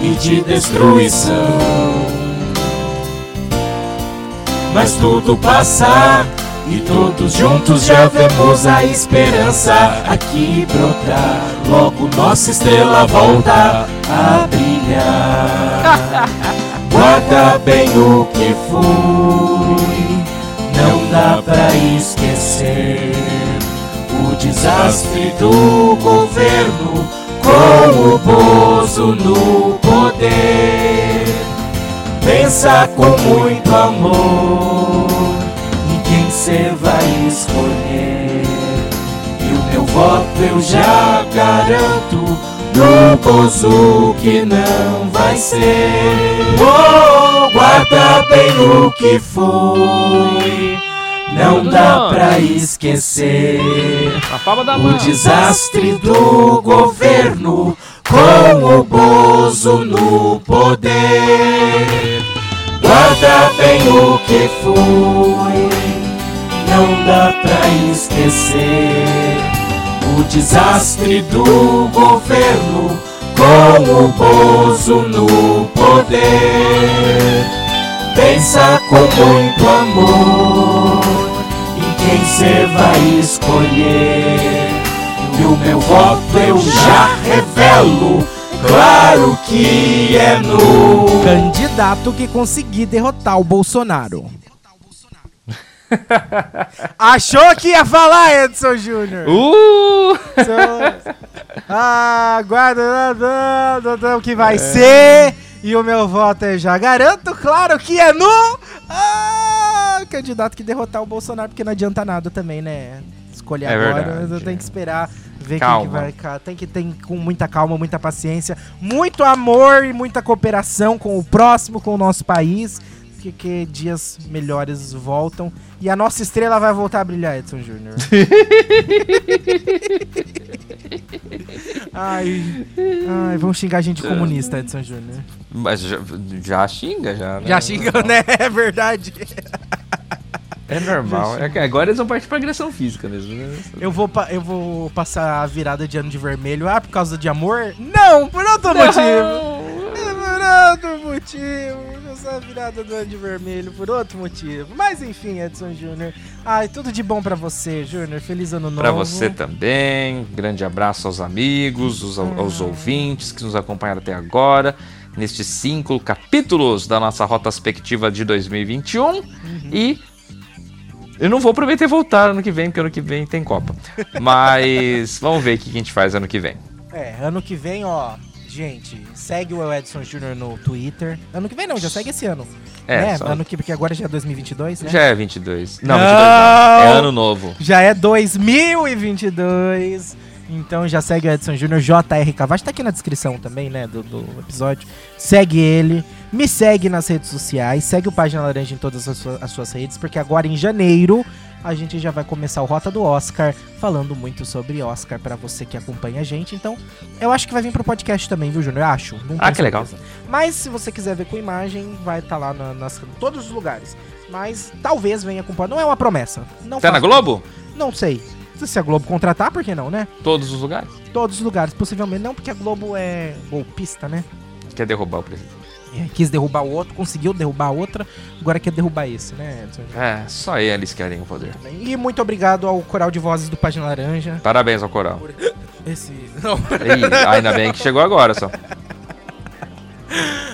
[SPEAKER 1] e de destruição mas tudo passa e todos juntos já vemos a esperança aqui brotar. Logo nossa estrela volta a brilhar. Guarda bem o que fui, não dá pra esquecer. O desastre do governo com o Bozo no poder. Pensa com muito amor em quem você vai escolher. E o meu voto eu já garanto no Bozo que não vai ser. Oh, guarda bem o que foi, não dá pra esquecer.
[SPEAKER 3] A palma da
[SPEAKER 1] O
[SPEAKER 3] mão.
[SPEAKER 1] desastre do governo com o Bozo no poder. Guarda bem o que foi, não dá pra esquecer. O desastre do governo com o Bozo no poder. Pensa com muito amor em quem você vai escolher. E o meu voto eu já revelo, claro que é no candidato que conseguir derrotar o Bolsonaro. Achou que ia falar, Edson Júnior?
[SPEAKER 3] Uh!
[SPEAKER 1] Ah, aguarda o que
[SPEAKER 3] É.
[SPEAKER 1] vai ser. E o meu voto eu já garanto, claro que é no ah, candidato que derrotar o Bolsonaro, porque não adianta nada também, né? Escolher
[SPEAKER 3] É
[SPEAKER 1] agora,
[SPEAKER 3] verdade.
[SPEAKER 1] eu tenho que esperar ver quem que
[SPEAKER 3] Calma.
[SPEAKER 1] vai. ca- Tem que ter com muita calma, muita paciência, muito amor e muita cooperação com o próximo, com o nosso país, porque que dias melhores voltam e a nossa estrela vai voltar a brilhar, Edson Júnior. Ai, ai, vão xingar a gente de comunista, Edson Júnior.
[SPEAKER 3] Mas já, já xinga, já. Né?
[SPEAKER 1] Já xingam, né? É verdade.
[SPEAKER 3] É normal. É que agora eles vão partir pra agressão física mesmo, né?
[SPEAKER 1] Eu vou, pa- eu vou passar a virada de ano de vermelho. Ah, por causa de amor? Não, por outro motivo. É Por outro motivo. Essa virada do ano de vermelho, por outro motivo. Mas enfim, Edson Júnior. Ai, tudo de bom pra você, Júnior. Feliz ano novo.
[SPEAKER 3] Pra você também. Grande abraço aos amigos, os- aos ouvintes que nos acompanharam até agora. Nestes cinco capítulos da nossa retrospectiva de 2021. E eu não vou prometer voltar ano que vem, porque ano que vem tem Copa. Mas vamos ver o que a gente faz ano que vem.
[SPEAKER 1] É, ano que vem, ó. Gente, segue o Edson Júnior no Twitter. Ano que vem não, já segue esse ano.
[SPEAKER 3] É,
[SPEAKER 1] né?
[SPEAKER 3] só-
[SPEAKER 1] ano que porque agora já é 2022, né?
[SPEAKER 3] Já é 22. Não, É
[SPEAKER 1] Não! é
[SPEAKER 3] 22 não. É ano novo.
[SPEAKER 1] Já é 2022. Então já segue o Edson Júnior, JR Cavaz, tá aqui na descrição também, né, do, do episódio. Segue ele, me segue nas redes sociais, segue o Página Laranja em todas as, sua- as suas redes, porque agora em janeiro a gente já vai começar o Rota do Oscar, falando muito sobre Oscar pra você que acompanha a gente. Então, eu acho que vai vir pro podcast também, viu, Júnior? Eu Acho. não
[SPEAKER 3] Ah,
[SPEAKER 1] tenho
[SPEAKER 3] que legal.
[SPEAKER 1] certeza. Mas se você quiser ver com imagem, vai estar lá na, nas, em todos os lugares. Mas talvez venha com... Não é uma promessa. Não
[SPEAKER 3] Tá na
[SPEAKER 1] faço-
[SPEAKER 3] Globo?
[SPEAKER 1] Não sei. Se a Globo contratar, por que não, né?
[SPEAKER 3] Todos os lugares?
[SPEAKER 1] todos os lugares, possivelmente. Não porque a Globo é golpista, né?
[SPEAKER 3] Quer derrubar o presidente?
[SPEAKER 1] É, Quis derrubar o outro, conseguiu derrubar a outra, agora quer derrubar esse, né? Edson?
[SPEAKER 3] É, só eles querem o poder.
[SPEAKER 1] E muito obrigado ao Coral de Vozes do Página Laranja.
[SPEAKER 3] Parabéns ao coral.
[SPEAKER 1] Esse.
[SPEAKER 3] Ih, ainda bem que chegou agora só.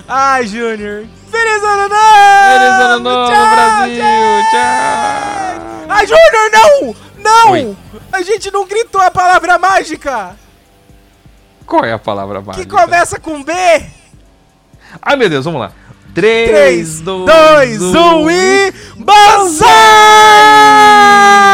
[SPEAKER 1] Ai, Júnior! Feliz ano novo!
[SPEAKER 3] Feliz ano novo, Brasil! Tchau!
[SPEAKER 1] Ai, Júnior, não! Não!
[SPEAKER 3] Oi.
[SPEAKER 1] A gente não gritou a palavra mágica
[SPEAKER 3] Qual é a palavra
[SPEAKER 1] que
[SPEAKER 3] mágica?
[SPEAKER 1] começa com B!
[SPEAKER 3] Ai, meu Deus, vamos lá. um. 3,
[SPEAKER 1] 3,
[SPEAKER 3] 2,
[SPEAKER 1] um, 2, 1 e. Banzai!